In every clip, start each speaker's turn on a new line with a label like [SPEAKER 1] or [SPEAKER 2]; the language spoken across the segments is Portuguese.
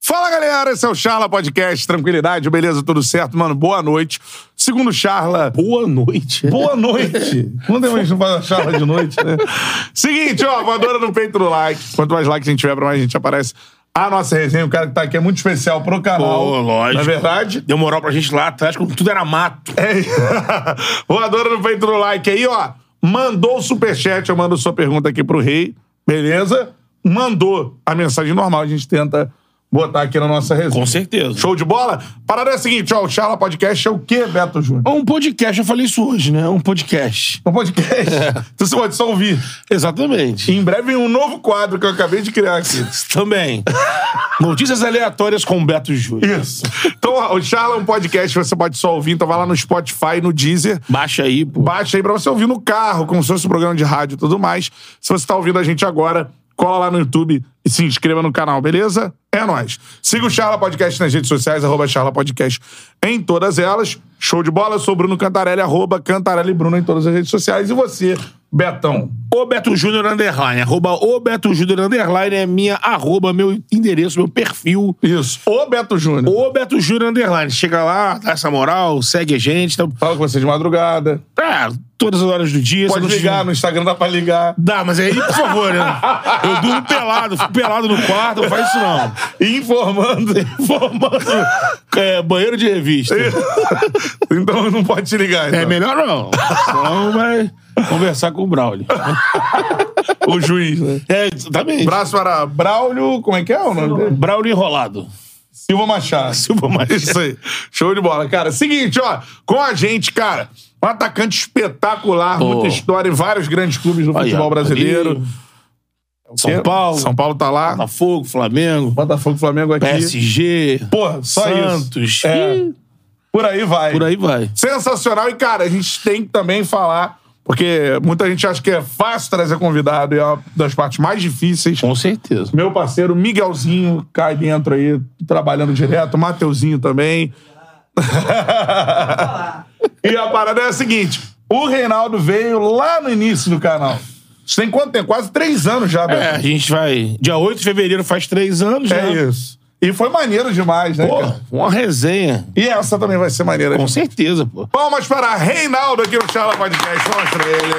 [SPEAKER 1] Fala, galera. Esse é o Charla Podcast. Tranquilidade, beleza, tudo certo, mano. Boa noite. Segundo Charla.
[SPEAKER 2] Boa noite.
[SPEAKER 1] Boa noite. Quando a gente não faz a charla de noite, né? Seguinte, ó, voadora no peito do like. Quanto mais like a gente tiver, pra mais a gente aparece. A nossa resenha, o cara que tá aqui é muito especial pro canal.
[SPEAKER 2] Pô, lógico.
[SPEAKER 1] Na verdade.
[SPEAKER 2] Deu moral pra gente lá atrás, quando tudo era mato.
[SPEAKER 1] É. voadora no peito do like aí, ó. Mandou o superchat, eu mando sua pergunta aqui pro rei. Beleza? Mandou a mensagem normal, a gente tenta botar aqui na nossa resenha.
[SPEAKER 2] Com certeza.
[SPEAKER 1] Show de bola? Parada é a seguinte, ó, o Charla Podcast é o quê, Beto Júnior?
[SPEAKER 2] É um podcast, eu falei isso hoje, né? É um podcast.
[SPEAKER 1] Um podcast. Então você pode só ouvir.
[SPEAKER 2] Exatamente.
[SPEAKER 1] Em breve, um novo quadro que eu acabei de criar aqui.
[SPEAKER 2] Também. Notícias aleatórias com Beto Júnior.
[SPEAKER 1] Isso. Então, ó, o Charla é um podcast que você pode só ouvir. Então vai lá no Spotify, no Deezer.
[SPEAKER 2] Baixa aí, pô.
[SPEAKER 1] Baixa aí pra você ouvir no carro, como se fosse um programa de rádio e tudo mais. Se você tá ouvindo a gente agora, cola lá no YouTube e se inscreva no canal, beleza? É nóis. Siga o Charla Podcast nas redes sociais, arroba Charla Podcast em todas elas. Show de bola, eu sou Bruno Cantarelli, arroba Cantarelli Bruno em todas as redes sociais. E você, Betão?
[SPEAKER 2] O Beto Júnior Underline. Arroba o Beto Júnior Underline é minha arroba, meu endereço, meu perfil.
[SPEAKER 1] Isso. Ô, Beto Júnior.
[SPEAKER 2] O Beto Júnior Underline. Chega lá, dá essa moral, segue a gente. Tá...
[SPEAKER 1] Fala com você de madrugada.
[SPEAKER 2] Ah, todas as horas do dia. se
[SPEAKER 1] Pode
[SPEAKER 2] não tiver-
[SPEAKER 1] ligar, no Instagram dá pra ligar.
[SPEAKER 2] Dá, mas aí, por favor, né? Eu durmo pelado, fico pelado no quarto, não faz isso não.
[SPEAKER 1] Informando.
[SPEAKER 2] Formando é, banheiro de revista.
[SPEAKER 1] então não pode te ligar.
[SPEAKER 2] É
[SPEAKER 1] então.
[SPEAKER 2] melhor não. Senão vai conversar com o Braulio.
[SPEAKER 1] O juiz, né?
[SPEAKER 2] É, exatamente.
[SPEAKER 1] Braço para Braulio, como é que é o nome dele?
[SPEAKER 2] Braulio enrolado.
[SPEAKER 1] Silva Machado.
[SPEAKER 2] Silva Machado.
[SPEAKER 1] Isso aí. Show de bola, cara. Seguinte, ó, com a gente, cara, um atacante espetacular,
[SPEAKER 2] Pô.
[SPEAKER 1] muita história em vários grandes clubes do
[SPEAKER 2] Aí,
[SPEAKER 1] futebol
[SPEAKER 2] ó,
[SPEAKER 1] brasileiro.
[SPEAKER 2] ali, São Paulo,
[SPEAKER 1] São Paulo tá lá.
[SPEAKER 2] Botafogo, Flamengo,
[SPEAKER 1] Botafogo, Flamengo aqui.
[SPEAKER 2] PSG,
[SPEAKER 1] Porra, só
[SPEAKER 2] Santos.
[SPEAKER 1] isso. É,
[SPEAKER 2] Ih,
[SPEAKER 1] por aí vai.
[SPEAKER 2] Por aí vai.
[SPEAKER 1] Sensacional. E, cara, a gente tem que também falar, porque muita gente acha que é fácil trazer convidado e é uma das partes mais difíceis.
[SPEAKER 2] Com certeza.
[SPEAKER 1] Meu parceiro Miguelzinho cai dentro aí, trabalhando direto. Mateuzinho também. e a parada é a seguinte: o Reinaldo veio lá no início do canal. Isso tem quanto tempo? Quase três anos já,
[SPEAKER 2] É,
[SPEAKER 1] Beto.
[SPEAKER 2] a gente vai. Dia 8 de fevereiro faz três anos,
[SPEAKER 1] É,
[SPEAKER 2] né?
[SPEAKER 1] isso. E foi maneiro demais, né,
[SPEAKER 2] Pô,
[SPEAKER 1] cara?
[SPEAKER 2] uma resenha.
[SPEAKER 1] E essa também vai ser maneira.
[SPEAKER 2] Com certeza, pô.
[SPEAKER 1] Palmas para Reinaldo aqui no Charla Podcast. Palmas pra ele.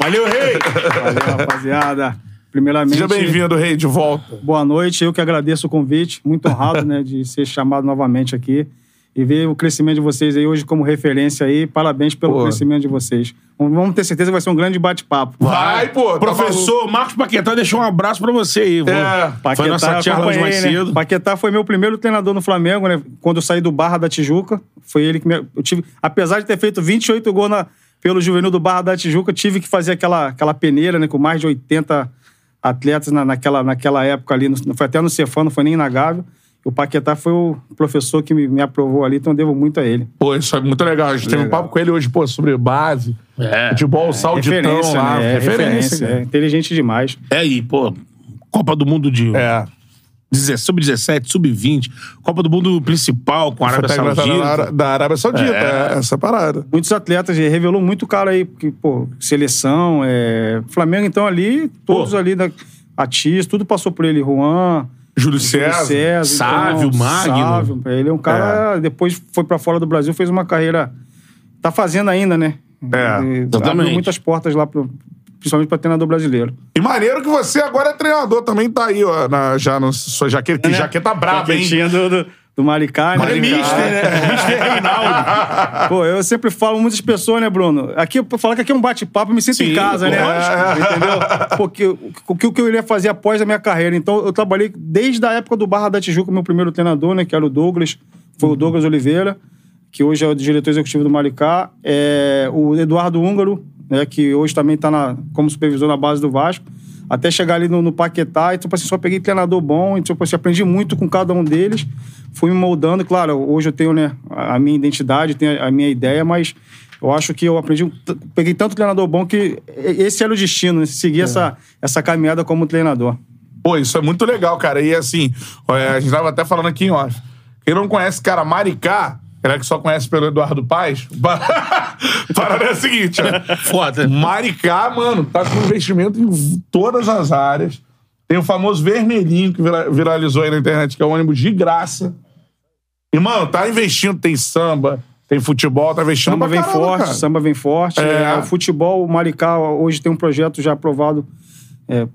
[SPEAKER 2] Valeu, rei!
[SPEAKER 3] Valeu, rapaziada. Primeiramente,
[SPEAKER 1] Seja bem-vindo, Rei, de volta.
[SPEAKER 3] boa noite. Eu que agradeço o convite. Muito honrado, né, de ser chamado novamente aqui e ver o crescimento de vocês aí hoje como referência aí. Parabéns pelo
[SPEAKER 1] Pô.
[SPEAKER 3] crescimento de vocês. Vamos ter certeza que vai ser um grande bate-papo.
[SPEAKER 1] Vai, pô. tá
[SPEAKER 2] Professor Marcos Paquetá deixou um abraço pra você aí. vô.
[SPEAKER 1] É,
[SPEAKER 2] Foi nossa tia lá hoje mais
[SPEAKER 3] acompanhei, né?
[SPEAKER 2] cedo.
[SPEAKER 3] Paquetá foi meu primeiro treinador no Flamengo, né? Quando eu saí do Barra da Tijuca, foi ele que me... eu tive, apesar de ter feito 28 gols na- pelo Juvenil do Barra da Tijuca, eu tive que fazer aquela, aquela peneira, né, com mais de 80 atletas na- naquela, naquela época ali, no- foi até no Cefano, não foi nem na Gávea. O Paquetá foi o professor que me, me aprovou ali, então eu devo muito a ele.
[SPEAKER 1] Pô, isso é muito legal. A gente teve um papo com ele hoje, pô, sobre base,
[SPEAKER 2] É.
[SPEAKER 1] futebol, salditão lá.
[SPEAKER 3] né? É, referência,
[SPEAKER 1] cara.
[SPEAKER 3] é inteligente demais.
[SPEAKER 2] É aí, pô. Copa do Mundo de
[SPEAKER 1] É.
[SPEAKER 2] deze- sub-17, sub-20. Copa do Mundo principal com a Arábia
[SPEAKER 1] Foi pegada da
[SPEAKER 2] Saudita.
[SPEAKER 1] Ara- da Arábia Saudita, é.
[SPEAKER 2] É.
[SPEAKER 1] essa parada.
[SPEAKER 3] Muitos atletas e revelou muito cara aí, porque, pô, seleção, é... Flamengo, então, ali, todos
[SPEAKER 2] Pô.
[SPEAKER 3] ali, da... Atias, tudo passou por ele, Juan,
[SPEAKER 1] Júlio
[SPEAKER 3] Júlio
[SPEAKER 1] César.
[SPEAKER 3] César, então,
[SPEAKER 2] Sávio, Magno.
[SPEAKER 3] Sávio, ele é um cara, depois foi pra fora do Brasil, fez uma carreira, tá fazendo ainda, né?
[SPEAKER 1] É,
[SPEAKER 3] E
[SPEAKER 2] exatamente.
[SPEAKER 3] Abriu muitas portas lá, pro- principalmente pra treinador brasileiro.
[SPEAKER 1] E maneiro que você agora é treinador, também tá aí, ó, na, já na sua jaqueta. Que jaqueta braba, hein?
[SPEAKER 3] Jaquetinha do, do, do Maricá, né?
[SPEAKER 2] Né? É mister, né? mister Reinaldo.
[SPEAKER 3] Pô, eu sempre falo muitas pessoas, né, Bruno? Aqui, pra falar que aqui é um bate-papo, eu me sinto
[SPEAKER 2] Sim,
[SPEAKER 3] em casa, né?
[SPEAKER 1] lógico.
[SPEAKER 3] Entendeu? Porque o o que, o que eu iria fazer após a minha carreira. Então, eu trabalhei desde a época do Barra da Tijuca, meu primeiro treinador, né? Que era o Douglas. Foi o Douglas Oliveira, que hoje é o diretor executivo do Maricá. É, o Eduardo Húngaro, né? Que hoje também tá na, como supervisor na base do Vasco. Até chegar ali no, no Paquetá, então, tipo assim, só peguei treinador bom, então, tipo assim, aprendi muito com cada um deles, fui me moldando, claro, hoje eu tenho, né, a a minha identidade, tenho a a minha ideia, mas eu acho que eu aprendi, um t- peguei tanto treinador bom que e- esse era o destino, né, seguir
[SPEAKER 1] É.
[SPEAKER 3] essa, essa caminhada como treinador.
[SPEAKER 1] Pô, isso é muito legal, cara. E assim, é, a gente tava até falando aqui em off. Quem não conhece, cara, Maricá, galera que só conhece pelo Eduardo Paz, parada é a seguinte, ó.
[SPEAKER 2] Foda.
[SPEAKER 1] Maricá, mano, tá com investimento em todas as áreas. Tem o famoso vermelhinho que vira- viralizou aí na internet, que é um ônibus de graça. E, mano, tá investindo, tem samba, tem futebol, tá investindo
[SPEAKER 3] Samba
[SPEAKER 1] pra
[SPEAKER 3] vem
[SPEAKER 1] caramba,
[SPEAKER 3] forte,
[SPEAKER 1] cara.
[SPEAKER 3] samba vem forte.
[SPEAKER 1] É.
[SPEAKER 3] É, o futebol, o Maricá hoje tem um projeto já aprovado é,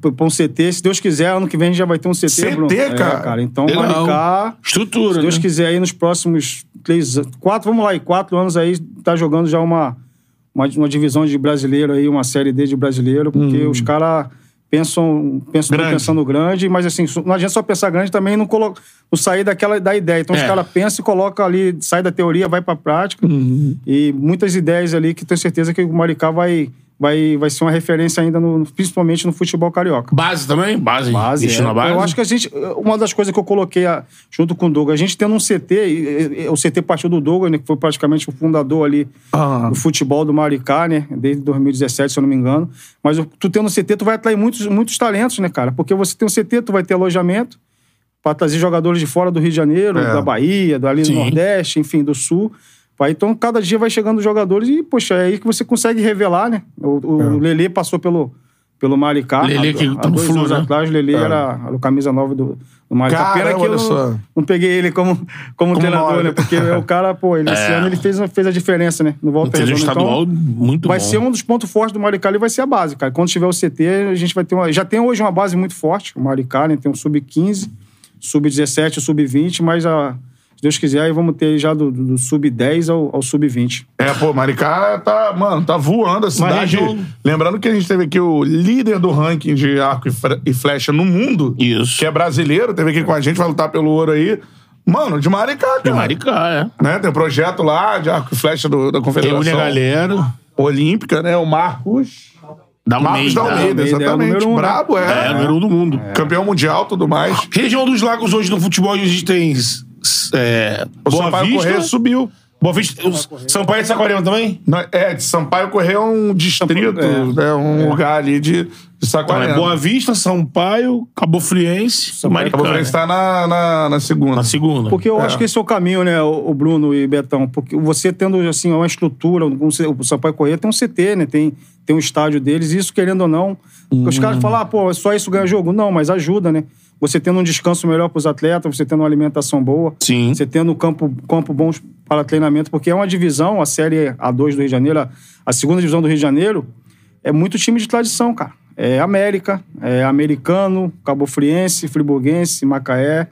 [SPEAKER 3] para um CT. Se Deus quiser, ano que vem a gente já vai ter um CT.
[SPEAKER 1] CT,
[SPEAKER 3] Bruno. É,
[SPEAKER 1] cara.
[SPEAKER 3] Então,
[SPEAKER 2] Legal.
[SPEAKER 3] Maricá,
[SPEAKER 2] Estrutura,
[SPEAKER 3] se Deus
[SPEAKER 2] né?
[SPEAKER 3] quiser, aí nos próximos três, an- quatro, vamos lá, e quatro anos aí, tá jogando já uma, uma, uma divisão de brasileiro aí, uma série D de brasileiro,
[SPEAKER 2] Hum.
[SPEAKER 3] porque os caras pensam, pensam
[SPEAKER 1] Grande.
[SPEAKER 3] pensando grande, mas assim, so- não adianta só pensar grande também não, colo, não sair daquela da ideia. Então os
[SPEAKER 2] É. Hum.
[SPEAKER 3] caras pensam e colocam ali, sai da teoria, vai pra prática.
[SPEAKER 1] Uhum.
[SPEAKER 3] E muitas ideias ali que tenho certeza que o Maricá vai, vai, vai ser uma referência ainda, no, principalmente no futebol carioca.
[SPEAKER 2] Base também? Base.
[SPEAKER 3] Base,
[SPEAKER 2] Investiu
[SPEAKER 3] é.
[SPEAKER 2] na base?
[SPEAKER 3] Eu acho que a gente. Uma das coisas que eu coloquei a- junto com o Douglas, a gente tendo um CT, e- e- o CT partiu do Douglas, né, que foi praticamente o fundador ali
[SPEAKER 1] Ah.
[SPEAKER 3] do futebol do Maricá, né? Desde 2017, se eu não me engano. Mas o- tu tendo um CT, tu vai atrair muitos, muitos talentos, né, cara? Porque você tem um CT, tu vai ter alojamento para trazer jogadores de fora do Rio de Janeiro,
[SPEAKER 1] É.
[SPEAKER 3] da Bahia, do, ali do
[SPEAKER 2] Sim.
[SPEAKER 3] Nordeste, enfim, do Sul. Vai- Então, cada dia vai chegando jogadores e, poxa, é aí que você consegue revelar, né? O, o Lelê passou pelo, pelo Maricá.
[SPEAKER 2] É. Lelê
[SPEAKER 3] há-
[SPEAKER 2] que
[SPEAKER 3] há
[SPEAKER 2] tá no
[SPEAKER 3] dois
[SPEAKER 2] Flu,
[SPEAKER 3] anos
[SPEAKER 2] né?
[SPEAKER 3] atrás, o Lelê era, era o camisa nova do, do Maricá.
[SPEAKER 1] Caramba,
[SPEAKER 3] Pena que
[SPEAKER 1] olha
[SPEAKER 3] eu
[SPEAKER 1] só.
[SPEAKER 3] não, não peguei ele como, como,
[SPEAKER 1] Como
[SPEAKER 3] treinador,
[SPEAKER 1] nove.
[SPEAKER 3] né? Porque o cara, pô, ele, esse
[SPEAKER 2] É.
[SPEAKER 3] ano ele fez, fez a diferença, né? No Volta
[SPEAKER 2] Fez um
[SPEAKER 3] Redonda. Então,
[SPEAKER 2] estadual muito
[SPEAKER 3] vai
[SPEAKER 2] bom.
[SPEAKER 3] ser um dos pontos fortes do Maricá e vai ser a base, cara. Quando tiver o CT, a gente vai ter uma. Já tem hoje uma base muito forte, o Maricá, né? Tem um sub-15, sub-17, sub-20, mas a- se Deus quiser, aí vamos ter já do, do- do sub-10 ao, ao sub-20.
[SPEAKER 1] É, pô, Maricá tá, mano, tá voando a cidade.
[SPEAKER 2] região-
[SPEAKER 1] Lembrando que a gente teve aqui o líder do ranking de arco e fre- e flecha no mundo,
[SPEAKER 2] Isso.
[SPEAKER 1] que é brasileiro, teve aqui com a gente, vai lutar pelo ouro aí. Mano, de Maricá, cara.
[SPEAKER 2] De Maricá, é.
[SPEAKER 1] Né? Tem um projeto lá de arco e flecha do- da
[SPEAKER 2] Reúne a
[SPEAKER 1] Confederação
[SPEAKER 2] galera.
[SPEAKER 1] Olímpica, né? O Marcos.
[SPEAKER 2] Dá um
[SPEAKER 1] Marcos da Almeida,
[SPEAKER 3] Almeida, é o
[SPEAKER 1] exatamente.
[SPEAKER 3] número um, né?
[SPEAKER 1] Brabo,
[SPEAKER 2] É,
[SPEAKER 1] é.
[SPEAKER 2] número um do mundo.
[SPEAKER 1] Campeão mundial, tudo mais.
[SPEAKER 2] Região dos Lagos hoje no futebol, a gente tem. s- s- É,
[SPEAKER 1] O
[SPEAKER 2] Boa
[SPEAKER 1] Sampaio
[SPEAKER 2] Vista.
[SPEAKER 1] Correia subiu.
[SPEAKER 2] Boa Vista. o Sampaio é de Saquarema também?
[SPEAKER 1] Não, É, de Sampaio Correia é um distrito,
[SPEAKER 3] É.
[SPEAKER 1] né? Um lugar ali de, de
[SPEAKER 2] Então, é
[SPEAKER 1] Saquarema.
[SPEAKER 2] Boa Vista, Sampaio, Cabo Friense,
[SPEAKER 3] Sampaio,
[SPEAKER 2] Maricá.
[SPEAKER 1] Acabou de
[SPEAKER 2] né?
[SPEAKER 1] estar tá na, na, na segunda.
[SPEAKER 2] Na segunda.
[SPEAKER 3] Porque eu acho que esse é o caminho, né, o o Bruno e Betão? Porque você tendo, assim, uma estrutura, um C- o Sampaio Corrêa tem um CT, né? Tem, tem um estádio deles, isso, querendo ou não. Os caras falam, ah, pô, só isso ganha jogo. Não, mas ajuda, né? Você tendo um descanso melhor para os atletas, você tendo uma alimentação boa,
[SPEAKER 2] Sim.
[SPEAKER 3] você tendo um campo, campo bom para treinamento, porque é uma divisão, a Série A2 do Rio de Janeiro, a, a segunda divisão do Rio de Janeiro, é muito time de tradição, cara. É América, é americano, cabofriense, friburguense, Macaé.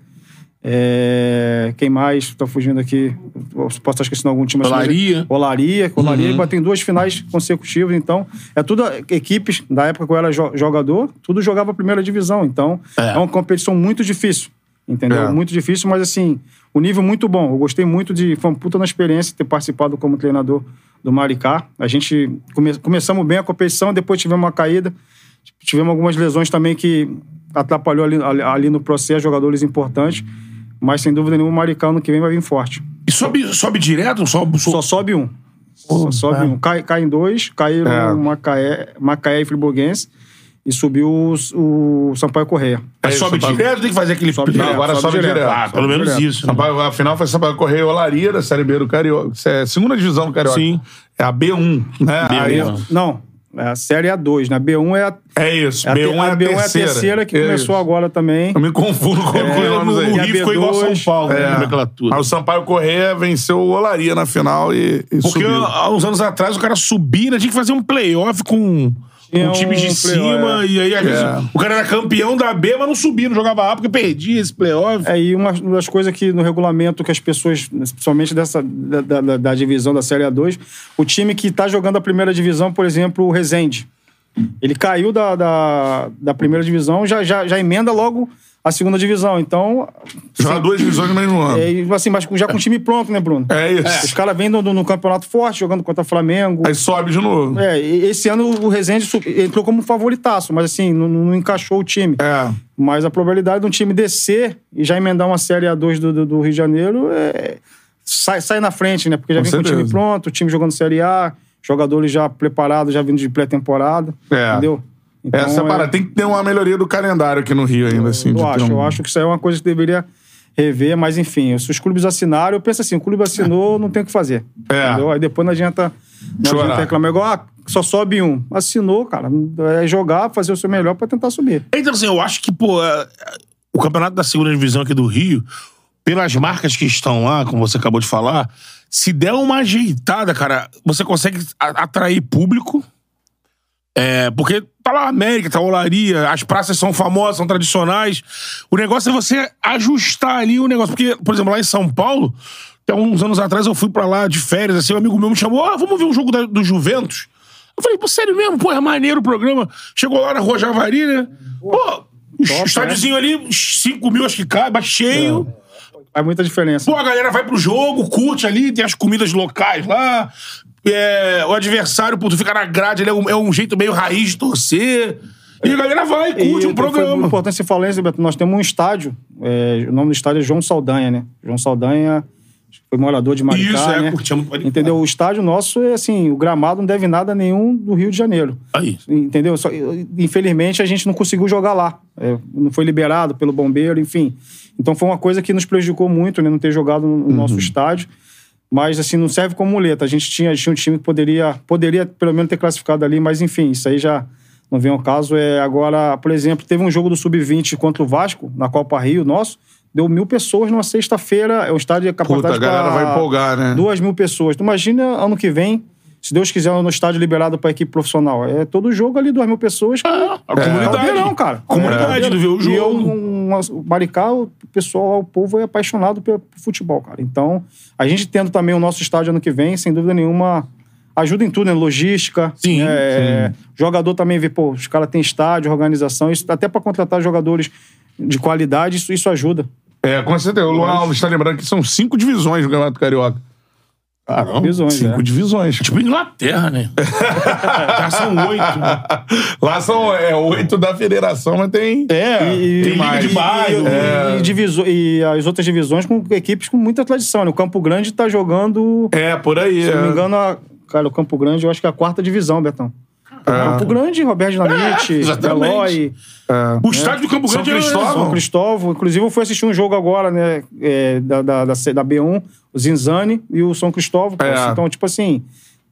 [SPEAKER 3] é, Quem mais? Tô fugindo aqui. Posso estar esquecendo algum time. assim, mas-
[SPEAKER 2] Olaria.
[SPEAKER 3] Olaria. Olaria ele bateu em duas finais consecutivas. Então, é tudo equipes, da época que eu era jo- jogador, tudo jogava a primeira divisão. Então,
[SPEAKER 2] É.
[SPEAKER 3] é uma competição muito difícil. Entendeu?
[SPEAKER 1] É.
[SPEAKER 3] Muito difícil, mas assim, o nível muito bom. Eu gostei muito de. Foi uma puta na experiência ter participado como treinador do Maricá. A gente come- começamos bem a competição, depois tivemos uma caída. Tivemos algumas lesões também que atrapalhou ali, ali- ali no processo, jogadores importantes. Mas sem dúvida nenhuma, o Maricá ano que vem vai vir forte.
[SPEAKER 2] E sobe, sobe direto? Sobe, sobe.
[SPEAKER 3] Só sobe um.
[SPEAKER 1] Pô,
[SPEAKER 3] Só sobe
[SPEAKER 1] é.
[SPEAKER 3] um. Cai, cai em dois, caíram
[SPEAKER 1] É.
[SPEAKER 3] Macaé, Macaé e Friburguense. E subiu o, o Sampaio Correia.
[SPEAKER 2] Mas
[SPEAKER 1] É,
[SPEAKER 2] sobe
[SPEAKER 1] sobe-
[SPEAKER 2] direto, tem que fazer aquele
[SPEAKER 3] Sobe
[SPEAKER 1] Não, agora sobe,
[SPEAKER 3] sobe
[SPEAKER 1] direto.
[SPEAKER 3] direto.
[SPEAKER 2] Ah, pelo
[SPEAKER 1] Sobe
[SPEAKER 2] menos
[SPEAKER 1] direto.
[SPEAKER 2] isso. né?
[SPEAKER 1] Sampaio, a final foi Sampaio Correia e Olaria da Série B do Carioca. Isso É a segunda divisão do Carioca.
[SPEAKER 2] Sim.
[SPEAKER 1] É a B1, né?
[SPEAKER 2] B1.
[SPEAKER 1] Aí-
[SPEAKER 2] Não.
[SPEAKER 3] Não, é a série A2, né? A B1 é a,
[SPEAKER 1] é isso.
[SPEAKER 3] é a,
[SPEAKER 1] B1
[SPEAKER 3] a
[SPEAKER 1] é a,
[SPEAKER 3] B1 é a
[SPEAKER 1] terceira.
[SPEAKER 3] terceira que
[SPEAKER 1] É isso.
[SPEAKER 3] começou agora também.
[SPEAKER 1] Eu me confundo
[SPEAKER 3] É,
[SPEAKER 1] com
[SPEAKER 2] É Porque
[SPEAKER 1] o
[SPEAKER 2] no,
[SPEAKER 1] nome
[SPEAKER 2] no
[SPEAKER 1] É, aí.
[SPEAKER 2] Rio ficou igual São
[SPEAKER 3] B2,
[SPEAKER 2] Paulo, né?
[SPEAKER 1] É.
[SPEAKER 2] Nomenclatura.
[SPEAKER 1] Mas o Sampaio Correia venceu o Olaria na final e, e
[SPEAKER 2] Porque
[SPEAKER 1] subiu.
[SPEAKER 2] há uns anos atrás o cara subia, né? tinha que fazer um playoff com,
[SPEAKER 3] Tinha
[SPEAKER 2] com times de
[SPEAKER 3] um
[SPEAKER 2] cima.
[SPEAKER 3] playoff,
[SPEAKER 2] E aí, às vezes,
[SPEAKER 1] É.
[SPEAKER 2] o cara era campeão da B, mas não subia, não jogava A, porque perdia esse playoff.
[SPEAKER 3] É, e uma das coisas que no regulamento que as pessoas, principalmente dessa, da, da- da- da divisão da Série A2, o time que está jogando a primeira divisão, por exemplo, o Rezende. Ele caiu da, da, da primeira divisão, já, já, já emenda logo a segunda divisão. Então,
[SPEAKER 1] Jogar duas divisões no mesmo ano.
[SPEAKER 3] é, e, assim, mas com- já com o time pronto, né, Bruno?
[SPEAKER 1] É isso.
[SPEAKER 3] Os caras vêm no, campeonato forte, jogando contra Flamengo.
[SPEAKER 1] Aí sobe de novo.
[SPEAKER 3] É, e esse ano o Rezende su- entrou como favoritaço, mas assim, não, não encaixou o time.
[SPEAKER 1] É.
[SPEAKER 3] Mas a probabilidade de um time descer e já emendar uma Série A2 do, do- do Rio de Janeiro é- sai, sai na frente, né? Porque já
[SPEAKER 1] Com
[SPEAKER 3] vem com o
[SPEAKER 1] certeza.
[SPEAKER 3] time pronto, o time jogando Série A, jogadores já preparados, já vindo de pré-temporada.
[SPEAKER 1] É.
[SPEAKER 3] Entendeu?
[SPEAKER 1] Essa
[SPEAKER 3] é-
[SPEAKER 1] parada. Tem que ter uma melhoria do calendário aqui no Rio ainda, assim. de
[SPEAKER 3] eu
[SPEAKER 1] ter
[SPEAKER 3] acho,
[SPEAKER 1] um-
[SPEAKER 3] eu acho que isso aí é uma coisa que deveria rever, mas enfim, se os clubes assinaram, eu penso assim, o clube assinou, não tem o que fazer.
[SPEAKER 1] É.
[SPEAKER 3] Entendeu? Aí depois não adianta, não
[SPEAKER 1] Chorar.
[SPEAKER 3] adianta reclamar, igual, ah, só sobe um. Assinou, cara, é jogar, fazer o seu melhor pra tentar subir.
[SPEAKER 2] Então, assim, eu acho que, pô, é, é, o campeonato da segunda divisão aqui do Rio, pelas marcas que estão lá, como você acabou de falar, se der uma ajeitada, cara, você consegue a- atrair público. É, porque tá lá a América, tá a Olaria, as praças são famosas, são tradicionais. O negócio é você ajustar ali o negócio. Porque, por exemplo, lá em São Paulo, até uns anos atrás eu fui pra lá de férias, assim, um amigo meu me chamou, ah, vamos ver um jogo da- do Juventus? Eu falei, pô, sério mesmo? Pô, é maneiro o programa. Chegou lá na Rua Javari, né? Pô,
[SPEAKER 3] top,
[SPEAKER 2] estádiozinho ali, 5 mil acho que cai, mas cheio.
[SPEAKER 3] Faz muita diferença.
[SPEAKER 2] Pô, a galera vai pro jogo, curte ali, tem as comidas locais lá. É, o adversário, pô, tu fica na grade, ele é um, é um jeito meio raiz de torcer. E a galera vai, curte
[SPEAKER 3] E
[SPEAKER 2] um
[SPEAKER 3] Foi muito
[SPEAKER 2] programa.
[SPEAKER 3] importante é você falar isso, Beto. Nós temos um estádio, é, o nome do estádio é João Saldanha, né? João Saldanha foi morador de Maricá,
[SPEAKER 2] Isso, é,
[SPEAKER 3] né?
[SPEAKER 2] curtimos Maricá.
[SPEAKER 3] Entendeu? O estádio nosso é assim, o gramado não deve nada a nenhum do Rio de Janeiro.
[SPEAKER 2] Aí.
[SPEAKER 3] Entendeu? Só- infelizmente, a gente não conseguiu jogar lá. É, não foi liberado pelo bombeiro, enfim. Então foi uma coisa que nos prejudicou muito, né? Não ter jogado no, no
[SPEAKER 1] Uhum.
[SPEAKER 3] nosso estádio. Mas, assim, não serve como muleta. A gente tinha, tinha um time que poderia, poderia, pelo menos, ter classificado ali, mas, enfim, isso aí já não vem ao caso. É, agora, por exemplo, teve um jogo do Sub-20 contra o Vasco, na Copa Rio, nosso. Deu mil pessoas numa sexta-feira. É um estádio de capacidade
[SPEAKER 1] Puta, a galera
[SPEAKER 3] pra-
[SPEAKER 1] vai empolgar, né?
[SPEAKER 3] Duas mil pessoas. Tu imagina ano que vem, se Deus quiser, no estádio liberado pra equipe profissional. É todo jogo ali, duas mil pessoas.
[SPEAKER 2] Ah, A É, comunidade.
[SPEAKER 3] Caldeirão, cara.
[SPEAKER 2] Comunidade,
[SPEAKER 3] É.
[SPEAKER 2] não vê o
[SPEAKER 3] E eu,
[SPEAKER 2] jogo.
[SPEAKER 3] um, um- o Maricá, o pessoal, o povo é apaixonado pelo futebol, cara. Então, a gente tendo também o nosso estádio ano que vem, sem dúvida nenhuma, ajuda em tudo, né? Logística.
[SPEAKER 2] Sim,
[SPEAKER 3] né? Jogador também vê, pô, os caras têm estádio, organização. Isso, até pra contratar jogadores de qualidade, isso, isso ajuda.
[SPEAKER 1] É, com certeza. O Luan Alves tá lembrando que são cinco divisões do Campeonato Carioca. Caramba,
[SPEAKER 3] Divisões,
[SPEAKER 1] cinco
[SPEAKER 3] é.
[SPEAKER 1] divisões.
[SPEAKER 2] Tipo Inglaterra, né? Já são oito. né?
[SPEAKER 1] Lá são é, oito da federação, mas tem.
[SPEAKER 2] É,
[SPEAKER 3] E-
[SPEAKER 2] tem liga
[SPEAKER 1] mais. É.
[SPEAKER 2] de bairro.
[SPEAKER 3] E,
[SPEAKER 2] É.
[SPEAKER 3] e diviso- e as outras divisões com equipes com muita tradição. Né? O Campo Grande tá jogando,
[SPEAKER 1] É, por aí.
[SPEAKER 3] se
[SPEAKER 1] é.
[SPEAKER 3] não me engano, a- cara, o Campo Grande eu acho que é a quarta divisão, Betão. Campo Grande, Roberto Dinamite,
[SPEAKER 2] É. exatamente.
[SPEAKER 3] Eloy,
[SPEAKER 2] O estádio do Campo
[SPEAKER 1] São
[SPEAKER 2] Grande é
[SPEAKER 1] Cristóvão.
[SPEAKER 3] São Cristóvão. Inclusive, eu fui assistir um jogo agora, né? é, da, da, da, C- da B1, o Zinzani e o São Cristóvão.
[SPEAKER 1] É.
[SPEAKER 3] Então, tipo assim,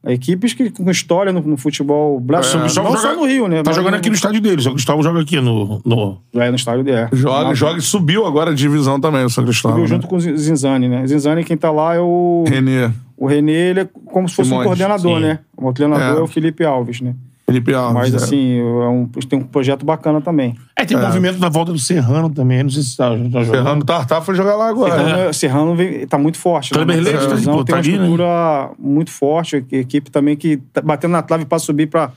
[SPEAKER 3] equipes que, com história no, no futebol brasileiro.
[SPEAKER 2] São Cristóvão
[SPEAKER 3] Não
[SPEAKER 2] É. joga-
[SPEAKER 3] só no Rio, né?
[SPEAKER 2] Tá
[SPEAKER 3] mas
[SPEAKER 2] jogando
[SPEAKER 3] no-
[SPEAKER 2] aqui no estádio dele. São Cristóvão joga aqui no. no...
[SPEAKER 3] É, no estádio é.
[SPEAKER 1] Joga,
[SPEAKER 3] Na-
[SPEAKER 1] joga e subiu agora a divisão também, o São Cristóvão.
[SPEAKER 3] Subiu
[SPEAKER 1] Né?
[SPEAKER 3] junto com o Zin- Zinzani, né? Zinzani, quem tá lá é o.
[SPEAKER 1] Renê,
[SPEAKER 3] O Renê, ele é como se fosse
[SPEAKER 1] Simões,
[SPEAKER 3] um coordenador,
[SPEAKER 2] sim.
[SPEAKER 3] né? O coordenador
[SPEAKER 1] É.
[SPEAKER 3] é. o Felipe Alves, né?
[SPEAKER 1] Felipe Alves.
[SPEAKER 3] Mas,
[SPEAKER 1] é.
[SPEAKER 3] assim, é um- tem um projeto bacana também.
[SPEAKER 2] É, tem o movimento da volta do Serrano também. Não sei se tá, tá jogando.
[SPEAKER 1] Fernando Tartar foi jogar lá agora. né?
[SPEAKER 3] Serrano, Então, Serrano vem- tá muito forte.
[SPEAKER 2] É. Kleber
[SPEAKER 3] né? Na
[SPEAKER 2] Leite,
[SPEAKER 3] televisão,
[SPEAKER 2] pô,
[SPEAKER 3] tem
[SPEAKER 2] tá
[SPEAKER 3] uma
[SPEAKER 2] ali, né?
[SPEAKER 3] estrutura muito forte. a Equipe também que tá batendo na trave pra subir pra,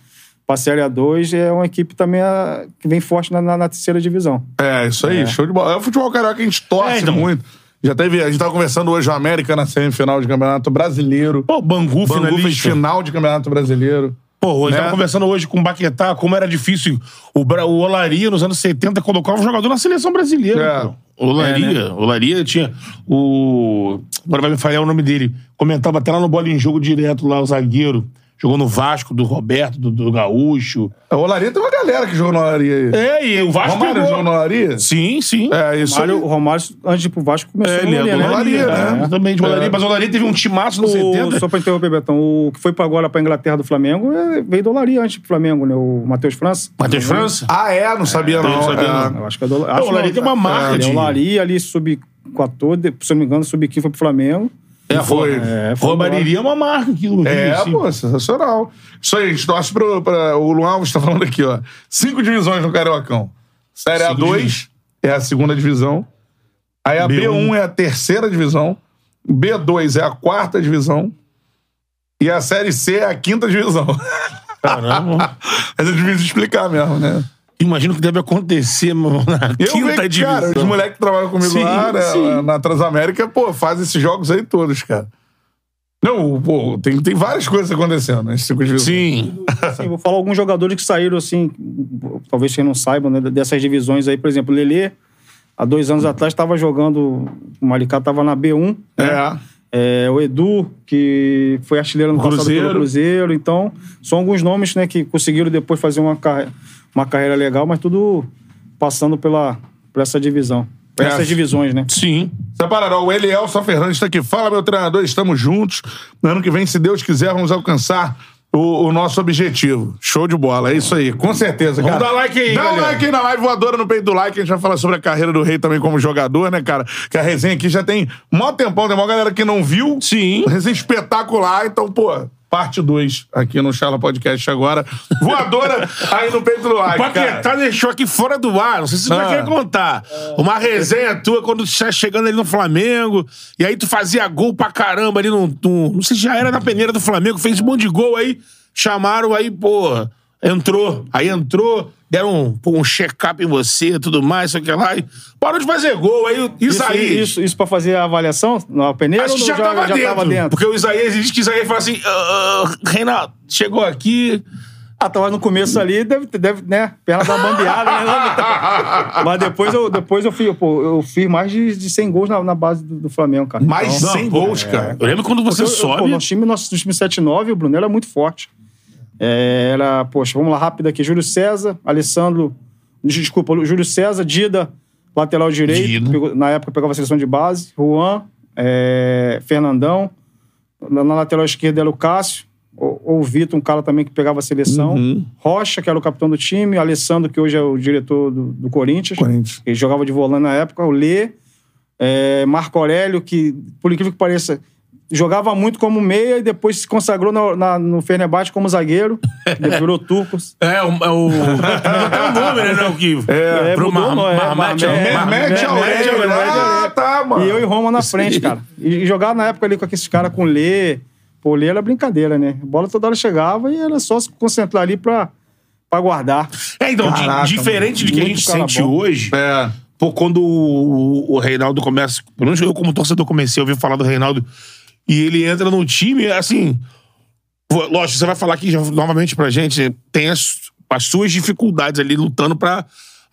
[SPEAKER 3] pra Série A2. É uma equipe também ah, que vem forte na, na- na terceira divisão.
[SPEAKER 1] É, isso aí, show de bola. É o futebol carioca que a gente torce
[SPEAKER 2] É, então.
[SPEAKER 1] muito. Já teve, a gente tava conversando hoje o América na semifinal de Campeonato Brasileiro.
[SPEAKER 2] Pô,
[SPEAKER 1] Bangu
[SPEAKER 2] Bangu,
[SPEAKER 1] fez
[SPEAKER 2] finalista.
[SPEAKER 1] final de Campeonato Brasileiro.
[SPEAKER 2] Pô, hoje
[SPEAKER 1] Né?
[SPEAKER 2] tava conversando hoje com o Baquetá, como era difícil. O, Bra- o Olaria, nos anos 70, colocava um jogador na seleção
[SPEAKER 1] É.
[SPEAKER 2] brasileira. pô. Olaria, Olaria tinha o... Agora vai me falhar o nome dele. Comentava até lá no Bola em Jogo direto, lá o zagueiro. Jogou no Vasco, do Roberto, do, do Gaúcho.
[SPEAKER 1] O Olaria tem uma galera que jogou no Olaria aí.
[SPEAKER 2] É, e o Vasco
[SPEAKER 1] Romário
[SPEAKER 2] pegou.
[SPEAKER 1] jogou no Olaria?
[SPEAKER 2] Sim, sim.
[SPEAKER 1] É, isso
[SPEAKER 3] Romário-
[SPEAKER 1] aí.
[SPEAKER 3] o Romário, antes de ir pro Vasco, começou
[SPEAKER 2] É,
[SPEAKER 3] no
[SPEAKER 2] ele é
[SPEAKER 3] Olímpia,
[SPEAKER 2] do
[SPEAKER 3] né?
[SPEAKER 2] Olaria,
[SPEAKER 1] É.
[SPEAKER 2] né? Também de Olaria.
[SPEAKER 1] É.
[SPEAKER 2] Mas o Olaria teve um timaço no
[SPEAKER 3] O,
[SPEAKER 2] 70.
[SPEAKER 3] só pra interromper, Betão, o que foi pra agora pra Inglaterra do Flamengo é, veio do Olaria antes pro Flamengo, né? O Matheus França.
[SPEAKER 2] Matheus França?
[SPEAKER 1] Ah, é? Não sabia,
[SPEAKER 2] também
[SPEAKER 1] não.
[SPEAKER 2] não sabia,
[SPEAKER 1] É.
[SPEAKER 2] não.
[SPEAKER 3] Eu acho que é do Olaria.
[SPEAKER 2] o Olaria tem uma marca de-
[SPEAKER 3] O Olaria ali sub-14, se eu não me engano, sub-15 foi pro Flamengo.
[SPEAKER 1] É, foi.
[SPEAKER 3] É, foi
[SPEAKER 2] Romaria é uma marca aqui no Rio,
[SPEAKER 1] É,
[SPEAKER 2] sim.
[SPEAKER 1] pô, sensacional. Isso aí, a gente torce pro, pra- O Luan Alves tá falando aqui, ó. Cinco divisões no Cariocão. Série
[SPEAKER 2] Cinco
[SPEAKER 1] A2
[SPEAKER 2] divisões.
[SPEAKER 1] é a segunda divisão. Aí a B1.
[SPEAKER 2] B1.
[SPEAKER 1] é a terceira divisão. B2 é a quarta divisão. E a Série C é a quinta divisão.
[SPEAKER 2] Caramba.
[SPEAKER 1] Mas é difícil explicar mesmo, né?
[SPEAKER 2] Imagino que deve acontecer mano, na
[SPEAKER 1] Eu
[SPEAKER 2] quinta
[SPEAKER 1] vejo,
[SPEAKER 2] divisão.
[SPEAKER 1] cara, os moleques que trabalham comigo
[SPEAKER 2] Sim,
[SPEAKER 1] lá né,
[SPEAKER 2] sim.
[SPEAKER 1] na Transamérica, pô, fazem esses jogos aí todos, cara. Não, pô, tem, tem várias coisas acontecendo nas cinco divisões.
[SPEAKER 2] Sim.
[SPEAKER 3] Assim, vou falar alguns jogadores que saíram, assim, talvez vocês não saibam, né? Dessas divisões aí, por exemplo, o Lelê, há dois anos atrás, estava jogando. O Maricá estava na B1.
[SPEAKER 1] É.
[SPEAKER 3] É, o Edu, que foi artilheiro no
[SPEAKER 1] Cruzeiro.
[SPEAKER 3] passado pelo Cruzeiro. Então, são alguns nomes né, que conseguiram depois fazer uma, carre- uma carreira legal, mas tudo passando pela, por essa divisão. pra
[SPEAKER 1] É.
[SPEAKER 3] essas divisões, né?
[SPEAKER 2] Sim.
[SPEAKER 1] Separaram, o Elielson Fernandes está aqui. Fala, meu treinador, estamos juntos. No ano que vem, se Deus quiser, vamos alcançar o, o nosso objetivo. Show de bola, é isso aí, com certeza, cara.
[SPEAKER 2] Vamos dar like aí,
[SPEAKER 1] Dá um
[SPEAKER 2] galera.
[SPEAKER 1] like aí na live voadora no peito do like. A gente vai falar sobre a carreira do Rei também como jogador, né, cara? Que a resenha aqui já tem mó tempão, tem mó galera que não viu.
[SPEAKER 2] Sim.
[SPEAKER 1] Resenha espetacular, então, pô. Parte 2 aqui no Charla Podcast agora. Voadora aí no peito do like.
[SPEAKER 2] Paquetá
[SPEAKER 1] cara.
[SPEAKER 2] deixou aqui fora do ar, não sei se você
[SPEAKER 1] Ah.
[SPEAKER 2] vai querer contar. Uma resenha tua quando tu tá chegando ali no Flamengo, e aí tu fazia gol pra caramba ali no. no- não sei se já era na peneira do Flamengo, fez um monte de gol aí, chamaram aí, porra, entrou. Aí entrou, deram um, pô, um check-up em você tudo mais, sei o que lá, e parou de fazer gol aí, o Isaías.
[SPEAKER 3] Isso, isso pra fazer a avaliação na peneira
[SPEAKER 2] Acho que
[SPEAKER 3] ou
[SPEAKER 2] já,
[SPEAKER 3] já,
[SPEAKER 2] tava,
[SPEAKER 3] já
[SPEAKER 2] dentro,
[SPEAKER 3] tava dentro?
[SPEAKER 2] Porque o Isaías, diz que o Isaías fala assim: "Ah, Reinaldo, chegou aqui,
[SPEAKER 3] Ah, tava no começo ali, deve, deve né? Perna da bambeada, né? Mas depois eu, depois eu fiz, pô, eu fiz mais de, de 100 gols na, na base do, do Flamengo, cara.
[SPEAKER 1] Mais
[SPEAKER 3] Então,
[SPEAKER 1] 100 gols, cara.
[SPEAKER 2] é. Eu lembro quando você
[SPEAKER 3] eu- eu-
[SPEAKER 2] sobe.
[SPEAKER 3] Pô, nosso time, nosso time 7-9, o Bruno era muito forte. É, era, poxa, vamos lá rápido aqui. Júlio César, Alessandro. Desculpa, Júlio César, Dida, lateral direito.
[SPEAKER 2] Dida.
[SPEAKER 3] pegou- na época pegava a seleção de base. Juan, é, Fernandão. Na, na lateral esquerda era o Cássio. Ou ou o Vitor, um cara também que pegava
[SPEAKER 2] Uhum.
[SPEAKER 3] a
[SPEAKER 2] tipo,
[SPEAKER 3] seleção.
[SPEAKER 2] um.
[SPEAKER 3] Rocha, que era o capitão do time. Alessandro, que hoje é o diretor do, do Corinthians.
[SPEAKER 1] Corinthians.
[SPEAKER 3] Ele jogava de volante na época, o Lê, é, Marco Aurélio, que, por incrível que pareça, jogava muito como meia e depois se consagrou na, na, no Fenerbahçe como zagueiro, ele virou turco.
[SPEAKER 2] É, o. É o até o nome, né? né, O que.
[SPEAKER 3] É,
[SPEAKER 2] pro
[SPEAKER 3] mudou,
[SPEAKER 2] Mar-
[SPEAKER 3] não, é,
[SPEAKER 2] Marmete,
[SPEAKER 3] Marmete,
[SPEAKER 2] Mar-
[SPEAKER 1] Mete
[SPEAKER 3] Mete
[SPEAKER 1] Aurélio.
[SPEAKER 2] Aurélio,
[SPEAKER 1] Ah, tá, mano.
[SPEAKER 3] E eu e Roma na frente, cara. E, e jogava na época ali com aqueles caras com o Lê. Pô, o Lê era brincadeira, né? A bola toda hora chegava e era só se concentrar ali pra, pra guardar.
[SPEAKER 2] É, então, di-
[SPEAKER 1] Caraca,
[SPEAKER 2] diferente do que a
[SPEAKER 3] muito
[SPEAKER 2] gente
[SPEAKER 3] cara
[SPEAKER 2] sente
[SPEAKER 3] bom.
[SPEAKER 2] hoje,
[SPEAKER 1] É.
[SPEAKER 2] pô, quando o, o Reinaldo começa. Pelo menos eu, como torcedor, comecei a ouvir falar do Reinaldo e ele entra no time, assim. pô, Lógico, você vai falar aqui já, novamente pra gente, né, tem as, as suas dificuldades ali lutando pra.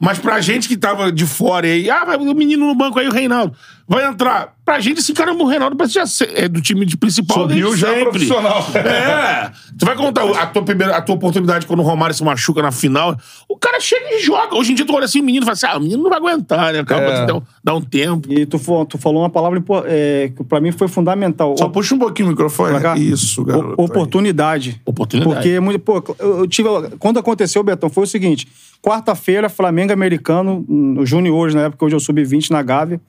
[SPEAKER 2] Mas pra gente que tava de fora e aí, ah, vai o menino no banco aí, o Reinaldo, vai entrar. Pra gente, esse cara, é o Reinaldo, parece que já ser- é do time de principal
[SPEAKER 1] Subiu
[SPEAKER 2] desde
[SPEAKER 1] já
[SPEAKER 2] sempre.
[SPEAKER 1] é um profissional.
[SPEAKER 2] É. Tu vai contar a tua, primeira, a tua oportunidade quando o Romário se machuca na final. O cara chega e joga. Hoje em dia tu olha assim, o menino fala assim: ah, o menino não vai aguentar, né? Calma,
[SPEAKER 1] É.
[SPEAKER 2] tu dá, um, dá um tempo.
[SPEAKER 3] E tu, fo- tu falou uma palavra impor- é, que pra mim foi fundamental.
[SPEAKER 1] Só puxa um pouquinho o microfone.
[SPEAKER 3] Pra cá?
[SPEAKER 1] Isso, garoto.
[SPEAKER 3] O- oportunidade.
[SPEAKER 2] Oportunidade.
[SPEAKER 3] Porque, muito- pô, eu eu tive. Quando aconteceu, Betão, foi o seguinte: quarta-feira, Flamengo americano, hum, os juniores, na época, hoje eu sub-20 na Gávea.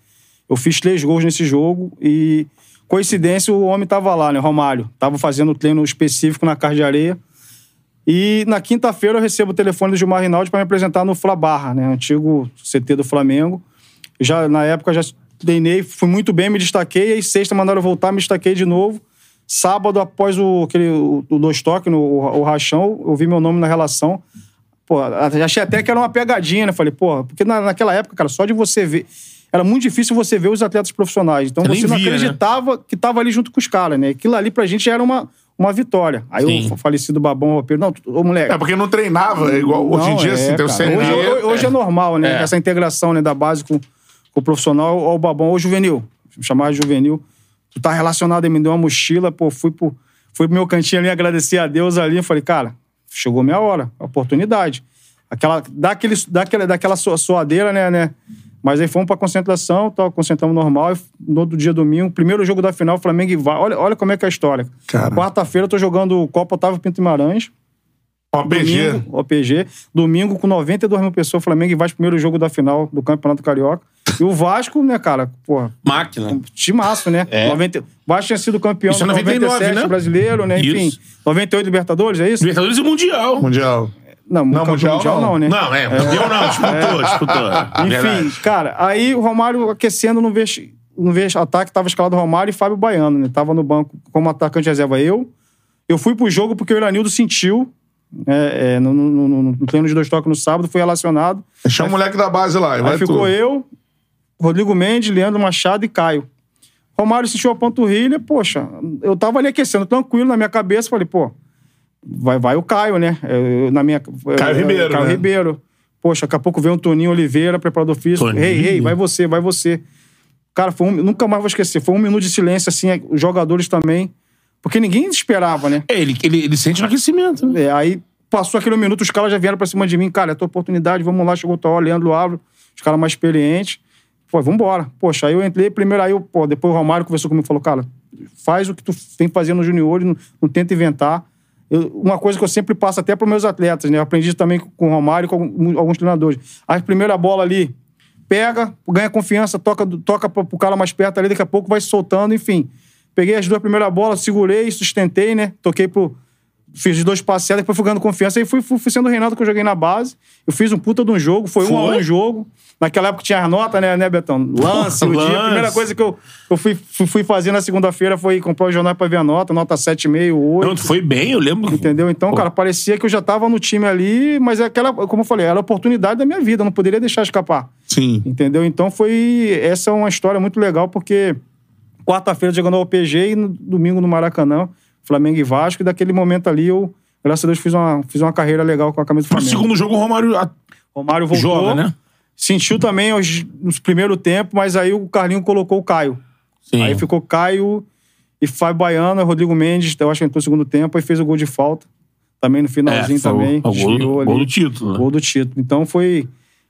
[SPEAKER 3] Eu fiz três gols nesse jogo e, coincidência, o homem tava lá, né? Romário. Tava fazendo treino específico na Caixa de Areia. E na quinta-feira eu recebo o telefone do Gilmar Rinaldi para me apresentar no Fla Barra, né? Antigo CT do Flamengo. Já na época já treinei, fui muito bem, me destaquei. Aí sexta mandaram eu voltar, me destaquei de novo. Sábado, após o, aquele, o, o dois toques, no, o, o rachão, eu vi meu nome na relação. Pô, achei até que era uma pegadinha, né? Falei, pô, porque na- naquela época, cara, só de você ver. Era muito difícil você ver os atletas profissionais. Então
[SPEAKER 2] Você nem
[SPEAKER 3] você não
[SPEAKER 2] via, né?
[SPEAKER 3] acreditava que tava ali junto com os caras, né? Aquilo ali pra gente já era uma, uma vitória. Aí
[SPEAKER 2] Sim.
[SPEAKER 3] o falecido Babão Ropero, não, tu- ô moleque.
[SPEAKER 1] É porque não treinava, é igual hoje em
[SPEAKER 3] Não,
[SPEAKER 1] dia,
[SPEAKER 3] é,
[SPEAKER 1] assim, tem o
[SPEAKER 3] cara.
[SPEAKER 1] CND.
[SPEAKER 3] Hoje, hoje- hoje é. normal, né?
[SPEAKER 2] É.
[SPEAKER 3] Essa integração né, da base com, com o profissional ao babão, ou juvenil. Vou chamar de juvenil. Tu tá relacionado aí, me deu uma mochila, pô, fui pro, fui pro meu cantinho ali, agradeci a Deus ali. Falei, cara, chegou minha hora, a oportunidade. Aquela, dá aquele, dá aquela, dá aquela so- suadeira, né, né? Mas aí fomos pra concentração, tal, concentramos normal. E no outro dia, domingo, primeiro jogo da final, Flamengo e vai. Olha, olha como é que é a história.
[SPEAKER 1] Cara.
[SPEAKER 3] Quarta-feira eu tô jogando Copa Otávio Pinto Guimarães.
[SPEAKER 1] OPG.
[SPEAKER 3] Domingo, OPG. Domingo, com 92 mil pessoas, Flamengo e Vasco, primeiro jogo da final do Campeonato Carioca. E o Vasco, né, cara, porra,
[SPEAKER 2] Máquina.
[SPEAKER 3] timaço, né?
[SPEAKER 2] É.
[SPEAKER 3] 90... O Vasco tinha sido campeão
[SPEAKER 2] Isso é
[SPEAKER 3] do
[SPEAKER 2] 99,
[SPEAKER 3] 97
[SPEAKER 2] né?
[SPEAKER 3] brasileiro, né? Enfim,
[SPEAKER 2] Isso.
[SPEAKER 3] 98 Libertadores, é isso?
[SPEAKER 2] Libertadores e Mundial.
[SPEAKER 1] Mundial.
[SPEAKER 3] Não,
[SPEAKER 1] Não,
[SPEAKER 3] campeão
[SPEAKER 1] Mundial não.
[SPEAKER 3] né?
[SPEAKER 2] Não, é, Mundial não, disputou, disputou.
[SPEAKER 3] É.
[SPEAKER 2] É
[SPEAKER 3] Enfim,
[SPEAKER 2] Verdade.
[SPEAKER 3] cara, aí o Romário aquecendo no vesti... no vesti- ataque, tava escalado o Romário e Fábio Baiano, né? Tava no banco como atacante reserva eu. Eu fui pro jogo porque o Iranildo sentiu, é, é, no, no- no- no treino de dois toques no sábado, fui relacionado.
[SPEAKER 1] Chama o moleque da base lá. e
[SPEAKER 3] Aí
[SPEAKER 1] vai
[SPEAKER 3] ficou
[SPEAKER 1] tu.
[SPEAKER 3] eu, Rodrigo Mendes, Leandro Machado e Caio. Romário sentiu a panturrilha, poxa, eu tava ali aquecendo tranquilo na minha cabeça, falei, pô, vai, vai o Caio, né? Eu- eu- na minha, é,
[SPEAKER 1] Caio Ribeiro,
[SPEAKER 3] Caio
[SPEAKER 1] né?
[SPEAKER 3] Ribeiro. Poxa, daqui a pouco vem o Toninho Oliveira, preparador físico.
[SPEAKER 2] Toninho.
[SPEAKER 3] Ei, ei, vai você, vai você. Cara, foi um- nunca mais vou esquecer. Foi um minuto de silêncio, assim, os jogadores também. Porque ninguém esperava, né?
[SPEAKER 2] É, ele, ele, ele sente o aquecimento. né?
[SPEAKER 3] É, aí passou aquele minuto, os caras já vieram pra cima de mim. Cara, é tua oportunidade, vamos lá, chegou tua hora, Leandro Álvaro, os caras mais experientes. Pô, vambora. Poxa, aí eu entrei, primeiro aí, eu, pô, depois o Romário conversou comigo e falou, cara, faz o que tu vem fazendo no junior, não, não tenta inventar. Eu- uma coisa que eu sempre passo até para meus atletas, né? Eu aprendi isso também com o Romário e com algum- alguns treinadores. A primeira bola ali, pega, ganha confiança, toca, do- toca pro, pro cara mais perto ali, daqui a pouco vai se soltando, enfim. Peguei as duas primeiras bolas, segurei, sustentei, né? Toquei pro. Fiz os dois passos, certos, depois fui ganhando confiança. Aí fui, fui, fui sendo o Reinaldo que eu joguei na base. Eu fiz um puta de um jogo, foi, um a
[SPEAKER 2] Foi?
[SPEAKER 3] um jogo. Naquela época tinha as notas, né, né, Betão? Lance, o dia. A primeira
[SPEAKER 2] lance.
[SPEAKER 3] coisa que eu, eu fui, fui, fui fazer na segunda-feira foi comprar o jornal pra ver a nota, nota 7,5, 8.
[SPEAKER 2] Não, tu foi bem, eu lembro.
[SPEAKER 3] Entendeu? Então,
[SPEAKER 2] Pô.
[SPEAKER 3] cara, parecia que eu já tava no time ali, mas é aquela, como eu falei, era a oportunidade da minha vida, eu não poderia deixar escapar.
[SPEAKER 1] Sim.
[SPEAKER 3] Entendeu? Então foi. Essa é uma história muito legal, porque quarta-feira jogando ao PG e no domingo no Maracanã, Flamengo e Vasco, e daquele momento ali eu, graças a Deus, fiz uma, fiz uma carreira legal com a camisa do
[SPEAKER 2] Pro
[SPEAKER 3] Flamengo.
[SPEAKER 2] segundo jogo, o Romário a-
[SPEAKER 3] Romário voltou.
[SPEAKER 2] joga, né?
[SPEAKER 3] Sentiu também aos- nos primeiro tempo, mas aí o Carlinho colocou o Caio.
[SPEAKER 2] Sim.
[SPEAKER 3] Aí ficou Caio e Fábio Baiano, Rodrigo Mendes, então, eu acho que entrou no segundo tempo, aí fez o gol de falta. Também no finalzinho
[SPEAKER 2] É, foi o-
[SPEAKER 3] também.
[SPEAKER 2] o gol, do-
[SPEAKER 3] desviou ali.
[SPEAKER 2] gol do título, né?
[SPEAKER 3] Gol do título. Então foi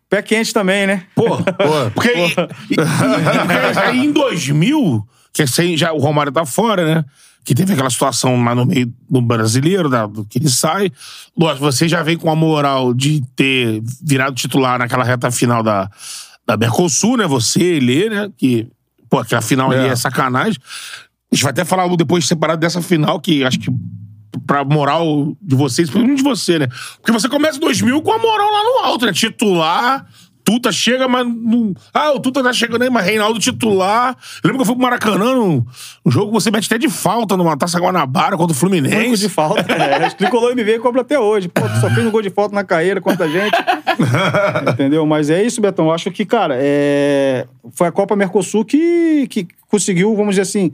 [SPEAKER 3] pé quente também, né?
[SPEAKER 2] Pô, porque, e- e- aí em 2000, que assim, já o Romário tá fora, né? Que teve aquela situação lá no meio do brasileiro, da- do que ele sai. Lógico, você já vem com a moral de ter virado titular naquela reta final da, da Mercosul, né? Você, ele, né? Que, pô, aquela final ali
[SPEAKER 1] É.
[SPEAKER 2] é sacanagem. A gente vai até falar depois separado dessa final, que acho que pra moral de vocês, principalmente de você, né? Porque você começa em 2000 com a moral lá no alto, né? Titular, Tuta chega, mas não... Ah, o Tuta tá chegando aí, mas Reinaldo titular. Eu lembro que eu fui pro Maracanã num um jogo que você mete até de falta numa Taça Guanabara contra o
[SPEAKER 3] Gol de
[SPEAKER 2] Fluminense.
[SPEAKER 3] falta. É, o tricolor MV cobra até hoje. Pô, tu só fez um gol de falta na carreira contra a gente. Entendeu? Mas é isso, Betão. Eu acho que, cara, é, foi a Copa Mercosul que, que conseguiu, vamos dizer assim,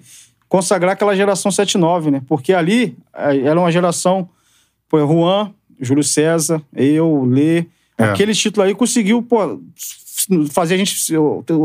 [SPEAKER 3] consagrar aquela geração 7-9, né? Porque ali eh, era uma geração. Pô, é Juan, Júlio César, eu, Lê.
[SPEAKER 1] É.
[SPEAKER 3] Aquele título aí conseguiu, pô, fazer a gente.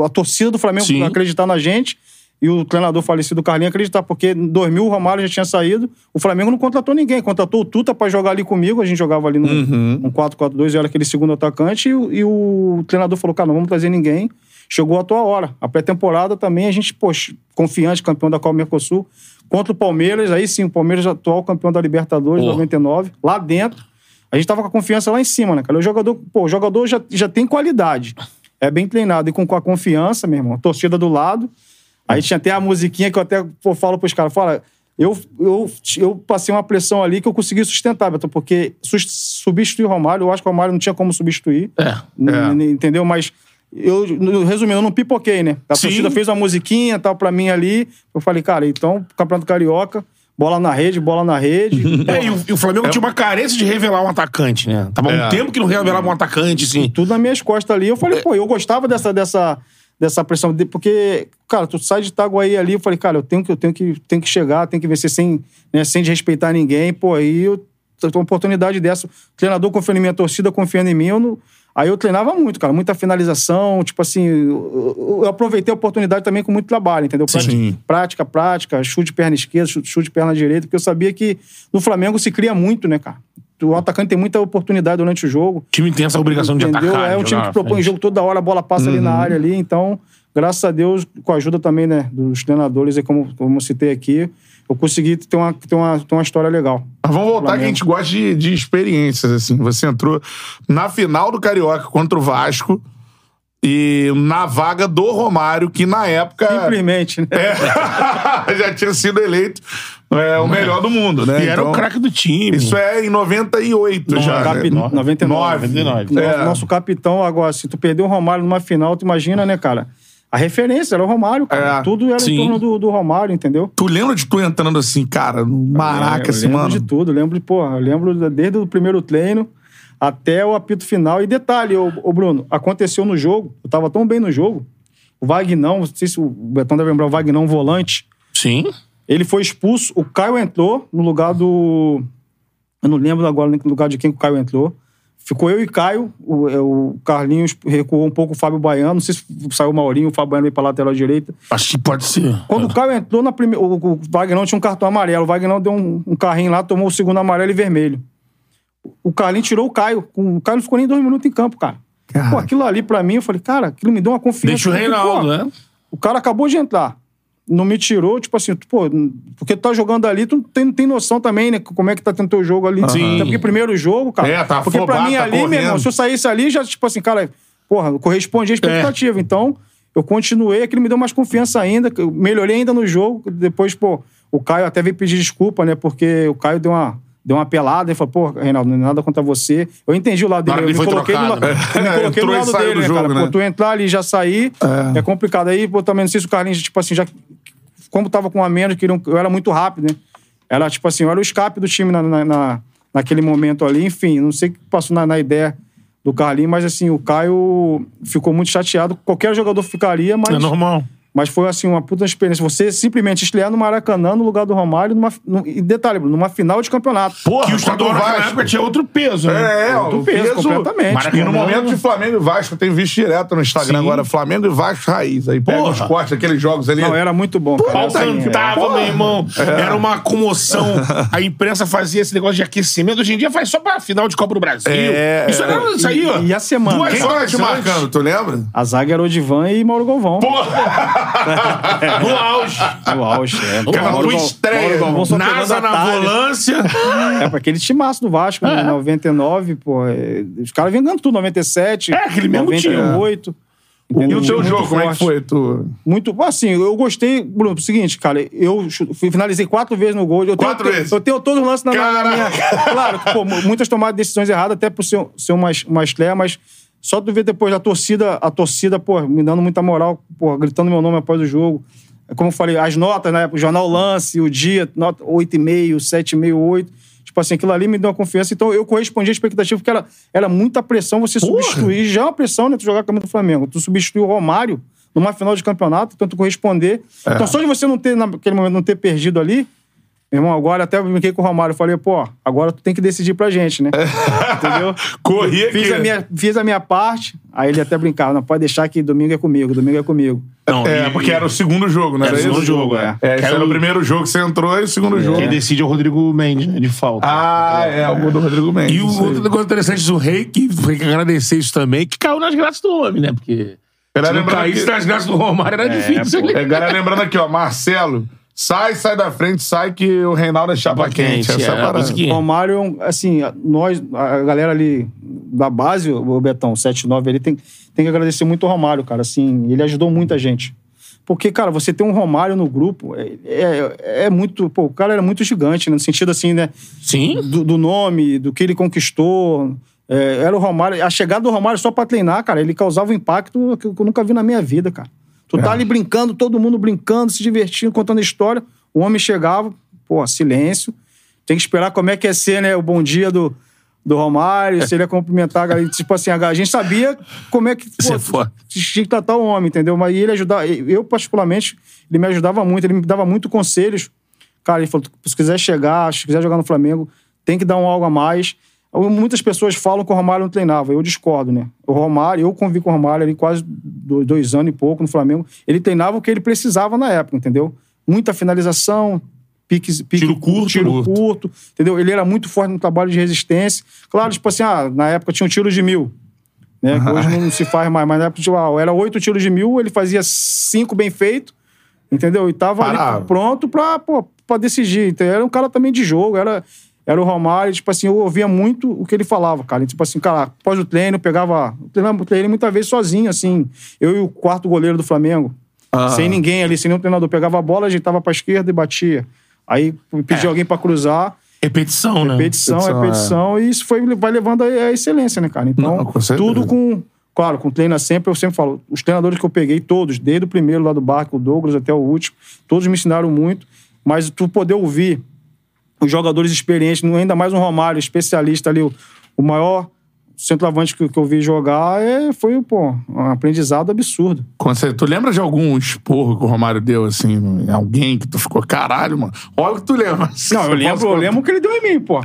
[SPEAKER 3] A torcida do Flamengo
[SPEAKER 2] Sim.
[SPEAKER 3] acreditar na gente. E o treinador falecido Carlinhos acreditar, porque em 2000 o Romário já tinha saído, o Flamengo não contratou ninguém, contratou o Tuta pra jogar ali comigo, a gente jogava ali no,
[SPEAKER 1] Uhum.
[SPEAKER 3] um 4-4-2 e era aquele segundo atacante. E, o- e o treinador falou: cara, não vamos trazer ninguém. Chegou a tua hora. A pré-temporada também, a gente, poxa, confiante, campeão da Copa Mercosul. Contra o Palmeiras, aí sim, o Palmeiras atual campeão da Libertadores,
[SPEAKER 2] Porra.
[SPEAKER 3] 99, lá dentro. A gente tava com a confiança lá em cima, né, cara? O jogador, pô, o jogador já, já tem qualidade. É bem treinado. E com, com a confiança, meu irmão, a torcida do lado. Aí tinha até a musiquinha que eu até pô, falo pros caras, fala, eu, eu, eu passei uma pressão ali que eu consegui sustentar, Beto, porque sus- substituir o Romário, eu acho que o Romário não tinha como substituir,
[SPEAKER 2] É.
[SPEAKER 3] n-
[SPEAKER 1] É.
[SPEAKER 3] n- entendeu? Mas, eu, no- resumindo, eu não pipoquei, né? A
[SPEAKER 2] Sim.
[SPEAKER 3] torcida fez uma musiquinha tal pra mim ali, eu falei, cara, então, Campeonato Carioca, bola na rede, bola na rede.
[SPEAKER 2] É, e, o, e o Flamengo tinha uma carência de revelar um atacante, né? Tava há
[SPEAKER 1] É.
[SPEAKER 2] um tempo que não revelava um atacante, assim.
[SPEAKER 3] tudo nas minhas costas ali. Eu falei, pô, eu gostava dessa, dessa, dessa pressão, de- porque, cara, tu sai de Itaguaí ali, eu falei, cara, eu tenho que, eu tenho que, tenho que chegar, tenho que vencer sem, né, sem desrespeitar ninguém, pô, aí eu tenho uma oportunidade dessa. O treinador confiando em mim, a torcida confiando em mim, eu não- Aí eu treinava muito, cara, muita finalização, tipo assim, eu, eu- eu aproveitei a oportunidade também com muito trabalho, entendeu? Pra-
[SPEAKER 1] Sim.
[SPEAKER 3] Prática, prática, chute perna esquerda, chute, chute perna direita, porque eu sabia que no Flamengo se cria muito, né, cara? O atacante tem muita oportunidade durante o jogo,
[SPEAKER 2] O time tem essa obrigação de
[SPEAKER 3] Entendeu?
[SPEAKER 2] atacar.
[SPEAKER 3] É
[SPEAKER 2] de
[SPEAKER 3] um time
[SPEAKER 2] jogar
[SPEAKER 3] que
[SPEAKER 2] na
[SPEAKER 3] propõe
[SPEAKER 2] frente.
[SPEAKER 3] jogo toda hora, a bola passa ali
[SPEAKER 1] Uhum.
[SPEAKER 3] na área ali, então, graças a Deus, com a ajuda também, né, dos treinadores, e como, como eu citei aqui, eu consegui ter uma, ter uma, ter uma história legal.
[SPEAKER 1] Mas vamos voltar que a
[SPEAKER 3] Flamengo.
[SPEAKER 1] gente gosta de, de experiências, assim. Você entrou na final do Carioca contra o Vasco e na vaga do Romário, que na época
[SPEAKER 3] Simplesmente, né?
[SPEAKER 1] É. já tinha sido eleito é, o melhor do mundo, né?
[SPEAKER 2] E era o
[SPEAKER 1] Então,
[SPEAKER 2] craque do time.
[SPEAKER 1] Isso é em 98
[SPEAKER 3] Nosso
[SPEAKER 1] já.
[SPEAKER 3] capi-
[SPEAKER 1] né?
[SPEAKER 3] 99.
[SPEAKER 2] 99.
[SPEAKER 3] Nosso,
[SPEAKER 1] É.
[SPEAKER 3] nosso capitão, agora, se tu perder o Romário numa final, tu imagina, né, cara? A referência era o Romário, cara.
[SPEAKER 1] É.
[SPEAKER 3] Tudo era
[SPEAKER 2] Sim.
[SPEAKER 3] em torno do, do Romário, entendeu?
[SPEAKER 1] Tu lembra de tu entrando assim, cara, no maraca,
[SPEAKER 3] eu
[SPEAKER 1] assim,
[SPEAKER 3] lembro
[SPEAKER 1] mano?
[SPEAKER 3] de tudo, lembro de, porra, eu lembro da- desde o primeiro treino até o apito final. E detalhe, ô, ô Bruno, aconteceu no jogo, eu tava tão bem no jogo, o Vagnão, não sei se o Betão deve lembrar, o Vagnão, volante,
[SPEAKER 2] Sim.
[SPEAKER 3] ele foi expulso, o Caio entrou no lugar do... Eu não lembro agora no lugar de quem que o Caio entrou. Ficou eu e Caio, o, é, o Carlinhos recuou um pouco o Fábio Baiano, não sei se saiu o Maurinho, o Fábio Baiano veio pra lateral direita.
[SPEAKER 2] Acho que pode ser.
[SPEAKER 3] Quando o Caio entrou na primeira. O, o Wagner tinha um cartão amarelo. O Wagner deu um, um carrinho lá, tomou o segundo amarelo e vermelho. O Carlinhos tirou o Caio. com- O Caio não ficou nem dois minutos em campo, cara. Pô, aquilo ali pra mim, eu falei, cara, aquilo me deu uma confiança.
[SPEAKER 2] Deixa o
[SPEAKER 3] Porque,
[SPEAKER 2] Reinaldo,
[SPEAKER 3] assim, pô,
[SPEAKER 2] né?
[SPEAKER 3] O cara acabou de entrar. Não me tirou, tipo assim, tu, pô, porque tu tá jogando ali, tu não tem, não tem noção também, né? Como é que tá tendo teu jogo ali.
[SPEAKER 2] Sim.
[SPEAKER 3] Até porque primeiro jogo, cara.
[SPEAKER 1] É, tá
[SPEAKER 3] porque pra
[SPEAKER 1] afobado,
[SPEAKER 3] mim
[SPEAKER 1] tá
[SPEAKER 3] ali, meu irmão,
[SPEAKER 1] correndo.
[SPEAKER 3] se eu saísse ali, já, tipo assim, cara, porra, eu correspondi à expectativa.
[SPEAKER 1] É.
[SPEAKER 3] Então, eu continuei, aquilo me deu mais confiança ainda, que eu melhorei ainda no jogo. Depois, pô, o Caio até veio pedir desculpa, né? Porque o Caio deu uma. Deu uma pelada e falou, pô, Reinaldo, não é nada contra você. Eu entendi o lado
[SPEAKER 2] Na hora
[SPEAKER 3] dele. Eu
[SPEAKER 2] que
[SPEAKER 3] me
[SPEAKER 2] ele foi
[SPEAKER 3] coloquei, do, la-
[SPEAKER 2] trocado.
[SPEAKER 1] É,
[SPEAKER 3] eu me coloquei do
[SPEAKER 1] entrou e
[SPEAKER 3] lado
[SPEAKER 1] saiu
[SPEAKER 3] dele,
[SPEAKER 1] do
[SPEAKER 3] né,
[SPEAKER 1] jogo,
[SPEAKER 3] cara?
[SPEAKER 1] né?
[SPEAKER 3] Pô, tu entrar ali e já sair, é. complicado. Aí, pô, também não sei se o Carlinhos, tipo assim, já. Como tava com um a menos, queriam, eu era muito rápido, né? Era, tipo assim, eu era o escape do time na, na- na- naquele momento ali. Enfim, não sei o que passou na, na ideia do Carlinhos, mas assim, o Caio ficou muito chateado. Qualquer jogador ficaria, mas.
[SPEAKER 2] É normal.
[SPEAKER 3] Mas foi assim, uma puta experiência. Você simplesmente estrear no Maracanã, no lugar do Romário, numa, num- e detalhe, Bruno, numa final de campeonato.
[SPEAKER 1] Porra,
[SPEAKER 2] que
[SPEAKER 1] contra
[SPEAKER 2] o estadual naquela época tinha outro peso, né?
[SPEAKER 1] É, é, ó,
[SPEAKER 3] Do
[SPEAKER 1] o
[SPEAKER 3] peso,
[SPEAKER 1] peso,
[SPEAKER 3] completamente.
[SPEAKER 1] E no
[SPEAKER 2] Maracanã.
[SPEAKER 1] momento de Flamengo e Vasco, eu tenho visto direto no Instagram
[SPEAKER 2] Sim.
[SPEAKER 1] agora, Flamengo e Vasco raiz. Aí pega
[SPEAKER 2] Porra.
[SPEAKER 1] os cortes, aqueles jogos ali.
[SPEAKER 3] Não, é era muito bom,
[SPEAKER 2] O
[SPEAKER 3] cara.
[SPEAKER 2] pau
[SPEAKER 3] Assim, é.
[SPEAKER 2] cantava, meu irmão. Era uma comoção. A imprensa fazia esse negócio de aquecimento. Hoje em dia faz só pra final de Copa do Brasil.
[SPEAKER 1] É,
[SPEAKER 2] isso, era, isso aí, ó.
[SPEAKER 3] E- e a semana?
[SPEAKER 2] Duas
[SPEAKER 1] Quem tava
[SPEAKER 2] horas
[SPEAKER 1] tá te
[SPEAKER 2] de
[SPEAKER 1] marcando, tu lembra?
[SPEAKER 3] A zaga era Odivan e Mauro Galvão.
[SPEAKER 2] No auge.
[SPEAKER 3] No auge, é.
[SPEAKER 2] Cara,
[SPEAKER 3] Mauro
[SPEAKER 2] tua
[SPEAKER 3] Gal-
[SPEAKER 1] estreia.
[SPEAKER 3] Mauro Galvão só pegando
[SPEAKER 2] NASA na
[SPEAKER 3] atalho.
[SPEAKER 2] volância.
[SPEAKER 3] É, pra aquele timaço do Vasco,
[SPEAKER 2] É.
[SPEAKER 3] né? 99, pô. é, Os caras vingando tudo, 97,
[SPEAKER 2] É, aquele mesmo time.
[SPEAKER 3] 98.
[SPEAKER 1] E
[SPEAKER 3] entendeu?
[SPEAKER 1] o teu
[SPEAKER 3] Muito
[SPEAKER 1] jogo, como é que
[SPEAKER 3] forte.
[SPEAKER 1] foi? Tu...
[SPEAKER 3] Muito, assim, eu gostei, Bruno, pro seguinte, cara, eu chu- fui- finalizei quatro vezes no gol. Eu tenho,
[SPEAKER 1] Quatro
[SPEAKER 3] eu,
[SPEAKER 1] vezes?
[SPEAKER 3] Eu tenho todo o lance na, na- na minha...
[SPEAKER 1] Caraca!
[SPEAKER 3] Claro, que, pô, mu- muitas tomadas de decisões erradas, até por ser, um- ser uma, uma estreia, mas só tu ver depois da torcida, a torcida, pô, me dando muita moral, pô, gritando meu nome após o jogo. É Como eu falei, as notas, né, o jornal Lance, o dia, nota 8,5, 7,5, 8. Tipo assim, aquilo ali me deu uma confiança. Então eu correspondi à expectativa, porque era, era muita pressão você substituir. Já é uma pressão, né? Tu jogar a camisa do Flamengo. Tu substituir o Romário numa final de campeonato, então tu corresponder. Então só de você não ter, naquele momento, não ter perdido ali, meu irmão, agora até eu brinquei com o Romário. eu Falei, pô, agora tu tem que decidir pra gente, né? Entendeu?
[SPEAKER 1] Corria
[SPEAKER 3] Fiz
[SPEAKER 1] que-
[SPEAKER 3] a, minha, fiz a minha parte. Aí ele até brincava, não, pode deixar que domingo é comigo, domingo é comigo.
[SPEAKER 2] Não,
[SPEAKER 1] É,
[SPEAKER 2] e-
[SPEAKER 1] porque era o segundo jogo, né?
[SPEAKER 2] Era o
[SPEAKER 1] Era
[SPEAKER 2] segundo
[SPEAKER 1] isso?
[SPEAKER 2] jogo, é.
[SPEAKER 1] É, esse
[SPEAKER 2] Que era
[SPEAKER 1] era o
[SPEAKER 2] o-
[SPEAKER 1] primeiro jogo que você entrou e o segundo jogo.
[SPEAKER 2] Quem decide é o Rodrigo Mendes, né, de falta.
[SPEAKER 1] Ah, é, o gol do Rodrigo Mendes.
[SPEAKER 2] E o,
[SPEAKER 1] isso aí.
[SPEAKER 2] outra coisa interessante do rei, que tem que agradecer isso também, que caiu nas graças do homem, né? Porque
[SPEAKER 1] Galera,
[SPEAKER 2] se não
[SPEAKER 1] lembrando
[SPEAKER 2] caísse
[SPEAKER 1] que-
[SPEAKER 2] nas graças do Romário era difícil.
[SPEAKER 3] pô.
[SPEAKER 2] ele-
[SPEAKER 1] É, galera, lembrando aqui, ó, Marcelo, sai, sai da frente, sai que o Reinaldo é chapa quente.
[SPEAKER 2] quente,
[SPEAKER 1] essa
[SPEAKER 2] é,
[SPEAKER 1] é, a parada.
[SPEAKER 2] isso que-
[SPEAKER 3] O Romário, é um- assim, a- nós, a a galera ali da base, o o Betão, 7-9 ali, tem, tem que agradecer muito o Romário, cara. Assim, ele ajudou muita gente. Porque, cara, você ter um Romário no grupo é, é, é muito. Pô, o cara era muito gigante, né? No sentido assim, né?
[SPEAKER 2] Sim.
[SPEAKER 3] do, do nome, do que ele conquistou. É, era o Romário. A chegada do Romário só pra treinar, cara, ele causava um impacto que eu nunca vi na minha vida, cara. Tu tá ali brincando, todo mundo brincando, se divertindo, contando história. O homem chegava, pô, silêncio. Tem que esperar como é que é ser, né? O bom dia do, do
[SPEAKER 2] É.
[SPEAKER 3] Romário, se ele ia cumprimentar a galera. Tipo assim, a gente sabia como é que.
[SPEAKER 2] Isso
[SPEAKER 3] pô,
[SPEAKER 2] é foda.
[SPEAKER 3] tinha que tratar o homem, entendeu? Mas ele ajudava, eu particularmente, ele me ajudava muito, ele me dava muito conselhos. Cara, ele falou, se quiser chegar, se quiser jogar no Flamengo, tem que dar um algo a mais. Muitas pessoas falam que o Romário não treinava, eu discordo, né? O Romário, eu convivi com o Romário ali quase do- dois anos e pouco no Flamengo, ele treinava o que ele precisava na época, entendeu? Muita finalização, piques, pique,
[SPEAKER 2] Tiro curto,
[SPEAKER 3] tiro
[SPEAKER 2] curto.
[SPEAKER 3] curto, entendeu? Ele era muito forte no trabalho de resistência. Claro, tipo assim, ah, na época tinha um tiro de mil né? Que hoje não se faz mais, mas na época, tipo, ah, era oito tiros de mil, ele fazia cinco bem feito, entendeu? E tava
[SPEAKER 1] Parava.
[SPEAKER 3] ali pronto pra, pô, pra decidir. Então, era um cara também de jogo, era, era o Romário, tipo assim, eu ouvia muito o que ele falava, cara. E, tipo assim, cara, após o treino, eu pegava. Eu treinava- treinei muitas vezes sozinho, assim. Eu e o quarto goleiro do Flamengo.
[SPEAKER 1] Ah.
[SPEAKER 3] Sem ninguém ali, sem nenhum treinador. Pegava a bola, ajeitava pra esquerda e batia. Aí pedia alguém pra cruzar,
[SPEAKER 2] É. Repetição, né?
[SPEAKER 3] repetição,
[SPEAKER 1] Repetição, é.
[SPEAKER 3] repetição, e isso foi, vai levando a, a excelência, né, cara? Então,
[SPEAKER 1] Não, com certeza.
[SPEAKER 3] tudo com. Claro, com treino é sempre, eu sempre falo, os treinadores que eu peguei, todos, desde o primeiro lá do barco, o Douglas até o último, todos me ensinaram muito, mas tu poder ouvir os jogadores experientes, no- ainda mais um Romário, especialista ali, o, o maior centroavante que, que eu vi jogar, é, foi, pô, um aprendizado absurdo.
[SPEAKER 1] Com certeza. Tu lembra de algum esporro que o Romário deu, assim, em alguém que tu ficou, caralho, mano? Olha o que tu lembra.
[SPEAKER 3] Não, eu lembro, eu lembro o que ele deu em mim, pô.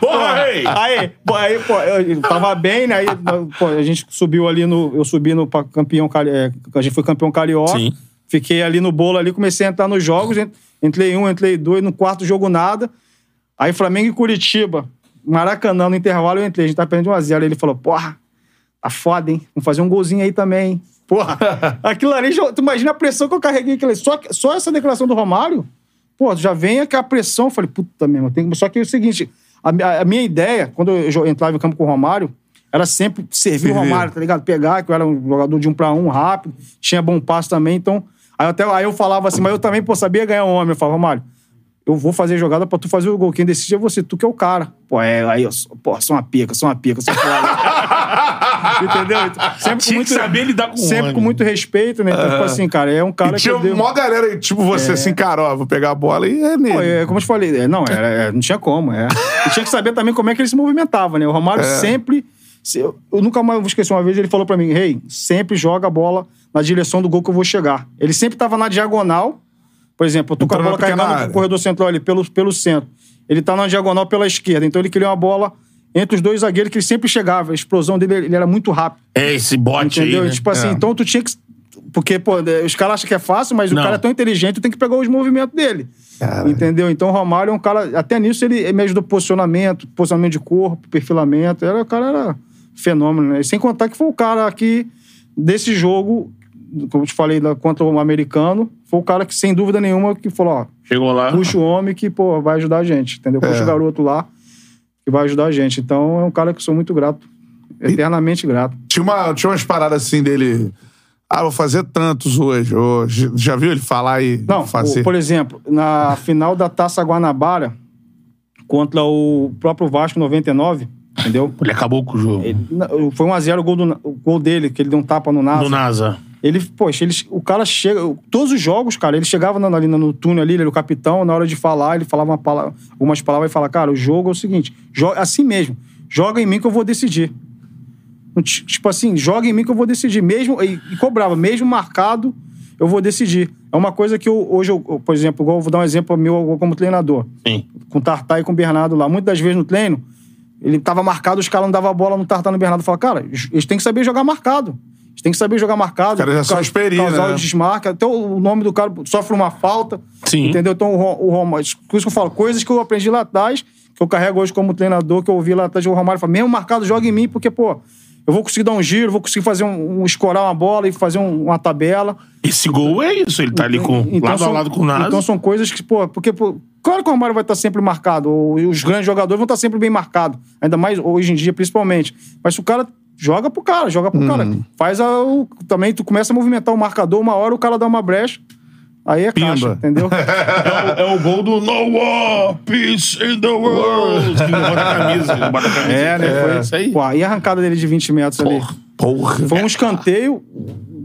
[SPEAKER 1] Porra, rei!
[SPEAKER 3] Aí, pô, aí, pô, eu eu tava bem, né? Aí, pô, a gente subiu ali no. Eu subi no pa- campeão. cari- é, a gente foi campeão carioca.
[SPEAKER 2] Sim.
[SPEAKER 3] Fiquei ali no bolo ali, comecei a entrar nos jogos. en- Entrei um, entrei dois, no quarto jogo nada. Aí Flamengo e Curitiba. Maracanã, no intervalo, eu entrei. A gente tava perdendo 1x0. Ele falou, porra, tá foda, hein? Vamos fazer um golzinho aí também, hein? Porra, aquilo ali, já- tu imagina a pressão que eu carreguei. Aquilo ali. Só, só essa declaração do Romário, pô, já vem aquela pressão. Eu falei, puta mesmo, tem... que- só que é o seguinte, a, mi- a minha ideia, quando eu jo- entrava em campo com o Romário, era sempre servir o Romário, tá ligado? Pegar, que eu era um jogador de um pra um, rápido, tinha bom passo também, então... Aí, eu até, aí eu falava assim, mas eu também, pô, sabia ganhar um homem. Eu falava, Romário, eu vou fazer jogada pra tu fazer o gol. Quem decide é você, tu que é o cara. Pô, é, aí eu sou, pô, sou uma pica, sou uma pica, sou uma Entendeu? Então, Sempre
[SPEAKER 2] Tinha que saber lidar com o
[SPEAKER 3] Sempre
[SPEAKER 2] homem.
[SPEAKER 3] com muito respeito, né? Então, tipo assim, cara, é um cara
[SPEAKER 1] Um E
[SPEAKER 3] que
[SPEAKER 1] tinha
[SPEAKER 3] eu dei...
[SPEAKER 1] mó galera, aí, tipo você, assim, cara, ó, vou pegar a bola e é nele.
[SPEAKER 3] Pô, é, como eu te falei, é, não, era, é, não tinha como. É. E tinha que saber também como é que ele se movimentava, né? O Romário sempre. se- Eu, eu nunca mais vou esquecer uma vez, ele falou pra mim: Rei, sempre joga a bola na direção do gol que eu vou chegar. Ele sempre tava na diagonal. Por exemplo, eu tô com a
[SPEAKER 1] Entrou na
[SPEAKER 3] bola
[SPEAKER 1] pequena
[SPEAKER 3] carregada
[SPEAKER 1] área.
[SPEAKER 3] no corredor central ali, pelo, pelo centro. Ele tá na diagonal pela esquerda. Então ele criou uma bola entre os dois zagueiros que ele sempre chegava. A explosão dele ele era muito rápido.
[SPEAKER 2] É esse bote
[SPEAKER 3] Entendeu?
[SPEAKER 2] aí, né?
[SPEAKER 3] Tipo assim,
[SPEAKER 1] É.
[SPEAKER 3] então tu tinha que. Porque, pô, os caras acham que é fácil, mas
[SPEAKER 2] Não.
[SPEAKER 3] o cara é tão inteligente, tu tem que pegar os movimentos dele. Entendeu? Então o Romário é um cara. Até nisso ele me ajudou posicionamento, posicionamento de corpo, perfilamento. Era, o cara era fenômeno, né? E sem contar que foi o cara que, desse jogo, como eu te falei, da- contra o americano, foi o cara que, sem dúvida nenhuma, que falou: ó,
[SPEAKER 2] Chegou lá.
[SPEAKER 3] puxa o homem que, pô, vai ajudar a gente, entendeu? Puxa
[SPEAKER 1] É.
[SPEAKER 3] o garoto lá que vai ajudar a gente. Então é um cara que eu sou muito grato, eternamente grato.
[SPEAKER 1] Tinha, uma, tinha umas paradas assim dele. Ah, vou fazer tantos hoje. Ou, j- já viu ele falar e
[SPEAKER 3] Não,
[SPEAKER 1] fazer?
[SPEAKER 3] o- por exemplo, na final da Taça Guanabara contra o próprio Vasco 99, entendeu?
[SPEAKER 2] Ele acabou com o jogo.
[SPEAKER 3] Ele- na- foi 1 a 0 o gol, do Na- o gol dele, que ele deu um tapa no Nasa.
[SPEAKER 2] Do NASA.
[SPEAKER 3] Ele, poxa, ele, o cara chega. Todos os jogos, cara, ele chegava na, ali no túnel ali, ele era o capitão, na hora de falar, ele falava uma pala- algumas palavras e falava, cara, o jogo é o seguinte, joga assim mesmo, joga em mim que eu vou decidir. Não ti- Tipo assim, joga em mim que eu vou decidir. Mesmo, e, e cobrava, mesmo marcado, eu vou decidir. É uma coisa que eu, hoje, eu, eu, por exemplo, igual eu vou dar um exemplo meu como treinador
[SPEAKER 2] Sim.
[SPEAKER 3] com o Tartar e com o Bernardo lá. Muitas das vezes no treino, ele tava marcado, os caras não davam bola no Tartar e no Bernardo. Eu falava, cara, eles têm que saber jogar marcado. Eles têm que saber jogar marcado. Os
[SPEAKER 1] caras já são experi,
[SPEAKER 3] Causar
[SPEAKER 1] né?
[SPEAKER 3] o desmarque. Até o o nome do cara sofre uma falta.
[SPEAKER 2] Sim.
[SPEAKER 3] Entendeu? Então, o Ro- o Romário... Por isso que eu falo, coisas que eu aprendi lá atrás, que eu carrego hoje como treinador, que eu ouvi lá atrás, o Romário fala, mesmo marcado, joga em mim, porque, pô... Eu vou conseguir dar um giro, vou conseguir fazer um, um escorar uma bola e fazer um- uma tabela.
[SPEAKER 2] Esse gol é isso. Ele tá ali com, lado a lado com o NASA.
[SPEAKER 3] Então são coisas que, pô, porque, pô, claro que o Romário vai estar sempre marcado, ou os grandes jogadores vão estar sempre bem marcados, ainda mais hoje em dia, principalmente. Mas se o cara joga pro cara, joga pro cara,
[SPEAKER 2] Uhum.
[SPEAKER 3] faz a, o- também, tu começa a movimentar o marcador, uma hora o cara dá uma brecha, aí é caixa,
[SPEAKER 1] Pimba.
[SPEAKER 3] entendeu?
[SPEAKER 2] É, o- é o gol do No War, Peace in the World. Que bota a camisa. ele Bota a camisa.
[SPEAKER 3] é, né? Foi
[SPEAKER 2] isso aí.
[SPEAKER 3] Pô, e a arrancada dele de 20 metros ali?
[SPEAKER 1] Porra.
[SPEAKER 3] Foi um escanteio,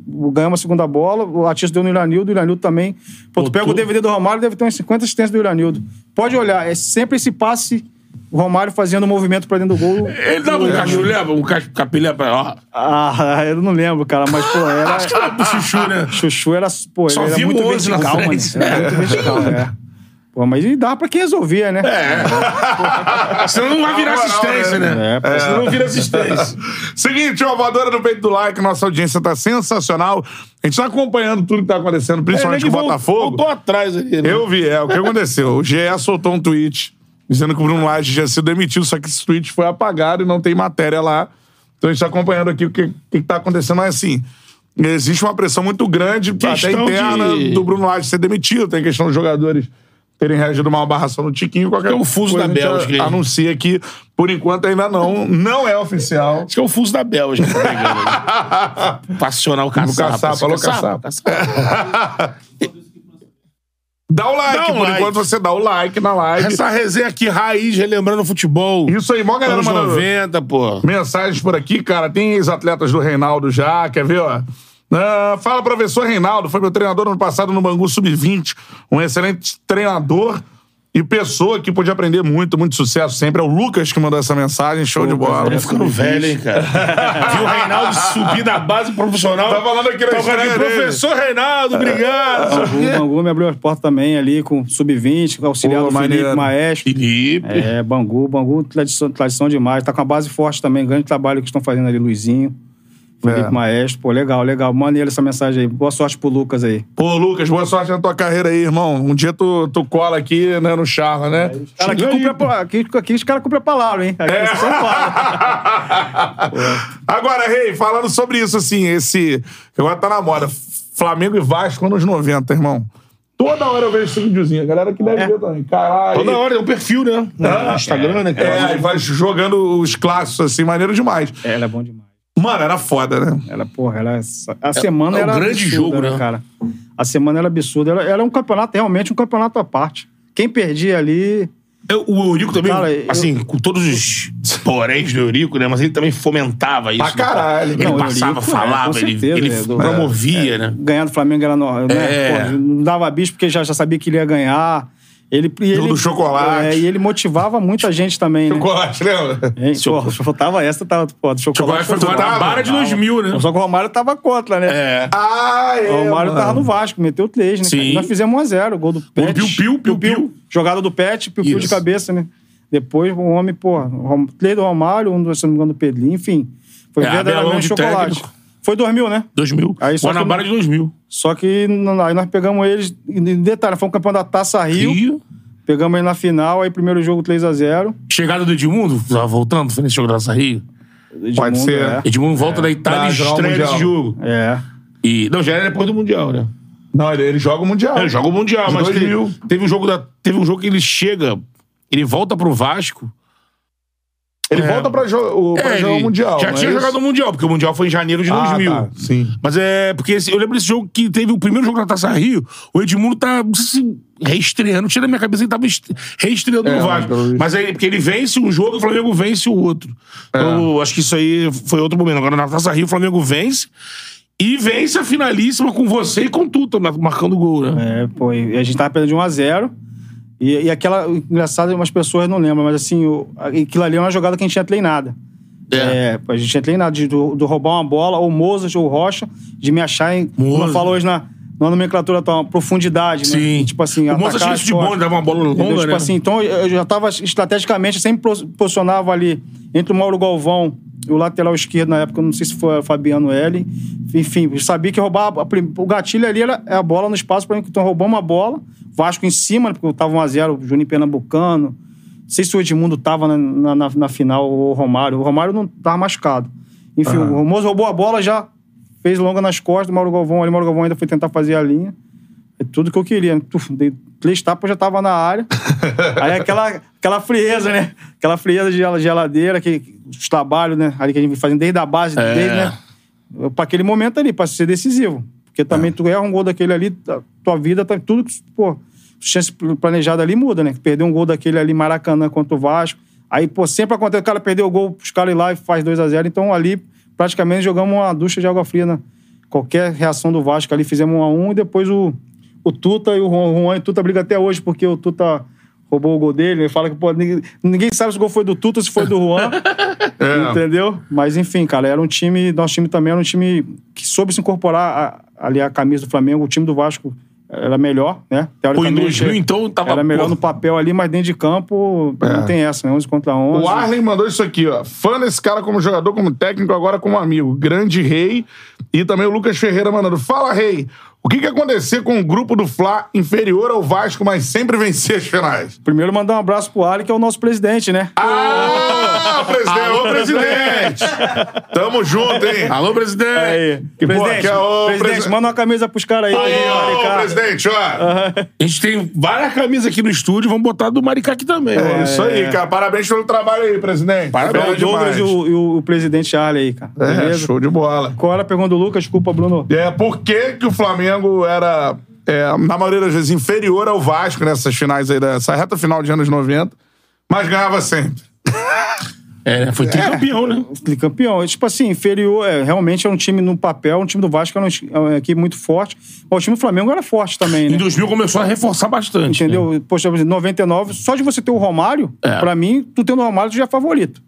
[SPEAKER 3] o- ganhamos a segunda bola, o Atis deu no Iranildo, o Iranildo também. Pô,
[SPEAKER 2] Botou.
[SPEAKER 3] tu pega o DVD do Romário, deve ter umas 50 assistências do Iranildo. Pode olhar, é sempre esse passe, o Romário fazendo o movimento pra dentro do gol.
[SPEAKER 2] Ele dava um cachulé, um cacho- capilé pra ó.
[SPEAKER 3] Ah, eu não lembro, cara, mas, pô, era...
[SPEAKER 2] Acho que era pro Chuchu, né?
[SPEAKER 3] Chuchu era, pô,
[SPEAKER 2] Só
[SPEAKER 3] ele
[SPEAKER 2] vi
[SPEAKER 3] era
[SPEAKER 2] o
[SPEAKER 3] muito
[SPEAKER 2] 11 na né?
[SPEAKER 3] vertical, mano.
[SPEAKER 2] frente.
[SPEAKER 3] Era muito vertical, é. Pô, mas e dava pra quem resolvia, né?
[SPEAKER 2] É, Senão não vai virar
[SPEAKER 1] Na moral,
[SPEAKER 2] assistência,
[SPEAKER 1] né?
[SPEAKER 2] né?
[SPEAKER 3] É, pô.
[SPEAKER 2] Senão não vira assistência.
[SPEAKER 1] Seguinte, ó, voadora no peito do like, nossa audiência tá sensacional. A gente tá acompanhando tudo que tá acontecendo, principalmente com o Botafogo.
[SPEAKER 2] É, Voltou atrás ali. né?
[SPEAKER 1] Eu vi, é. O que aconteceu? O GE soltou um tweet dizendo que o Bruno Lage tinha sido demitido, só que esse tweet foi apagado e não tem matéria lá. Então a gente tá acompanhando aqui o que, o que tá acontecendo. Mas assim, existe uma pressão muito grande, até
[SPEAKER 2] Questão
[SPEAKER 1] interna,
[SPEAKER 2] de-
[SPEAKER 1] do Bruno Lage ser demitido. Tem questão dos jogadores terem reagido mal barração no Tiquinho. Qualquer
[SPEAKER 2] Tem um fuso
[SPEAKER 1] coisa
[SPEAKER 2] da
[SPEAKER 1] a gente
[SPEAKER 2] Bélgica aí.
[SPEAKER 1] Anuncia que, por enquanto, ainda não. Não é oficial.
[SPEAKER 2] Acho que é o fuso da Bélgica. tá ligado? pra acionar o caçapa.
[SPEAKER 1] caçapa,
[SPEAKER 2] assim,
[SPEAKER 1] alô, caçapa.
[SPEAKER 2] caçapa.
[SPEAKER 1] Dá o like.
[SPEAKER 2] Dá o
[SPEAKER 1] por
[SPEAKER 2] like.
[SPEAKER 1] enquanto, você dá o like na live.
[SPEAKER 2] Essa resenha aqui, raiz, relembrando o futebol.
[SPEAKER 1] Isso aí, mó galera
[SPEAKER 2] Anos
[SPEAKER 1] mandando.
[SPEAKER 2] 90, pô.
[SPEAKER 1] mensagens por aqui, cara. Tem ex-atletas do Reinaldo já, quer ver, ó? Ah, fala, professor Reinaldo. Foi meu treinador ano passado no Bangu Sub-20. Um excelente treinador e pessoa que pôde aprender muito, muito sucesso sempre. É o Lucas que mandou essa mensagem. Show de bola.
[SPEAKER 2] Tô ficando velho, hein, cara. Viu o Reinaldo subir da base profissional.
[SPEAKER 1] Tá falando aqui na
[SPEAKER 2] Tá
[SPEAKER 1] estreia
[SPEAKER 2] falando,
[SPEAKER 1] dele.
[SPEAKER 2] Professor Reinaldo, obrigado.
[SPEAKER 3] O Bangu me abriu as portas também ali com sub-20, com auxiliar
[SPEAKER 1] Pô,
[SPEAKER 3] do Felipe
[SPEAKER 1] maneiro.
[SPEAKER 3] Maestro.
[SPEAKER 2] Felipe.
[SPEAKER 3] É, Bangu, Bangu, tradição, tradição demais. Tá com a base forte também, grande trabalho que estão fazendo ali, Luizinho. Felipe Maestro. Pô, legal, legal. Maneiro essa mensagem aí. Boa sorte pro Lucas aí.
[SPEAKER 1] Pô, Lucas, boa sorte na tua carreira aí, irmão. Um dia tu, tu cola aqui, né, no Charla, né?
[SPEAKER 3] Cara, aqui,
[SPEAKER 1] Chega aí,
[SPEAKER 3] cumpre a pa- aqui, aqui os caras cumprem a palavra, hein? Aqui é. só fala.
[SPEAKER 1] Agora, Rei, falando sobre isso, assim, esse. que Agora tá na moda. Flamengo e Vasco anos 90, irmão. Toda hora eu vejo esse videozinho. A galera que deve
[SPEAKER 3] É.
[SPEAKER 1] ver também. Caralho.
[SPEAKER 2] Toda hora é um perfil, né? No Instagram, né?
[SPEAKER 1] É, aí vai jogando os clássicos, assim, maneiro demais.
[SPEAKER 3] Ela é bom demais.
[SPEAKER 1] Mano, era foda, né?
[SPEAKER 3] Ela, porra, ela. A semana
[SPEAKER 2] é um
[SPEAKER 3] era.
[SPEAKER 2] grande
[SPEAKER 3] absurda,
[SPEAKER 2] jogo, né?
[SPEAKER 3] Cara. A semana era absurda. Ela, era um campeonato, realmente um campeonato à parte. Quem perdia ali.
[SPEAKER 2] Eu- o Eurico também,
[SPEAKER 3] Cara, eu-
[SPEAKER 2] assim, com todos os poréns do Eurico, né? Mas ele também fomentava isso.
[SPEAKER 1] Pra
[SPEAKER 2] né?
[SPEAKER 1] caralho.
[SPEAKER 2] Ele
[SPEAKER 1] Não,
[SPEAKER 3] o
[SPEAKER 2] passava,
[SPEAKER 3] Eurico, é,
[SPEAKER 2] falava,
[SPEAKER 3] com
[SPEAKER 2] ele,
[SPEAKER 3] certeza,
[SPEAKER 2] ele
[SPEAKER 3] é, do-
[SPEAKER 2] promovia, né?
[SPEAKER 3] Ganhar do Flamengo era. No,
[SPEAKER 2] É.
[SPEAKER 3] né? Pô, não dava bicho porque já, já sabia que ele ia ganhar. Ele, e ele,
[SPEAKER 1] do chocolate.
[SPEAKER 3] É, e ele motivava muita gente também. Né?
[SPEAKER 1] Chocolate, lembra?
[SPEAKER 3] Hein? Pô, faltava essa, tava. Pô, do chocolate.
[SPEAKER 1] Chocolate foi
[SPEAKER 3] tava-
[SPEAKER 1] contra-
[SPEAKER 2] Guanabara de 2000, né?
[SPEAKER 3] Só que o Romário tava contra, né?
[SPEAKER 2] É.
[SPEAKER 1] Ah, é.
[SPEAKER 3] O Romário
[SPEAKER 1] mano.
[SPEAKER 3] tava no Vasco, meteu três, né? cara?
[SPEAKER 2] Sim.
[SPEAKER 3] E Nós fizemos 1x0, gol do Pet.
[SPEAKER 2] Piu-Piu, Piu-Piu.
[SPEAKER 3] Jogada do Pet, piu-piu de
[SPEAKER 2] Isso.
[SPEAKER 3] cabeça, né? Depois o homem, pô, Rom- três do Romário, um, do- se não me engano, do Pedrinho, enfim. Foi
[SPEAKER 2] É, Abelão
[SPEAKER 3] verdadeiramente
[SPEAKER 2] de
[SPEAKER 3] chocolate.
[SPEAKER 2] técnico.
[SPEAKER 3] Foi 2000, né?
[SPEAKER 2] 2000.
[SPEAKER 3] Aí só que
[SPEAKER 2] Guanabara de 2000.
[SPEAKER 3] Só que n- aí nós pegamos eles, e detalhe, foi um campeão da Taça Rio,
[SPEAKER 2] Rio.
[SPEAKER 3] pegamos ele na final, aí primeiro jogo 3x0.
[SPEAKER 2] Chegada do Edmundo, tava voltando, foi nesse jogo da Taça Rio.
[SPEAKER 1] Pode ser.
[SPEAKER 2] Edmundo volta É. da
[SPEAKER 1] Pra
[SPEAKER 2] Itália e
[SPEAKER 1] jogar o
[SPEAKER 2] estreia
[SPEAKER 1] Mundial.
[SPEAKER 2] nesse jogo.
[SPEAKER 3] É. é.
[SPEAKER 2] E, não, já era depois do Mundial, né?
[SPEAKER 1] Não, ele, ele joga o Mundial.
[SPEAKER 2] Ele É, joga o Mundial,
[SPEAKER 1] Os
[SPEAKER 2] mas
[SPEAKER 1] dois
[SPEAKER 2] teve,
[SPEAKER 1] mil.
[SPEAKER 2] teve um jogo da, teve um jogo que ele chega, ele volta pro Vasco.
[SPEAKER 1] Ele
[SPEAKER 3] É.
[SPEAKER 1] volta pra, jo- o- pra
[SPEAKER 2] É,
[SPEAKER 1] jogar o
[SPEAKER 2] ele
[SPEAKER 1] Mundial.
[SPEAKER 2] Já
[SPEAKER 1] não é
[SPEAKER 2] tinha
[SPEAKER 1] isso?
[SPEAKER 2] jogado o Mundial, porque o Mundial foi em janeiro de
[SPEAKER 1] Ah,
[SPEAKER 2] 2000.
[SPEAKER 1] tá, sim.
[SPEAKER 2] Mas é porque esse- eu lembro desse jogo que teve o primeiro jogo da Taça Rio, o Edmundo tá não sei se reestreando, tira da minha cabeça, ele tava est- reestreando
[SPEAKER 1] É,
[SPEAKER 2] no
[SPEAKER 1] mas
[SPEAKER 2] Vasco.
[SPEAKER 1] pelo visto.
[SPEAKER 2] Mas aí, porque ele vence um jogo e o Flamengo vence o outro.
[SPEAKER 3] É.
[SPEAKER 1] É.
[SPEAKER 2] Então, acho que isso aí foi outro momento. Agora na Taça Rio, o Flamengo vence e vence a finalíssima com você e com Tuta, mar- marcando gol, né?
[SPEAKER 3] É, pô, e a gente tava perdendo de 1 a 0 e, e aquela, o engraçado, umas pessoas não lembram, mas assim, o, aquilo ali é uma jogada que a gente tinha treinada.
[SPEAKER 2] É.
[SPEAKER 3] É, pô, a gente tinha treinado de, do, do roubar uma bola, ou Mozart, ou Rocha, de me achar em, como eu
[SPEAKER 2] Mozart.
[SPEAKER 3] falo hoje na, na nomenclatura atual, profundidade, né?
[SPEAKER 2] Sim.
[SPEAKER 3] Tipo assim,
[SPEAKER 2] o Moça
[SPEAKER 3] atacar
[SPEAKER 2] tinha
[SPEAKER 3] as
[SPEAKER 2] isso de
[SPEAKER 3] costas.
[SPEAKER 2] bom, ele dava uma bola longa,
[SPEAKER 3] Entendeu? tipo
[SPEAKER 2] né?
[SPEAKER 3] assim, então eu já tava estrategicamente, sempre pos- posicionava ali entre o Mauro Galvão e o lateral esquerdo na época, eu não sei se foi o Fabiano L. Enfim, eu sabia que roubava. a prim- O gatilho ali era é a bola no espaço para mim, então roubamos a bola. Vasco em cima, né, porque eu tava 1x0, o Juninho Pernambucano. Não sei se o Edmundo tava na, na, na- na final ou o Romário. O Romário não tava machucado. Enfim, o Romoso roubou a bola, já fez longa nas costas do Mauro Galvão. Ali o Mauro Galvão ainda foi tentar fazer a linha. É tudo que eu queria. Tuf, dei três tapas, eu já tava na área. Aí aquela, aquela frieza, né? Aquela frieza de gel- geladeira, que, os trabalhos, né? Ali que a gente vem fazendo desde a base,
[SPEAKER 2] É.
[SPEAKER 3] desde, né? Pra aquele momento ali, pra ser decisivo. Porque também tu erra um gol daquele ali, tá- tua vida, tá, tudo que, pô, chance planejada ali muda, né? Perder um gol daquele ali, Maracanã contra o Vasco. Aí, pô, sempre acontece, o cara perdeu o gol, os caras ir lá e faz 2 a 0 Então ali, praticamente, jogamos uma ducha de água fria, né? Qualquer reação do Vasco ali, fizemos 1 a 1 e depois o, o Tuta e o Juan, Juan e o Tuta brigam até hoje, porque o Tuta roubou o gol dele, ele fala que, pô, ninguém, ninguém sabe se o gol foi do Tuta ou se foi do Juan.
[SPEAKER 1] É.
[SPEAKER 3] Entendeu? Mas enfim, cara, era um time. Nosso time também era um time que soube se incorporar a- ali a camisa do Flamengo. O time do Vasco era melhor, né?
[SPEAKER 2] Pô, em
[SPEAKER 3] Teoricamente, é.
[SPEAKER 2] 2000,
[SPEAKER 1] um,
[SPEAKER 2] então, tava...
[SPEAKER 3] Era melhor
[SPEAKER 2] pô,
[SPEAKER 3] no papel ali, mas dentro de campo não tem essa, né? 11 contra 11.
[SPEAKER 1] É. O Arlen mandou isso aqui, ó. Fã desse cara como jogador, como técnico, agora como amigo. Grande rei. E também o Lucas Ferreira mandando. Fala, rei. O que, que aconteceu com o grupo do Fla inferior ao Vasco, mas sempre vencia as finais?
[SPEAKER 3] Primeiro, mandar um abraço pro Ali, que é o nosso presidente, né?
[SPEAKER 1] Ah, presidente, ô presidente! Tamo junto, hein?
[SPEAKER 2] Alô, presidente!
[SPEAKER 3] Aí.
[SPEAKER 1] que boa,
[SPEAKER 3] presidente,
[SPEAKER 1] que é o
[SPEAKER 3] presidente,
[SPEAKER 1] presi-
[SPEAKER 3] manda uma camisa pros caras aí. Ali,
[SPEAKER 1] Ô,
[SPEAKER 3] cara.
[SPEAKER 1] presidente, ó.
[SPEAKER 2] A gente tem várias camisas aqui no estúdio, vamos botar do Maricá aqui também.
[SPEAKER 1] É
[SPEAKER 2] ó.
[SPEAKER 1] isso aí, cara. Parabéns pelo trabalho aí, presidente.
[SPEAKER 2] Parabéns,
[SPEAKER 1] Bom
[SPEAKER 3] O Douglas
[SPEAKER 1] demais.
[SPEAKER 3] e o, e o presidente Ali aí, cara.
[SPEAKER 1] É,
[SPEAKER 3] Beleza?
[SPEAKER 1] show de bola.
[SPEAKER 3] Qual era a pergunta do Lucas? Desculpa, Bruno.
[SPEAKER 1] É, por que, que o Flamengo era, é, na maioria das vezes, inferior ao Vasco nessas finais aí, dessa reta final de anos 90, mas ganhava sempre.
[SPEAKER 2] É, foi tricampeão, né?
[SPEAKER 3] Campeão, É, tipo assim, inferior, é, realmente é um time no papel, um time do Vasco era um ti- é uma equipe muito forte, mas o time do Flamengo era forte também,
[SPEAKER 2] Em
[SPEAKER 3] né?
[SPEAKER 2] 2000 começou a reforçar bastante. né?
[SPEAKER 3] Entendeu? Poxa, por exemplo, 99, só de você ter o Romário,
[SPEAKER 2] É.
[SPEAKER 3] pra mim, tu tendo o Romário, tu já é favorito,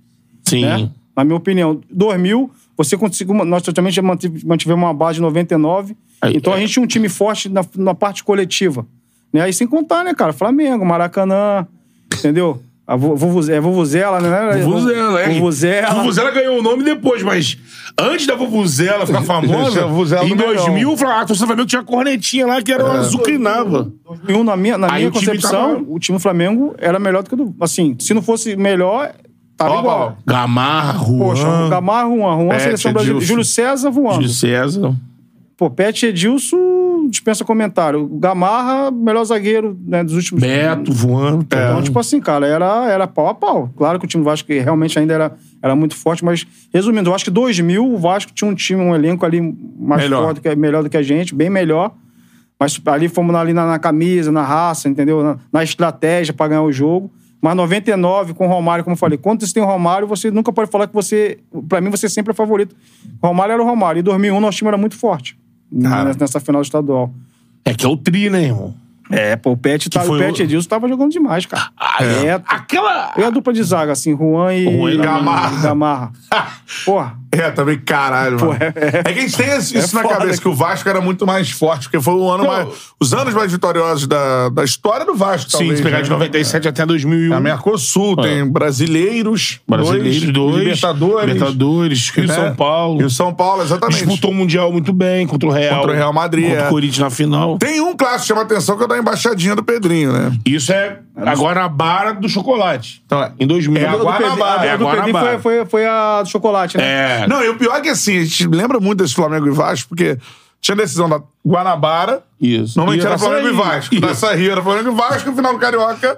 [SPEAKER 2] Sim.
[SPEAKER 3] né? Na minha opinião. 2000, você conseguiu, uma- nós também já mantive- mantivemos uma base de 99,
[SPEAKER 2] Aí,
[SPEAKER 3] então a
[SPEAKER 2] é.
[SPEAKER 3] gente tinha um time forte na, na parte coletiva, né? Aí sem contar, né, cara, Flamengo, Maracanã, entendeu? A vu- vuvuze- é Vuvuzela, né?
[SPEAKER 2] Vuvuzela, é.
[SPEAKER 3] Vuvuzela.
[SPEAKER 2] A Vuvuzela ganhou o nome depois, mas antes da Vuvuzela ficar famosa,
[SPEAKER 1] A Vuvuzela É.
[SPEAKER 2] em
[SPEAKER 1] do Mengão.
[SPEAKER 2] 2000, ah, o Flamengo- a torcida do Flamengo tinha cornetinha lá que era uma azucrinava.
[SPEAKER 3] 2001, na minha, na
[SPEAKER 2] Aí
[SPEAKER 3] minha
[SPEAKER 2] o time
[SPEAKER 3] concepção,
[SPEAKER 2] tava-
[SPEAKER 3] o time do Flamengo era melhor do que o do... Assim, se não fosse melhor, tava
[SPEAKER 1] Ó,
[SPEAKER 3] igual.
[SPEAKER 1] Paulo.
[SPEAKER 2] Gamarro,
[SPEAKER 3] Poxa, o Gamarro, Juan, Juan,
[SPEAKER 1] Pet,
[SPEAKER 3] seleção brasileira.
[SPEAKER 1] Edilson.
[SPEAKER 3] Júlio César voando.
[SPEAKER 2] de César.
[SPEAKER 3] Pô, Pet e Edilson dispensa comentário. O Gamarra, melhor zagueiro né, dos últimos...
[SPEAKER 2] Beto voando. tá
[SPEAKER 4] É.
[SPEAKER 3] Então,
[SPEAKER 2] bom.
[SPEAKER 3] tipo assim, cara, era, era pau a pau. Claro que o time do Vasco realmente ainda era, era muito forte, mas resumindo, eu acho que 2000 o Vasco tinha um time, um elenco ali mais
[SPEAKER 1] Melhor.
[SPEAKER 3] forte, que- melhor do que a gente, bem melhor. Mas ali fomos ali na, na camisa, na raça, entendeu? Na, na estratégia pra ganhar o jogo. Mas 99 com o Romário, como eu falei, quando você tem o Romário, você nunca pode falar que você. Pra mim, você sempre é favorito. O Romário era o Romário. E 2001 nosso time era muito forte
[SPEAKER 1] Cara.
[SPEAKER 3] nessa final estadual.
[SPEAKER 2] É que é o tri, né, irmão?
[SPEAKER 3] É, pô, o Pet, tá,
[SPEAKER 2] foi
[SPEAKER 3] o Pet
[SPEAKER 2] o-
[SPEAKER 3] Edilson tava jogando demais, cara.
[SPEAKER 2] Ah, é.
[SPEAKER 3] Reto.
[SPEAKER 2] Aquela.
[SPEAKER 3] E a dupla de zaga, assim, Juan e,
[SPEAKER 2] Juan e
[SPEAKER 1] Gamarra.
[SPEAKER 3] e Gamarra. Porra,
[SPEAKER 1] É, também, caralho, mano. É que a gente tem esse- isso na
[SPEAKER 3] foda
[SPEAKER 1] cabeça,
[SPEAKER 3] que-
[SPEAKER 1] que o Vasco era muito mais forte, porque foi o ano
[SPEAKER 2] Não.
[SPEAKER 1] mais... Os anos mais vitoriosos da, da história do Vasco,
[SPEAKER 2] Sim,
[SPEAKER 1] talvez,
[SPEAKER 2] se pegar
[SPEAKER 1] né?
[SPEAKER 2] de 97 até 2001.
[SPEAKER 1] A Mercosul, tem brasileiros,
[SPEAKER 2] Brasileiros, dois.
[SPEAKER 1] Libertadores,
[SPEAKER 2] Libertadores, Rio e
[SPEAKER 1] né?
[SPEAKER 2] São Paulo.
[SPEAKER 1] E o São Paulo, exatamente.
[SPEAKER 2] Disputou o Mundial muito bem contra o Real.
[SPEAKER 1] Contra o Real Madrid,
[SPEAKER 2] Contra
[SPEAKER 1] é.
[SPEAKER 2] o Corinthians na final.
[SPEAKER 1] Tem um clássico que chama atenção, que é da embaixadinha do Pedrinho, né?
[SPEAKER 2] Isso é agora a barra do chocolate.
[SPEAKER 1] Então, é-
[SPEAKER 2] Em 2000.
[SPEAKER 1] É a
[SPEAKER 3] a do
[SPEAKER 1] Guanabara,
[SPEAKER 3] Pedrinho-
[SPEAKER 1] é
[SPEAKER 3] a do
[SPEAKER 2] um. a
[SPEAKER 3] Pedrinho
[SPEAKER 2] Guanabara.
[SPEAKER 3] foi, foi, foi a do chocolate, né?
[SPEAKER 2] É.
[SPEAKER 1] Não, e o pior é que assim, a gente lembra muito desse Flamengo e Vasco, porque tinha decisão da Guanabara,
[SPEAKER 2] Isso.
[SPEAKER 1] normalmente
[SPEAKER 2] E tá
[SPEAKER 1] era
[SPEAKER 2] da
[SPEAKER 1] Flamengo e
[SPEAKER 2] Saí.
[SPEAKER 1] Vasco. Da
[SPEAKER 2] Isso.
[SPEAKER 1] Sarri era Flamengo e Vasco, no final do Carioca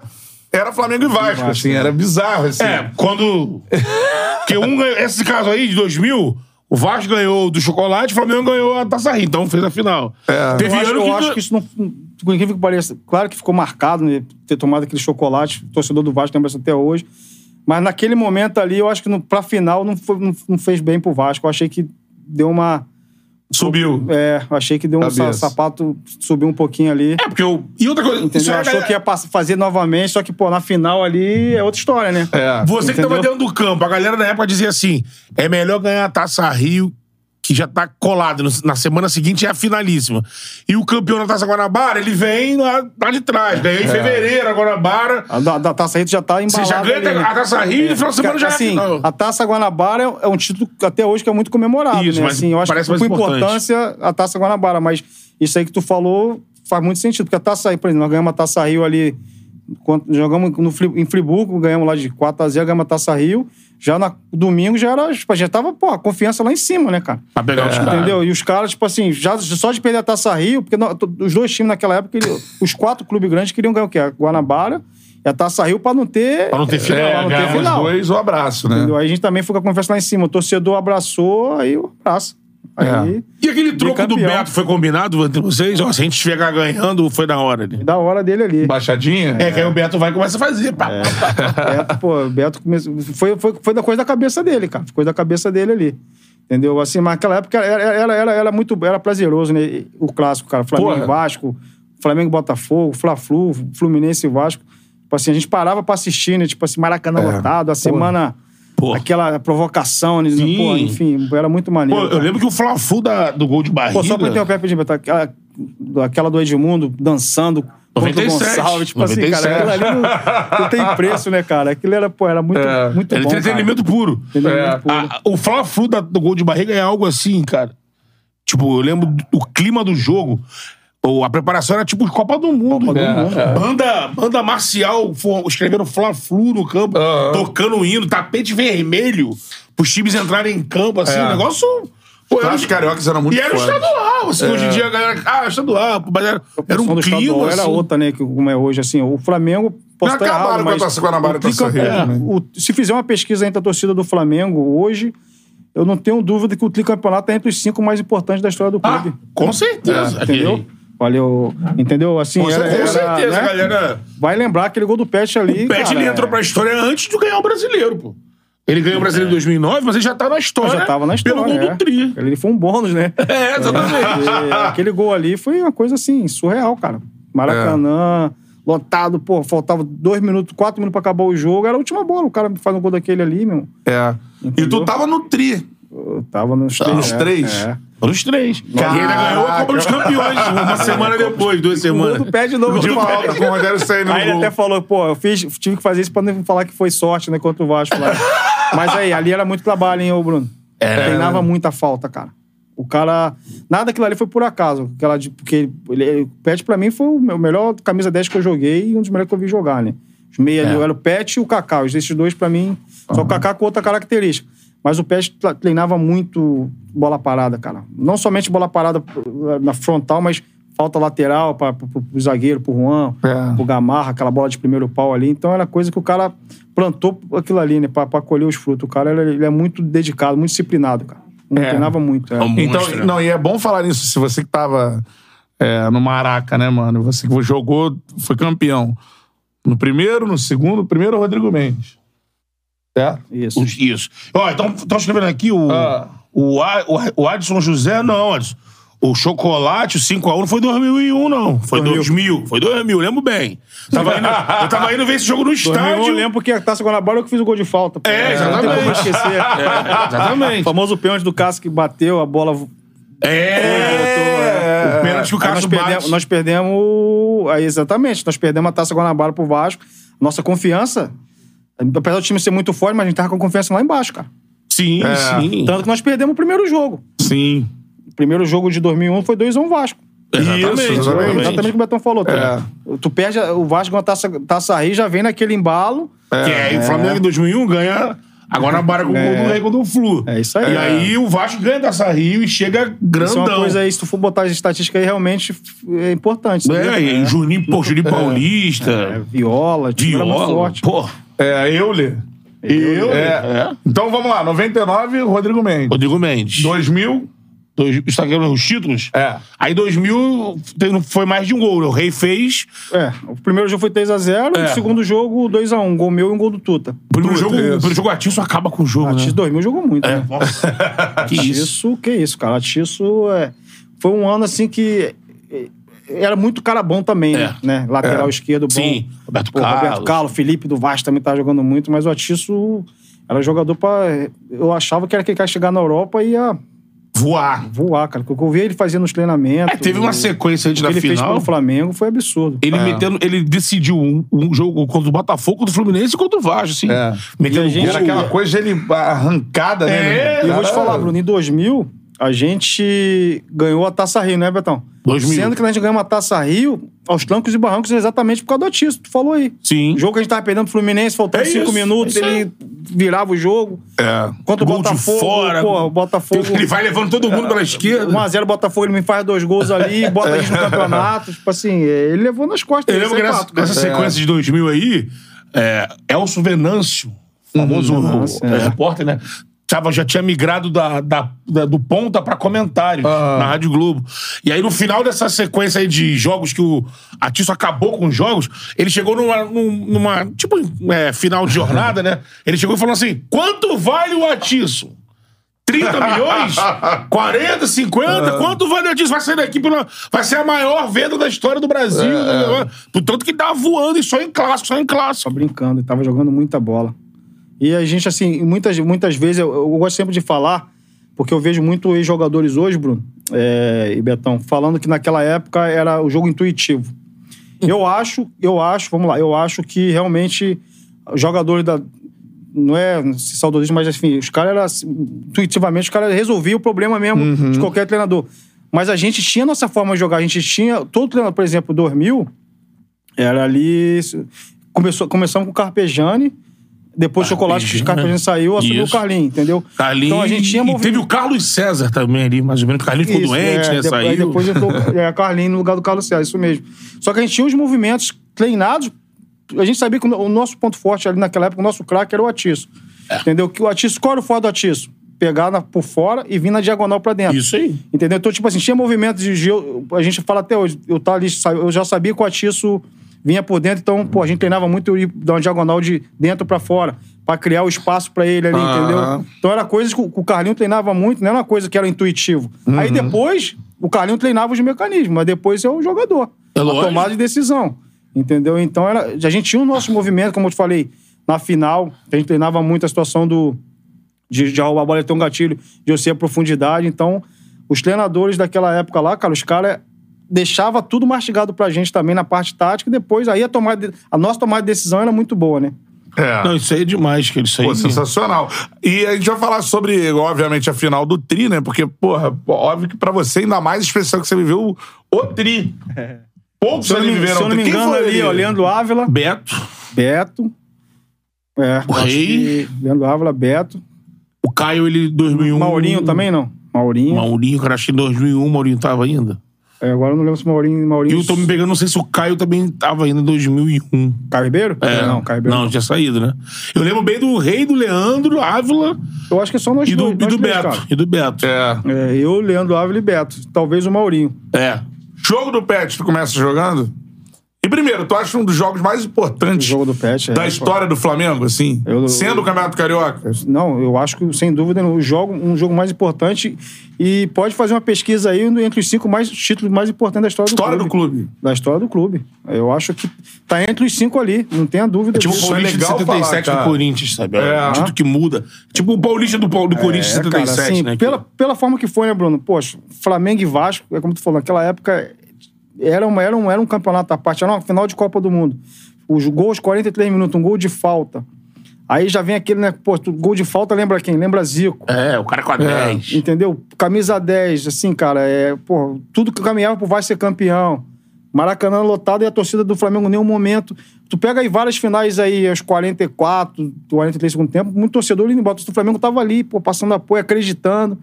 [SPEAKER 1] era Flamengo e Vasco,
[SPEAKER 3] Vasco,
[SPEAKER 1] assim,
[SPEAKER 3] né?
[SPEAKER 1] era bizarro, assim.
[SPEAKER 2] É, quando. Porque um ganhou. Esse caso aí de 2000, o Vasco ganhou do chocolate, o Flamengo ganhou a taça Rio, então fez a final.
[SPEAKER 1] É.
[SPEAKER 2] Teve
[SPEAKER 3] Eu acho,
[SPEAKER 2] ano
[SPEAKER 3] eu
[SPEAKER 2] que.
[SPEAKER 3] acho que isso não. Por incrível que pareça, claro que ficou marcado, né? Ter tomado aquele chocolate, o torcedor do Vasco lembra isso até hoje. Mas naquele momento ali, eu acho que no, pra final não, foi- não- não fez bem pro Vasco. Eu achei que deu uma.
[SPEAKER 1] Subiu.
[SPEAKER 3] É, eu achei que deu um sa-
[SPEAKER 1] Cabeça.
[SPEAKER 3] sapato, subiu um pouquinho ali.
[SPEAKER 2] É, porque eu. E outra coisa. isso
[SPEAKER 3] Entendeu?
[SPEAKER 2] é a
[SPEAKER 3] Achou
[SPEAKER 2] galera-
[SPEAKER 3] que ia pass- fazer novamente, só que, pô, na final ali é outra história, né?
[SPEAKER 1] É.
[SPEAKER 2] Você que tava
[SPEAKER 3] Entendeu?
[SPEAKER 2] dentro do campo, a galera na época dizia assim: é melhor ganhar a Taça Rio, que já tá colado. no- Na semana seguinte é a finalíssima. E o campeão da Taça Guanabara, ele vem lá, lá de trás. Ganhou em fevereiro a Guanabara.
[SPEAKER 3] A da, da Taça Rio tu já tá
[SPEAKER 2] Você
[SPEAKER 3] embalada
[SPEAKER 2] já ganha
[SPEAKER 3] ali, né?
[SPEAKER 2] a Taça Rio e no final de semana já é a
[SPEAKER 3] assim,
[SPEAKER 2] final.
[SPEAKER 3] a Taça Guanabara é- é um título que até hoje que é muito comemorado,
[SPEAKER 2] Isso,
[SPEAKER 3] né?
[SPEAKER 2] mas
[SPEAKER 3] Assim, eu acho
[SPEAKER 2] parece
[SPEAKER 3] que
[SPEAKER 2] mais
[SPEAKER 3] com
[SPEAKER 2] importante.
[SPEAKER 3] importância a Taça Guanabara, mas isso aí que tu falou faz muito sentido, porque a Taça Rio, por exemplo, nós ganhamos a Taça Rio ali, quando- jogamos no Fri- em Friburgo, ganhamos lá de 4 a 0 ganhamos a Taça Rio, já na domingo já era, tipo, já tava, pô, a confiança lá em cima, né, cara?
[SPEAKER 2] Pra pegar os
[SPEAKER 1] É.
[SPEAKER 2] caras.
[SPEAKER 3] Entendeu? E os caras, tipo assim, já, só de perder a Taça Rio, porque nó- to- os dois times naquela época, ele- os quatro clubes grandes queriam ganhar o quê? A Guanabara e a Taça Rio pra não ter.
[SPEAKER 2] Pra não ter final. né?
[SPEAKER 1] É,
[SPEAKER 3] não
[SPEAKER 1] ganhamos
[SPEAKER 3] tem final.
[SPEAKER 1] dois, o abraço, né?
[SPEAKER 2] É.
[SPEAKER 3] Entendeu? Aí a gente também foi com a conversa lá em cima. O torcedor abraçou, aí o abraço. Aí,
[SPEAKER 2] E aquele troco do
[SPEAKER 3] Bicampeão.
[SPEAKER 2] Beto foi combinado entre vocês? Ó, se a gente chegar ganhando, foi na hora ali.
[SPEAKER 3] da hora dele ali.
[SPEAKER 1] Baixadinha?
[SPEAKER 2] É, que aí o Beto vai e começa a fazer. pá, pá, pá.
[SPEAKER 3] Beto, pô, Beto começou, foi, foi, foi da coisa da cabeça dele, cara. Foi coisa da cabeça dele ali. Entendeu? Assim, mas naquela época era, era, era, era muito era prazeroso, né? E O clássico, cara. Flamengo
[SPEAKER 1] Porra.
[SPEAKER 3] e Vasco, Flamengo e Botafogo, Fla-Flu, Fluminense e Vasco. Tipo assim, a gente parava pra assistir, né? Tipo assim, Maracanã lotado, a semana.
[SPEAKER 2] É. Porra.
[SPEAKER 3] Aquela provocação, né?
[SPEAKER 2] Sim.
[SPEAKER 3] Pô, enfim, era muito
[SPEAKER 2] Pô,
[SPEAKER 3] maneiro.
[SPEAKER 2] eu
[SPEAKER 3] cara.
[SPEAKER 2] lembro que o Fla-Flu da- do gol de barriga...
[SPEAKER 3] Pô, só pra interromper rapidinho, Beto, aquela, aquela do Edmundo dançando contra o
[SPEAKER 2] 97.
[SPEAKER 3] Gonçalves, tipo assim,
[SPEAKER 2] 97.
[SPEAKER 3] cara, aquilo ali não, não tem preço, né, cara? Aquilo era, pô, era muito,
[SPEAKER 1] É.
[SPEAKER 3] muito
[SPEAKER 2] Era
[SPEAKER 3] bom, cara.
[SPEAKER 2] entretenimento puro.
[SPEAKER 3] Entretenimento
[SPEAKER 1] É.
[SPEAKER 3] puro.
[SPEAKER 2] A- a- o Fla-Flu da- do gol de barriga é algo assim, cara. Tipo, eu lembro do- do clima do jogo. Ou a preparação era tipo Copa do Mundo.
[SPEAKER 3] do
[SPEAKER 2] É,
[SPEAKER 3] Mundo.
[SPEAKER 2] é. Banda, banda marcial for- escrevendo Fla-Flu no campo,
[SPEAKER 1] Aham.
[SPEAKER 2] tocando o hino, tapete vermelho pros times entrarem em campo, assim,
[SPEAKER 1] É.
[SPEAKER 2] o negócio... Pô,
[SPEAKER 1] Os
[SPEAKER 2] era- um
[SPEAKER 1] clássicos cariocas eram muito
[SPEAKER 2] E era o
[SPEAKER 1] fortes.
[SPEAKER 2] estadual, assim, hoje em dia a galera... Ah, estadual, mas era, era
[SPEAKER 3] A
[SPEAKER 2] um
[SPEAKER 3] opção do estadual
[SPEAKER 2] clima,
[SPEAKER 3] era
[SPEAKER 2] assim.
[SPEAKER 3] outra, né, que como é hoje, assim, o Flamengo... Posso
[SPEAKER 1] Não
[SPEAKER 3] tá errado,
[SPEAKER 1] acabaram com a
[SPEAKER 3] mas
[SPEAKER 1] Taça Guanabara
[SPEAKER 3] o
[SPEAKER 1] e Taça
[SPEAKER 3] trica-
[SPEAKER 1] Rio,
[SPEAKER 3] é, o- Se fizer uma pesquisa entre a torcida do Flamengo hoje, eu não tenho dúvida que o tricampeonato é entre os cinco mais importantes da história do
[SPEAKER 2] Ah,
[SPEAKER 3] clube.
[SPEAKER 2] com certeza.
[SPEAKER 3] entendeu? Valeu. Entendeu? Assim,
[SPEAKER 2] Com,
[SPEAKER 3] Ah, era,
[SPEAKER 2] cer- com
[SPEAKER 3] era,
[SPEAKER 2] certeza,
[SPEAKER 3] né?
[SPEAKER 2] galera.
[SPEAKER 3] Vai lembrar aquele gol do Pet ali.
[SPEAKER 2] O Pet
[SPEAKER 3] cara,
[SPEAKER 2] ele
[SPEAKER 3] é-
[SPEAKER 2] entrou pra história antes de ganhar o brasileiro, pô. Ele ganhou o brasileiro em 2009, mas ele já tá na história.
[SPEAKER 3] já tava na história.
[SPEAKER 2] Pelo gol
[SPEAKER 3] é.
[SPEAKER 2] do Tri.
[SPEAKER 3] Ele foi um bônus, né?
[SPEAKER 2] É, exatamente.
[SPEAKER 3] Porque aquele gol ali foi uma coisa assim, surreal, cara.
[SPEAKER 2] É.
[SPEAKER 3] Maracanã, lotado, pô, faltava dois minutos, quatro minutos pra acabar o jogo, era a última bola. O cara faz um gol daquele ali, meu.
[SPEAKER 1] É. E tu
[SPEAKER 3] Entendeu?
[SPEAKER 1] tava no tri.
[SPEAKER 3] Eu tava nos três.
[SPEAKER 1] nos
[SPEAKER 3] é,
[SPEAKER 1] três?
[SPEAKER 3] é.
[SPEAKER 2] Foram os três. E ainda ganhou a Copa dos Campeões uma semana depois, duas semanas.
[SPEAKER 3] Mundo pede novo de
[SPEAKER 1] De
[SPEAKER 3] volta.
[SPEAKER 1] falta com o Rogério saindo
[SPEAKER 3] Aí
[SPEAKER 1] no
[SPEAKER 3] ele
[SPEAKER 1] gol.
[SPEAKER 3] até falou, pô, eu fiz, tive que fazer isso pra não falar que foi sorte, né, contra o Vasco lá. Mas aí, ali era muito trabalho, hein, ô Bruno.
[SPEAKER 1] É.
[SPEAKER 2] Era.
[SPEAKER 3] Treinava muita falta, cara. O cara. Nada aquilo ali foi por acaso. Aquela de, porque ele, ele- o Pet, pra mim, foi o meu- melhor camisa 10 que eu joguei e um dos melhores que eu vi jogar, né? Os meia
[SPEAKER 1] É.
[SPEAKER 3] ali, era o Pet e o Kaká. Os desses dois, pra mim, só o Kaká com outra característica. Mas o Pet tra- treinava muito bola parada, cara. Não somente bola parada eh, na frontal, mas falta lateral pra, pro, pro- pro zagueiro, pro Juan,
[SPEAKER 1] É.
[SPEAKER 3] pro Gamarra, aquela bola de primeiro pau ali. Então era coisa que o cara plantou aquilo ali, né? Pra, pra colher os frutos. O cara ele, ele é muito dedicado, muito disciplinado, cara. Não
[SPEAKER 1] É.
[SPEAKER 3] treinava muito. É.
[SPEAKER 2] É um
[SPEAKER 1] Então,
[SPEAKER 2] monstro, né?
[SPEAKER 1] não, e é bom falar nisso. Se você que tava é, no Maraca, né, mano? Você que jogou, foi campeão. No primeiro, no segundo, primeiro é o Rodrigo Mendes. É? Certo?
[SPEAKER 3] Isso.
[SPEAKER 2] Os- Isso. Ó, então, estão escrevendo aqui o,
[SPEAKER 1] Ah.
[SPEAKER 2] o, A- o, o Adson José, não, Adson. O chocolate, o 5x1, não foi 2001, não. Foi 2000. Foi 2000, lembro bem. Tava indo- eu tava indo ver esse jogo no estádio.
[SPEAKER 3] Eu lembro que a Taça Guanabara eu que fiz o gol de falta. pô.
[SPEAKER 2] É,
[SPEAKER 3] Não tem como
[SPEAKER 2] exatamente. É,
[SPEAKER 3] esquecer. O
[SPEAKER 2] exatamente.
[SPEAKER 3] famoso pênalti do Cássio que bateu, a bola...
[SPEAKER 2] É, o pênalti que o
[SPEAKER 3] Aí nós,
[SPEAKER 2] Cássio
[SPEAKER 3] perdemos,
[SPEAKER 2] bate.
[SPEAKER 3] nós perdemos... Aí, exatamente. Nós perdemos a Taça Guanabara pro Vasco. Nossa confiança... Apesar do time ser muito forte, mas a gente tava com a confiança lá embaixo, cara.
[SPEAKER 2] Sim,
[SPEAKER 1] É.
[SPEAKER 2] sim.
[SPEAKER 3] Tanto que nós perdemos o primeiro jogo.
[SPEAKER 1] Sim.
[SPEAKER 3] O primeiro jogo de 2001 foi 2x1 Vasco.
[SPEAKER 2] Exatamente,
[SPEAKER 1] Isso,
[SPEAKER 3] Exatamente.
[SPEAKER 2] É exatamente. É.
[SPEAKER 3] o que o Betão falou. Tá? Tu perde a- o Vasco com a taça, taça Rio, já vem naquele embalo.
[SPEAKER 2] Que aí o Flamengo em 2001 ganha. Agora na barra com o gol do Rei contra o Flu.
[SPEAKER 3] É isso aí.
[SPEAKER 2] E aí o Vasco ganha dessa Rio e chega
[SPEAKER 3] Isso é
[SPEAKER 2] grandão.
[SPEAKER 3] uma coisa aí, se tu for botar as estatísticas aí, realmente é importante. sabia?
[SPEAKER 2] É, e o Juninho, pô, Juninho Paulista,
[SPEAKER 3] É, Viola, time né? era muito
[SPEAKER 2] Viola,
[SPEAKER 3] forte.
[SPEAKER 2] pô.
[SPEAKER 1] É, Euler.
[SPEAKER 2] Eu,
[SPEAKER 1] É.
[SPEAKER 2] é.
[SPEAKER 1] Então vamos lá, 99, Rodrigo Mendes.
[SPEAKER 2] Rodrigo Mendes.
[SPEAKER 1] 2000,
[SPEAKER 2] Dois, está quebrando os títulos?
[SPEAKER 1] É.
[SPEAKER 2] Aí 2000 tem- foi mais de um gol. né? O Rei fez.
[SPEAKER 3] É, o primeiro jogo foi 3x0,
[SPEAKER 2] É.
[SPEAKER 3] o segundo jogo 2x1, um gol meu e um gol do Tuta.
[SPEAKER 2] O primeiro
[SPEAKER 1] Tudo,
[SPEAKER 2] jogo,
[SPEAKER 1] isso.
[SPEAKER 3] um.
[SPEAKER 2] o primeiro jogo Atilson acaba com o jogo,
[SPEAKER 3] A
[SPEAKER 2] né?
[SPEAKER 3] Tis 2000 jogou muito,
[SPEAKER 2] É,
[SPEAKER 3] né?
[SPEAKER 2] nossa. que isso.
[SPEAKER 3] Atiço, que isso, cara. Atiço é... foi um ano assim que é, era muito cara bom também, né?
[SPEAKER 2] É.
[SPEAKER 3] né? Lateral esquerdo bom.
[SPEAKER 2] Sim, Roberto
[SPEAKER 3] Pô,
[SPEAKER 2] Carlos.
[SPEAKER 3] Tipo, Roberto Carlos, Felipe do Vasco também tá jogando muito, mas o Atiço era jogador pra. Eu achava que era aquele cara que chegar na Europa e ia
[SPEAKER 2] Voar.
[SPEAKER 3] voar, cara. O que eu via ele fazendo nos treinamentos.
[SPEAKER 2] É, teve uma
[SPEAKER 3] o-
[SPEAKER 2] sequência antes
[SPEAKER 3] O que
[SPEAKER 2] da
[SPEAKER 3] ele fez
[SPEAKER 2] final.
[SPEAKER 3] pelo Flamengo foi absurdo.
[SPEAKER 2] Ele metendo, ele decidiu um, um jogo contra o Botafogo, do Fluminense e contra o Vasco, assim.
[SPEAKER 1] É.
[SPEAKER 2] Metendo
[SPEAKER 3] E a gente-
[SPEAKER 2] gol.
[SPEAKER 1] era aquela coisa ele arrancada, né?
[SPEAKER 2] É,
[SPEAKER 1] meu irmão?
[SPEAKER 3] E eu vou te
[SPEAKER 1] Cara,
[SPEAKER 3] falar, Bruno, em 2000, a gente ganhou a Taça Rio, né, Betão?
[SPEAKER 2] 2000.
[SPEAKER 3] Sendo que a gente ganhou uma Taça Rio aos trancos e barrancos exatamente por causa do Atiço, tu falou aí.
[SPEAKER 2] Sim.
[SPEAKER 3] O jogo que a gente tava perdendo pro Fluminense, faltando
[SPEAKER 2] É
[SPEAKER 3] cinco
[SPEAKER 2] isso,
[SPEAKER 3] minutos,
[SPEAKER 2] é isso
[SPEAKER 3] ele virava o jogo.
[SPEAKER 2] É.
[SPEAKER 3] Contra o
[SPEAKER 2] Gol de
[SPEAKER 3] Botafogo,
[SPEAKER 2] fora.
[SPEAKER 3] pô, o Botafogo-
[SPEAKER 2] Ele vai levando todo mundo pela esquerda.
[SPEAKER 3] 1x0 Botafogo, ele me faz dois gols ali, bota a gente no campeonato. Tipo assim, é, ele levou nas costas.
[SPEAKER 2] Eu
[SPEAKER 3] isso
[SPEAKER 2] lembro
[SPEAKER 3] é
[SPEAKER 2] que nessa,
[SPEAKER 3] fato, cara.
[SPEAKER 2] nessa sequência de 2000 aí, é, Elcio Venâncio, famoso
[SPEAKER 3] Venâncio,
[SPEAKER 2] é,
[SPEAKER 3] é.
[SPEAKER 2] repórter, né? Tava, já tinha migrado da, da- da- do ponta pra comentário
[SPEAKER 1] Ah.
[SPEAKER 2] na Rádio Globo. E aí, no final dessa sequência aí de jogos que o Atiço acabou com os jogos, ele chegou numa, num- numa, tipo, é, final de jornada, né? Ele chegou e falou assim, quanto vale o Atiço? 30 milhões? 40, 50? Quanto vale o Atiço? Vai sair daqui pela... Vai ser a maior venda da história do Brasil. né? Por tanto que tava voando e só em clássico, só em
[SPEAKER 3] Tava
[SPEAKER 2] clássico.
[SPEAKER 3] brincando, ele tava jogando muita bola. E a gente, assim, muitas, muitas vezes, eu, eu gosto sempre de falar, porque eu vejo muito ex-jogadores hoje, Bruno é, e Betão, falando que naquela época era o jogo intuitivo. Eu acho, eu acho, vamos lá, eu acho que realmente os jogadores da. Não é saudosismo, mas enfim, os caras eram. assim, Intuitivamente, os caras resolviam o problema mesmo
[SPEAKER 2] Uhum.
[SPEAKER 3] de qualquer treinador. Mas a gente tinha nossa forma de jogar, a gente tinha. Todo treinador, por exemplo, dormiu, era ali. Começou, começamos com o Carpejani, depois o Chocolate,
[SPEAKER 2] Carpejani,
[SPEAKER 3] o Carpejani saiu, assumiu
[SPEAKER 2] né? Isso.
[SPEAKER 3] o Carlinho, entendeu?
[SPEAKER 2] Carlinhos,
[SPEAKER 3] Então a gente tinha
[SPEAKER 2] Tá e
[SPEAKER 3] movimento.
[SPEAKER 2] teve o Carlos César também ali, mais ou menos. O Carlinhos ficou
[SPEAKER 3] Isso,
[SPEAKER 2] doente,
[SPEAKER 3] é,
[SPEAKER 2] né?
[SPEAKER 3] depois-
[SPEAKER 2] Saiu.
[SPEAKER 3] aí Depois entrou é, Carlinho no lugar do Carlos César, isso mesmo. Só que a gente tinha os movimentos treinados. A gente sabia que o no- o nosso ponto forte ali naquela época, o nosso craque era o Atiço. Entendeu? Que o Atiço, qual era o foda do Atiço? Pegar na- por fora e vir na diagonal pra dentro.
[SPEAKER 2] Isso aí.
[SPEAKER 3] Entendeu? Então, tipo assim, tinha movimento de. geo- A gente fala até hoje, eu, tava ali, sa- eu já sabia que o Atiço vinha por dentro, então, pô, a gente treinava muito ir dar uma diagonal de dentro pra fora, pra criar o espaço pra ele ali,
[SPEAKER 1] Aham.
[SPEAKER 3] entendeu? Então, era coisa que o- o Carlinho treinava muito, não era uma coisa que era intuitivo.
[SPEAKER 2] Uhum.
[SPEAKER 3] Aí depois, o Carlinho treinava os mecanismos, mas depois é o jogador.
[SPEAKER 2] É
[SPEAKER 3] a
[SPEAKER 2] lógico.
[SPEAKER 3] tomada de decisão. Entendeu? Então, era, a gente tinha o nosso movimento, como eu te falei, na final, a gente treinava muito a situação do de, de roubar a bola e ter um gatilho, de eu ser a profundidade. Então, Os treinadores daquela época lá, cara, os caras deixava tudo mastigado pra gente também na parte tática e depois aí a tomada de- a nossa tomada de decisão era muito boa, né?
[SPEAKER 1] É.
[SPEAKER 2] Não, isso aí é demais, que isso aí.
[SPEAKER 1] Pô, sensacional. E a gente vai falar sobre, obviamente, a final do Tri, né? Porque, porra, óbvio que pra você, ainda mais a expressão que você viveu, o Tri. Poucos
[SPEAKER 3] É. Se eu não
[SPEAKER 1] ali
[SPEAKER 3] me,
[SPEAKER 1] viveram
[SPEAKER 3] se eu não
[SPEAKER 1] o
[SPEAKER 3] me
[SPEAKER 1] Tri.
[SPEAKER 3] engano ali, ó, Leandro Ávila,
[SPEAKER 2] Beto,
[SPEAKER 3] Beto. É,
[SPEAKER 2] O
[SPEAKER 3] acho
[SPEAKER 2] Rei.
[SPEAKER 3] que Leandro Ávila, Beto.
[SPEAKER 2] o Caio, ele em 2001.
[SPEAKER 3] Maurinho também não. Maurinho.
[SPEAKER 2] Maurinho, cara, acho que em 2001 o um, Maurinho tava ainda.
[SPEAKER 3] É, agora eu não lembro se Maurinho.
[SPEAKER 2] E
[SPEAKER 3] Maurinho
[SPEAKER 2] eu tô me pegando, não sei se o Caio também tava ainda em 2001.
[SPEAKER 3] Caio Ribeiro?
[SPEAKER 2] É,
[SPEAKER 3] Não, Caio Ribeiro.
[SPEAKER 2] Não, tinha saído, né? Eu lembro bem do Rei, do Leandro, Ávila
[SPEAKER 3] Eu acho que é só nós
[SPEAKER 2] e do,
[SPEAKER 3] dois.
[SPEAKER 2] e
[SPEAKER 3] nós
[SPEAKER 2] do
[SPEAKER 3] três,
[SPEAKER 2] Beto.
[SPEAKER 3] cara.
[SPEAKER 2] E do Beto.
[SPEAKER 1] É.
[SPEAKER 3] É, eu, Leandro Ávila e Beto. Talvez o Maurinho.
[SPEAKER 2] É.
[SPEAKER 1] Jogo do Pet, tu começa jogando? E primeiro, tu acha um dos jogos mais
[SPEAKER 3] O
[SPEAKER 1] importantes
[SPEAKER 3] jogo do Pet. é,
[SPEAKER 1] da
[SPEAKER 3] pô.
[SPEAKER 1] história do Flamengo, assim?
[SPEAKER 3] Eu-
[SPEAKER 1] sendo o Campeonato Carioca?
[SPEAKER 3] Não, eu acho que, sem dúvida, o jogo, um jogo mais importante. E pode fazer uma pesquisa aí entre os cinco mais, títulos mais importantes da história do
[SPEAKER 1] História do
[SPEAKER 3] clube.
[SPEAKER 1] clube.
[SPEAKER 3] Da história do clube. Eu acho que tá entre os cinco ali, não tenha dúvida
[SPEAKER 2] Tipo o
[SPEAKER 3] disso.
[SPEAKER 1] é
[SPEAKER 2] Paulista
[SPEAKER 1] legal
[SPEAKER 2] de 77
[SPEAKER 1] falar, cara.
[SPEAKER 2] do Corinthians, sabe?
[SPEAKER 1] É.
[SPEAKER 2] É. O título que muda. Tipo o Paulista do, Paul- do Corinthians de
[SPEAKER 3] É,
[SPEAKER 2] 77,
[SPEAKER 3] cara, assim,
[SPEAKER 2] né? que-
[SPEAKER 3] Pela, pela forma que foi, né, Bruno? Poxa, Flamengo e Vasco, é como tu falou, naquela época era, uma, era, um, era um campeonato à parte, era uma final de Copa do Mundo. Os gols, 43 minutos, um gol de falta. Aí já vem aquele, né? Pô, tu- gol de falta lembra quem? Lembra Zico.
[SPEAKER 2] É, o cara com a 10.
[SPEAKER 3] Entendeu? Camisa 10, assim, cara, é, pô, tudo que caminhava pro Vasco ser campeão. Maracanã lotado e a torcida do Flamengo em nenhum momento. Tu pega aí várias finais aí, aos 44, 43 segundo tempo, muito torcedor indo embora. O Flamengo tava ali, pô, passando apoio, acreditando.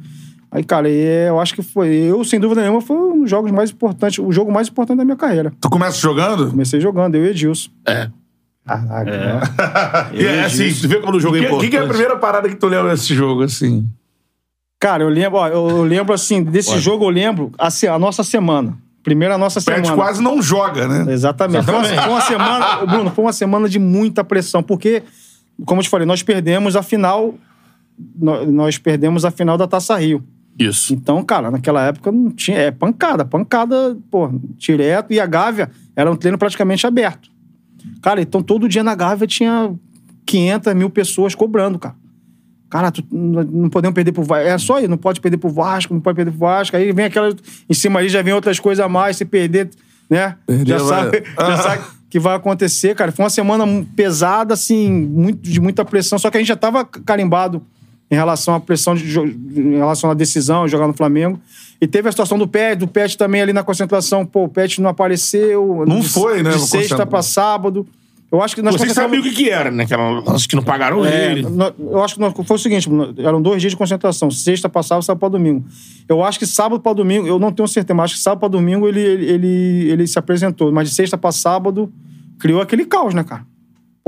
[SPEAKER 3] Aí, cara, é, eu acho que foi. Eu, sem dúvida nenhuma, foi um dos jogos mais importantes, o jogo mais importante da minha carreira.
[SPEAKER 1] Tu começa jogando?
[SPEAKER 3] Comecei jogando, eu e Edilson.
[SPEAKER 2] É.
[SPEAKER 3] Caraca, né?
[SPEAKER 2] E é assim, tu vê quando o
[SPEAKER 1] O
[SPEAKER 2] jogo é
[SPEAKER 1] que,
[SPEAKER 2] importante.
[SPEAKER 1] que que é a primeira parada que tu lembra desse jogo, assim?
[SPEAKER 3] Cara, eu lembro, ó, eu eu lembro assim, desse jogo eu lembro a, se- a nossa semana. Primeiro a nossa
[SPEAKER 1] O Pet
[SPEAKER 3] semana.
[SPEAKER 1] quase não joga, né?
[SPEAKER 3] Exatamente. Foi uma, foi uma semana, ô, Bruno, foi uma semana de muita pressão, porque, como eu te falei, nós perdemos a final. nó- Nós perdemos a final da Taça Rio.
[SPEAKER 2] Isso.
[SPEAKER 3] Então, cara, naquela época não tinha. É pancada, pancada, pô, direto. E a Gávea era um treino praticamente aberto. Cara, então todo dia na Gávea tinha 500 mil pessoas cobrando, cara. Cara, tu- n- não podemos perder pro Vasco. É só aí, não pode perder pro Vasco, não pode perder pro Vasco. Aí vem aquela. Em cima ali já vem outras coisas a mais, se perder, né?
[SPEAKER 1] Perdeu,
[SPEAKER 3] já
[SPEAKER 1] vai. Ah.
[SPEAKER 3] sabe, já sabe que vai acontecer, cara. Foi uma semana mu- pesada, assim, muito, de muita pressão. Só que a gente já tava carimbado em relação à pressão, de, jo- em relação à decisão, de jogar no Flamengo. E teve a situação do Pet, do Pet também ali na concentração. Pô, o Pet não apareceu.
[SPEAKER 1] Não
[SPEAKER 3] de-
[SPEAKER 1] foi, né,
[SPEAKER 3] De
[SPEAKER 1] na
[SPEAKER 3] sexta
[SPEAKER 1] concentração.
[SPEAKER 3] pra sábado. Eu acho que nós
[SPEAKER 2] Vocês sabiam o que que era, né? Aquela lance que não pagaram
[SPEAKER 3] é,
[SPEAKER 2] ele.
[SPEAKER 3] nó- eu acho que nó- foi o seguinte, Bruno, eram dois dias de concentração, sexta pra sábado, sábado pra domingo. Eu acho que sábado pra domingo, eu não tenho certeza, mas acho que sábado pra domingo ele, ele, ele, ele se apresentou, mas de sexta pra sábado criou aquele caos, né, cara?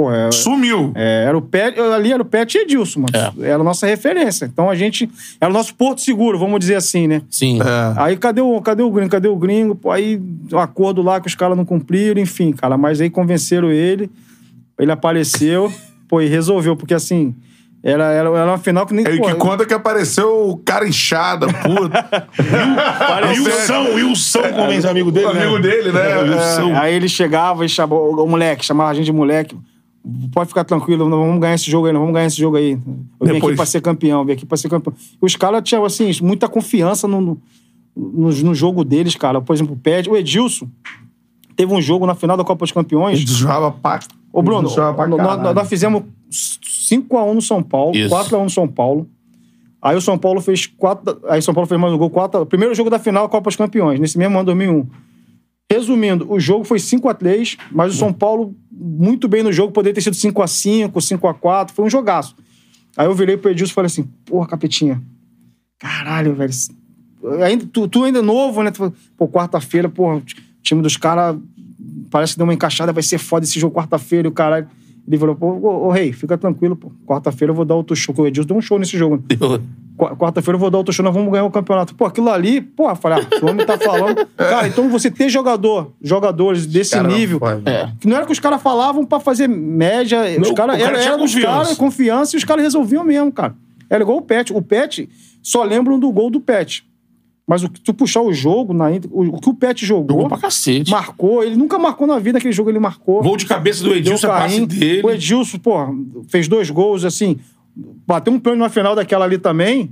[SPEAKER 3] Pô, é,
[SPEAKER 1] Sumiu.
[SPEAKER 3] é, era o Pet, ali era o Pet e Edilson, mano. Era a nossa referência. Então a gente, era o nosso porto seguro, vamos dizer assim, né?
[SPEAKER 2] Sim.
[SPEAKER 1] É.
[SPEAKER 3] Aí cadê o, cadê o gringo? Cadê o gringo? Pô, aí o acordo lá que os caras não cumpriram, enfim, cara. Mas aí convenceram ele, ele apareceu, pô, e resolveu, porque assim, era, era, era uma final que nem.
[SPEAKER 1] É, e o
[SPEAKER 3] pô,
[SPEAKER 1] que conta é que apareceu o cara inchada, puto.
[SPEAKER 2] Wilson, Wilson, como é amigo dele,
[SPEAKER 1] O
[SPEAKER 2] né?
[SPEAKER 1] amigo dele, né?
[SPEAKER 2] É, Wilson.
[SPEAKER 3] aí ele chegava e chamou o, o moleque, chamava a gente de moleque. Pode ficar tranquilo, nós vamos ganhar esse jogo aí, nós vamos ganhar esse jogo aí. Eu vim
[SPEAKER 1] Depois-
[SPEAKER 3] aqui pra ser campeão, vim aqui pra ser campeão. E os caras tinham, assim, muita confiança no, no, no- no jogo deles, cara. Por exemplo, o Pet, o Edilson, teve um jogo na final da Copa dos Campeões.
[SPEAKER 1] Ele jogava pra...
[SPEAKER 3] Ô, Bruno,
[SPEAKER 1] ele jogava é pra
[SPEAKER 3] nó- nó-
[SPEAKER 1] caralho.
[SPEAKER 3] nós, fizemos 5x1 no São Paulo,
[SPEAKER 2] Isso.
[SPEAKER 3] 4x1 no São Paulo. Aí o São Paulo fez quatro. Aí o São Paulo fez mais um gol, 4 Primeiro jogo da final, Copa dos Campeões, nesse mesmo ano, 2001. Resumindo, o jogo foi 5x3, mas o São Paulo, muito bem no jogo, poderia ter sido 5x5, 5x4, foi um jogaço. Aí eu virei pro Edilson e falei assim: porra, capetinha, caralho, velho. esse- Ainda, tu, tu ainda é novo, né? Tu fala, Pô, quarta-feira, porra, o ti- time dos caras parece que deu uma encaixada, vai ser foda esse jogo quarta-feira e o caralho. Ele falou, pô, ô, ô, rei, fica tranquilo, pô. Quarta-feira eu vou dar outro show, que o Edilson deu um show nesse jogo. né? Qua- Quarta-feira eu vou dar outro show, nós vamos ganhar o campeonato. Pô, aquilo ali, porra, falei, ah, o homem tá falando. Cara, então você ter jogador, jogadores desse
[SPEAKER 1] Cara, não
[SPEAKER 3] nível,
[SPEAKER 1] pode.
[SPEAKER 2] É.
[SPEAKER 3] que não era que os caras falavam pra fazer média. Os
[SPEAKER 2] Não, o
[SPEAKER 3] caras
[SPEAKER 2] cara
[SPEAKER 3] era,
[SPEAKER 2] tinha
[SPEAKER 3] era dos
[SPEAKER 2] confiança.
[SPEAKER 3] caras, confiança, e os caras resolviam mesmo, cara. Era igual o Pet. O Pet, só lembram do gol do Pet. Mas o que tu puxar o jogo, na, íntegra- o, o que o Pet jogou,
[SPEAKER 2] Jogou pra cacete.
[SPEAKER 3] marcou, ele nunca marcou na vida aquele jogo, ele marcou.
[SPEAKER 2] Gol de cabeça do
[SPEAKER 3] deu
[SPEAKER 2] Edilson, é passe
[SPEAKER 3] carrinho.
[SPEAKER 2] dele.
[SPEAKER 3] O Edilson, pô, fez dois gols, assim, bateu um pênalti na final daquela ali também.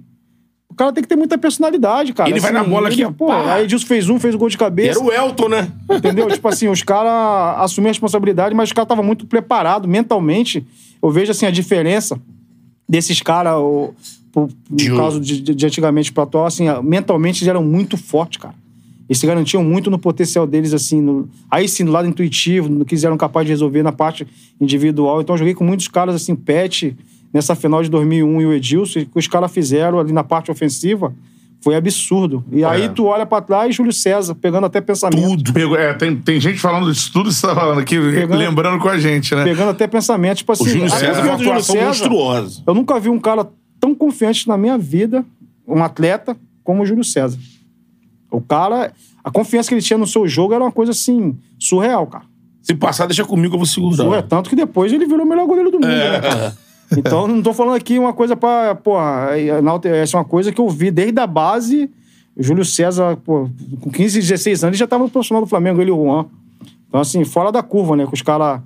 [SPEAKER 3] O cara tem que ter muita personalidade, cara. Assim,
[SPEAKER 2] Ele vai na bola aqui, ó,
[SPEAKER 3] Pô,
[SPEAKER 2] pá.
[SPEAKER 3] aí Edilson fez um, fez o gol de
[SPEAKER 2] E Era
[SPEAKER 3] cabeça.
[SPEAKER 2] o Elton, né?
[SPEAKER 3] Entendeu? tipo assim, os caras assumiram a responsabilidade, mas os caras estavam muito preparados mentalmente. Eu vejo assim a diferença desses caras, o- pro-
[SPEAKER 2] De
[SPEAKER 3] no
[SPEAKER 2] hoje.
[SPEAKER 3] caso de, de- de antigamente pro atual, assim, a- mentalmente eles eram muito fortes, cara. Eles se garantiam muito no potencial deles, assim, no- aí sim, no lado intuitivo, no que eles eram capazes de resolver na parte individual. Então eu joguei com muitos caras, assim, Pet, nessa final de 2001 e o Edilson, e o que os caras fizeram ali na parte ofensiva foi absurdo. E aí tu olha pra trás, Júlio César, pegando até pensamento.
[SPEAKER 1] Tudo. Pegou- é, tem, tem gente falando disso tudo que você tá falando aqui,
[SPEAKER 3] Pegando-
[SPEAKER 1] lembrando com a gente, né?
[SPEAKER 3] pegando até pensamento, tipo assim,
[SPEAKER 2] O Júlio
[SPEAKER 3] até
[SPEAKER 2] César
[SPEAKER 3] porque
[SPEAKER 2] foi uma
[SPEAKER 3] o Júlio
[SPEAKER 2] atuação
[SPEAKER 3] César,
[SPEAKER 2] monstruosa.
[SPEAKER 3] Eu nunca vi um cara tão confiante na minha vida, um atleta, como o Júlio César. O cara, a confiança que ele tinha no seu jogo era uma coisa assim, surreal, cara.
[SPEAKER 2] Se passar, deixa comigo, eu vou
[SPEAKER 3] Surreal.
[SPEAKER 2] segurar.
[SPEAKER 3] é Tanto que depois ele virou o melhor goleiro do mundo, né, cara? Então, não tô falando aqui uma coisa pra. Porra, enaltecer, essa é uma coisa que eu vi desde a base. O Júlio César, pô, com 15, 16 anos, ele já tava no profissional do Flamengo, ele e o Juan. Então, assim, fora da curva, né? Que os caras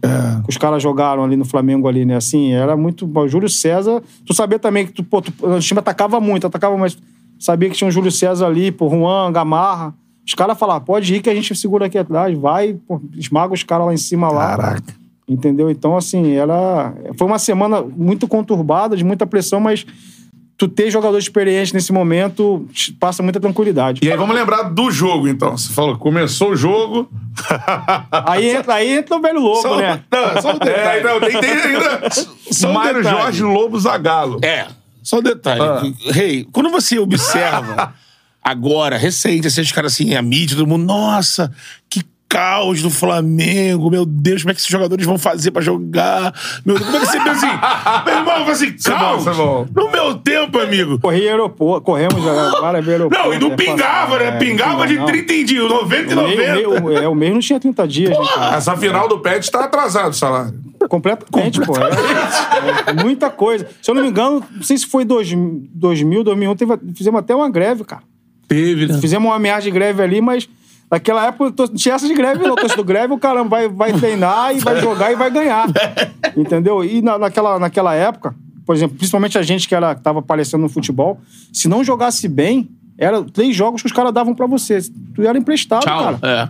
[SPEAKER 3] os caras jogaram ali no Flamengo ali, né? Assim, era muito. bom. O Júlio César. Tu sabia também que tu, pô, tu, o time atacava muito, atacava, mas sabia que tinha um Júlio César ali, pô, Juan, Gamarra. Os caras falavam, pode ir que a gente segura aqui atrás, vai, pô, esmaga os caras lá em cima lá.
[SPEAKER 1] Caraca.
[SPEAKER 3] Entendeu? Então, assim, ela. Foi uma semana muito conturbada, de muita pressão, mas tu ter jogador experiente nesse momento te passa muita tranquilidade.
[SPEAKER 1] E aí vamos lembrar do jogo, então. Você falou, começou o jogo.
[SPEAKER 3] Aí entra, aí entra o velho lobo,
[SPEAKER 2] Só-
[SPEAKER 3] né?
[SPEAKER 2] não, só um detalhe.
[SPEAKER 1] É, não, tem, tem ainda.
[SPEAKER 2] Só um
[SPEAKER 1] Mário
[SPEAKER 2] detalhe.
[SPEAKER 1] Jorge Lobo Zagalo.
[SPEAKER 2] É, só um detalhe.
[SPEAKER 1] Ah.
[SPEAKER 2] Rei, quando você observa agora, recente, assim, os caras assim, a mídia, todo mundo, nossa, que caos do Flamengo, meu Deus, como é que esses jogadores vão fazer pra jogar? Meu Deus, como é que você pensa assim? Meu irmão, fala assim,
[SPEAKER 1] é bom,
[SPEAKER 2] caos?
[SPEAKER 1] isso é bom.
[SPEAKER 2] No meu tempo, amigo.
[SPEAKER 3] Corri aeroporto, corremos já, várias vezes aeroporto.
[SPEAKER 2] Não, e não
[SPEAKER 3] né?
[SPEAKER 2] pingava,
[SPEAKER 3] Passava,
[SPEAKER 2] né?
[SPEAKER 3] é,
[SPEAKER 2] Pingava de
[SPEAKER 3] não.
[SPEAKER 2] 30 em dia, 90 e
[SPEAKER 3] O mês, o
[SPEAKER 2] 90.
[SPEAKER 3] mês- é, o mês não tinha 30 dias, né, cara?
[SPEAKER 1] Essa final do Pet tá atrasado o salário.
[SPEAKER 3] Completamente, pô. É, é muita coisa. Se eu não me engano, não sei se foi 2000, 2001, teve, fizemos até uma greve, cara.
[SPEAKER 2] Teve, né?
[SPEAKER 3] Fizemos uma ameaça de greve ali, mas naquela época tô- tinha essa de greve, não, torcida do greve, o caramba vai, vai treinar e vai jogar e vai ganhar. Entendeu? E na- naquela, naquela época, por exemplo, principalmente a gente que era, que tava aparecendo no futebol, se não jogasse bem, eram três jogos que os caras davam pra você. Tu era emprestado, cara.
[SPEAKER 2] Tchau. É.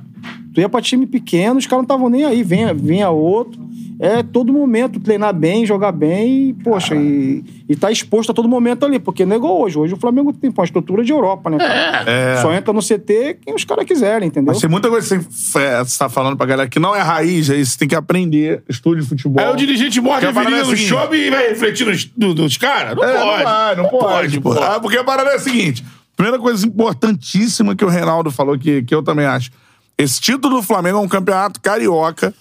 [SPEAKER 3] Tu ia pra time pequeno, os caras não estavam nem aí. Vinha, vinha outro. É todo momento treinar bem, jogar bem e, poxa, e, e tá exposto a todo momento ali. Porque não é igual hoje. Hoje o Flamengo tem pô, uma estrutura de Europa, né, cara?
[SPEAKER 2] É.
[SPEAKER 3] Só entra no CT quem os caras quiserem, entendeu?
[SPEAKER 1] Mas tem muita coisa que você é, você tá falando pra galera que não é raiz, aí você tem que aprender. Estude futebol.
[SPEAKER 2] Aí o dirigente morde a
[SPEAKER 1] Porque a parada
[SPEAKER 2] virilha
[SPEAKER 1] é
[SPEAKER 2] no
[SPEAKER 1] a seguinte.
[SPEAKER 2] shopping e vai refletir nos, do- dos caras? Não
[SPEAKER 1] É,
[SPEAKER 2] pode.
[SPEAKER 1] Não, vai, não pode, pô. Ah, porque a parada é a seguinte: primeira coisa importantíssima que o Reinaldo falou, que, que eu também acho. Esse título do Flamengo é um campeonato carioca,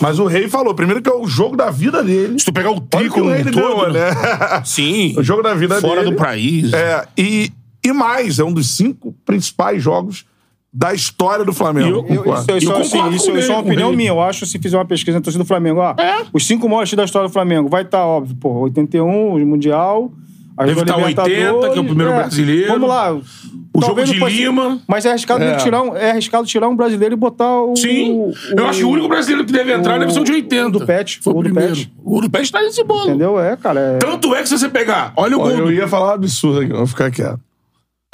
[SPEAKER 1] mas o Rei falou, primeiro que é o jogo da vida dele.
[SPEAKER 2] Se tu pegar o
[SPEAKER 1] Olha o que
[SPEAKER 2] trico
[SPEAKER 1] o Rei
[SPEAKER 2] todo,
[SPEAKER 1] ganhou, né?
[SPEAKER 2] Sim.
[SPEAKER 1] O jogo da vida
[SPEAKER 2] Fora
[SPEAKER 1] dele.
[SPEAKER 2] do país.
[SPEAKER 1] É, e, e mais, é um dos cinco principais jogos da história do Flamengo.
[SPEAKER 3] Eu-
[SPEAKER 1] Concordo.
[SPEAKER 3] isso, isso,
[SPEAKER 2] Eu
[SPEAKER 3] é, assim,
[SPEAKER 2] concordo
[SPEAKER 3] isso-
[SPEAKER 2] com ele,
[SPEAKER 3] isso é uma
[SPEAKER 2] com
[SPEAKER 3] opinião
[SPEAKER 2] ele. É.
[SPEAKER 3] minha. Eu acho, se fizer uma pesquisa na torcida do Flamengo, ó, os cinco maiores times da história do Flamengo, vai estar, óbvio, pô, 81, o Mundial, a
[SPEAKER 2] Deve
[SPEAKER 3] Liga
[SPEAKER 2] tá 80,
[SPEAKER 3] Libertadores,
[SPEAKER 2] que é o primeiro brasileiro.
[SPEAKER 3] Vamos lá.
[SPEAKER 2] O
[SPEAKER 3] Talvez
[SPEAKER 2] jogo de
[SPEAKER 3] não possa-
[SPEAKER 2] Lima.
[SPEAKER 3] Mas é arriscado,
[SPEAKER 1] É.
[SPEAKER 3] ele Tirar um, é arriscado tirar um brasileiro e botar o...
[SPEAKER 2] Sim.
[SPEAKER 3] o-
[SPEAKER 2] eu acho que o único brasileiro que deve entrar
[SPEAKER 3] o-
[SPEAKER 2] deve ser o de 80.
[SPEAKER 3] o do Pet,
[SPEAKER 2] Foi o
[SPEAKER 3] o do
[SPEAKER 2] primeiro.
[SPEAKER 3] Pet.
[SPEAKER 2] O do Pet tá nesse bolo.
[SPEAKER 3] Entendeu? É, cara. é-
[SPEAKER 2] Tanto é que se você pegar, olha o
[SPEAKER 1] Ó,
[SPEAKER 2] gol.
[SPEAKER 1] eu
[SPEAKER 2] do-
[SPEAKER 1] ia falar um absurdo aqui, eu vou ficar quieto.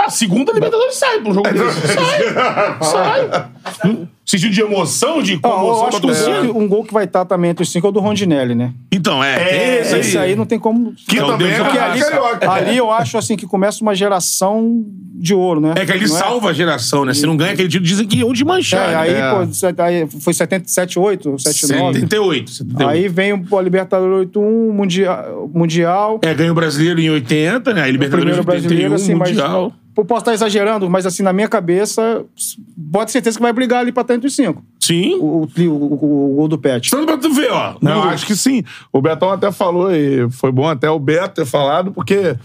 [SPEAKER 2] A segunda Libertadores sai pro jogo
[SPEAKER 1] É,
[SPEAKER 2] desse. sai. sai. Sentido Hum? de emoção, de
[SPEAKER 1] Ah,
[SPEAKER 3] Ó, eu
[SPEAKER 2] comoção pra
[SPEAKER 3] acho que um
[SPEAKER 2] torcida.
[SPEAKER 3] gol, que- um gol que vai estar também entre os cinco é o do Rondinelli, né?
[SPEAKER 2] Então, é. tem esse
[SPEAKER 3] Esse aí não tem como...
[SPEAKER 1] Que
[SPEAKER 2] Então,
[SPEAKER 1] também
[SPEAKER 2] Deus,
[SPEAKER 1] é
[SPEAKER 2] o que
[SPEAKER 3] Porque
[SPEAKER 2] é
[SPEAKER 1] campeonato
[SPEAKER 3] ali,
[SPEAKER 1] carioca.
[SPEAKER 3] ali eu acho assim que começa uma geração de ouro, né?
[SPEAKER 2] É que ele
[SPEAKER 3] Não
[SPEAKER 2] salva a geração, né? Se não ganha aquele título, dizem que ou de manchar.
[SPEAKER 3] É,
[SPEAKER 2] né?
[SPEAKER 3] aí,
[SPEAKER 1] É.
[SPEAKER 3] pô, se- aí foi 77, 8, 79.
[SPEAKER 2] 78. 78.
[SPEAKER 3] Aí vem o pô, Libertadores 81, Mundial. mundial
[SPEAKER 2] É, ganha o brasileiro em 80, né? A Libertadores em
[SPEAKER 3] primeiro
[SPEAKER 2] 81,
[SPEAKER 3] brasileiro, assim, mas.
[SPEAKER 2] Mundial.
[SPEAKER 3] Pô, posso estar exagerando, mas assim, na minha cabeça, s- bota certeza que vai brigar ali pra dentro dos cinco.
[SPEAKER 2] Sim.
[SPEAKER 3] O, o, tri- o, o- o gol do Pet.
[SPEAKER 2] Tanto pra tu ver, ó.
[SPEAKER 1] Não,
[SPEAKER 2] No-
[SPEAKER 1] acho que sim. O Betão até falou, e foi bom até o Beto ter falado, porque,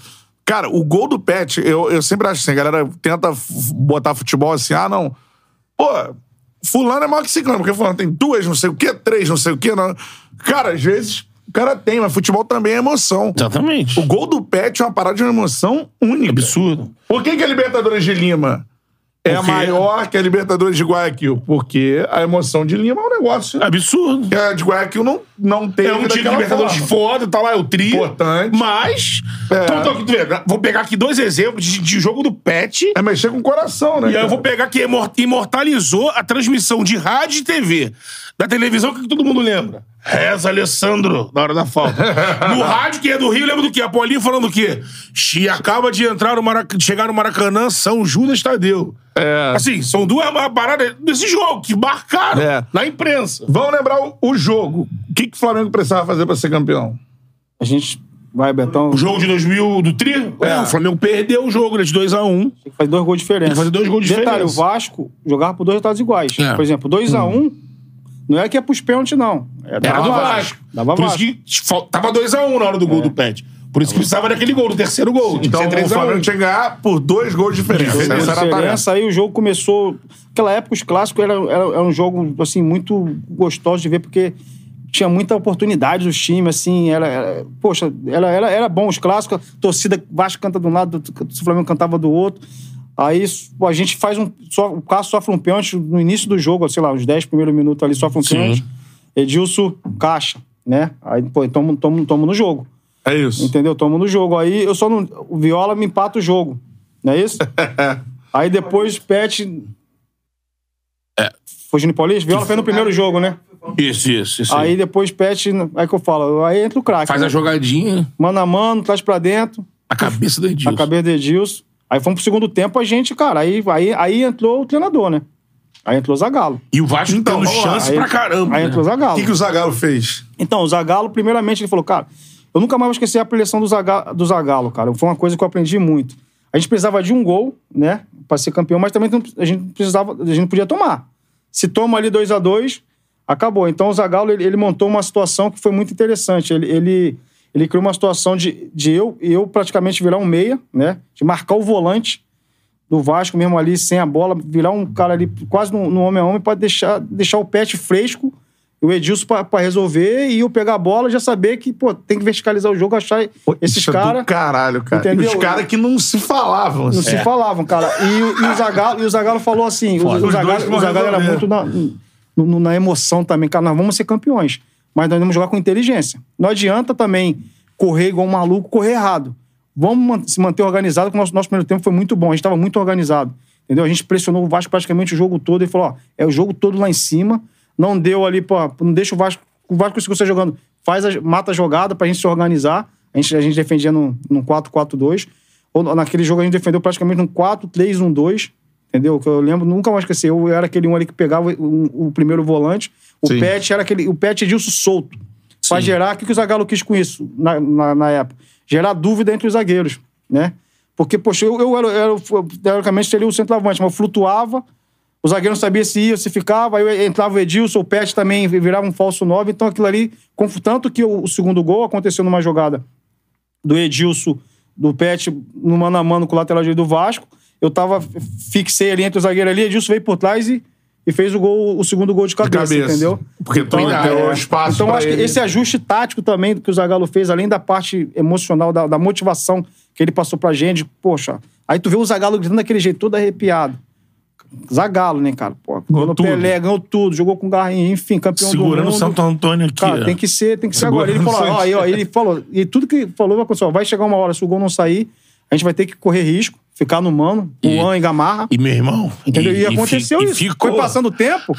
[SPEAKER 1] cara, o gol do Pet, eu, eu sempre acho assim, a galera tenta f- botar futebol assim, ah, não. Pô, fulano é maior que ciclano, porque fulano tem duas, não sei o quê, três, não sei o quê. Não. Cara, às vezes o cara tem, mas futebol também é emoção.
[SPEAKER 2] Exatamente.
[SPEAKER 1] O gol do Pet é uma parada de uma emoção única.
[SPEAKER 2] Absurdo.
[SPEAKER 1] Por que, que a Libertadores de Lima é
[SPEAKER 2] Porque-
[SPEAKER 1] maior que a Libertadores de Guayaquil. Porque a emoção de Lima é um negócio.
[SPEAKER 2] Absurdo.
[SPEAKER 1] que a de Guayaquil não, não tem.
[SPEAKER 2] É um time de Libertadores foda, tá lá, é o tri.
[SPEAKER 1] Importante. É.
[SPEAKER 2] Mas. Então, tô aqui, tu vê, vou pegar aqui dois exemplos de, de jogo do Pet.
[SPEAKER 1] É mexer com o coração, né?
[SPEAKER 2] E aí eu vou
[SPEAKER 1] cara?
[SPEAKER 2] pegar que imor- imortalizou a transmissão de rádio e TV. Da televisão, o que que todo mundo lembra? Reza Alessandro, na hora da falta.
[SPEAKER 3] Ah,
[SPEAKER 2] No rádio, quem é do Rio, lembra do quê? A Paulinha falando o quê? Xi, acaba de entrar, no Marac... chegar no Maracanã, São Judas Tadeu.
[SPEAKER 1] É.
[SPEAKER 2] Assim, são duas ma- paradas desse jogo que marcaram
[SPEAKER 1] É.
[SPEAKER 2] na imprensa.
[SPEAKER 1] Vamos lembrar o, o jogo. O que, que o Flamengo precisava fazer pra ser campeão?
[SPEAKER 3] A gente vai, Betão.
[SPEAKER 2] O jogo de 2000 do Tri,
[SPEAKER 1] É.
[SPEAKER 2] o Flamengo perdeu o jogo, né? De 2x1.
[SPEAKER 3] Tem que fazer dois gols diferentes.
[SPEAKER 2] Tem que fazer dois gols de
[SPEAKER 3] Detalhe,
[SPEAKER 2] diferença.
[SPEAKER 3] o Vasco jogava por dois resultados iguais.
[SPEAKER 2] É.
[SPEAKER 3] Por exemplo, 2x1 não é que é pros pênaltis, não. É
[SPEAKER 2] Era
[SPEAKER 3] dava
[SPEAKER 2] do Vasco.
[SPEAKER 3] Dava
[SPEAKER 2] Por
[SPEAKER 3] Vasco.
[SPEAKER 2] isso que fal- tava 2x1 na hora do gol do Pet. Por isso que precisava daquele gol, do terceiro gol. Tinha que
[SPEAKER 1] É. Então
[SPEAKER 2] ser
[SPEAKER 1] o
[SPEAKER 2] 3 a 1.
[SPEAKER 1] Flamengo tinha que ganhar por dois gols de diferença.
[SPEAKER 2] Diferença.
[SPEAKER 1] Essa era a tarefa.
[SPEAKER 3] diferença, aí o jogo começou... Naquela época, os clássicos eram era, era um jogo, assim, muito gostoso de ver, porque tinha muita oportunidade dos times, assim, era... era- poxa, era, era, era bom os clássicos, a torcida Vasco canta de um lado, o Flamengo cantava do outro. Aí pô, a gente faz um... só- o Cássio sofre um pênalti no início do jogo, sei lá, os 10 primeiros minutos ali sofre um pênalti. Edilson, caixa, né? Aí, pô, toma, toma, toma no jogo.
[SPEAKER 1] É isso.
[SPEAKER 3] Entendeu? Tomo no jogo. Aí eu só não. O Viola me empata o jogo. Não é isso? Aí depois Pet.
[SPEAKER 2] É.
[SPEAKER 3] Fugindo Paulista? Viola fez no primeiro jogo, né?
[SPEAKER 2] Isso, isso, isso.
[SPEAKER 3] Aí depois Pet. Aí que eu falo. Aí entra o craque.
[SPEAKER 2] Faz
[SPEAKER 3] né?
[SPEAKER 2] a jogadinha,
[SPEAKER 3] Mano a mano, traz pra dentro.
[SPEAKER 2] a cabeça do Edilson.
[SPEAKER 3] A cabeça de Edilson. Aí fomos pro segundo tempo, a gente, cara. Aí, aí, aí entrou o treinador, né? Aí entrou o Zagalo.
[SPEAKER 2] E o Vasco
[SPEAKER 1] Então,
[SPEAKER 2] tendo
[SPEAKER 1] vamos lá.
[SPEAKER 2] chance
[SPEAKER 3] Aí-
[SPEAKER 2] pra caramba.
[SPEAKER 3] Aí
[SPEAKER 2] né?
[SPEAKER 3] entrou o
[SPEAKER 1] O
[SPEAKER 3] Zagalo.
[SPEAKER 1] que, que o Zagallo fez?
[SPEAKER 3] Então, o Zagalo, primeiramente, ele falou, cara, eu nunca mais vou esquecer a preleção do, Zaga, do Zagalo, cara. Foi uma coisa que eu aprendi muito. A gente precisava de um gol, né, pra ser campeão, mas também não- a gente não precisava, a gente não podia tomar. Se toma ali 2 a 2 acabou. Então, o Zagalo, ele, ele montou uma situação que foi muito interessante. Ele, ele, ele criou uma situação de, de eu, eu praticamente virar um meia, né, de marcar o volante do Vasco mesmo ali, sem a bola, virar um cara ali quase no, no homem a homem pra deixar, deixar o pet fresco e o Edilson pra pra resolver e eu pegar a bola já saber que, pô, tem que verticalizar o jogo, achar esses
[SPEAKER 1] Isso é do
[SPEAKER 3] caras.
[SPEAKER 1] Caralho, cara.
[SPEAKER 3] Entendeu?
[SPEAKER 1] E os caras que não se falavam.
[SPEAKER 3] Não
[SPEAKER 1] assim.
[SPEAKER 3] se falavam, cara. E, o- e o, Zagallo, e o Zagallo falou assim: o,
[SPEAKER 1] Foda.
[SPEAKER 3] o
[SPEAKER 1] Os dois
[SPEAKER 3] Zagallo,
[SPEAKER 1] vão
[SPEAKER 3] o Zagallo era
[SPEAKER 1] resolver.
[SPEAKER 3] muito na, no- no- na emoção também. Cara, nós vamos ser campeões, mas nós vamos jogar com inteligência. Não adianta também correr igual um maluco, correr errado. Vamos man- se manter organizado, que o nosso, nosso primeiro tempo foi muito bom, a gente estava muito organizado. Entendeu? A gente pressionou o Vasco praticamente o jogo todo e falou: ó, é o jogo todo lá em cima. Não deu ali, pô, não deixa o Vasco. O Vasco conseguiu ser jogando, faz a, mata a jogada pra gente se organizar. A gente, a gente defendia num num 4-4-2. Ou Naquele jogo a gente defendeu praticamente um 4-3-1-2, entendeu? Que eu lembro, nunca mais esqueci. Eu era aquele um ali que pegava o, o primeiro volante. O
[SPEAKER 1] Sim.
[SPEAKER 3] Pet era aquele. O Pet Edilson solto. Pra
[SPEAKER 2] Sim.
[SPEAKER 3] gerar. O que, que o Zagallo quis com isso na, na, na época? Gerar dúvida entre os zagueiros, né? Porque, poxa, eu, eu era, eu era o- teoricamente seria o centroavante, mas eu flutuava. O zagueiro não sabia se ia, se ficava, aí entrava o Edilson, o Pet também virava um falso 9, então aquilo ali, confu- tanto que o o segundo gol aconteceu numa jogada do Edilson, do Pet, no mano a mano com o lateral direito do Vasco. Eu tava, fixei ali entre o zagueiro ali, Edilson veio por trás e, e fez o gol, o segundo gol de cabeça,
[SPEAKER 1] cabeça. Então, é.
[SPEAKER 3] entendeu?
[SPEAKER 1] Porque tu ainda tem o espaço
[SPEAKER 3] Então
[SPEAKER 1] pra
[SPEAKER 3] acho que
[SPEAKER 1] ele.
[SPEAKER 3] esse ajuste tático também que o Zagallo fez, além da parte emocional, da, da motivação que ele passou pra gente, poxa, aí tu vê o Zagallo gritando daquele jeito, todo arrepiado. Zagalo, né, cara? Pô, ganhou
[SPEAKER 1] tudo.
[SPEAKER 3] Pelé, ganhou tudo, jogou com Garrinha, enfim, campeão do
[SPEAKER 2] Segurando
[SPEAKER 3] mundo.
[SPEAKER 2] o Santo Antônio aqui.
[SPEAKER 3] Cara,
[SPEAKER 2] ó.
[SPEAKER 3] tem que ser, tem que ser
[SPEAKER 1] Segurando
[SPEAKER 3] agora. Ele falou,
[SPEAKER 1] o
[SPEAKER 3] ó,
[SPEAKER 1] Santos.
[SPEAKER 3] aí, ó, ele falou, e tudo que falou vai acontecer, ó, vai chegar uma hora, se o gol não sair, a gente vai ter que correr risco, ficar no mano,
[SPEAKER 2] E-
[SPEAKER 3] Luan e Gamarra.
[SPEAKER 2] E meu irmão.
[SPEAKER 3] Entendeu? E,
[SPEAKER 2] e- e
[SPEAKER 3] aconteceu
[SPEAKER 2] fi- e
[SPEAKER 3] isso.
[SPEAKER 2] ficou.
[SPEAKER 3] Foi passando o tempo.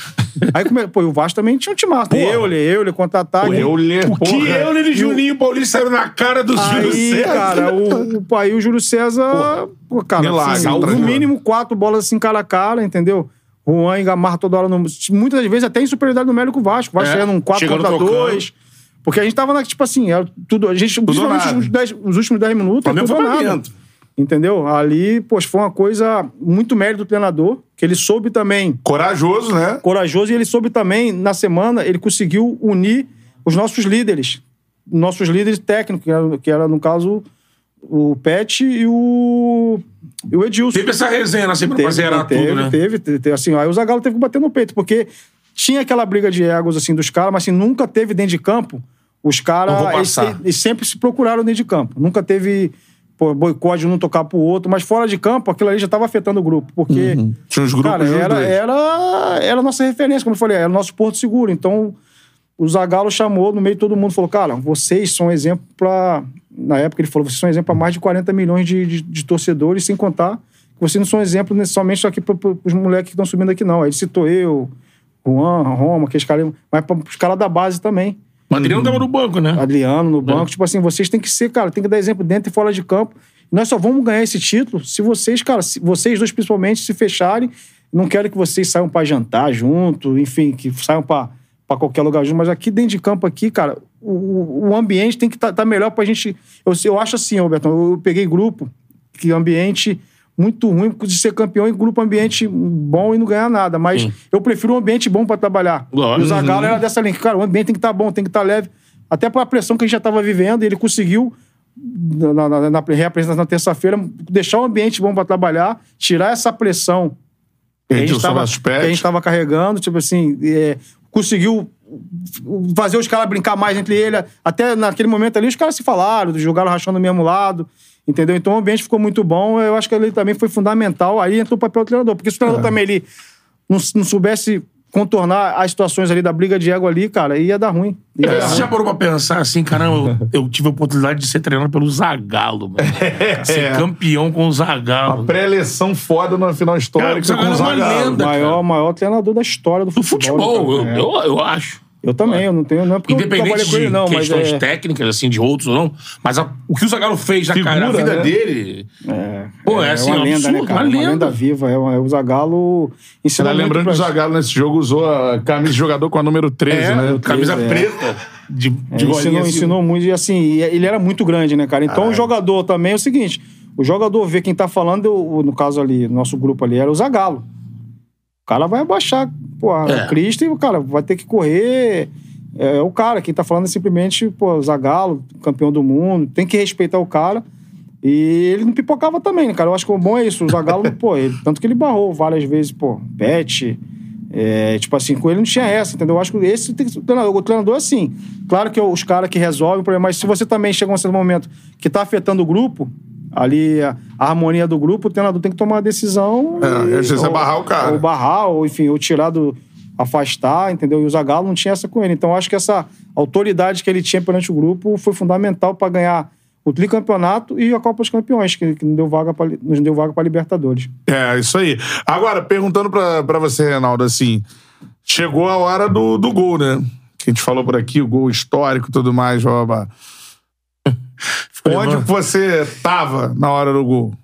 [SPEAKER 3] Aí come... Pô, e o Vasco também tinha um time massa. Eu, eu, ele contra-ataque.
[SPEAKER 1] Pô, Euler,
[SPEAKER 2] O que
[SPEAKER 1] porra.
[SPEAKER 2] eu, ele, Juninho Paulista saíram na cara do Júlio
[SPEAKER 3] Aí,
[SPEAKER 2] César.
[SPEAKER 3] cara, o, o- aí o Júlio César, pô, cara,
[SPEAKER 1] milagre,
[SPEAKER 3] assim,
[SPEAKER 1] salvo
[SPEAKER 3] no
[SPEAKER 1] Deus.
[SPEAKER 3] mínimo quatro bolas assim cara a cara, entendeu? Juan e Gamarra toda hora, no, muitas das vezes até em superioridade numérica com o Vasco. O Vasco
[SPEAKER 2] É,
[SPEAKER 3] chegando um 4
[SPEAKER 2] chegando
[SPEAKER 3] contra
[SPEAKER 2] tocando.
[SPEAKER 3] 2. Porque a gente tava, na, tipo assim, era tudo, a gente, principalmente
[SPEAKER 1] nada.
[SPEAKER 3] os, dez- os últimos 10 minutos, era
[SPEAKER 2] Flamengo
[SPEAKER 3] tudo
[SPEAKER 2] foi
[SPEAKER 3] ou
[SPEAKER 2] pra
[SPEAKER 3] nada.
[SPEAKER 2] dentro.
[SPEAKER 3] Entendeu? Ali, poxa, foi uma coisa muito mérito do treinador, que ele soube também
[SPEAKER 1] Corajoso, né?
[SPEAKER 3] corajoso e ele soube também, na semana, ele conseguiu unir os nossos líderes. Nossos líderes técnicos, que era, que era, no caso, o Pet e o, e o Edilson.
[SPEAKER 2] Teve essa resenha na semana pra
[SPEAKER 3] Teve,
[SPEAKER 2] zerar
[SPEAKER 3] teve,
[SPEAKER 2] tudo, né?
[SPEAKER 3] teve, teve, teve, assim, aí o Zagallo teve que bater no peito, porque tinha aquela briga de egos, assim, dos caras, mas assim, nunca teve dentro de campo os caras...
[SPEAKER 2] Não vou
[SPEAKER 3] eles
[SPEAKER 2] passar.
[SPEAKER 3] se- eles sempre se procuraram dentro de campo. Nunca teve pô, boicote de um não tocar pro outro, mas fora de campo, aquilo ali já tava afetando o grupo, porque.
[SPEAKER 1] Tinha uns grupos
[SPEAKER 3] Cara,
[SPEAKER 1] de uns
[SPEAKER 3] era,
[SPEAKER 1] dois.
[SPEAKER 3] era, era a nossa referência, como eu falei, era o nosso porto seguro. Então, o Zagallo chamou no meio de todo mundo falou, cara, vocês são um exemplo pra... Na época ele falou, vocês são um exemplo pra mais de 40 milhões de, de, de torcedores, sem contar que vocês não são um exemplo nesse- somente só aqui pro- pro- pros moleques que estão subindo aqui, não. Aí ele citou eu, Juan, Roma, aqueles caras... Mas pra- pros caras da base também.
[SPEAKER 2] O Adriano tava no banco, né?
[SPEAKER 3] Adriano no banco. Tipo assim, vocês têm que ser, cara, tem que dar exemplo dentro e fora de campo. Nós só vamos ganhar esse título se vocês, cara, se vocês dois principalmente se fecharem. Não quero que vocês saiam pra jantar junto, enfim, que saiam pra pra qualquer lugar junto, mas aqui dentro de campo aqui, cara, o- o, o ambiente tem que estar tá, tá melhor pra gente. Eu, eu acho assim, Roberto, eu, eu peguei grupo que ambiente muito ruim de ser campeão e grupo ambiente bom e não ganhar nada, mas eu prefiro um ambiente bom pra trabalhar.
[SPEAKER 2] Lógico.
[SPEAKER 3] E o Zagallo era dessa linha. que, Cara, o ambiente tem que estar bom, tem que estar leve. Até pela pressão que a gente já estava vivendo, ele conseguiu, na, na, na reapresentação na terça-feira, deixar o ambiente bom para trabalhar, tirar essa pressão que a
[SPEAKER 1] Edilson
[SPEAKER 3] gente tava- que
[SPEAKER 1] Laspete.
[SPEAKER 3] a gente estava carregando, tipo assim, é, conseguiu fazer os caras brincar mais entre ele. Até naquele momento ali, os caras se falaram, jogaram rachando do mesmo lado. Entendeu? Então o ambiente ficou muito bom. Eu acho que ele também foi fundamental. Aí entrou o papel do treinador. Porque se o treinador
[SPEAKER 2] É.
[SPEAKER 3] também ele não, não soubesse contornar as situações ali da briga de ego ali, cara, ia dar ruim. Ia dar
[SPEAKER 2] Você
[SPEAKER 3] ruim.
[SPEAKER 2] já parou pra pensar assim, caramba, eu, eu tive a oportunidade de ser treinado pelo Zagallo, mano.
[SPEAKER 1] é-
[SPEAKER 2] Ser
[SPEAKER 3] É.
[SPEAKER 2] campeão com o Zagallo.
[SPEAKER 1] Uma pré-eleção foda numa final histórica
[SPEAKER 2] Cara,
[SPEAKER 1] com o
[SPEAKER 2] o Zagallo é uma
[SPEAKER 1] Zagallo.
[SPEAKER 2] lenda.
[SPEAKER 3] Maior, maior treinador da história do
[SPEAKER 2] Do
[SPEAKER 3] futebol.
[SPEAKER 2] futebol, eu,
[SPEAKER 3] né, cara?
[SPEAKER 2] eu, eu acho.
[SPEAKER 3] Eu também, eu não tenho. Não é porque eu
[SPEAKER 2] Independente
[SPEAKER 3] trabalhei
[SPEAKER 2] de
[SPEAKER 3] com ele, não, mas.
[SPEAKER 2] questões
[SPEAKER 3] É,
[SPEAKER 2] técnicas, assim, de outros ou não. Mas a- o que o Zagallo fez na,
[SPEAKER 1] Figura,
[SPEAKER 2] cara, na vida
[SPEAKER 1] né?
[SPEAKER 2] dele...
[SPEAKER 3] é,
[SPEAKER 2] Pô, é, assim,
[SPEAKER 3] uma
[SPEAKER 2] um
[SPEAKER 3] lenda,
[SPEAKER 2] absurdo,
[SPEAKER 3] né, cara?
[SPEAKER 2] uma
[SPEAKER 3] Uma
[SPEAKER 2] lenda.
[SPEAKER 3] lenda, viva. É, uma- é o Zagalo
[SPEAKER 1] Você
[SPEAKER 3] ensinou
[SPEAKER 1] tá
[SPEAKER 3] muito
[SPEAKER 1] lembrando que
[SPEAKER 3] pra
[SPEAKER 1] o
[SPEAKER 3] gente.
[SPEAKER 1] Zagallo nesse jogo usou a camisa de jogador com a número 13,
[SPEAKER 2] É,
[SPEAKER 1] né?
[SPEAKER 2] camisa
[SPEAKER 3] é.
[SPEAKER 2] preta, de, de
[SPEAKER 3] É,
[SPEAKER 2] Ah,
[SPEAKER 3] ensinou,
[SPEAKER 2] golinha, assim.
[SPEAKER 3] ensinou muito e assim, e ele era muito grande, né, cara? Então o jogador também é o seguinte: o jogador vê quem tá falando, eu- no caso ali, nosso grupo ali, era o Zagalo. O cara vai abaixar, pô,
[SPEAKER 2] É.
[SPEAKER 3] o Cristo e o cara vai ter que correr. É, o cara, quem tá falando é simplesmente, pô, Zagalo, campeão do mundo, tem que respeitar o cara. E ele não pipocava também, né, cara? Eu acho que o bom é isso. O Zagallo, pô, ele, tanto que ele barrou várias vezes, pô, pet. É, tipo assim, com ele não tinha essa, entendeu? Eu acho que esse tem que ser o treinador. O treinador é assim. Claro que é os caras que resolvem o problema, mas se você também chega a um certo momento que tá afetando o grupo, ali a, a harmonia do grupo, o treinador tem que tomar uma decisão.
[SPEAKER 1] É, às vezes é
[SPEAKER 3] ou-
[SPEAKER 1] barrar o cara.
[SPEAKER 3] Ou barrar, ou enfim, ou tirar do. afastar, entendeu? E o Zagallo não tinha essa com ele. Então eu acho que essa autoridade que ele tinha perante o grupo foi fundamental para ganhar o tricampeonato e a Copa dos Campeões, que, que não deu vaga pra, nos deu vaga para Libertadores.
[SPEAKER 1] É, isso aí. Agora, perguntando pra, pra você, Reinaldo, assim, chegou a hora do, do gol, né? Que a gente falou por aqui, o gol histórico e tudo mais, blá, blá, blá. Onde que você tava na hora do gol?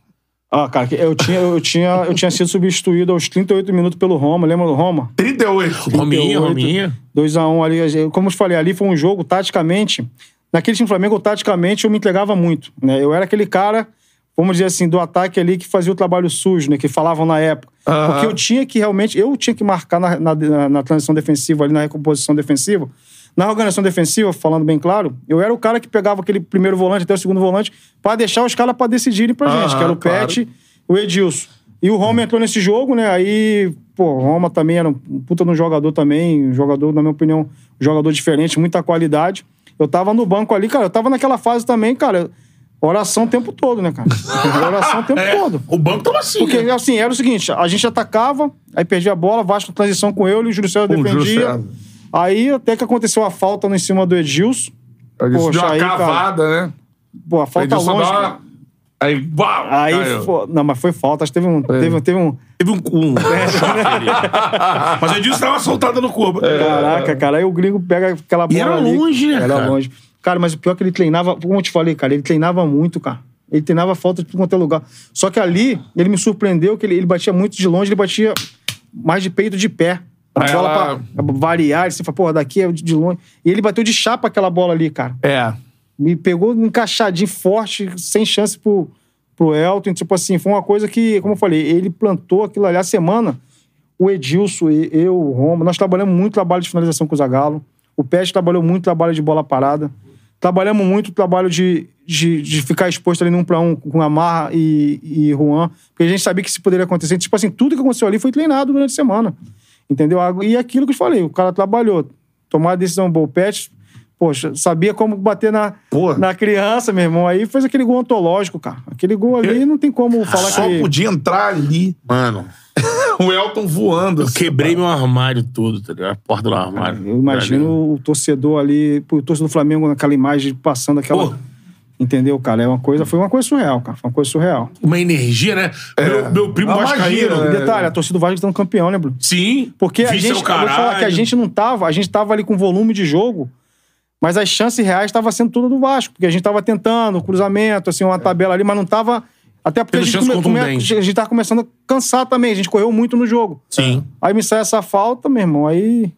[SPEAKER 3] Ah, cara, que eu tinha, eu tinha, eu tinha sido substituído aos 38 minutos pelo Roma, lembra do Roma?
[SPEAKER 1] 38.
[SPEAKER 2] Rominha,
[SPEAKER 3] 38.
[SPEAKER 2] Rominha.
[SPEAKER 3] 2x1 ali. Como eu te falei, ali foi um jogo, taticamente. Naquele time do Flamengo, eu, taticamente, eu me entregava muito. Né? Eu era aquele cara, vamos dizer assim, do ataque ali que fazia o trabalho sujo, né? Que falavam na época.
[SPEAKER 1] Aham.
[SPEAKER 3] Porque eu tinha que realmente, eu tinha que marcar na, na, na- na transição defensiva, ali na recomposição defensiva. Na organização defensiva, falando bem claro, eu era o cara que pegava aquele primeiro volante até o segundo volante pra deixar os caras pra decidirem pra gente,
[SPEAKER 1] Aham,
[SPEAKER 3] que era o
[SPEAKER 1] claro.
[SPEAKER 3] Pet, o Edilson. E o Roma entrou nesse jogo, né? Aí, pô, o Roma também era um puta de um jogador também, um jogador, na minha opinião, um jogador diferente, muita qualidade. Eu tava no banco ali, cara, eu tava naquela fase também, cara, oração o tempo todo, né, cara? Oração o tempo
[SPEAKER 2] É,
[SPEAKER 3] todo.
[SPEAKER 2] o banco tava assim,
[SPEAKER 3] Porque,
[SPEAKER 2] né?
[SPEAKER 3] assim, era o seguinte, a gente atacava, aí perdia a bola, Vasco em transição com eu, e o Júlio César
[SPEAKER 1] Com o
[SPEAKER 3] defendia.
[SPEAKER 1] Júlio César.
[SPEAKER 3] Aí até que aconteceu a falta no em cima do Edilson.
[SPEAKER 1] Eu disse,
[SPEAKER 3] Poxa,
[SPEAKER 1] deu uma
[SPEAKER 3] aí, cara.
[SPEAKER 1] cavada, né?
[SPEAKER 3] Pô, a
[SPEAKER 1] Aí
[SPEAKER 3] falta
[SPEAKER 1] deu só
[SPEAKER 3] longe.
[SPEAKER 1] dar uma-
[SPEAKER 3] cara.
[SPEAKER 1] Aí, bau,
[SPEAKER 3] Aí,
[SPEAKER 1] caiu.
[SPEAKER 3] fo- não, mas foi falta, acho que teve um, teve, um- teve um,
[SPEAKER 2] Teve um, um choque
[SPEAKER 3] É.
[SPEAKER 2] ali. Mas o Edilson tava soltado no corpo.
[SPEAKER 3] Caraca, cara. Aí o gringo pega aquela bola.
[SPEAKER 2] É. E era
[SPEAKER 3] ali,
[SPEAKER 2] longe, né,
[SPEAKER 3] Era
[SPEAKER 2] cara?
[SPEAKER 3] longe. Cara, mas o pior é que ele treinava, como eu te falei, cara, ele treinava muito, cara. Ele treinava falta de tudo quanto é lugar. Só que ali, ele me surpreendeu que ele, ele batia muito de longe, ele batia mais de peito de pé. A
[SPEAKER 1] Aí
[SPEAKER 3] bola
[SPEAKER 1] ela-
[SPEAKER 3] pra pra variar, ele se fala, porra, daqui é de- de longe. E ele bateu de chapa aquela bola ali, cara.
[SPEAKER 1] É.
[SPEAKER 3] Me pegou encaixadinho, forte, sem chance pro, pro Elton. Tipo assim, foi uma coisa que, como eu falei, ele plantou aquilo ali a semana. O Edilson, e- eu, o Roma, nós trabalhamos muito trabalho de finalização com o Zagallo. O Pet trabalhou muito trabalho de bola parada. Trabalhamos muito o trabalho de, de, de ficar exposto ali num pra um com Amarra e, e Juan, porque a gente sabia que isso poderia acontecer. Tipo assim, tudo que aconteceu ali foi treinado durante a semana. Entendeu? E aquilo que eu te falei, o cara trabalhou, tomar a decisão boa. O Pet, pô, Poxa, sabia como bater na,
[SPEAKER 1] Pô.
[SPEAKER 3] na criança, meu irmão. Aí fez aquele gol antológico, cara. Aquele gol ali não tem como falar
[SPEAKER 1] Ah, Só
[SPEAKER 3] que...
[SPEAKER 1] podia entrar ali.
[SPEAKER 2] Mano,
[SPEAKER 1] O Elton voando.
[SPEAKER 2] eu
[SPEAKER 1] assim,
[SPEAKER 2] quebrei meu armário todo, tá ligado? A porta do armário.
[SPEAKER 3] Eu imagino
[SPEAKER 2] Ali.
[SPEAKER 3] o torcedor ali, pô, o torcedor do Flamengo naquela imagem passando aquela.
[SPEAKER 2] Pô.
[SPEAKER 3] Entendeu, cara? É uma coisa, foi uma coisa surreal, cara. Foi uma coisa surreal.
[SPEAKER 2] Uma energia, né? Meu, meu primo
[SPEAKER 1] Ah,
[SPEAKER 2] Vascaíno.
[SPEAKER 1] imagina, É. né?
[SPEAKER 3] Detalhe, a torcida do Vasco tá no campeão, né, Bruno?
[SPEAKER 2] Sim.
[SPEAKER 3] Porque a
[SPEAKER 2] Vice é
[SPEAKER 3] gente.
[SPEAKER 2] o
[SPEAKER 3] Eu vou te falar
[SPEAKER 2] caralho.
[SPEAKER 3] que a gente não tava, a gente tava ali com volume de jogo, mas as chances reais estavam sendo todas do Vasco. Porque a gente tava tentando, cruzamento, assim, uma tabela ali, mas não tava. Até porque a
[SPEAKER 2] Tendo
[SPEAKER 3] gente,
[SPEAKER 2] chance
[SPEAKER 3] come- come- a
[SPEAKER 2] contundente.
[SPEAKER 3] gente tava começando a cansar também, a gente correu muito no jogo.
[SPEAKER 2] Sim.
[SPEAKER 3] Aí me sai essa falta, meu irmão. Aí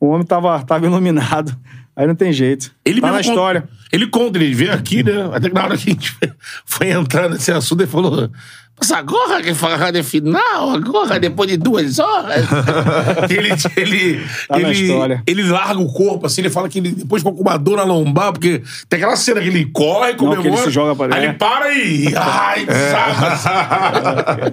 [SPEAKER 3] o homem tava, tava iluminado. Aí não tem jeito.
[SPEAKER 2] Ele
[SPEAKER 3] tá na
[SPEAKER 2] mesmo
[SPEAKER 3] história.
[SPEAKER 2] Conta, ele conta, ele veio aqui, né? Até que na hora que a gente foi entrar nesse assunto, ele falou. Mas agora que falar de final, agora, depois de duas horas. ele, ele,
[SPEAKER 3] Tá na
[SPEAKER 2] ele,
[SPEAKER 3] história.
[SPEAKER 2] ele larga o corpo, assim, ele fala que ele depois ficou com uma dor na lombar, Ah, porque tem aquela cena que ele corre,
[SPEAKER 3] que ele
[SPEAKER 2] comemora.
[SPEAKER 3] se joga pra-
[SPEAKER 2] Aí
[SPEAKER 3] é.
[SPEAKER 2] ele para e. Ai, sabe? assim.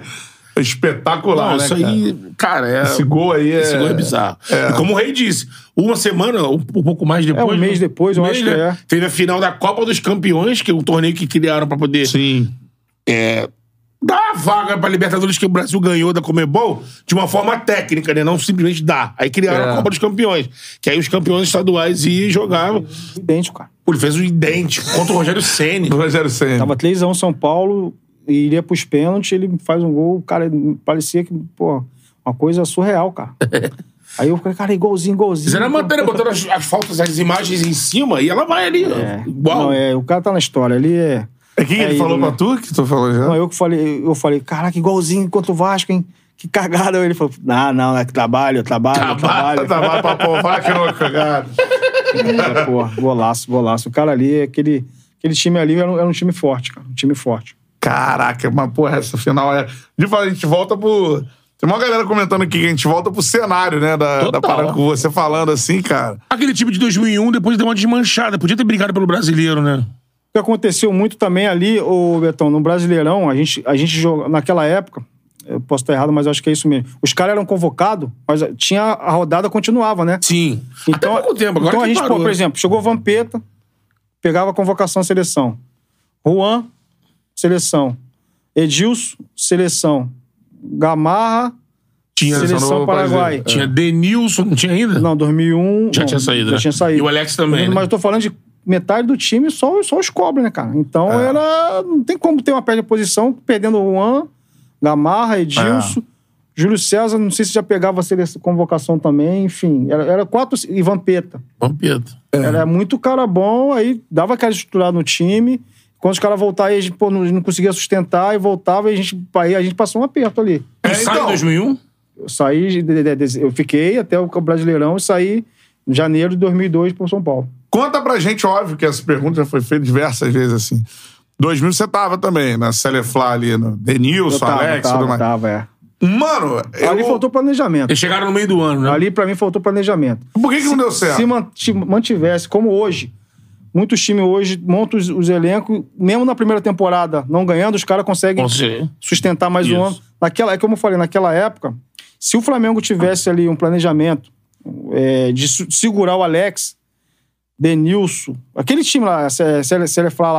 [SPEAKER 1] Espetacular,
[SPEAKER 2] Não,
[SPEAKER 1] né,
[SPEAKER 2] isso aí, cara, é.
[SPEAKER 1] Esse gol aí é-
[SPEAKER 2] Esse gol é bizarro. E como o Rei disse, uma semana, um, um pouco mais depois.
[SPEAKER 3] É, um mês
[SPEAKER 2] né?
[SPEAKER 3] depois, eu
[SPEAKER 2] Um
[SPEAKER 3] acho que é.
[SPEAKER 2] Teve a final da Copa dos Campeões, que é um torneio que criaram pra poder é,
[SPEAKER 1] Sim.
[SPEAKER 2] dar a vaga pra Libertadores que o Brasil ganhou da Comebol de uma forma técnica, né? Não simplesmente dar. Aí criaram
[SPEAKER 1] É.
[SPEAKER 2] a Copa dos Campeões. Que aí os campeões estaduais iam e jogavam.
[SPEAKER 3] Idêntico, cara.
[SPEAKER 2] Pô, ele fez o idêntico contra o Rogério Ceni.
[SPEAKER 1] Do Rogério Senna.
[SPEAKER 3] Tava 3x1 São Paulo, e iria pros pênaltis, ele faz um gol, cara, parecia que, pô, uma coisa surreal, cara. Aí eu falei, cara, e golzinho, golzinho.
[SPEAKER 2] Fizeram a matéria, botando as, as fotos, as imagens em cima e ela vai ali. ó.
[SPEAKER 3] É.
[SPEAKER 2] Igual.
[SPEAKER 3] Não, é, o cara tá na história, ele é...
[SPEAKER 1] É quem
[SPEAKER 3] é
[SPEAKER 1] ele
[SPEAKER 3] ídolo,
[SPEAKER 1] falou
[SPEAKER 3] né?
[SPEAKER 1] pra tu que tu falou já?
[SPEAKER 3] Não, eu que falei, eu falei, caraca, igualzinho contra o Vasco, hein? Que cagada. Ele falou, não, não, é que trabalho, trabalho, trabalho.
[SPEAKER 1] Tava Ah, tá, pra provar que não cagado.
[SPEAKER 3] É, porra, golaço, golaço. O cara ali, aquele, aquele time ali era um, era um time forte, cara. Um time forte.
[SPEAKER 1] Caraca, mas porra, essa final é. De fato, a gente volta pro. Tem uma galera comentando aqui que a gente volta pro cenário, né? Da, da
[SPEAKER 2] Total.
[SPEAKER 1] parada com você falando assim, cara.
[SPEAKER 2] Aquele time de 2001 depois deu uma desmanchada. Podia ter brigado pelo brasileiro, né?
[SPEAKER 3] O que aconteceu muito também ali, ô Betão, no Brasileirão, a gente, a gente jogou, naquela época, eu posso estar errado, mas eu acho que é isso mesmo. Os caras eram convocados, mas tinha, a rodada continuava, né?
[SPEAKER 2] Sim. Até pouco tempo. Agora
[SPEAKER 3] então
[SPEAKER 2] que
[SPEAKER 3] a gente,
[SPEAKER 2] parou. né?
[SPEAKER 3] pô, por exemplo, chegou o Vampeta, pegava a convocação à seleção. Juan, seleção. Edilson, seleção. Gamarra,
[SPEAKER 2] Tinha
[SPEAKER 1] seleção
[SPEAKER 3] seleção,
[SPEAKER 1] do
[SPEAKER 3] Paraguai. É.
[SPEAKER 1] Brasil.
[SPEAKER 2] Tinha Denilson, não tinha ainda?
[SPEAKER 3] Não, 2001.
[SPEAKER 2] Já
[SPEAKER 3] não,
[SPEAKER 2] tinha saído,
[SPEAKER 3] Já
[SPEAKER 2] né?
[SPEAKER 3] tinha saído.
[SPEAKER 2] E o Alex também, né?
[SPEAKER 3] Mas eu tô falando de metade do time, só, só os cobras, né, cara? Então era. Não tem como ter uma perda de posição perdendo o Juan, Gamarra, Edilson. Júlio César, não sei se já pegava a seleção- convocação também, enfim. Era, era quatro. E Vampeta.
[SPEAKER 2] Vampeta.
[SPEAKER 3] Era muito cara bom, aí dava aquela estruturada no time. Quando os caras voltavam, a gente pô, não, não conseguia sustentar e voltava e a gente, aí a gente passou um aperto ali.
[SPEAKER 2] Tu
[SPEAKER 1] É,
[SPEAKER 2] sai
[SPEAKER 1] então.
[SPEAKER 2] em 2001?
[SPEAKER 3] Eu saí, de- de- de- eu fiquei até o Brasileirão e saí em janeiro de 2002 por São Paulo.
[SPEAKER 1] Conta pra gente, óbvio que essa pergunta já foi feita diversas vezes assim. 2000 você tava também, na Celeflá ali, no Denilson, Alex,
[SPEAKER 3] tava,
[SPEAKER 1] tudo mais.
[SPEAKER 3] tava, é.
[SPEAKER 1] Mano, eu...
[SPEAKER 3] Ali faltou planejamento.
[SPEAKER 2] Eles chegaram no meio do ano, né?
[SPEAKER 3] Ali, pra mim, faltou planejamento.
[SPEAKER 1] por que, que não deu certo?
[SPEAKER 3] Se manti- mantivesse, como hoje, muitos times hoje montam os, os elencos, mesmo na primeira temporada não ganhando, os caras conseguem
[SPEAKER 2] Com certeza.
[SPEAKER 3] sustentar mais
[SPEAKER 2] Isso.
[SPEAKER 3] um ano. Naquela, é como eu falei, naquela época, se o Flamengo tivesse ali um planejamento é, de su- segurar o Alex, Denilson, aquele time lá, se ele- se ele falar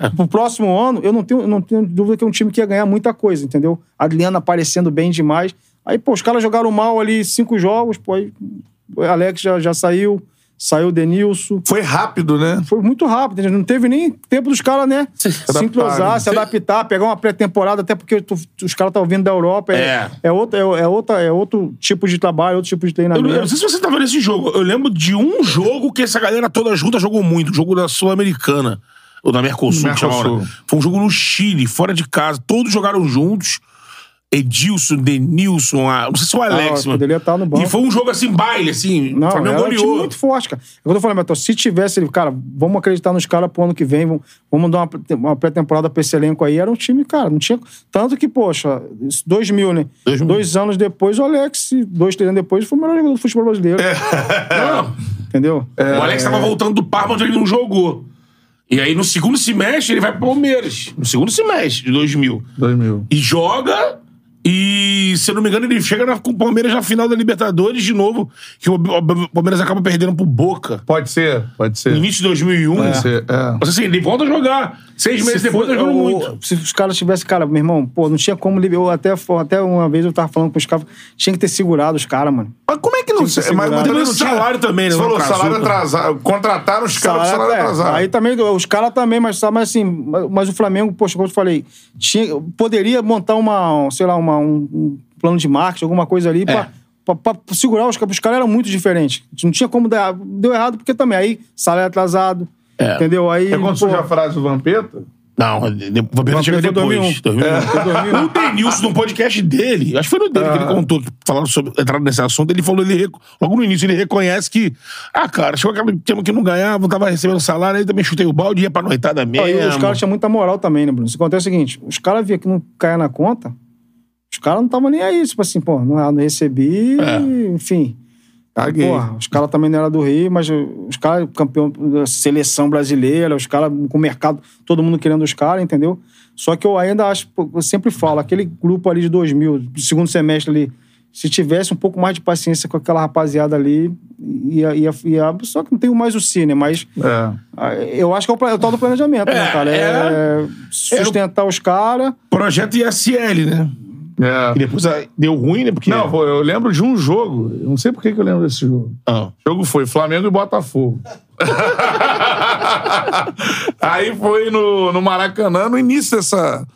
[SPEAKER 3] lá, pro próximo ano, eu não tenho, eu não tenho dúvida que é um time que ia ganhar muita coisa, entendeu? Adriano aparecendo bem demais. Aí, pô, os caras jogaram mal ali cinco jogos, pô, aí o Alex já, já saiu, saiu o Denilson.
[SPEAKER 1] Foi rápido, né?
[SPEAKER 3] Foi muito rápido, entendeu? não teve nem tempo dos caras, né? Se,
[SPEAKER 1] adaptar, né?
[SPEAKER 3] entrosar, se adaptar, pegar uma pré-temporada, até porque tu- tu- os caras estão vindo da Europa.
[SPEAKER 2] É.
[SPEAKER 3] É, é, outra, é, é outra, é outro tipo de trabalho, outro tipo de
[SPEAKER 2] Eu, eu
[SPEAKER 3] treinamento.
[SPEAKER 2] não sei se você tava nesse jogo. Eu lembro de um jogo que essa galera toda junta jogou muito. O jogo da Sul-Americana. Ou da Mercosul,
[SPEAKER 1] Mercosul.
[SPEAKER 2] que chamava, né? Foi um jogo no Chile, fora de casa. Todos jogaram juntos. Edilson, Denilson, a... não sei se o Alex,
[SPEAKER 3] Ah,
[SPEAKER 2] mano.
[SPEAKER 3] poderia estar no banco.
[SPEAKER 2] E foi um jogo assim, baile, assim.
[SPEAKER 3] Não,
[SPEAKER 2] o Flamengo
[SPEAKER 3] era um time
[SPEAKER 2] goleou.
[SPEAKER 3] muito forte, cara. É o que Eu tô falando, Beto, se tivesse, ele, cara, vamos acreditar nos caras pro ano que vem, vamos, vamos dar uma, pré- uma pré-temporada pra esse elenco aí, era um time, cara, não tinha... Tanto que, poxa, isso, 2000, né?
[SPEAKER 2] 2000.
[SPEAKER 3] Dois anos depois, o Alex, dois, três anos depois, foi o melhor jogador do futebol brasileiro.
[SPEAKER 2] É. Não,
[SPEAKER 3] Entendeu?
[SPEAKER 2] É. O Alex
[SPEAKER 3] É.
[SPEAKER 2] tava voltando do Parma onde ele não jogou. E aí no segundo semestre ele vai pro Palmeiras. No segundo semestre de 2000.
[SPEAKER 1] 2000.
[SPEAKER 2] E joga e E, se eu não me engano, ele chega na- com o Palmeiras na final da Libertadores de novo, que o o Palmeiras acaba perdendo pro Boca.
[SPEAKER 1] Pode ser, pode ser.
[SPEAKER 2] No início de 2001.
[SPEAKER 3] né?
[SPEAKER 1] Pode ser, é.
[SPEAKER 2] Mas assim, ele volta a jogar. Seis meses
[SPEAKER 3] Se
[SPEAKER 2] depois,
[SPEAKER 3] for-
[SPEAKER 2] ele jogou
[SPEAKER 3] o-
[SPEAKER 2] muito.
[SPEAKER 3] Se os caras tivessem, cara, meu irmão, pô, não tinha como liberar. Eu Até, até uma vez eu tava falando com os caras, tinha que ter segurado os caras, mano.
[SPEAKER 1] Mas como é que não...
[SPEAKER 3] Tinha que
[SPEAKER 1] Mas, mas
[SPEAKER 3] ser segurado.
[SPEAKER 1] também não
[SPEAKER 2] Mas
[SPEAKER 1] tinha-
[SPEAKER 2] salário também, né?
[SPEAKER 1] Você falou,
[SPEAKER 2] Não
[SPEAKER 1] salário
[SPEAKER 2] casou,
[SPEAKER 1] atrasado. Contrataram os caras com
[SPEAKER 3] né? Salário,
[SPEAKER 1] salário
[SPEAKER 3] é,
[SPEAKER 1] atrasado.
[SPEAKER 3] aí também, os caras também, mas, sabe, mas assim, mas mas o Flamengo, poxa, como eu te falei, tinha, poderia montar uma, um, sei lá, uma, um, um plano de marketing, alguma coisa ali
[SPEAKER 1] É.
[SPEAKER 3] pra, pra- pra segurar os caras. Os caras eram muito diferentes. Não tinha como dar. Deu errado, porque também aí, salário atrasado.
[SPEAKER 2] É.
[SPEAKER 3] Entendeu? Aí.
[SPEAKER 1] É quando
[SPEAKER 3] pô,
[SPEAKER 1] surge a frase do Vampeta?
[SPEAKER 2] Não, o Vampeta chega
[SPEAKER 3] foi
[SPEAKER 2] depois.
[SPEAKER 3] 2001.
[SPEAKER 2] 2001.
[SPEAKER 3] É.
[SPEAKER 2] O Denilson, num podcast dele, acho que foi no dele
[SPEAKER 3] Ah.
[SPEAKER 2] que ele contou, que falaram sobre, entraram nesse assunto, ele falou, ele, reco- logo no início, ele reconhece que, ah, cara, chegou aquele tempo que não ganhava, tava recebendo salário, aí também chutei o balde, ia pra noitada mesmo.
[SPEAKER 3] Aí os caras tinham muita moral também, né, Bruno? Se acontece o seguinte, os caras via que não caia na conta, os caras não estavam nem aí, tipo assim, pô, não, não recebi,
[SPEAKER 2] É.
[SPEAKER 3] enfim.
[SPEAKER 1] Caguei.
[SPEAKER 3] Porra, os caras também não eram do Rio, mas os caras, campeão da seleção brasileira, os caras com o mercado, todo mundo querendo os caras, entendeu? Só que eu ainda acho, pô, eu sempre falo, aquele grupo ali de 2000, do segundo semestre ali, se tivesse um pouco mais de paciência com aquela rapaziada ali, ia. ia, ia- só que não tenho mais o cine, mas.
[SPEAKER 1] É.
[SPEAKER 3] Ah, Eu acho que é o, pla- é o tal do planejamento,
[SPEAKER 2] É,
[SPEAKER 3] né, cara? É,
[SPEAKER 2] é.
[SPEAKER 3] sustentar os caras.
[SPEAKER 2] Projeto ISL, né?
[SPEAKER 1] É.
[SPEAKER 2] Que depois ah, deu ruim, né? Porque...
[SPEAKER 1] Não, pô, eu lembro de um jogo. Eu não sei por que, que eu lembro desse jogo.
[SPEAKER 2] Ah.
[SPEAKER 1] O jogo foi Flamengo e Botafogo. Aí foi no, no Maracanã, no início dessa.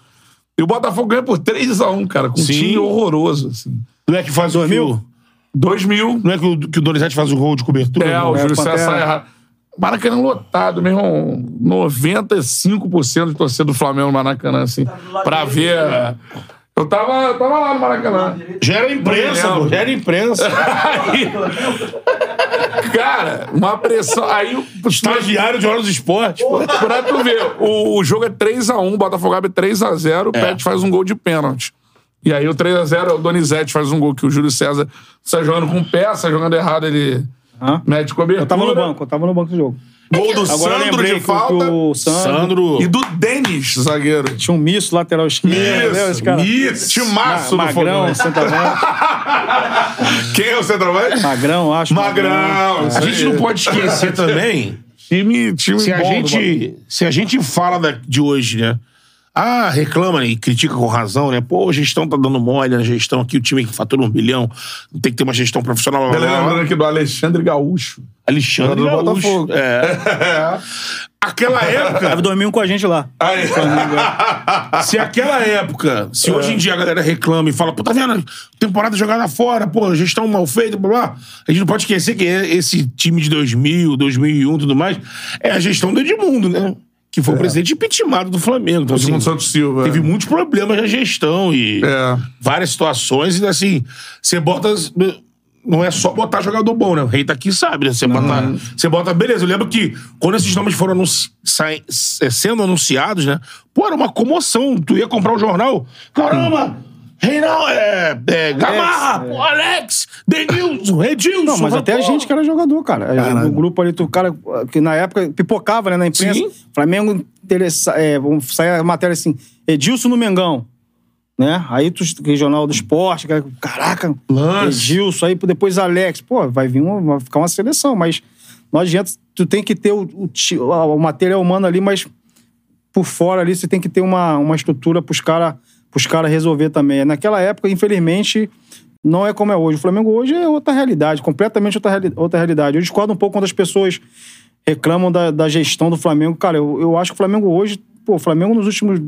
[SPEAKER 1] E o Botafogo ganha por 3x1, cara, com um
[SPEAKER 2] Sim.
[SPEAKER 1] time horroroso, assim.
[SPEAKER 2] Não é que faz o... que o-
[SPEAKER 1] 2000,
[SPEAKER 2] Não é que o, que o Donizete faz o gol de cobertura?
[SPEAKER 1] é,
[SPEAKER 2] não?
[SPEAKER 1] o
[SPEAKER 3] é,
[SPEAKER 1] Júlio César
[SPEAKER 3] Pantera.
[SPEAKER 1] sai errado. Maracanã lotado, meu irmão. 95% de torcida do Flamengo no Maracanã, assim. Pra ver. é. Eu tava, eu tava lá no Maracanã.
[SPEAKER 2] Gera imprensa,
[SPEAKER 1] Não me
[SPEAKER 2] pô,
[SPEAKER 1] lembro.
[SPEAKER 2] gera imprensa.
[SPEAKER 1] Cara, uma pressão. Aí o
[SPEAKER 2] Estagiário de Hora do Esporte, pô.
[SPEAKER 1] pra tu ver, o, o jogo é 3x1, o Botafogo abre 3x0, o
[SPEAKER 3] É.
[SPEAKER 1] Pet faz um gol de pênalti. E aí o 3x0, o Donizete faz um gol que o Júlio César sai jogando com o pé, sai jogando errado, ele
[SPEAKER 3] Hã?
[SPEAKER 1] mete cobertura.
[SPEAKER 3] Eu tava no banco, eu tava no banco do jogo.
[SPEAKER 1] Gol do
[SPEAKER 3] Agora eu
[SPEAKER 1] Sandro
[SPEAKER 3] lembrei
[SPEAKER 1] de
[SPEAKER 3] que o-
[SPEAKER 1] falta
[SPEAKER 3] que o Sandro,
[SPEAKER 2] Sandro.
[SPEAKER 1] e do Denis, zagueiro.
[SPEAKER 3] tinha um misto lateral esquerdo. entendeu? Esse cara-
[SPEAKER 1] Isso, timaço
[SPEAKER 3] Ma-
[SPEAKER 1] do fogão.
[SPEAKER 3] Magrão, centroavante.
[SPEAKER 1] Quem é o centroavante?
[SPEAKER 3] Magrão, É acho.
[SPEAKER 1] Magrão.
[SPEAKER 2] A gente não pode esquecer também
[SPEAKER 1] É. Time, time
[SPEAKER 2] se a
[SPEAKER 1] bom do
[SPEAKER 2] gente se a gente fala da- de hoje, né? Ah, reclama e critica com razão, né? Pô, a gestão tá dando mole, a gestão aqui, o time que fatura um bilhão, tem que ter uma gestão profissional. Blá, blá, blá.
[SPEAKER 1] Lembrando aqui do Alexandre Gaúcho.
[SPEAKER 2] Alexandre
[SPEAKER 1] Jogador do
[SPEAKER 2] Gaúcho.
[SPEAKER 1] Botafogo.
[SPEAKER 2] É. Aquela época,
[SPEAKER 3] Tava dormindo com a gente lá.
[SPEAKER 1] Aí.
[SPEAKER 2] se aquela época, se hoje em dia a galera reclama e fala, pô, tá vendo? Temporada jogada fora, pô, gestão mal feita, blá, blá. A gente não pode esquecer que é esse time de 2000, 2001 e tudo mais, é a gestão do Edmundo, né? Que foi o presidente impeachment do Flamengo. Então,
[SPEAKER 1] Edmundo
[SPEAKER 2] assim,
[SPEAKER 1] Santos Silva.
[SPEAKER 2] Teve muitos problemas na gestão e
[SPEAKER 1] É.
[SPEAKER 2] várias situações. E assim, você bota. Não é só botar jogador bom, né? O rei tá aqui sabe, né? Você bota, você bota. Beleza, eu lembro que quando esses nomes foram anunci- sai- eh, sendo anunciados, né? Pô, era uma comoção. Tu ia comprar o jornal. Caramba! Reinaldo, é, é, Gamarra, pô, Alex, Denilson, Redilson.
[SPEAKER 3] Não, mas
[SPEAKER 2] vai,
[SPEAKER 3] até a
[SPEAKER 2] pô.
[SPEAKER 3] gente que era jogador, cara. No grupo ali, tu, cara, que na época pipocava, né, na imprensa.
[SPEAKER 2] Sim.
[SPEAKER 3] Flamengo interessa, é, vamos sair a matéria assim, Edilson no Mengão. Né? Aí tu, regional do esporte, cara, caraca,
[SPEAKER 2] Lance.
[SPEAKER 3] Edilson, aí depois Alex. Pô, vai vir uma, vai ficar uma seleção, mas não adianta, tu tem que ter o, o ti- o material humano ali, mas por fora ali você tem que ter uma, uma estrutura pros caras pros cara resolver também. Naquela época, infelizmente, não é como é hoje. O Flamengo hoje é outra realidade, completamente outra, reali- outra realidade. Eu discordo um pouco quando as pessoas reclamam da, da gestão do Flamengo. Cara, eu, eu acho que o Flamengo hoje, pô, o Flamengo nos últimos.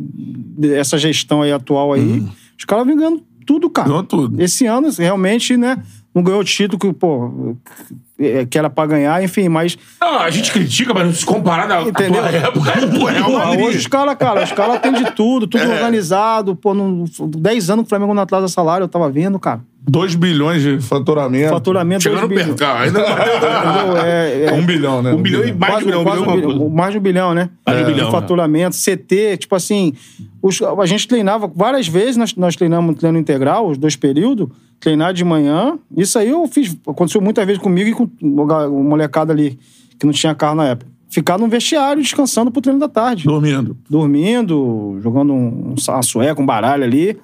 [SPEAKER 3] essa gestão aí atual aí, os caras vêm ganhando tudo, cara.
[SPEAKER 1] Ganhou tudo.
[SPEAKER 3] Esse ano, realmente, né? Não ganhou o título que, pô, que que era pra ganhar, enfim, mas
[SPEAKER 2] Não, a gente critica, mas não se comparar na
[SPEAKER 3] Entendeu?
[SPEAKER 2] tua época, pô, é Real
[SPEAKER 3] Porra,
[SPEAKER 2] Madrid. É.
[SPEAKER 3] hoje os caras, cara, os caras têm de tudo, tudo organizado. Pô, não, 10 anos que o Flamengo não atrasa salário, eu tava vendo, cara.
[SPEAKER 1] 2 bilhões de
[SPEAKER 2] É.
[SPEAKER 1] faturamento.
[SPEAKER 3] Faturamento
[SPEAKER 2] Chegando
[SPEAKER 3] dois bilhões.
[SPEAKER 2] perto, cara, ainda não
[SPEAKER 3] Entendeu? É, é,
[SPEAKER 1] É um bilhão, né?
[SPEAKER 2] Um bilhão e mais de um
[SPEAKER 3] quase-
[SPEAKER 2] bilhão, um
[SPEAKER 3] quase
[SPEAKER 2] bilhão,
[SPEAKER 3] um
[SPEAKER 2] uma
[SPEAKER 3] bilhão,
[SPEAKER 2] coisa.
[SPEAKER 3] mais de um bilhão, né?
[SPEAKER 2] Mais de um
[SPEAKER 3] De
[SPEAKER 2] bilhão, né?
[SPEAKER 3] faturamento, CT, tipo assim, os- a gente treinava várias vezes, nós, nós treinamos treino integral, os dois períodos, treinar de manhã. Isso aí eu fiz, aconteceu muitas vezes comigo e com o ga- o molecada ali, que não tinha carro na época. Ficar no vestiário descansando pro treino da tarde
[SPEAKER 1] Dormindo.
[SPEAKER 3] dormindo, jogando um, um sa- uma sueca, um baralho ali.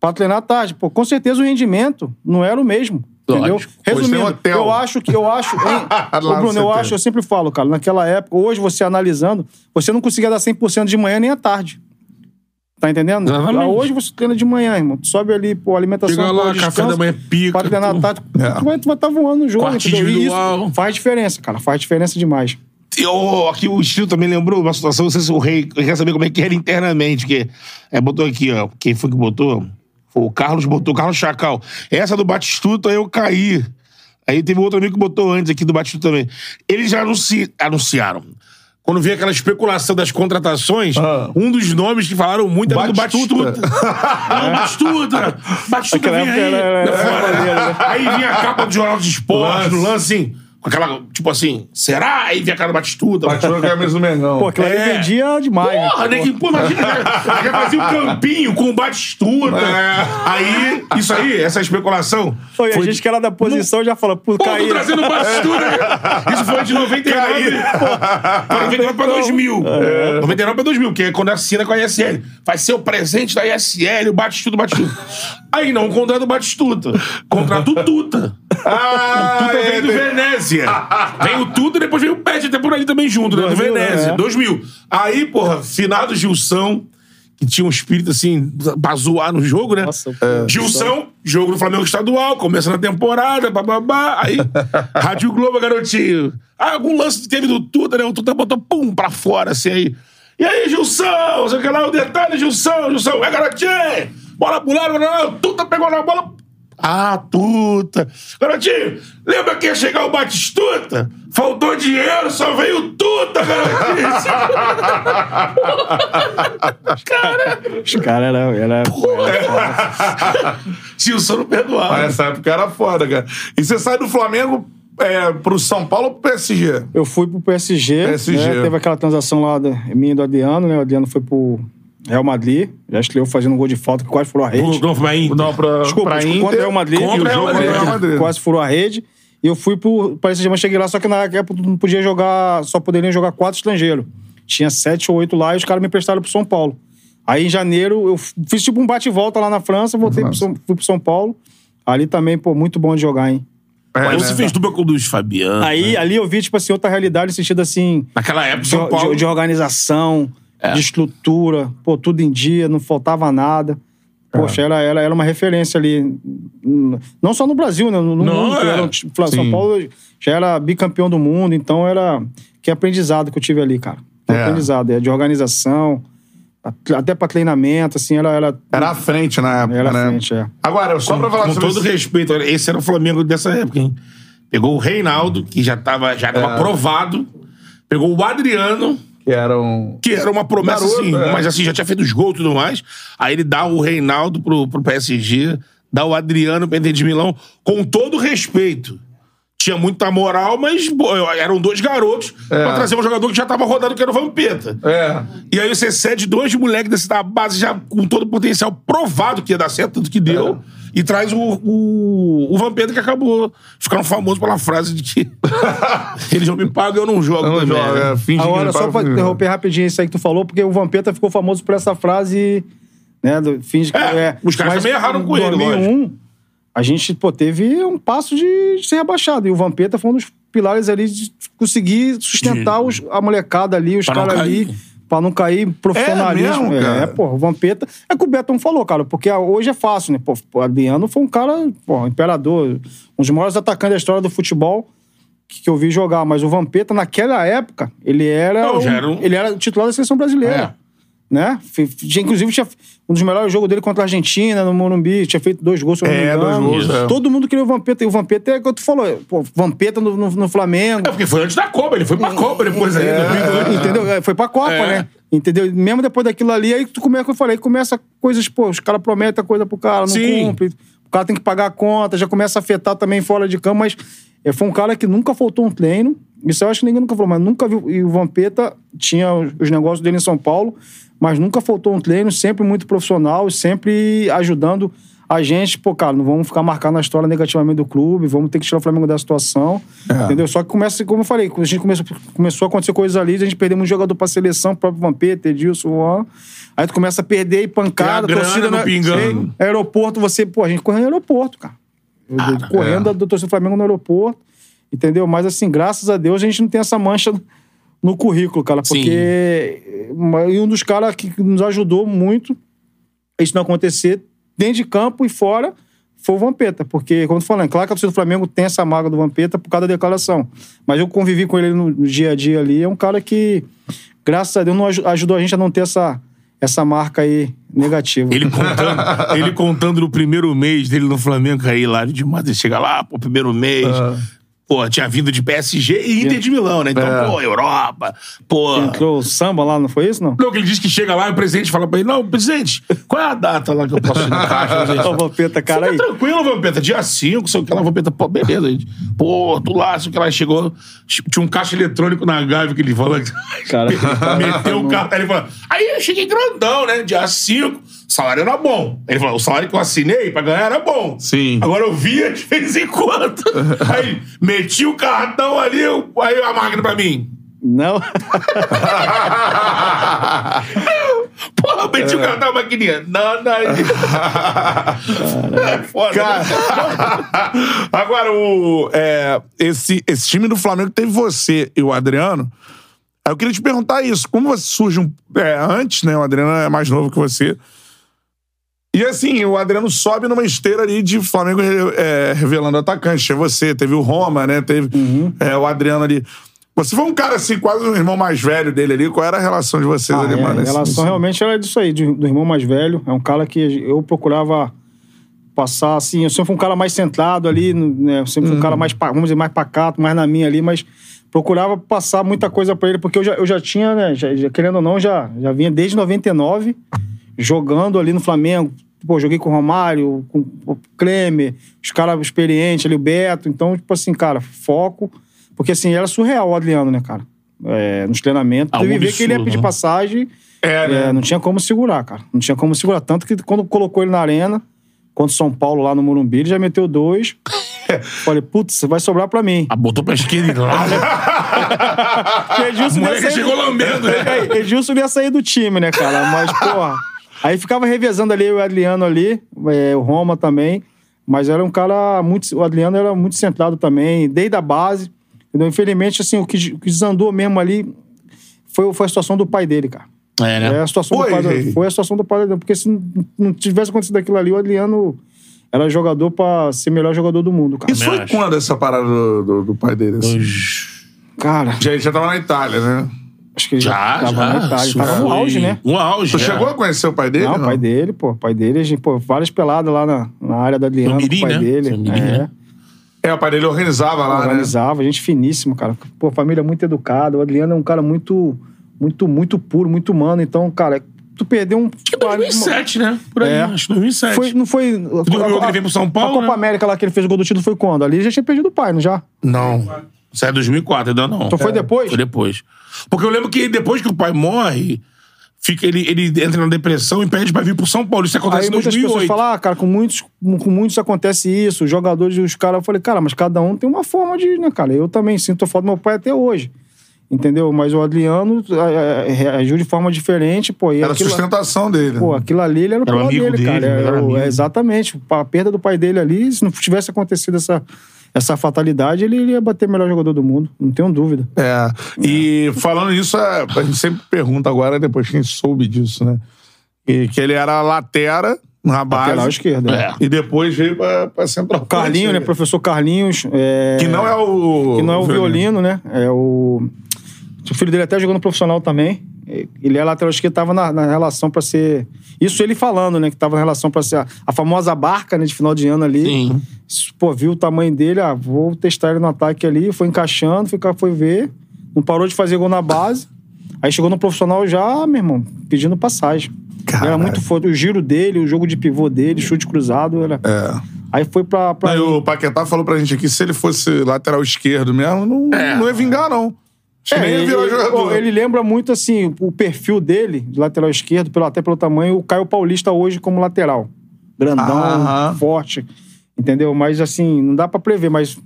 [SPEAKER 3] Pra treinar tarde. Pô, com certeza o rendimento não era o mesmo. Entendeu?
[SPEAKER 1] Lógico. Hoje
[SPEAKER 3] Resumindo,
[SPEAKER 1] tem um hotel.
[SPEAKER 3] eu acho que eu acho. hein?
[SPEAKER 1] Ah, Lá
[SPEAKER 3] Ô, Bruno,
[SPEAKER 1] você
[SPEAKER 3] eu
[SPEAKER 1] tem.
[SPEAKER 3] acho, assim. eu sempre falo, cara, naquela época, hoje você analisando, você não conseguia dar 100% de manhã nem à tarde. Tá entendendo?
[SPEAKER 2] Exatamente.
[SPEAKER 3] Hoje você treina de manhã, irmão. Tu sobe ali, pô, alimentação.
[SPEAKER 2] Chega lá,
[SPEAKER 3] pô,
[SPEAKER 2] café da manhã é pica,
[SPEAKER 3] Pra treinar à
[SPEAKER 2] pô.
[SPEAKER 3] tarde,
[SPEAKER 1] É.
[SPEAKER 3] tá, tu, vai, tu vai estar voando no jogo.
[SPEAKER 2] Quarto
[SPEAKER 3] entendeu? E
[SPEAKER 2] individual.
[SPEAKER 3] isso faz diferença, cara. Faz diferença demais.
[SPEAKER 2] Eu, aqui o estilo também lembrou uma situação, não sei se o rei quer saber como é que era internamente, porque é, botou aqui, ó. Quem foi que botou? Foi o Carlos botou, o Carlos Chacal. Essa do Batistuta eu caí. Aí teve outro amigo que botou antes aqui do Batistuta também. Eles já anunci- anunciaram. Quando veio aquela especulação das contratações,
[SPEAKER 1] Ah.
[SPEAKER 2] um dos nomes que falaram muito era
[SPEAKER 1] Batistuta.
[SPEAKER 2] do Batistuta. É. Não, Batistuta! Batistuta
[SPEAKER 3] Naquela
[SPEAKER 2] vem aí!
[SPEAKER 3] época era- era- era maneiro, né?
[SPEAKER 2] Aí vinha a capa do Jornal de Esporte, no lance, assim, com aquela, tipo assim, será? Aí vinha a cara do Batistuta.
[SPEAKER 1] Bateu a camisa do é Mengão.
[SPEAKER 3] Pô, aquilo ali
[SPEAKER 2] É.
[SPEAKER 3] vendia demais. né?
[SPEAKER 2] Porra, né? Que, pô, imagina, já, já fazia um campinho com o Batistuta. né? Aí, isso aí, essa especulação.
[SPEAKER 3] Pô, e a
[SPEAKER 2] foi
[SPEAKER 3] gente que era da posição já fala, pô,
[SPEAKER 2] Pô, tô
[SPEAKER 3] caiu.
[SPEAKER 2] trazendo o Batistuta. Isso foi de 99. pô, Foi 99 pra 2000. 99 pra 2000, que é quando assina com a ISL. Vai ser o presente da ISL, o Batistuta, o Batistuta. Aí não contrata o Batistuta, contrata o Tuta.
[SPEAKER 1] Ah,
[SPEAKER 2] Tuta
[SPEAKER 1] é,
[SPEAKER 2] vem do
[SPEAKER 1] tem-
[SPEAKER 2] Venésia. Vem o Tuta e depois vem o Pet, até por ali também junto, né? Do
[SPEAKER 3] 2000,
[SPEAKER 2] Venésia.
[SPEAKER 3] né?
[SPEAKER 2] 2000. Aí, porra, finado Gilson, que tinha um espírito assim, pra zoar no jogo, né?
[SPEAKER 3] Nossa,
[SPEAKER 2] É. Gilson, jogo do Flamengo Estadual, começa na temporada, bababá. Aí, Rádio Globo, garotinho. Ah, algum lance que teve do Tuta, né? O Tuta botou pum pra fora, assim aí. E aí, Gilson? Sei o que lá, o detalhe, Gilson, Gilson. É, garotinho! Bola pro lado, bola pro lado. o Tuta pegou na bola, ah, tuta. Garotinho, lembra que ia chegar o Batistuta? Faltou dinheiro, só veio o tuta, garotinho.
[SPEAKER 3] Os caras eram. Era,
[SPEAKER 2] Gilson não perdoava.
[SPEAKER 1] Ah, essa época era foda, cara. E você sai do Flamengo é, pro São Paulo ou pro PSG?
[SPEAKER 3] Eu fui pro PSG.
[SPEAKER 1] PSG.
[SPEAKER 3] né? Teve aquela transação lá da, minha e do Adriano, né? O Adriano foi pro Real Madrid. Já estreou fazendo um gol de falta que quase furou a rede.
[SPEAKER 1] Não, pra,
[SPEAKER 3] Desculpa,
[SPEAKER 1] pra
[SPEAKER 3] desculpa,
[SPEAKER 1] Inter.
[SPEAKER 3] contra o Real Madrid.
[SPEAKER 1] Contra
[SPEAKER 3] E
[SPEAKER 1] o Real
[SPEAKER 3] jogo
[SPEAKER 1] Madrid.
[SPEAKER 3] é,
[SPEAKER 1] Real Madrid.
[SPEAKER 3] Quase furou a rede. E eu fui pro Paris Saint-Germain, cheguei lá, só que na época não podia jogar, só poderiam jogar quatro estrangeiros. Tinha sete ou oito lá e os caras me emprestaram pro São Paulo. Aí em janeiro eu f- fiz tipo um bate e volta lá na França, voltei pro São, fui pro São Paulo. Ali também, pô, muito bom de jogar, hein?
[SPEAKER 1] É, né?
[SPEAKER 2] Aí você fez dupla com o Luiz Fabiano.
[SPEAKER 3] Aí ali eu vi, tipo assim, outra realidade no sentido assim,
[SPEAKER 2] Naquela época,
[SPEAKER 3] de,
[SPEAKER 2] É, São Paulo. É.
[SPEAKER 3] de- de organização, de estrutura, pô, tudo em dia, não faltava nada.
[SPEAKER 1] É.
[SPEAKER 3] Poxa, ela, ela era uma referência ali. hum, Não só no Brasil, né? No, no
[SPEAKER 2] Não,
[SPEAKER 3] mundo.
[SPEAKER 2] é.
[SPEAKER 3] Era um ti- Fla-
[SPEAKER 1] Sim.
[SPEAKER 3] São Paulo já era bicampeão do mundo, então era. Que aprendizado que eu tive ali, cara. Que
[SPEAKER 1] É.
[SPEAKER 3] aprendizado. É de organização, at- até pra treinamento, assim, ela era.
[SPEAKER 1] Era à frente na época,
[SPEAKER 3] Era à
[SPEAKER 1] né?
[SPEAKER 3] frente, é.
[SPEAKER 1] Agora, só pra falar
[SPEAKER 2] Com
[SPEAKER 1] sobre
[SPEAKER 2] todo
[SPEAKER 1] esse-
[SPEAKER 2] respeito, olha, esse era o Flamengo dessa época, hein? Pegou o Reinaldo, que já tava, já tava
[SPEAKER 1] É.
[SPEAKER 2] aprovado. Pegou o Adriano,
[SPEAKER 1] que era um...
[SPEAKER 2] que era uma promessa,
[SPEAKER 1] Garoto,
[SPEAKER 2] assim,
[SPEAKER 1] é.
[SPEAKER 2] mas assim, já tinha feito os gols e tudo mais. Aí ele dá o Reinaldo pro, pro PSG, dá o Adriano pro Inter de Milão, com todo o respeito. Tinha muita moral, mas pô, eram dois garotos pra trazer um jogador que já tava rodado, que era o Vampeta.
[SPEAKER 1] É.
[SPEAKER 2] E aí você cede dois moleques desse da base já com todo o potencial provado que ia dar certo, tudo que deu. E traz o, o, o Vampeta que acabou ficando famoso pela frase de que eles não me pagam, eu não jogo.
[SPEAKER 1] Eu não
[SPEAKER 2] também,
[SPEAKER 1] jogo,
[SPEAKER 2] né?
[SPEAKER 1] é, finge que
[SPEAKER 3] Agora,
[SPEAKER 1] não
[SPEAKER 3] Ah, só
[SPEAKER 1] para,
[SPEAKER 3] pra
[SPEAKER 1] finge que não.
[SPEAKER 3] interromper rapidinho isso aí que tu falou, porque o Vampeta ficou famoso por essa frase, né? Do, finge que
[SPEAKER 2] É, os caras também erraram com
[SPEAKER 3] em
[SPEAKER 2] ele,
[SPEAKER 3] 2001, a gente, pô, teve um passo de ser rebaixado. E o Vampeta foi um dos pilares ali de conseguir sustentar
[SPEAKER 2] De-
[SPEAKER 3] os- a molecada ali, os
[SPEAKER 2] Pra não
[SPEAKER 3] caras ali.
[SPEAKER 2] cair. É
[SPEAKER 3] Pra não cair profissionalismo.
[SPEAKER 1] mesmo, cara?
[SPEAKER 3] é, pô, o Vampeta. É que o Betão falou, cara, porque ah, hoje é fácil, né? Pô, o Adriano foi um cara, pô, imperador, um dos maiores atacantes da história do futebol que que eu vi jogar, mas o Vampeta, naquela época, ele era.
[SPEAKER 2] Não,
[SPEAKER 3] o-
[SPEAKER 2] já era um-
[SPEAKER 3] Ele era titular da seleção brasileira. Né? Fe- tinha- Inclusive, tinha um dos melhores jogos dele contra a Argentina, no Morumbi, tinha feito dois gols, se eu não me
[SPEAKER 1] É, dois
[SPEAKER 3] engano.
[SPEAKER 1] gols, é.
[SPEAKER 3] Todo mundo queria o Vampeta. E o Vampeta é o que tu falou, pô, Vampeta no, no- no Flamengo.
[SPEAKER 2] É, porque foi antes da Copa, ele foi pra Copa depois ainda.
[SPEAKER 3] Entendeu? É, Foi pra Copa,
[SPEAKER 2] É.
[SPEAKER 3] né? Entendeu? Mesmo depois daquilo ali, aí tu começa, como eu falei, aí começa coisas, pô, os caras prometem a coisa pro cara, não
[SPEAKER 2] Sim.
[SPEAKER 3] cumpre. O cara tem que pagar a conta, já começa a afetar também fora de campo, mas é, foi um cara que nunca faltou um treino. Isso eu acho que ninguém nunca falou, mas nunca viu. E o Vampeta tinha os, os negócios dele em São Paulo, mas nunca faltou um treino, sempre muito profissional, sempre ajudando a gente, pô, cara, não vamos ficar marcando a história negativamente do clube, vamos ter que tirar o Flamengo da situação.
[SPEAKER 1] É.
[SPEAKER 3] Entendeu? Só que começa, como eu falei, a gente começou, começou a acontecer coisas ali, a gente perdeu muito jogador pra seleção, o próprio Vampeta, Edilson, Juan. Aí tu começa a perder e pancada,
[SPEAKER 2] Tem a grana
[SPEAKER 3] torcida
[SPEAKER 2] no
[SPEAKER 3] na-
[SPEAKER 2] pingando.
[SPEAKER 3] Aeroporto, você, pô, a gente correndo no aeroporto, cara. Eu- eu- correndo
[SPEAKER 2] é.
[SPEAKER 3] da- do torcedor do Flamengo no aeroporto, entendeu? Mas assim, graças a Deus a gente não tem essa mancha no currículo, cara,
[SPEAKER 5] Sim.
[SPEAKER 3] porque uma- e um dos caras que nos ajudou muito a isso não acontecer dentro de campo e fora foi o Vampeta, porque, como eu tô falando, é claro que a torcida do Flamengo tem essa mágoa do Vampeta por causa da declaração, mas eu convivi com ele no, no dia a dia ali, é um cara que, graças a Deus, não aju- ajudou a gente a não ter essa, essa marca aí negativa.
[SPEAKER 2] Ele contando, ele contando no primeiro mês dele no Flamengo, aí lá de Madrid, chega lá, pô, primeiro mês. Pô, tinha vindo de PSG e Inter de Milão, né? Então,
[SPEAKER 1] É.
[SPEAKER 2] pô, Europa, pô.
[SPEAKER 3] Ah. Entrou o samba lá, não foi isso, não?
[SPEAKER 2] Não, que ele diz que chega lá e o presidente fala pra ele: Não, presidente, qual é a data lá que eu posso ir no caixa?
[SPEAKER 3] Ô, Vampeta, cara
[SPEAKER 2] Fica
[SPEAKER 3] aí.
[SPEAKER 2] tranquilo, Vampeta. Dia 5, sei o que lá, Vampeta. Pô, beleza, gente. Pô, tu lá, sei o que lá. Chegou, tinha um caixa eletrônico na Gávea que ele falou.
[SPEAKER 3] Cara,
[SPEAKER 2] Meteu o cartão. Ele falou, aí eu cheguei grandão, né? Dia 5, o salário era bom. Ele falou, o salário que eu assinei pra ganhar era bom.
[SPEAKER 1] Sim.
[SPEAKER 2] Agora eu via de vez em quando. Aí meti o cartão ali, eu- aí a máquina pra mim.
[SPEAKER 3] Não.
[SPEAKER 2] Porra,
[SPEAKER 1] É.
[SPEAKER 2] eu meti o cartão na maquininha. Não, não. É
[SPEAKER 4] né?
[SPEAKER 2] foda.
[SPEAKER 1] Cara, agora, o, é, esse, esse time do Flamengo teve você e o Adriano. Aí eu queria te perguntar isso. Como você surge um, é, antes, né? O Adriano é mais novo que você. E assim, o Adriano sobe numa esteira ali de Flamengo é, revelando atacante. Teve você, teve o Roma, né? Teve
[SPEAKER 3] Uhum.
[SPEAKER 1] é, o Adriano ali. Você foi um cara assim, quase o irmão mais velho dele ali. Qual era a relação de vocês
[SPEAKER 3] Ah,
[SPEAKER 1] ali,
[SPEAKER 3] é,
[SPEAKER 1] mano?
[SPEAKER 3] A
[SPEAKER 1] Esse-
[SPEAKER 3] relação realmente era disso aí, de- do irmão mais velho. É um cara que eu procurava passar, assim, eu sempre fui um cara mais centrado ali, né? Eu sempre fui um cara
[SPEAKER 2] Uhum.
[SPEAKER 3] mais, pa- vamos dizer, mais pacato, mais na minha ali, mas procurava passar muita coisa pra ele, porque eu já, eu já tinha, né, já- já, querendo ou não, já, já vinha desde 99 jogando ali no Flamengo. Pô, joguei com o Romário, com o Klemer, os caras experientes ali, o Beto. Então, tipo assim, cara, foco. Porque assim, era surreal o Adriano, né, cara? É, nos treinamentos.
[SPEAKER 2] Ah,
[SPEAKER 3] Teve
[SPEAKER 2] um
[SPEAKER 3] ver que ele ia
[SPEAKER 2] absurdo,
[SPEAKER 3] pedir
[SPEAKER 2] né?
[SPEAKER 3] passagem.
[SPEAKER 1] É, né?
[SPEAKER 3] É, não tinha como segurar, cara. Não tinha como segurar. Tanto que quando colocou ele na arena, contra o São Paulo lá no Morumbi, ele já meteu dois. Falei, putz, vai sobrar pra mim.
[SPEAKER 2] Ah, botou pra esquerda e lá.
[SPEAKER 3] Porque Edilson
[SPEAKER 2] O
[SPEAKER 3] ia
[SPEAKER 2] moleque
[SPEAKER 3] sair-
[SPEAKER 2] chegou lambendo, né?
[SPEAKER 3] Aí, Edilson ia sair do time, né, cara? Mas, porra. Aí ficava revezando ali eu e o Adriano ali, é, o Roma também. Mas era um cara muito. O Adriano era muito centrado também, desde a base. Entendeu? Infelizmente, assim, o que, o que desandou mesmo ali foi, foi a situação do pai dele, cara.
[SPEAKER 2] É,
[SPEAKER 3] É a situação
[SPEAKER 1] Foi,
[SPEAKER 3] do pai
[SPEAKER 1] Rei.
[SPEAKER 3] dele. Foi a situação do pai dele. Porque se não- não tivesse acontecido aquilo ali, o Adriano era jogador pra ser melhor jogador do mundo, cara.
[SPEAKER 1] Isso foi
[SPEAKER 2] acho.
[SPEAKER 1] quando essa parada do, do- do pai dele? assim?
[SPEAKER 3] Cara,
[SPEAKER 1] Já, já tava na Itália, né?
[SPEAKER 3] acho que ele
[SPEAKER 2] Já,
[SPEAKER 3] tava
[SPEAKER 2] já.
[SPEAKER 3] na Itália.
[SPEAKER 2] Isso
[SPEAKER 3] Tava no
[SPEAKER 2] foi
[SPEAKER 3] auge, né?
[SPEAKER 2] Um auge.
[SPEAKER 1] Tu
[SPEAKER 2] é.
[SPEAKER 1] chegou a conhecer o pai dele?
[SPEAKER 3] não, o pai dele, pô. O pai dele, a gente, pô, várias peladas lá na, na área da Adriano,
[SPEAKER 2] No Mirim,
[SPEAKER 3] com o pai
[SPEAKER 2] né?
[SPEAKER 3] dele.
[SPEAKER 2] No Mirim,
[SPEAKER 3] é,
[SPEAKER 2] né?
[SPEAKER 1] É, o pai dele organizava lá, né?
[SPEAKER 3] organizava, gente finíssima, cara. Pô, família muito educada. O Adriano é um cara muito, muito, muito puro, muito humano. Então, cara, tu perdeu um.
[SPEAKER 2] Acho que é 2007, né? Por aí,
[SPEAKER 3] É.
[SPEAKER 2] acho que 2007.
[SPEAKER 3] Foi, não foi.
[SPEAKER 2] que ele veio pro São Paulo,
[SPEAKER 3] A Copa
[SPEAKER 2] né?
[SPEAKER 3] América lá que ele fez o gol do título foi quando? Ali já tinha perdido o pai, não já?
[SPEAKER 2] Não. Isso é 2004, ainda não. É,
[SPEAKER 3] Então foi depois?
[SPEAKER 2] Foi depois. Porque eu lembro que depois que o pai morre, fica, ele, ele entra na depressão e pede pra vir pro São Paulo. Isso acontece
[SPEAKER 3] Aí
[SPEAKER 2] em
[SPEAKER 3] muitas
[SPEAKER 2] 2008.
[SPEAKER 3] pessoas falam, ah, cara, com muitos, com muitos acontece isso, os jogadores e os caras. Eu falei, cara, mas cada um tem uma forma de, né, cara? Eu também sinto a falta do meu pai até hoje. Entendeu? Mas o Adriano é, é, é, agiu de forma diferente, pô. E
[SPEAKER 1] Era a
[SPEAKER 3] aquilo,
[SPEAKER 1] sustentação dele. né?
[SPEAKER 3] pô, aquilo ali ele era o
[SPEAKER 2] Era o
[SPEAKER 3] problema
[SPEAKER 2] amigo
[SPEAKER 3] dele, cara.
[SPEAKER 2] dele,
[SPEAKER 3] Era
[SPEAKER 2] era
[SPEAKER 3] o-
[SPEAKER 2] amigo.
[SPEAKER 3] é, exatamente. A perda do pai dele ali, se não tivesse acontecido essa, essa fatalidade, ele, ele ia bater o melhor jogador do mundo. Não tenho dúvida.
[SPEAKER 1] É. E falando nisso, é, a gente sempre pergunta agora, depois quem soube disso, né? E que ele era latera na base.
[SPEAKER 3] Lateral esquerda.
[SPEAKER 2] É.
[SPEAKER 1] E depois veio pra, pra central.
[SPEAKER 3] Carlinho, né? Professor Carlinhos. é,
[SPEAKER 1] Que não é o.
[SPEAKER 3] que não é o violino, né? É o. O filho dele até jogou no profissional também. Ele é lateral esquerdo, tava na, na relação pra ser. Isso ele falando, né? Que tava na relação pra ser a, a famosa barca, né? De final de ano ali.
[SPEAKER 2] Sim.
[SPEAKER 3] Pô, viu o tamanho dele, ah, vou testar ele no ataque ali. Foi encaixando, foi, foi ver. Não parou de fazer gol na base. Aí chegou no profissional já, meu irmão, pedindo passagem.
[SPEAKER 1] Caralho.
[SPEAKER 3] Era muito forte. O giro dele, o jogo de pivô dele, chute cruzado. Era...
[SPEAKER 1] É.
[SPEAKER 3] Aí foi pra. pra
[SPEAKER 1] Aí o Paquetá falou pra gente aqui: se ele fosse lateral esquerdo mesmo, não, não ia vingar, não. Acho que
[SPEAKER 3] É,
[SPEAKER 1] nem ia
[SPEAKER 3] ele,
[SPEAKER 1] virar
[SPEAKER 3] ele-
[SPEAKER 1] jogador.
[SPEAKER 3] ele lembra muito, assim, o perfil dele, de lateral esquerdo, pelo, até pelo tamanho, o Caio Paulista hoje como lateral. grandão,
[SPEAKER 1] Aham.
[SPEAKER 3] forte. Entendeu? Mas assim, não dá pra prever, mas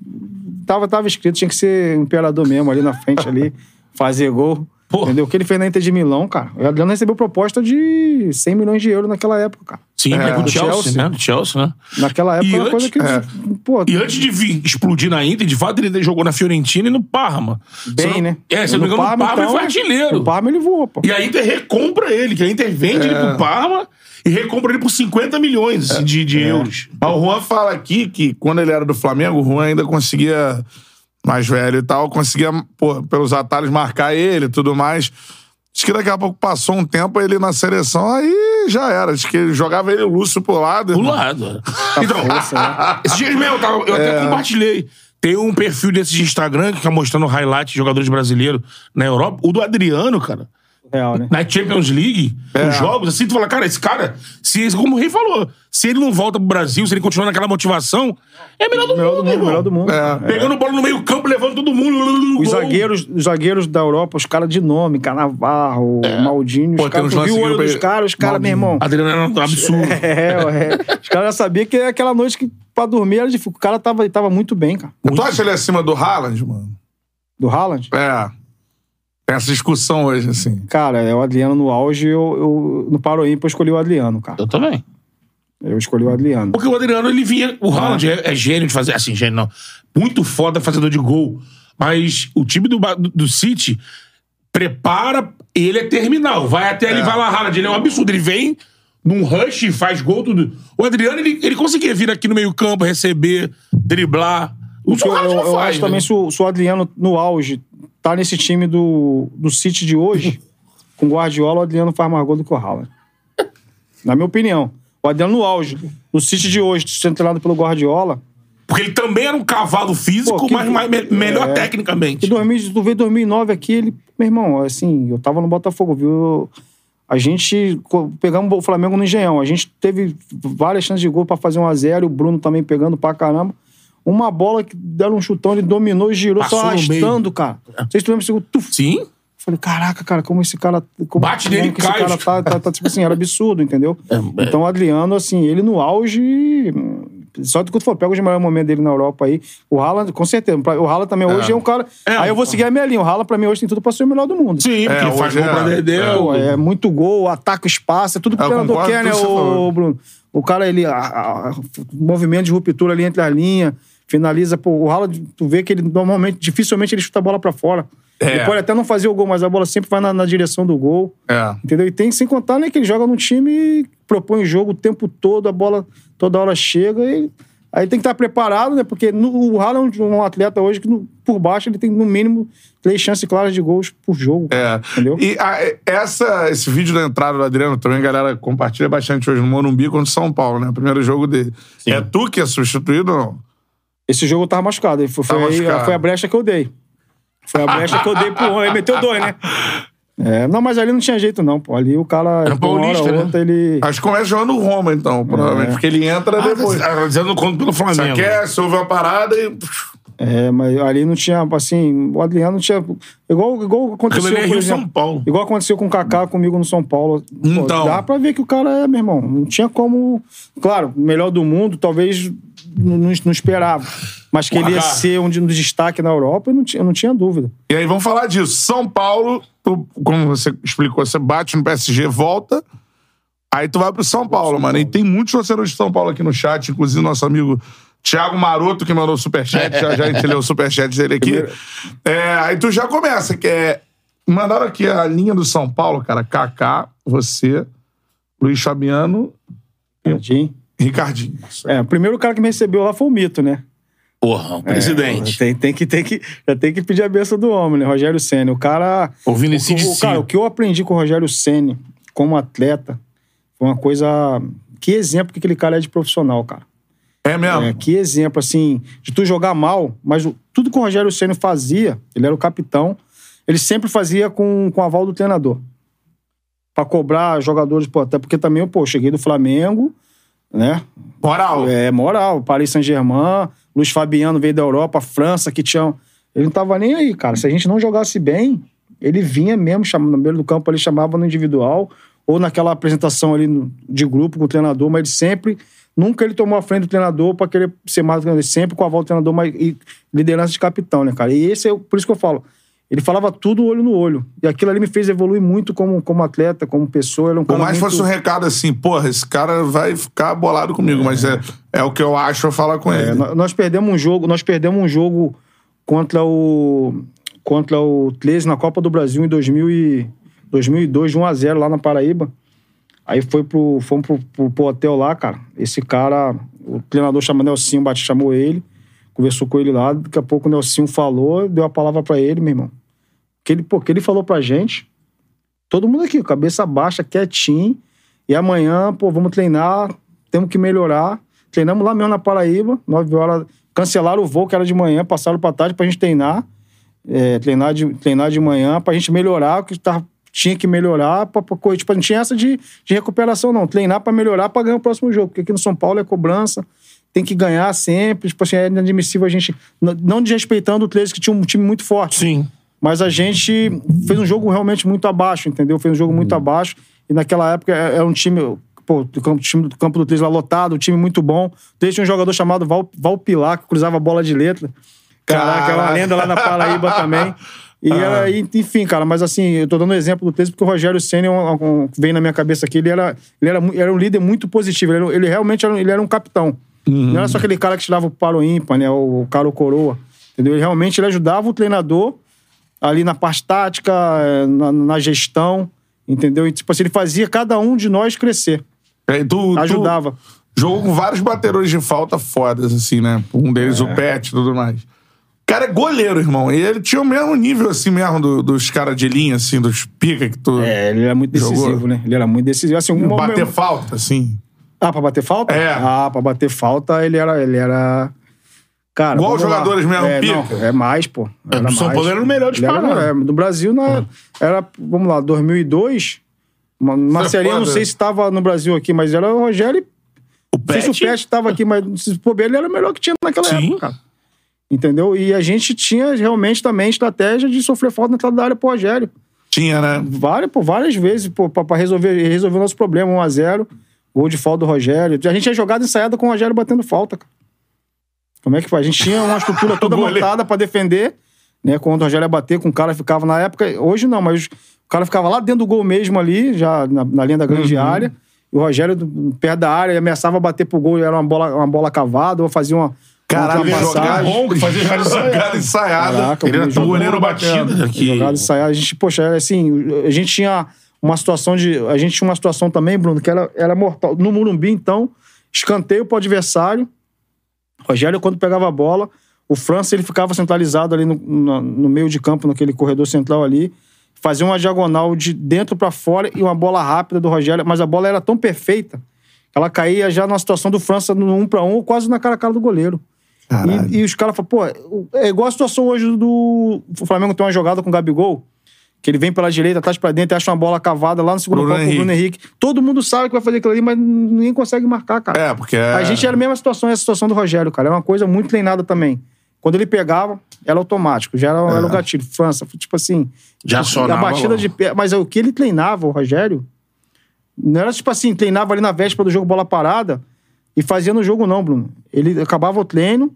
[SPEAKER 3] tava, tava escrito, tinha que ser imperador mesmo ali na frente ali, fazer gol.
[SPEAKER 4] Pô.
[SPEAKER 3] Entendeu? O que ele fez na Inter de Milão, cara. O Adriano recebeu proposta de 100 milhões de euros naquela época, cara.
[SPEAKER 4] Sim,
[SPEAKER 1] É,
[SPEAKER 4] do
[SPEAKER 1] do
[SPEAKER 4] Chelsea,
[SPEAKER 3] Chelsea.
[SPEAKER 4] né? Do Chelsea, né?
[SPEAKER 3] Naquela época
[SPEAKER 4] E
[SPEAKER 3] era uma coisa
[SPEAKER 4] antes- É.
[SPEAKER 3] que. Pô,
[SPEAKER 4] E antes de vir explodir na Inter, de fato, ele jogou na Fiorentina e no Parma. Se eu
[SPEAKER 3] bem,
[SPEAKER 4] não-
[SPEAKER 3] né?
[SPEAKER 4] É, se eu não me
[SPEAKER 3] No
[SPEAKER 4] engano, no Parma ele foi
[SPEAKER 3] O
[SPEAKER 4] artilheiro.
[SPEAKER 3] Parma ele voou, pô.
[SPEAKER 4] E a Inter recompra ele, que a Inter vende ele
[SPEAKER 1] É.
[SPEAKER 4] pro Parma e recompra ele por 50 milhões assim, de,
[SPEAKER 1] É.
[SPEAKER 4] de euros.
[SPEAKER 1] Mas Ah, o Juan fala aqui que quando ele era do Flamengo, o Juan ainda conseguia, mais velho e tal, conseguia, pô, pelos atalhos, marcar ele e tudo mais. Diz que daqui a pouco passou um tempo ele na seleção, aí já era. Diz que jogava ele e o Lúcio pro lado.
[SPEAKER 4] Do
[SPEAKER 1] irmão.
[SPEAKER 4] lado.
[SPEAKER 1] Tá
[SPEAKER 4] Então,
[SPEAKER 3] Força, né?
[SPEAKER 4] esses dias mesmo, eu, tava- eu
[SPEAKER 1] É.
[SPEAKER 2] É.
[SPEAKER 4] até compartilhei. Tem um perfil desses de Instagram que tá mostrando highlight de jogadores brasileiros na Europa. O do Adriano, cara.
[SPEAKER 3] Real, né?
[SPEAKER 4] na Champions League, os jogos, assim, tu fala, cara, esse cara, se, como o Rei falou, se ele não volta pro Brasil, se ele continuar naquela motivação, é melhor do
[SPEAKER 3] Melhor
[SPEAKER 4] mundo,
[SPEAKER 3] do mundo,
[SPEAKER 4] irmão.
[SPEAKER 3] melhor do mundo.
[SPEAKER 1] É.
[SPEAKER 4] Pegando bola no meio campo, levando todo mundo.
[SPEAKER 3] Os
[SPEAKER 4] gol.
[SPEAKER 3] zagueiros, os zagueiros da Europa, os caras de nome, Canavarro, Maldini,
[SPEAKER 1] É. Pô, tem
[SPEAKER 3] os caras.
[SPEAKER 1] uns
[SPEAKER 3] Tu viu o
[SPEAKER 1] lances
[SPEAKER 3] olho
[SPEAKER 1] que eu
[SPEAKER 3] dos
[SPEAKER 1] pe-
[SPEAKER 3] caras, os caras, meu irmão.
[SPEAKER 4] Adriano era um absurdo.
[SPEAKER 3] É, ué. Os caras já sabiam que é aquela noite que pra dormir era difícil. O cara tava, tava muito bem, cara.
[SPEAKER 1] Tu acha ele acima do Haaland, mano?
[SPEAKER 3] Do Haaland.
[SPEAKER 1] É. Tem essa discussão hoje, assim.
[SPEAKER 3] Cara, é o Adriano no auge, eu, eu no Paro Ímpar eu escolhi o Adriano, cara.
[SPEAKER 4] Eu também.
[SPEAKER 3] Eu escolhi o Adriano.
[SPEAKER 4] Porque o Adriano, ele vinha. O Haaland é, é gênio de fazer. Assim, gênio não. Muito foda fazedor de gol. Mas o time do, Ba- do- do City prepara. Ele é terminal. Vai até ali, vai lá, Haaland. Ele é um absurdo. Ele vem num rush, faz gol, tudo. O Adriano, ele, ele conseguia vir aqui no meio-campo, receber, driblar. O que
[SPEAKER 3] Eu,
[SPEAKER 4] o Haaland
[SPEAKER 3] eu-
[SPEAKER 4] não
[SPEAKER 3] eu
[SPEAKER 4] faz.
[SPEAKER 3] Então, acho
[SPEAKER 4] né?
[SPEAKER 3] também se o, se o Adriano no auge tá nesse time do, do City de hoje, com Guardiola, o Adriano faz mais gol do que o Haaland. Na minha opinião. O Adriano no auge, no City de hoje, sendo treinado pelo Guardiola,
[SPEAKER 4] Porque ele também era um cavalo físico,
[SPEAKER 3] Pô, que-
[SPEAKER 4] mas, mais- me- melhor
[SPEAKER 3] é.
[SPEAKER 4] tecnicamente.
[SPEAKER 3] Em 2000, tu veio 2009 aqui, ele, meu irmão, assim, eu tava no Botafogo, viu? A gente co- pegamos o Flamengo no Engenhão, a gente teve várias chances de gol pra fazer um a zero, o Bruno também pegando pra caramba. Uma bola que deram um chutão, ele dominou, e girou,
[SPEAKER 4] Passou
[SPEAKER 3] só
[SPEAKER 4] no
[SPEAKER 3] arrastando, cara. Vocês lembram segundo, tuf,
[SPEAKER 4] Sim.
[SPEAKER 3] Falei, caraca, cara, como esse cara. Como,
[SPEAKER 4] Bate
[SPEAKER 3] como
[SPEAKER 4] nele e
[SPEAKER 3] que esse
[SPEAKER 4] cai,
[SPEAKER 3] cara tá, tá, tá, tipo assim, era absurdo, entendeu? Então o Adriano, assim, ele no auge. Só do que tu for, pega os melhores momentos dele na Europa aí. O Haaland, com certeza. pra- O Haaland também hoje é um cara.
[SPEAKER 4] É,
[SPEAKER 3] aí eu vou
[SPEAKER 4] pô.
[SPEAKER 3] seguir a minha linha. O Haaland, pra mim, hoje tem tudo pra ser o melhor do mundo.
[SPEAKER 4] Sim, porque
[SPEAKER 1] hoje
[SPEAKER 4] faz gol
[SPEAKER 1] é-
[SPEAKER 4] pra Dedéu.
[SPEAKER 1] é.
[SPEAKER 3] Pô, é muito gol, ataca o espaço, é tudo que o
[SPEAKER 1] Eu
[SPEAKER 3] treinador
[SPEAKER 1] concordo
[SPEAKER 3] quer,
[SPEAKER 1] com
[SPEAKER 3] né,
[SPEAKER 1] o que você
[SPEAKER 3] o,
[SPEAKER 1] falou.
[SPEAKER 3] Bruno? O cara, ele. a- a- a- movimento de ruptura ali entre a linha, finaliza. Pô, o Haaland, tu vê que ele normalmente, dificilmente ele chuta a bola pra fora.
[SPEAKER 1] É.
[SPEAKER 3] Ele pode até não fazer o gol, mas a bola sempre vai na, na direção do gol.
[SPEAKER 1] É.
[SPEAKER 3] Entendeu? E tem, sem contar, né, que ele joga num time, propõe jogo o tempo todo, a bola toda hora chega e. Aí tem que estar preparado, né? Porque no, o Haaland é um atleta hoje que, no- por baixo, ele tem no mínimo três chances claras de gols por jogo.
[SPEAKER 1] É.
[SPEAKER 3] Entendeu?
[SPEAKER 1] E a- e- essa, esse vídeo da entrada do Adriano também, a galera, compartilha bastante hoje no Morumbi contra o São Paulo, né? Primeiro jogo dele. É tu que é substituído ou não?
[SPEAKER 3] Esse jogo eu tava machucado. aí Foi,
[SPEAKER 1] Tá
[SPEAKER 3] foi, aí-
[SPEAKER 1] machucado.
[SPEAKER 3] foi a brecha que eu dei. Foi a brecha que eu dei pro Rony. Ele meteu dois, né? É, não, mas ali não tinha jeito, não, pô. Ali o cara,
[SPEAKER 4] Era
[SPEAKER 3] de uma hora
[SPEAKER 4] paulista,
[SPEAKER 3] ou
[SPEAKER 4] né?
[SPEAKER 3] outra, ele.
[SPEAKER 1] Acho que começa jogando o Roma, então, provavelmente, porque ele entra depois. é
[SPEAKER 4] Ah, dizendo conto pelo
[SPEAKER 1] Só
[SPEAKER 4] Flamengo.
[SPEAKER 1] aquece, ouve uma parada e. pff,
[SPEAKER 3] É, mas ali não tinha, assim, o Adriano não tinha. Igual, igual aconteceu.
[SPEAKER 4] Aquilo ali é
[SPEAKER 3] por
[SPEAKER 4] Rio
[SPEAKER 3] exemplo,
[SPEAKER 4] São Paulo.
[SPEAKER 3] Igual aconteceu com o Kaká comigo no São Paulo. Pô,
[SPEAKER 1] Então.
[SPEAKER 3] Dá pra ver que o cara é, meu irmão. Não tinha como. Claro, melhor do mundo, talvez não, não- não esperava. Mas que ele ia
[SPEAKER 4] Kaká.
[SPEAKER 3] ser um de- um destaque na Europa, eu não tinha, eu não tinha dúvida.
[SPEAKER 1] E aí vamos falar disso. São Paulo, tu- como você explicou, você bate no PSG, volta. Aí tu vai pro São Paulo, mano. E tem muitos torcedores de São Paulo aqui no chat, inclusive nosso amigo Thiago Maroto, que mandou o superchat. já, já a gente leu o superchat dele aqui. É, aí tu já começa, que é. Mandaram aqui a linha do São Paulo, cara. Kaká, você, Luiz Fabiano,
[SPEAKER 4] Hum.
[SPEAKER 3] Tadinho.
[SPEAKER 1] Ricardinho.
[SPEAKER 3] É, o primeiro cara que me recebeu lá foi o Mito, né? É,
[SPEAKER 4] Porra, o presidente.
[SPEAKER 3] Tem, tem que, tem que, já tem que pedir a benção do homem, né? Rogério Senna. O cara.
[SPEAKER 4] Ouvindo esse
[SPEAKER 3] o-
[SPEAKER 4] de
[SPEAKER 3] o, cara, o que eu aprendi com o Rogério Senna como atleta foi uma coisa. Que exemplo que aquele cara é de profissional, cara.
[SPEAKER 1] É mesmo?
[SPEAKER 3] É, que exemplo, assim, de tu jogar mal, mas o- tudo que o Rogério Senna fazia, ele era o capitão, ele sempre fazia com, com o aval do treinador. Pra cobrar jogadores, pô, até porque também, pô, eu cheguei do Flamengo, né?
[SPEAKER 1] Moral.
[SPEAKER 3] É, moral. Paris Saint-Germain, Luiz Fabiano veio da Europa, França, que tinha. um- Ele não tava nem aí, cara. Se a gente não jogasse bem, ele vinha mesmo, chamando no meio do campo, ele chamava no individual, ou naquela apresentação ali no- de grupo com o treinador, mas ele sempre Nunca ele tomou a frente do treinador pra querer ser mais do que ele, sempre com a volta do treinador mas, e liderança de capitão, né, cara? E esse é o- por isso que eu falo. Ele falava tudo olho no olho. E aquilo ali me fez evoluir muito como, como atleta, como pessoa. Ele é um
[SPEAKER 1] Por
[SPEAKER 3] cara
[SPEAKER 1] mais que
[SPEAKER 3] muito...
[SPEAKER 1] fosse um recado assim, porra, esse cara vai ficar bolado comigo, mas é, é o que eu acho eu falar com
[SPEAKER 3] É,
[SPEAKER 1] ele.
[SPEAKER 3] nó- nós perdemos um jogo, nós perdemos um jogo contra o contra o 13 na Copa do Brasil em 2000 e- 2002 de 1 a 0 lá na Paraíba. Aí foi pro fomos pro, pro- pro hotel lá, cara. Esse cara, o treinador chama Nelsinho Batista chamou ele, conversou com ele lá, daqui a pouco o Nelsinho falou, deu a palavra pra ele, meu irmão. Que ele, pô, que ele falou pra gente. Todo mundo aqui, cabeça baixa, quietinho. E amanhã, pô, vamos treinar, temos que melhorar. Treinamos lá mesmo na Paraíba, 9 horas. Cancelaram o voo que era de manhã, passaram pra tarde pra gente treinar. É, treinar, de, treinar de manhã, pra gente melhorar o que tava- tinha que melhorar. Pra, pra, correr. tipo, não tinha essa de, de recuperação, não. Treinar pra melhorar pra ganhar o próximo jogo. Porque aqui no São Paulo é cobrança, tem que ganhar sempre. Tipo assim, é inadmissível a gente. n- Não desrespeitando o 13, que tinha um time muito forte.
[SPEAKER 2] Sim.
[SPEAKER 3] Mas a gente fez um jogo realmente muito abaixo, entendeu? Fez um jogo muito abaixo. E naquela época é- era um time, pô, do campo, time do campo do Três lá lotado, um time muito bom. O Três tinha um jogador chamado Val, Val Pilar, que cruzava a bola de letra. Caraca, é uma
[SPEAKER 1] Caraca.
[SPEAKER 3] lenda lá na Paraíba também. E
[SPEAKER 1] Ah.
[SPEAKER 3] era, e- enfim, cara, mas assim, eu tô dando um exemplo do 13 porque o Rogério Senna é um- um- vem na minha cabeça aqui, ele era, ele era, mu- era um líder muito positivo, ele, era- ele realmente era, um- ele era um capitão.
[SPEAKER 1] Uhum.
[SPEAKER 3] Não era só aquele cara que tirava o paro ímpar, né, o, o cara o coroa, entendeu? Ele realmente ele ajudava o treinador ali na parte tática, eh, na, na gestão, entendeu? E tipo assim, ele fazia cada um de nós crescer,
[SPEAKER 1] Aí É, tu, tu
[SPEAKER 3] ajudava.
[SPEAKER 1] jogou com vários batedores de falta fodas, assim, né? Um deles,
[SPEAKER 3] É.
[SPEAKER 1] o Pet e tudo mais. O cara é goleiro, irmão. E ele tinha o mesmo nível, assim, mesmo, do- dos caras de linha, assim, dos pica que tu
[SPEAKER 3] É, ele era muito decisivo,
[SPEAKER 1] Jogou.
[SPEAKER 3] né? Ele era muito decisivo. Assim, um,
[SPEAKER 1] bater falta, assim.
[SPEAKER 3] Ah, pra bater falta?
[SPEAKER 1] É.
[SPEAKER 3] Ah, pra bater falta, ele era. Ele era... Cara,
[SPEAKER 1] Igual
[SPEAKER 3] vamos
[SPEAKER 1] os
[SPEAKER 3] lá.
[SPEAKER 1] jogadores mesmo,
[SPEAKER 3] é,
[SPEAKER 1] pica.
[SPEAKER 3] não, é mais, pô.
[SPEAKER 2] É,
[SPEAKER 3] Era
[SPEAKER 2] do São
[SPEAKER 3] mais.
[SPEAKER 2] Paulo era o melhor né?
[SPEAKER 3] Ele era
[SPEAKER 2] disparado.
[SPEAKER 3] melhor. É, No Brasil, na,
[SPEAKER 2] É.
[SPEAKER 3] era, vamos lá, 2002. Ma- Marcelinho, não
[SPEAKER 1] foda.
[SPEAKER 3] sei se tava no Brasil aqui, mas era o Rogério. e-
[SPEAKER 2] O
[SPEAKER 3] Não sei se o
[SPEAKER 2] Pet.
[SPEAKER 3] Pet tava aqui, mas se pô, ele era o melhor que tinha naquela
[SPEAKER 2] Sim.
[SPEAKER 3] época, cara. Entendeu? E a gente tinha realmente também estratégia de sofrer falta na entrada da área pro Rogério.
[SPEAKER 1] Tinha, né?
[SPEAKER 3] Várias, pô, várias vezes pô, pra, pra resolver, resolver o nosso problema, 1x0. Gol de falta do Rogério. A gente é jogado ensaiada com o Rogério batendo falta, cara. Como é que faz? A gente tinha uma estrutura toda
[SPEAKER 1] Goleiro.
[SPEAKER 3] montada pra defender, né? Quando o Rogério ia bater, com o cara ficava na época. Hoje não, mas o cara ficava lá dentro do gol mesmo ali, já na, na linha da grande
[SPEAKER 1] Uhum.
[SPEAKER 3] área. E o Rogério, do- perto da área, ele ameaçava bater pro gol, era uma bola, uma bola cavada, ou fazia uma. uma
[SPEAKER 1] Caralho, jogar
[SPEAKER 3] ultrapassagem.
[SPEAKER 1] bom, fazer jogada ensaiada.
[SPEAKER 3] Caraca,
[SPEAKER 1] ele era
[SPEAKER 3] jogou
[SPEAKER 1] goleiro
[SPEAKER 2] batendo.
[SPEAKER 1] batido.
[SPEAKER 2] Que-
[SPEAKER 3] Jogada ensaiada. A gente, poxa, era assim, a gente tinha uma situação de. A gente tinha uma situação também, Bruno, que era, era mortal. No Murumbi, então, escanteio pro adversário. Rogério, quando pegava a bola, o França ele ficava centralizado ali no, na- no meio de campo, naquele corredor central ali. Fazia uma diagonal de dentro pra fora e uma bola rápida do Rogério, mas a bola era tão perfeita que ela caía já na situação do França no um pra um, ou quase na cara a cara do goleiro.
[SPEAKER 1] Caralho.
[SPEAKER 3] E, e os caras falam, pô, é igual a situação hoje do. O Flamengo tem uma jogada com o Gabigol, que ele vem pela direita, atrás pra dentro, acha uma bola cavada lá no segundo
[SPEAKER 1] Bruno
[SPEAKER 3] Bruno com o Bruno Henrique. Todo mundo sabe que vai fazer aquilo ali, mas ninguém consegue marcar, cara.
[SPEAKER 1] É, porque... é-
[SPEAKER 3] A gente era a mesma situação, essa situação do Rogério, cara. É uma coisa muito treinada também. Quando ele pegava, era automático, já era, era o gatilho. França, tipo assim.
[SPEAKER 2] Já
[SPEAKER 3] A
[SPEAKER 2] sonava
[SPEAKER 3] batida
[SPEAKER 2] logo.
[SPEAKER 3] de pé. Mas é o que ele treinava, o Rogério, não era tipo assim, treinava ali na véspera do jogo bola parada e fazia no jogo, não, Bruno. Ele acabava o treino,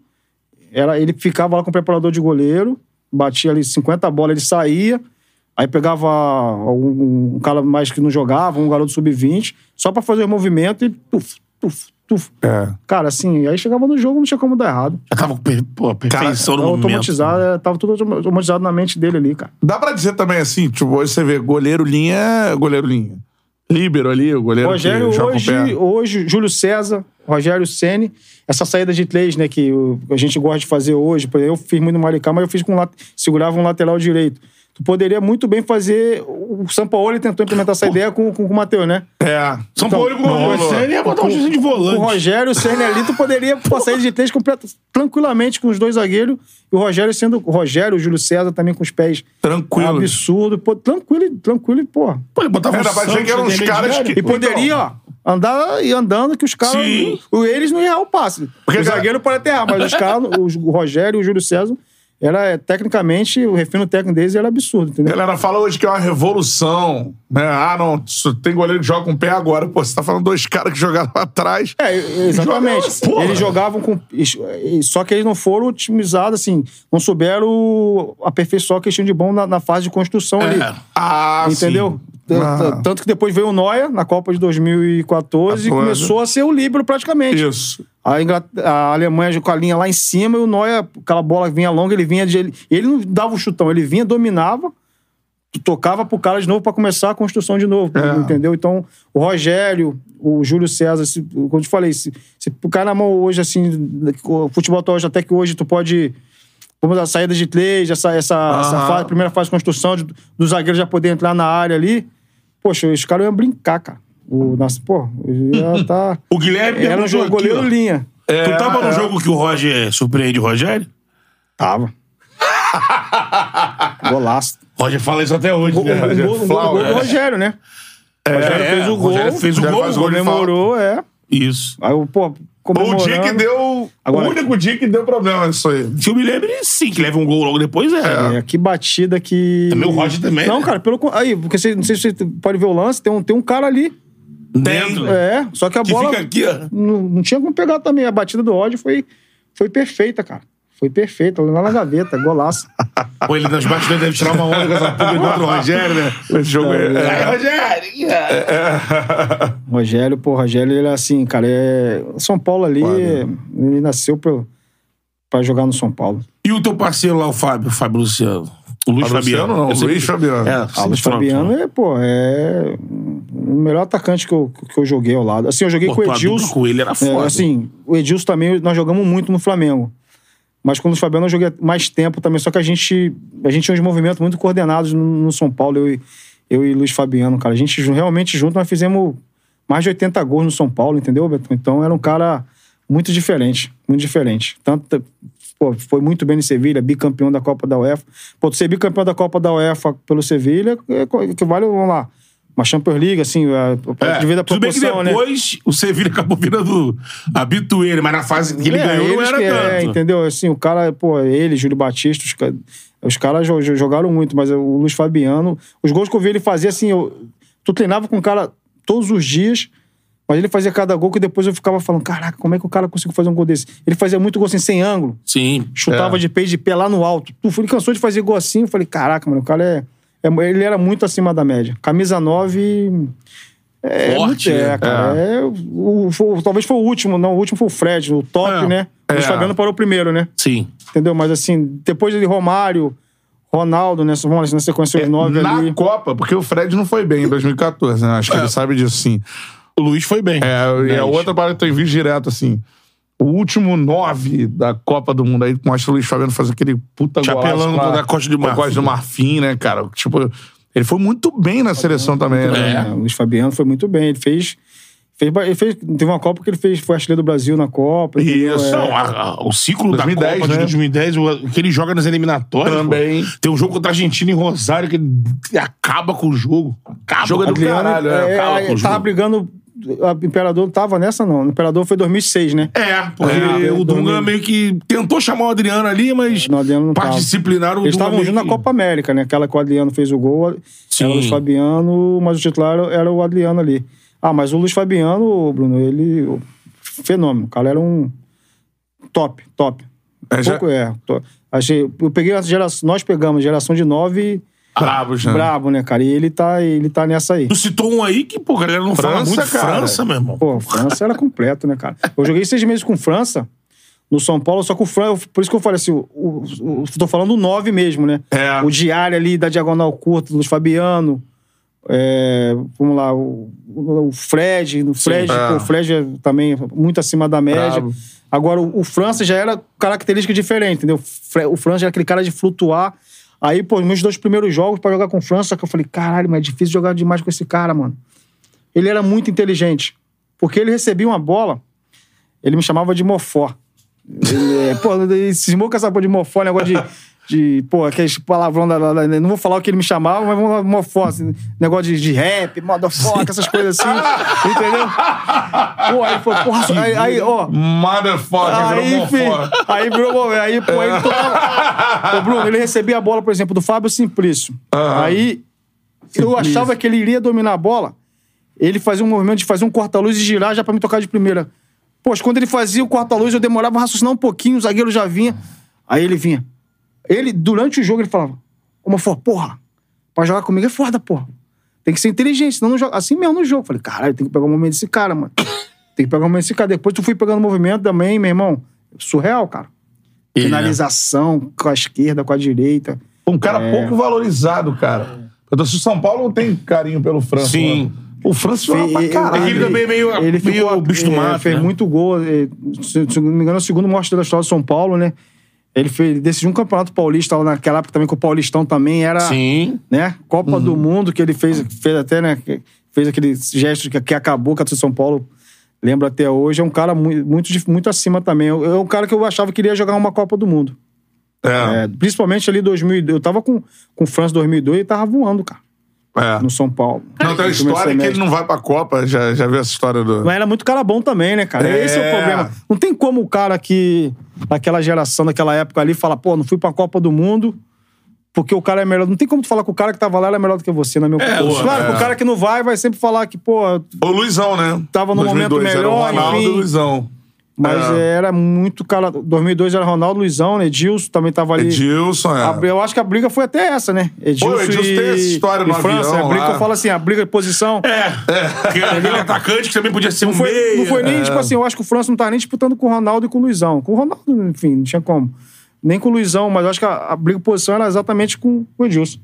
[SPEAKER 3] era, ele ficava lá com o preparador de goleiro, batia ali 50 bolas, ele saía, aí pegava algum, um cara mais que não jogava, um garoto sub-20, só pra fazer o movimento e tuf, tuf, tuf.
[SPEAKER 1] É.
[SPEAKER 3] Cara, assim, aí chegava no jogo, não tinha como dar errado.
[SPEAKER 2] Já tava com per- pô, perfeição
[SPEAKER 3] Era
[SPEAKER 2] no momento.
[SPEAKER 3] automatizado, era- tava tudo automatizado na mente dele ali, cara.
[SPEAKER 1] Dá pra dizer também assim, tipo, hoje você vê goleiro linha, goleiro linha. Líbero ali, o goleiro
[SPEAKER 3] Rogério,
[SPEAKER 1] que joga com o
[SPEAKER 3] hoje,
[SPEAKER 1] pé.
[SPEAKER 3] hoje, Júlio César, Rogério Ceni, essa saída de três, né, que o- a gente gosta de fazer hoje, por exemplo, eu fiz muito no Maricá, mas eu fiz com um lat- segurava um lateral direito. Tu poderia muito bem fazer. O Sampaoli tentou implementar essa ideia com, com, com o Matheus, né?
[SPEAKER 1] É.
[SPEAKER 2] São Paulo com
[SPEAKER 1] não
[SPEAKER 2] o
[SPEAKER 1] rolou.
[SPEAKER 2] Ceni ia botar um juiz de
[SPEAKER 3] O
[SPEAKER 2] volante.
[SPEAKER 3] Rogério, o Ceni ali, tu poderia pô, sair de três completa, tranquilamente com os dois zagueiros. E o Rogério sendo. O Rogério, o Júlio César também com os pés.
[SPEAKER 1] Tranquilo.
[SPEAKER 3] É um Absurdo. Pô, tranquilo, tranquilo e, porra.
[SPEAKER 2] Pô, ele botava
[SPEAKER 1] É,
[SPEAKER 2] um
[SPEAKER 1] dá pra dizer
[SPEAKER 2] Santos
[SPEAKER 1] que eram
[SPEAKER 2] ali
[SPEAKER 1] uns
[SPEAKER 2] de
[SPEAKER 1] caras
[SPEAKER 2] velho.
[SPEAKER 1] que-
[SPEAKER 3] E poderia, ó, então, andar e andando que os caras.
[SPEAKER 2] Sim.
[SPEAKER 3] o- Eles não iam errar o passe.
[SPEAKER 1] Porque,
[SPEAKER 3] o
[SPEAKER 1] cara-
[SPEAKER 3] zagueiro pode até errar, mas os caras, os- o Rogério e o Júlio César, Era, é, tecnicamente, o refino técnico deles era absurdo, entendeu?
[SPEAKER 1] Galera, fala hoje que é uma revolução. Né? Ah, não, só tem goleiro que joga com o pé agora. Pô, você tá falando dois caras que jogaram lá atrás.
[SPEAKER 3] É, exatamente.
[SPEAKER 1] Jogava, porra.
[SPEAKER 3] eles jogavam com. Só que eles não foram otimizados, assim, não souberam aperfeiçoar o que eles tinham de bom na, na fase de construção ali.
[SPEAKER 1] Ah,
[SPEAKER 3] Entendeu?
[SPEAKER 1] sim.
[SPEAKER 3] T-
[SPEAKER 1] Ah.
[SPEAKER 3] t- Tanto que depois veio o Noia na Copa de 2014
[SPEAKER 1] 14.
[SPEAKER 3] e começou a ser o líbero praticamente.
[SPEAKER 1] Isso.
[SPEAKER 3] A, Ingla- a Alemanha já com a linha lá em cima e o Noia, aquela bola vinha longa, ele vinha de. Ele, ele não dava o chutão, ele vinha, dominava, tocava pro cara de novo pra começar a construção de novo,
[SPEAKER 1] É.
[SPEAKER 3] entendeu? Então, o Rogério, o Júlio César, se, como eu te falei, se, se o cara na mão hoje, assim, o futebol tá hoje, até que hoje tu pode. Vamos a saída de três, essa, essa, essa
[SPEAKER 1] Aham.
[SPEAKER 3] fase, primeira fase de construção, de- do zagueiro já poder entrar na área ali. Poxa, os caras iam brincar, cara. O, nossa, pô, ia tá.
[SPEAKER 2] O Guilherme
[SPEAKER 3] Era um
[SPEAKER 2] perguntou
[SPEAKER 3] jogo,
[SPEAKER 2] aqui,
[SPEAKER 3] goleiro
[SPEAKER 2] ó.
[SPEAKER 3] linha.
[SPEAKER 2] tu tava
[SPEAKER 1] é.
[SPEAKER 2] no jogo que o Roger surpreende o Rogério?
[SPEAKER 3] Tava. Golaço.
[SPEAKER 2] Roger fala isso até hoje, né?
[SPEAKER 1] Rogério
[SPEAKER 3] O gol- o
[SPEAKER 1] Flau,
[SPEAKER 3] gol
[SPEAKER 1] é.
[SPEAKER 3] do Rogério, né? O Rogério
[SPEAKER 2] é,
[SPEAKER 3] fez o
[SPEAKER 2] o
[SPEAKER 3] gol.
[SPEAKER 2] Rogério fez o
[SPEAKER 1] Rogério
[SPEAKER 2] gol,
[SPEAKER 1] faz
[SPEAKER 2] gol
[SPEAKER 3] Comemorou, é.
[SPEAKER 2] Isso.
[SPEAKER 3] Aí, eu, pô,
[SPEAKER 1] Bom, o
[SPEAKER 3] comemorando.
[SPEAKER 1] dia que deu.
[SPEAKER 3] Agora-
[SPEAKER 1] o único dia que deu problema isso aí.
[SPEAKER 2] Se eu me lembro, ele sim, que leva um gol logo depois, é.
[SPEAKER 3] É, que batida que...
[SPEAKER 2] Também o Roger também,
[SPEAKER 3] Não,
[SPEAKER 2] né?
[SPEAKER 3] cara, pelo... con- Aí, porque você, não sei se você pode ver o lance, tem um, tem um cara ali.
[SPEAKER 2] Dentro.
[SPEAKER 3] É, só que a
[SPEAKER 2] Que
[SPEAKER 3] bola...
[SPEAKER 2] fica aqui, ó.
[SPEAKER 3] Não, não tinha como pegar também. A batida do Roger foi, foi perfeita, cara. Foi perfeita. Lá na gaveta, golaço.
[SPEAKER 2] Ou Ah, ele nas bastidores deve tirar uma onda com essa porra contra o Rogério, né?
[SPEAKER 1] Esse jogo
[SPEAKER 2] Aí,
[SPEAKER 1] é. é.
[SPEAKER 2] Rogério!
[SPEAKER 3] Rogério, pô, Rogério, ele é assim, cara, é... São Paulo ali,
[SPEAKER 2] né?
[SPEAKER 3] ele nasceu pro... pra jogar no São Paulo.
[SPEAKER 2] E o teu parceiro lá, o Fábio, o Fábio Luciano? O Luiz
[SPEAKER 1] Fábio Luciano,
[SPEAKER 2] Fabiano.
[SPEAKER 1] não,
[SPEAKER 2] Eu sei
[SPEAKER 1] Luiz
[SPEAKER 2] que-
[SPEAKER 1] Fabiano.
[SPEAKER 2] É,
[SPEAKER 3] Ah, o Luiz
[SPEAKER 2] sim,
[SPEAKER 3] Fabiano é, pô, é o melhor atacante que eu, que eu joguei ao lado. Assim, eu joguei
[SPEAKER 2] Pô,
[SPEAKER 3] com o
[SPEAKER 2] tua dupla
[SPEAKER 3] Edilson.
[SPEAKER 2] com ele era
[SPEAKER 3] É,
[SPEAKER 2] foda.
[SPEAKER 3] assim, o Edilson também, nós jogamos muito no Flamengo. Mas com o Luiz Fabiano eu joguei mais tempo também, só que a gente, a gente tinha uns movimentos muito coordenados no, no São Paulo, eu, e- eu e Luiz Fabiano, cara. A gente ju- realmente junto, nós fizemos mais de 80 gols no São Paulo, entendeu, Beto? Então era um cara muito diferente, muito diferente. Tanto, pô, foi muito bem no Sevilha, bicampeão da Copa da UEFA. Pô, tu ser bicampeão da Copa da UEFA pelo Sevilha, é co- equivale, vamos lá, uma Champions League, assim, a, a,
[SPEAKER 2] É,
[SPEAKER 3] devido à
[SPEAKER 2] tudo bem que
[SPEAKER 3] proporção, né?
[SPEAKER 2] depois o Sevilla acabou virando habituê, né? mas na fase que ele
[SPEAKER 3] É,
[SPEAKER 2] ganhou não
[SPEAKER 3] eles
[SPEAKER 2] era
[SPEAKER 3] que- É,
[SPEAKER 2] tanto.
[SPEAKER 3] entendeu? Assim, o cara, pô, ele, Júlio Batista, os, ca- os caras jo- jo- jogaram muito, mas o Luiz Fabiano, os gols que eu vi ele fazer, assim, eu, tu treinava com o cara todos os dias, mas ele fazia cada gol que depois eu ficava falando, caraca, como é que o cara conseguiu fazer um gol desse? Ele fazia muito gol assim, sem ângulo,
[SPEAKER 2] Sim.
[SPEAKER 3] chutava de pé de pé lá no alto. Tu ele cansou de fazer gol assim, eu falei, caraca, mano, o cara é, é- ele era muito acima da média. Camisa 9 é,
[SPEAKER 2] Forte,
[SPEAKER 3] muito-
[SPEAKER 2] né?
[SPEAKER 3] é, cara. É. o, foi- talvez foi o último, não. O último foi o Fred, o top,
[SPEAKER 2] É.
[SPEAKER 3] né? O
[SPEAKER 1] É.
[SPEAKER 3] Luiz Fabiano parou primeiro, né?
[SPEAKER 2] Sim.
[SPEAKER 3] Entendeu? Mas assim, depois de Romário, Ronaldo, né? Vamos lá, assim, na sequência,
[SPEAKER 2] É,
[SPEAKER 3] os nove
[SPEAKER 1] Na
[SPEAKER 3] ali. É.
[SPEAKER 1] Copa, porque o Fred não foi bem em 2014, né? Acho que ele sabe disso sim.
[SPEAKER 2] O Luiz foi bem.
[SPEAKER 1] É, e
[SPEAKER 2] Dez.
[SPEAKER 1] a outra parada que eu envio direto, assim. O último nove da Copa do Mundo aí mostra o Luiz Fabiano fazendo aquele puta
[SPEAKER 2] Chapelando
[SPEAKER 1] golaço com a-
[SPEAKER 2] da Costa de
[SPEAKER 1] com a
[SPEAKER 2] Marfim.
[SPEAKER 1] Costa de Marfim, né, cara? Tipo, ele foi muito bem na seleção também, né?
[SPEAKER 2] É.
[SPEAKER 3] É, o Luiz Fabiano foi muito bem. Ele fez. fez, ba- ele fez- teve uma Copa que ele fez, foi artilheiro do Brasil na Copa. entendeu?
[SPEAKER 1] Isso.
[SPEAKER 3] É,
[SPEAKER 2] Não, a- a- ah, o ciclo
[SPEAKER 1] 2010,
[SPEAKER 2] da Copa de
[SPEAKER 1] né?
[SPEAKER 2] 2010, o que ele joga nas eliminatórias.
[SPEAKER 1] Também.
[SPEAKER 2] pô. Tem um jogo contra a Argentina em Rosário que ele acaba com o jogo. Acaba.
[SPEAKER 1] Jogo é do
[SPEAKER 2] Adriano,
[SPEAKER 1] caralho, é.
[SPEAKER 3] é,
[SPEAKER 2] Acaba
[SPEAKER 3] é,
[SPEAKER 2] com o
[SPEAKER 3] tava
[SPEAKER 2] jogo.
[SPEAKER 3] brigando. O Imperador não tava nessa, não. O Imperador foi 2006, né?
[SPEAKER 2] É, porque
[SPEAKER 3] É,
[SPEAKER 2] o Dunga
[SPEAKER 3] Dunga-
[SPEAKER 2] meio que tentou chamar o Adriano ali, mas
[SPEAKER 3] Não, o Adriano não
[SPEAKER 2] parte
[SPEAKER 3] tava.
[SPEAKER 2] disciplinar o
[SPEAKER 3] Eles
[SPEAKER 2] Dunga
[SPEAKER 3] estavam
[SPEAKER 2] meio
[SPEAKER 3] juntos na
[SPEAKER 2] que-
[SPEAKER 3] Copa América, né? Aquela que o Adriano fez o gol.
[SPEAKER 2] Sim.
[SPEAKER 3] Era o Luiz Fabiano, mas o titular era- era o Adriano ali. Ah, mas o Luiz Fabiano, Bruno, ele. Fenômeno. O cara era um. Top, top.
[SPEAKER 1] É, já-
[SPEAKER 3] Pouco é. to- Achei, eu peguei essa geração. Nós pegamos geração de nove
[SPEAKER 1] Bravos, né?
[SPEAKER 3] brabo, né, cara? E ele tá, ele tá nessa aí.
[SPEAKER 2] Tu citou um aí que, pô, a galera não fala
[SPEAKER 1] França,
[SPEAKER 2] muito de
[SPEAKER 1] cara.
[SPEAKER 2] França, meu irmão.
[SPEAKER 3] Pô, França era completo, né, cara? Eu joguei seis meses com França, no São Paulo, só que o França. Por isso que eu falei assim, o, o- o- tô falando o nove mesmo, né?
[SPEAKER 1] É.
[SPEAKER 3] O diário ali da Diagonal Curta, Luiz Fabiano. é, vamos lá, o, o Fred, o Fred,
[SPEAKER 1] é.
[SPEAKER 3] pô, o Fred é também muito acima da média.
[SPEAKER 1] Bravo.
[SPEAKER 3] Agora, o, o França já era característica diferente, entendeu? O Fre- O França era aquele cara de flutuar. Aí, pô, meus dois primeiros jogos pra jogar com o França, que eu falei, caralho, mas é difícil jogar demais com esse cara, mano ele era muito inteligente. Porque ele recebia uma bola, ele me chamava de mofó. Ele, é, pô, ele cismou com essa porra de mofó, negócio de de pô, aqueles palavrão da, da- da- Não vou falar o que ele me chamava, mas vamos lá, uma foto, assim, negócio de, de rap, motherfucker, essas coisas assim. entendeu? Pô, aí foi, porra, só- aí, aí, ó.
[SPEAKER 1] é. Motherfucker,
[SPEAKER 3] Aí,
[SPEAKER 1] virou
[SPEAKER 3] filho,
[SPEAKER 1] fora.
[SPEAKER 3] aí, Bruno, aí, pô, ele tocava. Ô, Bruno, ele recebia a bola, por exemplo, do Fábio Simplício. Aí, eu achava que ele iria dominar a bola. Ele fazia um movimento de fazer um corta-luz e girar já pra me tocar de primeira. Poxa, quando ele fazia o corta-luz, eu demorava a raciocinar um pouquinho, o zagueiro já vinha. Aí ele vinha. Ele, durante o jogo, ele falava: Como for, porra, pra jogar comigo é foda, porra. Tem que ser inteligente, senão não joga. Assim mesmo no jogo. Falei, caralho, tem que pegar o momento desse cara, mano. Tem que pegar o momento desse cara. Depois tu fui pegando o movimento também, meu irmão. Surreal, cara.
[SPEAKER 2] É.
[SPEAKER 3] Finalização com a esquerda, com a direita.
[SPEAKER 1] Um cara
[SPEAKER 3] É.
[SPEAKER 1] pouco valorizado, cara. Eu tô se o São Paulo não tem carinho pelo França.
[SPEAKER 2] Sim.
[SPEAKER 1] mano. O França joga pra
[SPEAKER 3] Fe-
[SPEAKER 1] caralho.
[SPEAKER 2] Ele também é meio-
[SPEAKER 3] ele ficou,
[SPEAKER 2] meio bicho do
[SPEAKER 3] é,
[SPEAKER 2] mato,
[SPEAKER 3] fez
[SPEAKER 2] né?
[SPEAKER 3] muito gol. é, Se, se não me engano, é o segundo maior artilheiro da história do São Paulo, né? Ele, fez, ele decidiu um campeonato paulista lá naquela época também, que o Paulistão também era.
[SPEAKER 2] Sim.
[SPEAKER 3] né? Copa
[SPEAKER 1] Uhum.
[SPEAKER 3] do Mundo que ele fez, fez até, né? que- Fez aquele gesto que, que acabou com a torcida de São Paulo. Lembro até hoje. É um cara mu- muito, dif- muito acima também. Eu- É um cara que eu achava que iria jogar uma Copa do Mundo.
[SPEAKER 1] É,
[SPEAKER 3] É, principalmente ali em 2002. Eu tava com, com o França em 2002 e tava voando, cara,
[SPEAKER 1] é.
[SPEAKER 3] no São Paulo.
[SPEAKER 1] Não, tem uma
[SPEAKER 3] No primeiro
[SPEAKER 1] história que ele
[SPEAKER 3] semestre.
[SPEAKER 1] não vai pra Copa. Já, já viu essa história do.
[SPEAKER 3] Mas era muito cara bom também, né, cara?
[SPEAKER 1] É.
[SPEAKER 3] Esse é o problema. Não tem como o cara que, daquela geração, daquela época ali, falar, pô, não fui pra Copa do Mundo porque o cara é melhor. Não tem como tu falar que o cara que tava lá era melhor do que você, na minha opinião.
[SPEAKER 2] pô,
[SPEAKER 3] claro,
[SPEAKER 1] é.
[SPEAKER 3] que o cara que não vai vai sempre falar que, pô,
[SPEAKER 1] O Luizão, né?
[SPEAKER 3] Tava num momento
[SPEAKER 1] Era o
[SPEAKER 3] melhor,
[SPEAKER 1] Ronaldo
[SPEAKER 3] enfim.
[SPEAKER 1] e o Luizão.
[SPEAKER 3] mas
[SPEAKER 1] É.
[SPEAKER 3] era muito cara. 2002 era Ronaldo, Luizão, né? Edilson também tava ali.
[SPEAKER 1] Edilson, é.
[SPEAKER 3] A- Eu acho que a briga foi até essa, né? Edilson,
[SPEAKER 1] Pô, o Edilson
[SPEAKER 3] e,
[SPEAKER 1] tem essa história
[SPEAKER 3] e
[SPEAKER 1] no
[SPEAKER 3] França.
[SPEAKER 1] avião
[SPEAKER 3] a briga
[SPEAKER 1] lá.
[SPEAKER 3] que eu falo assim, a briga de posição.
[SPEAKER 2] Porque ele é um atacante que também podia ser um
[SPEAKER 3] Não foi,
[SPEAKER 2] meia.
[SPEAKER 3] não foi nem,
[SPEAKER 1] é.
[SPEAKER 3] tipo assim, eu acho que o França não tá nem disputando com o Ronaldo e com o Luizão. Com o Ronaldo, enfim, não tinha como. Nem com o Luizão, mas eu acho que a, a briga de posição era exatamente com, com o Edilson.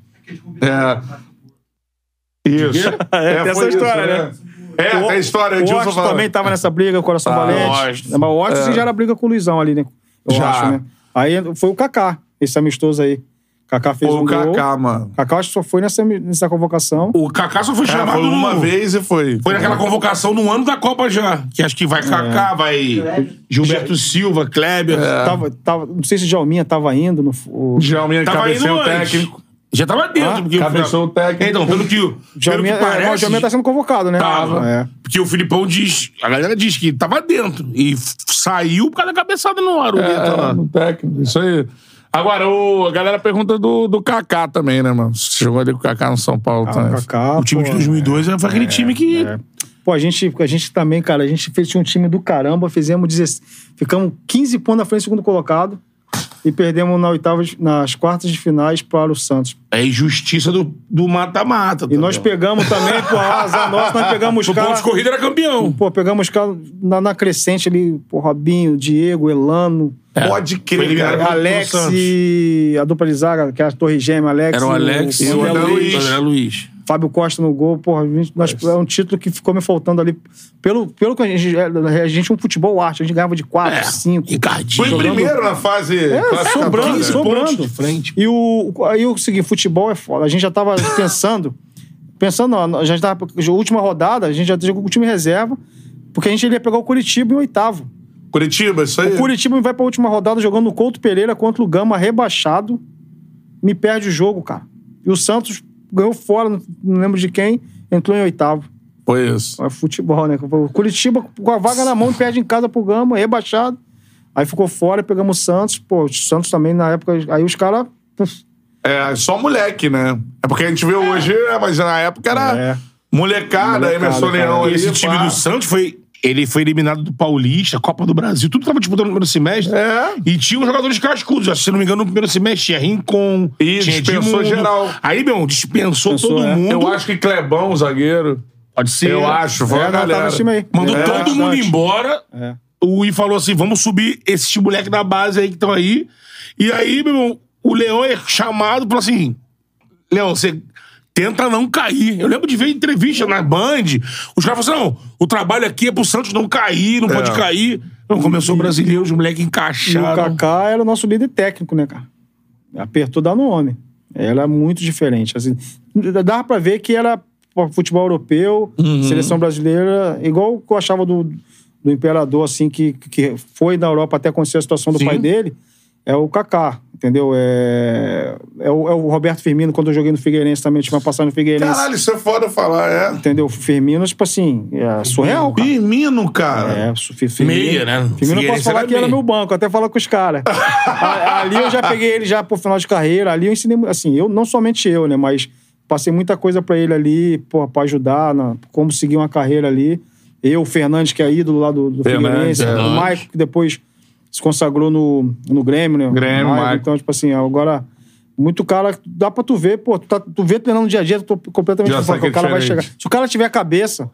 [SPEAKER 1] É. Isso.
[SPEAKER 3] É, tem
[SPEAKER 1] foi
[SPEAKER 3] essa história,
[SPEAKER 1] né? É, tem a história.
[SPEAKER 3] O
[SPEAKER 1] Edilson
[SPEAKER 3] Otis
[SPEAKER 1] falando.
[SPEAKER 3] também tava nessa briga, o Coração
[SPEAKER 1] Ah, É.
[SPEAKER 3] Valente.
[SPEAKER 2] Otis.
[SPEAKER 3] Mas o Otis já era briga com o Luizão ali, né? Eu
[SPEAKER 1] Já.
[SPEAKER 3] acho, né? Aí foi o Kaká, esse amistoso aí. Kaká fez
[SPEAKER 1] Pô,
[SPEAKER 3] um
[SPEAKER 1] o
[SPEAKER 3] gol.
[SPEAKER 1] Kaká, mano.
[SPEAKER 3] Kaká acho que só foi nessa, nessa convocação.
[SPEAKER 2] O Kaká só foi
[SPEAKER 1] É,
[SPEAKER 2] chamado
[SPEAKER 1] foi uma
[SPEAKER 2] no-
[SPEAKER 1] vez e foi.
[SPEAKER 2] Foi
[SPEAKER 3] É.
[SPEAKER 2] naquela convocação no ano da Copa já. Que acho que vai Kaká, vai Gilberto Silva, Kleber.
[SPEAKER 1] É.
[SPEAKER 3] Tava, tava, não sei se o Jalminha tava indo. No, o,
[SPEAKER 1] Djalminha
[SPEAKER 2] Tava
[SPEAKER 1] cabeceou
[SPEAKER 2] indo
[SPEAKER 1] o
[SPEAKER 2] antes.
[SPEAKER 1] técnico.
[SPEAKER 2] Já tava dentro.
[SPEAKER 1] um
[SPEAKER 3] Ah,
[SPEAKER 2] porque o
[SPEAKER 1] cabeceou o técnico.
[SPEAKER 2] Então, pelo que, o- pelo
[SPEAKER 3] Jalminha,
[SPEAKER 2] que
[SPEAKER 3] é, não, o
[SPEAKER 2] parece,
[SPEAKER 3] Jalminha tá sendo convocado, né?
[SPEAKER 2] tava.
[SPEAKER 3] É.
[SPEAKER 2] Porque o Filipão diz... A galera diz que tava dentro. E f- saiu por causa da cabeçada no Aruleta
[SPEAKER 1] É,
[SPEAKER 2] lá.
[SPEAKER 1] no técnico, isso aí. Agora, o, a galera pergunta do, do Kaká também, né, mano? Você jogou ali com o Kaká no São Paulo
[SPEAKER 3] Ah,
[SPEAKER 1] também.
[SPEAKER 3] o Kaká,
[SPEAKER 2] O time de
[SPEAKER 3] pô, é,
[SPEAKER 2] 2002 é, foi aquele time que...
[SPEAKER 3] Pô, a gente, a gente também, cara, a gente fez tinha um time do caramba, fizemos 16, ficamos 15 pontos na frente, segundo colocado, e perdemos na oitava, de- nas quartas de finais para o Santos.
[SPEAKER 2] É a injustiça do do mata-mata. tá
[SPEAKER 3] E nós pegamos também, pô, azar nosso, nós pegamos os
[SPEAKER 2] O ponto
[SPEAKER 3] caras.
[SPEAKER 2] de corrida era campeão.
[SPEAKER 3] Pô, pegamos os caras na, na crescente ali, pô, Robinho, Diego, Elano,
[SPEAKER 1] Pode
[SPEAKER 2] Foi
[SPEAKER 1] crer,
[SPEAKER 2] eliminado.
[SPEAKER 1] cara.
[SPEAKER 3] Alex
[SPEAKER 2] Santos.
[SPEAKER 3] e a dupla de zaga, que é a Torre Gêmea, Alex.
[SPEAKER 2] Era o Alex
[SPEAKER 3] o
[SPEAKER 2] e o
[SPEAKER 3] André
[SPEAKER 2] André
[SPEAKER 3] Luiz.
[SPEAKER 2] Luiz. André Luiz.
[SPEAKER 3] Fábio Costa no gol, porra, a gente- nós, é um título que ficou me faltando ali. Pelo, pelo que a gente. A gente é um futebol arte, a gente ganhava de 4, 5.
[SPEAKER 2] Ricardinho. Tá
[SPEAKER 1] Foi em primeiro na fase. classificatória.
[SPEAKER 3] sobrando,
[SPEAKER 1] né?
[SPEAKER 3] Tá sobrando.
[SPEAKER 2] de frente.
[SPEAKER 3] E o, o- aí o seguinte, futebol é foda. A gente já tava pensando. pensando, ó, a gente tava. A última rodada, a gente já jogou com o time reserva, porque a gente ia pegar o Curitiba em oitavo.
[SPEAKER 1] Curitiba, isso aí.
[SPEAKER 3] O Curitiba vai pra última rodada jogando no Couto Pereira contra o Gama rebaixado. Me perde o jogo, cara. E o Santos ganhou fora, não- não lembro de quem, entrou em oitavo.
[SPEAKER 1] Foi isso.
[SPEAKER 3] É futebol, né? O Curitiba com a vaga na mão perde em casa pro Gama, rebaixado. Aí ficou fora, pegamos o Santos. Pô, o Santos também na época. Aí os caras.
[SPEAKER 1] É, só moleque, né? É porque a gente vê hoje, é, mas na época era
[SPEAKER 3] É.
[SPEAKER 1] molecada,
[SPEAKER 3] Molecada,
[SPEAKER 1] Emerson
[SPEAKER 3] cara.
[SPEAKER 1] Leão. ali,
[SPEAKER 2] Esse time
[SPEAKER 1] pá.
[SPEAKER 2] do Santos foi. Ele foi eliminado do Paulista, Copa do Brasil, tudo tava disputando no primeiro semestre.
[SPEAKER 1] É.
[SPEAKER 2] E tinha os jogadores cascudos. acho que, Se não me engano, no primeiro semestre tinha Rincon.
[SPEAKER 1] E
[SPEAKER 2] tinha
[SPEAKER 1] dispensou
[SPEAKER 2] Edmundo.
[SPEAKER 1] geral.
[SPEAKER 2] Aí, meu, dispensou,
[SPEAKER 3] Dispensou,
[SPEAKER 2] todo
[SPEAKER 3] é.
[SPEAKER 2] mundo.
[SPEAKER 1] Eu acho que Clebão, zagueiro.
[SPEAKER 2] Pode ser.
[SPEAKER 1] Eu acho, foi
[SPEAKER 3] É,
[SPEAKER 1] a
[SPEAKER 3] não, tava
[SPEAKER 1] galera.
[SPEAKER 3] nesse time aí.
[SPEAKER 2] Mandou
[SPEAKER 3] É,
[SPEAKER 2] todo
[SPEAKER 3] bastante.
[SPEAKER 2] mundo embora.
[SPEAKER 3] É.
[SPEAKER 2] O I falou assim: vamos subir esses moleques da base aí que estão aí. E aí, meu irmão, o Leão é chamado e falou assim: Leão, você tenta não cair. Eu lembro de ver entrevista na Band, os caras falaram assim: não, o trabalho aqui é pro Santos não cair, não pode cair. Então, começou o brasileiro, os moleques
[SPEAKER 3] E o
[SPEAKER 2] encaixaram.
[SPEAKER 3] Kaká era o nosso líder técnico, né, cara? Apertou dá no homem. Era muito diferente. Assim, dava pra ver que era pô, futebol europeu, seleção brasileira, igual que eu achava do, do imperador, assim, que, que foi na Europa até acontecer a situação do
[SPEAKER 2] Sim.
[SPEAKER 3] pai dele, é o Kaká. Entendeu? É, é, o, é o Roberto Firmino, quando eu joguei no Figueirense também, tinha uma passagem no Figueirense.
[SPEAKER 1] Caralho, isso é foda falar, é.
[SPEAKER 3] Entendeu? Firmino, tipo assim, é surreal, cara.
[SPEAKER 1] Firmino, cara.
[SPEAKER 3] É, su- fi- Firmino.
[SPEAKER 4] Meia, né?
[SPEAKER 3] Firmino eu
[SPEAKER 4] Figueirense
[SPEAKER 3] posso falar
[SPEAKER 4] era
[SPEAKER 3] que era
[SPEAKER 4] meia.
[SPEAKER 3] meu banco, até falar com os caras. A- ali eu já peguei ele já pro final de carreira, ali eu ensinei, mu- assim, eu não somente eu, né, mas passei muita coisa pra ele ali, porra, pra ajudar, na, como seguir uma carreira ali. Eu, o Fernandes, que é ídolo lá do, do
[SPEAKER 1] Fernandes, é.
[SPEAKER 3] Figueirense, o
[SPEAKER 4] Fernandes.
[SPEAKER 3] Maico, que depois se consagrou no, no Grêmio, né?
[SPEAKER 1] Grêmio,
[SPEAKER 3] Maico,
[SPEAKER 1] Maico.
[SPEAKER 3] Então, tipo assim, agora... Muito cara, dá pra tu ver, pô, tu, tá, tu vê treinando dia a dia, tu tô completamente
[SPEAKER 1] Já
[SPEAKER 3] fora,
[SPEAKER 1] sabe que é
[SPEAKER 3] o cara vai
[SPEAKER 1] diferente.
[SPEAKER 3] chegar. Se o cara tiver cabeça,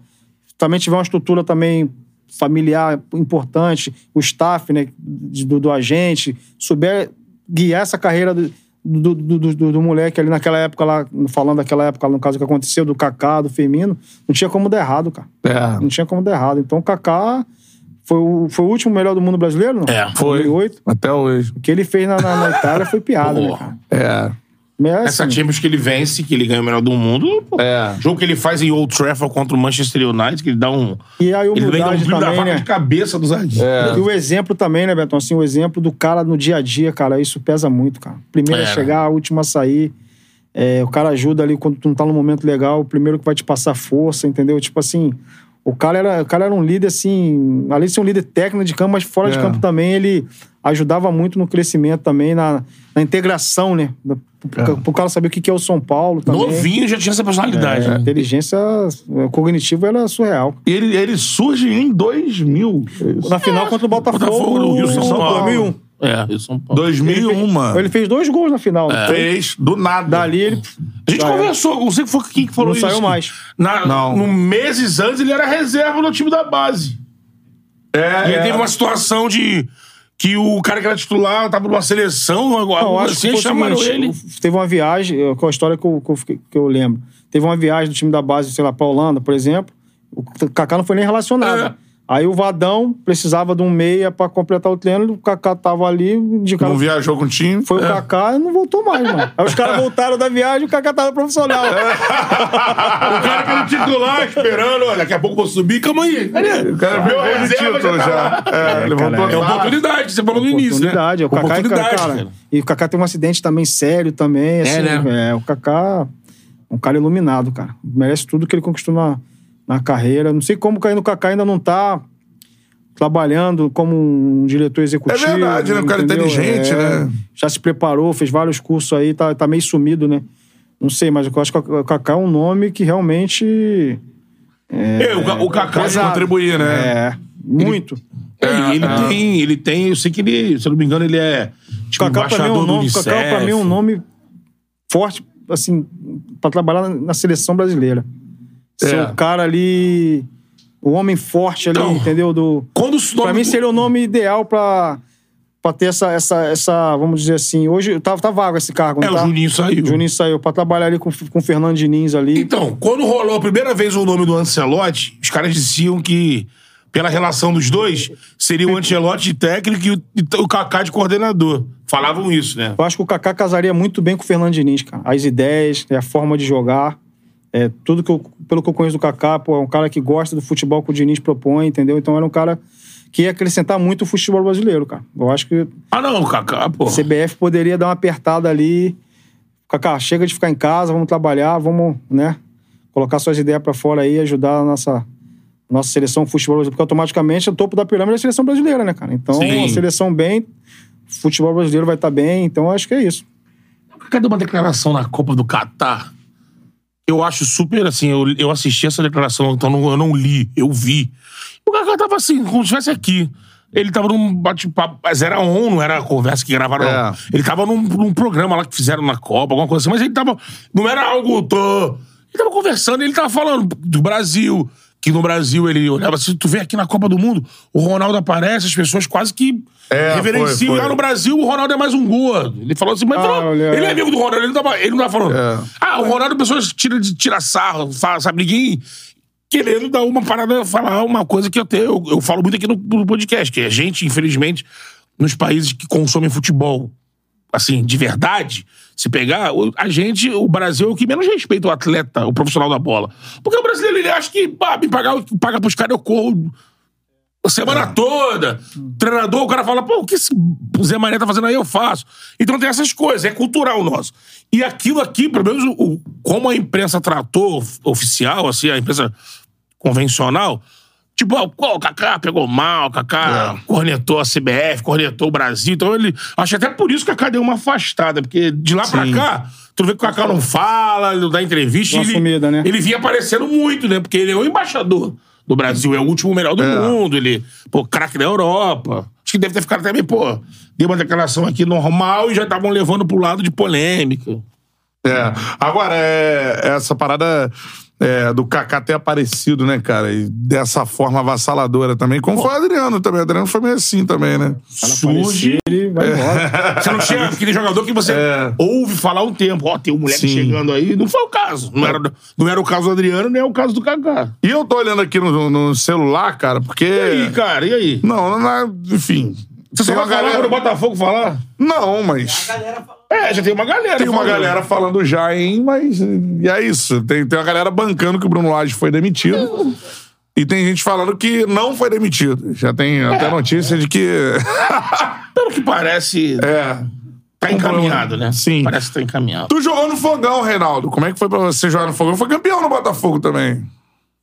[SPEAKER 3] também tiver uma estrutura também familiar importante, o staff né, de- do, do agente, souber guiar essa carreira do, do, do, do- do- do moleque ali naquela época lá, falando daquela época, lá, no caso que aconteceu, do Kaká, do Firmino, não tinha como dar errado, cara.
[SPEAKER 1] É.
[SPEAKER 3] Não tinha como dar errado. Então o Kaká foi o, foi o último melhor do mundo brasileiro, não?
[SPEAKER 4] É,
[SPEAKER 1] foi.
[SPEAKER 3] 2008.
[SPEAKER 1] Até hoje.
[SPEAKER 3] O que ele fez na, na, na Itália foi piada, né, cara?
[SPEAKER 1] É.
[SPEAKER 3] Mas,
[SPEAKER 4] Essa
[SPEAKER 3] assim,
[SPEAKER 4] Champions que ele vence, que ele ganha o melhor do mundo. pô.
[SPEAKER 1] É.
[SPEAKER 4] O jogo que ele faz em Old Trafford contra o Manchester United, que ele dá um.
[SPEAKER 3] E a
[SPEAKER 4] ele dá um
[SPEAKER 3] humildade
[SPEAKER 4] drible da
[SPEAKER 3] também,
[SPEAKER 4] vaca de
[SPEAKER 3] né? É.
[SPEAKER 4] cabeça do zagueiro.
[SPEAKER 3] E o exemplo também, né, Betão? Assim, o exemplo do cara no dia a dia, cara, isso pesa muito, cara. Primeiro
[SPEAKER 4] É,
[SPEAKER 3] a
[SPEAKER 4] né?
[SPEAKER 3] chegar, a última a sair. É, o cara ajuda ali quando tu não tá num momento legal, o primeiro que vai te passar força, entendeu? Tipo assim, o cara era, o cara era um líder, assim, além de ser um líder técnico de campo, mas fora de
[SPEAKER 1] É.
[SPEAKER 3] campo também, ele ajudava muito no crescimento também, na, na integração, né? Da- Pro, pro cara saber o que que é o São Paulo também.
[SPEAKER 4] Novinho já tinha essa personalidade.
[SPEAKER 3] É, a
[SPEAKER 4] né?
[SPEAKER 3] inteligência é, cognitiva era surreal.
[SPEAKER 1] E ele, ele surge em 2000.
[SPEAKER 3] Na final contra o Botafogo,
[SPEAKER 4] Botafogo no Rio, São Paulo.
[SPEAKER 3] 2001.
[SPEAKER 4] É, e São Paulo.
[SPEAKER 1] 2001, mano. É.
[SPEAKER 3] Ele fez dois gols na final.
[SPEAKER 4] É.
[SPEAKER 3] né?
[SPEAKER 1] Fez do nada.
[SPEAKER 3] Dali ele.
[SPEAKER 4] A gente
[SPEAKER 3] Já era.
[SPEAKER 4] conversou, não sei que foi quem que falou
[SPEAKER 3] Não
[SPEAKER 4] isso.
[SPEAKER 3] saiu mais.
[SPEAKER 4] Na,
[SPEAKER 1] Não.
[SPEAKER 4] No meses antes ele era reserva no time da base.
[SPEAKER 1] É,
[SPEAKER 4] E ele
[SPEAKER 1] é.
[SPEAKER 4] teve uma situação de. Que o cara que era titular tava numa seleção, agora
[SPEAKER 3] Não, acho
[SPEAKER 4] assim,
[SPEAKER 3] que foi o
[SPEAKER 4] chamaram
[SPEAKER 3] seguinte,
[SPEAKER 4] ele.
[SPEAKER 3] Teve uma viagem, é, com a história que eu, que, eu, fiquei- que eu lembro. Teve uma viagem do time da base, sei lá, pra Holanda, por exemplo. O Kaká não foi nem relacionado.
[SPEAKER 4] É.
[SPEAKER 3] Aí o Vadão precisava de um meia pra completar o treino, o Kaká tava ali, indicaram.
[SPEAKER 1] Não viajou com o time.
[SPEAKER 3] Foi o
[SPEAKER 4] É.
[SPEAKER 3] Kaká e não voltou mais, mano. Aí os caras voltaram da viagem e o Kaká tava profissional.
[SPEAKER 4] É. O cara
[SPEAKER 2] é
[SPEAKER 4] que era
[SPEAKER 2] um
[SPEAKER 4] titular esperando, olha, daqui a pouco eu vou subir, calma aí. Cadê?
[SPEAKER 1] O cara viu o
[SPEAKER 4] reserva
[SPEAKER 1] título
[SPEAKER 4] já tá
[SPEAKER 1] já. É, levantou
[SPEAKER 3] cara,
[SPEAKER 4] É
[SPEAKER 1] a barra.
[SPEAKER 4] oportunidade, você falou no início, né?
[SPEAKER 3] Oportunidade, é o Kaká e
[SPEAKER 4] Oportunidade,
[SPEAKER 3] Kaká, cara.
[SPEAKER 4] cara.
[SPEAKER 3] E o Kaká tem um acidente também sério também, assim,
[SPEAKER 4] né?
[SPEAKER 3] é, o Kaká é um cara iluminado, cara. Merece tudo que ele conquistou na, na carreira. Não sei como o Kaká ainda não tá trabalhando como um diretor executivo.
[SPEAKER 1] É verdade, né? Um cara
[SPEAKER 3] entendeu? É,
[SPEAKER 1] inteligente, né?
[SPEAKER 3] Já se preparou, fez vários cursos aí, tá, tá meio sumido, né? Não sei, mas eu acho que o Kaká é um nome que realmente
[SPEAKER 4] É, o, Ca- o Kaká
[SPEAKER 1] Pode
[SPEAKER 3] Exato.
[SPEAKER 1] contribuir, né?
[SPEAKER 3] é muito.
[SPEAKER 4] É, ele
[SPEAKER 1] É.
[SPEAKER 4] tem, ele tem, eu sei que ele, se eu não me engano, ele é tipo
[SPEAKER 3] Cacau pra mim é
[SPEAKER 4] embaixador
[SPEAKER 3] um
[SPEAKER 4] do
[SPEAKER 3] nome,
[SPEAKER 4] Unicef.
[SPEAKER 3] Cacau pra mim é um nome forte, assim, pra trabalhar na- na seleção brasileira. Ser
[SPEAKER 1] É.
[SPEAKER 3] o cara ali, o homem forte ali,
[SPEAKER 4] Então,
[SPEAKER 3] entendeu? Do,
[SPEAKER 4] Quando o nome
[SPEAKER 3] pra mim
[SPEAKER 4] do-
[SPEAKER 3] seria o nome ideal pra, pra ter essa, essa, essa, vamos dizer assim, hoje tá, tá vago esse cargo,
[SPEAKER 4] É,
[SPEAKER 3] não tá?
[SPEAKER 4] o Juninho saiu.
[SPEAKER 3] Juninho saiu, pra trabalhar ali com, com o Fernando Diniz ali.
[SPEAKER 4] Então, quando rolou a primeira vez o nome do Ancelotti, os caras diziam que, pela relação dos dois, seria o Ancelotti de técnico e o, e o Kaká de coordenador. Falavam isso, né?
[SPEAKER 3] Eu acho que o Kaká casaria muito bem com o Fernando Diniz, cara. As ideias, né, a forma de jogar. É, tudo que eu, pelo que eu conheço do Kaká, pô, é um cara que gosta do futebol que o Diniz propõe, entendeu? Então era um cara que ia acrescentar muito o futebol brasileiro, cara. Eu acho que
[SPEAKER 4] Ah, não, o Kaká, pô.
[SPEAKER 3] a CBF poderia dar uma apertada ali. Kaká, chega de ficar em casa, vamos trabalhar, vamos, né? Colocar suas ideias pra fora aí, ajudar a nossa, nossa seleção futebol brasileiro, porque automaticamente o topo da pirâmide é a seleção brasileira, né, cara? Então,
[SPEAKER 4] Sim.
[SPEAKER 3] a seleção bem, futebol brasileiro vai estar bem, então eu acho que é isso.
[SPEAKER 4] Cadê uma declaração na Copa do Catar? Eu acho super assim, eu, eu assisti essa declaração, então não- eu não li, eu vi. O Kaká tava assim, como se estivesse aqui. Ele tava num bate-papo, mas era on, não era a conversa que gravaram.
[SPEAKER 1] É.
[SPEAKER 4] não. Ele tava num, num programa lá que fizeram na Copa, alguma coisa assim, mas ele tava. Não era algo. Tô, ele tava conversando, ele tava falando do Brasil, que no Brasil ele olhava assim, tu vê aqui na Copa do Mundo, o Ronaldo aparece, as pessoas quase que
[SPEAKER 1] É, foi,
[SPEAKER 4] reverenciam.
[SPEAKER 1] foi.
[SPEAKER 4] E lá no Brasil o Ronaldo é mais um gordo. Ele falou assim, mas
[SPEAKER 3] Ah,
[SPEAKER 4] falou,
[SPEAKER 3] olha,
[SPEAKER 4] ele é
[SPEAKER 3] é.
[SPEAKER 4] amigo do Ronaldo, ele não tava, ele não tava falando.
[SPEAKER 1] É.
[SPEAKER 4] Ah, o Ronaldo, pessoas tira, de- tira sarro, fala, sabe, ninguém querendo dar uma parada, falar uma coisa que até eu, eu falo muito aqui no, no podcast, que a gente, infelizmente, nos países que consomem futebol, assim, de verdade, se pegar, o- a gente, o Brasil é o que menos respeita o atleta, o profissional da bola. Porque o brasileiro, ele acha que, pá, me pagar, o que paga pros caras, eu corro
[SPEAKER 3] Ah.
[SPEAKER 2] semana toda. Treinador, o cara fala, pô, o que esse Zé Maria tá fazendo aí, eu faço. Então tem essas coisas, é cultural nosso. E aquilo aqui, pelo menos, o- o- como a imprensa tratou, of- oficial, assim, a imprensa convencional, tipo, ah, pô, o Kaká pegou mal, o Kaká
[SPEAKER 3] É.
[SPEAKER 2] cornetou a CBF, cornetou o Brasil. Então ele. Acho até por isso que o Kaká deu uma afastada, porque de lá pra
[SPEAKER 1] Sim.
[SPEAKER 2] cá. Tu vê que o Kaká não fala, ele não dá entrevista.
[SPEAKER 3] Uma
[SPEAKER 2] ele,
[SPEAKER 3] sumida, né?
[SPEAKER 2] ele vinha aparecendo muito, né? Porque ele é o embaixador do Brasil, é o último melhor do
[SPEAKER 1] É.
[SPEAKER 2] mundo. Ele, pô, craque da Europa. Acho que deve ter ficado também, pô, deu uma declaração aqui normal e já estavam levando pro lado de polêmica.
[SPEAKER 1] É. Agora, é, essa parada é, do Kaká ter aparecido, né, cara? E dessa forma avassaladora também, como foi o Adriano também. O Adriano foi meio assim também, né?
[SPEAKER 2] Surge.
[SPEAKER 3] Ele vai embora.
[SPEAKER 2] Você não chega aquele jogador que você
[SPEAKER 1] É.
[SPEAKER 2] ouve falar um tempo. Ó, tem um moleque
[SPEAKER 1] Sim.
[SPEAKER 2] chegando aí. Não foi o caso. Não era, não era o caso do Adriano, nem é o caso do Kaká.
[SPEAKER 1] E eu tô olhando aqui no, no celular, cara, porque.
[SPEAKER 2] E
[SPEAKER 3] É.
[SPEAKER 2] aí, cara? E aí?
[SPEAKER 1] Não, não, enfim.
[SPEAKER 2] Você só
[SPEAKER 1] Tem
[SPEAKER 2] vai falar quando o Botafogo falar?
[SPEAKER 1] Não, mas.
[SPEAKER 2] É, já tem uma galera.
[SPEAKER 1] Tem uma
[SPEAKER 2] falando.
[SPEAKER 1] galera falando já, hein? Mas e é isso. Tem, tem uma galera bancando que o Bruno Lage foi demitido. E tem gente falando que não foi demitido. Já tem
[SPEAKER 3] É.
[SPEAKER 1] até notícia de que.
[SPEAKER 2] Pelo que parece,
[SPEAKER 1] É.
[SPEAKER 3] um
[SPEAKER 2] tá encaminhado, né?
[SPEAKER 1] Sim.
[SPEAKER 2] Parece que tá encaminhado.
[SPEAKER 1] Tu jogou no fogão, Reinaldo. Como é que foi pra você jogar no fogão? Foi campeão no Botafogo também.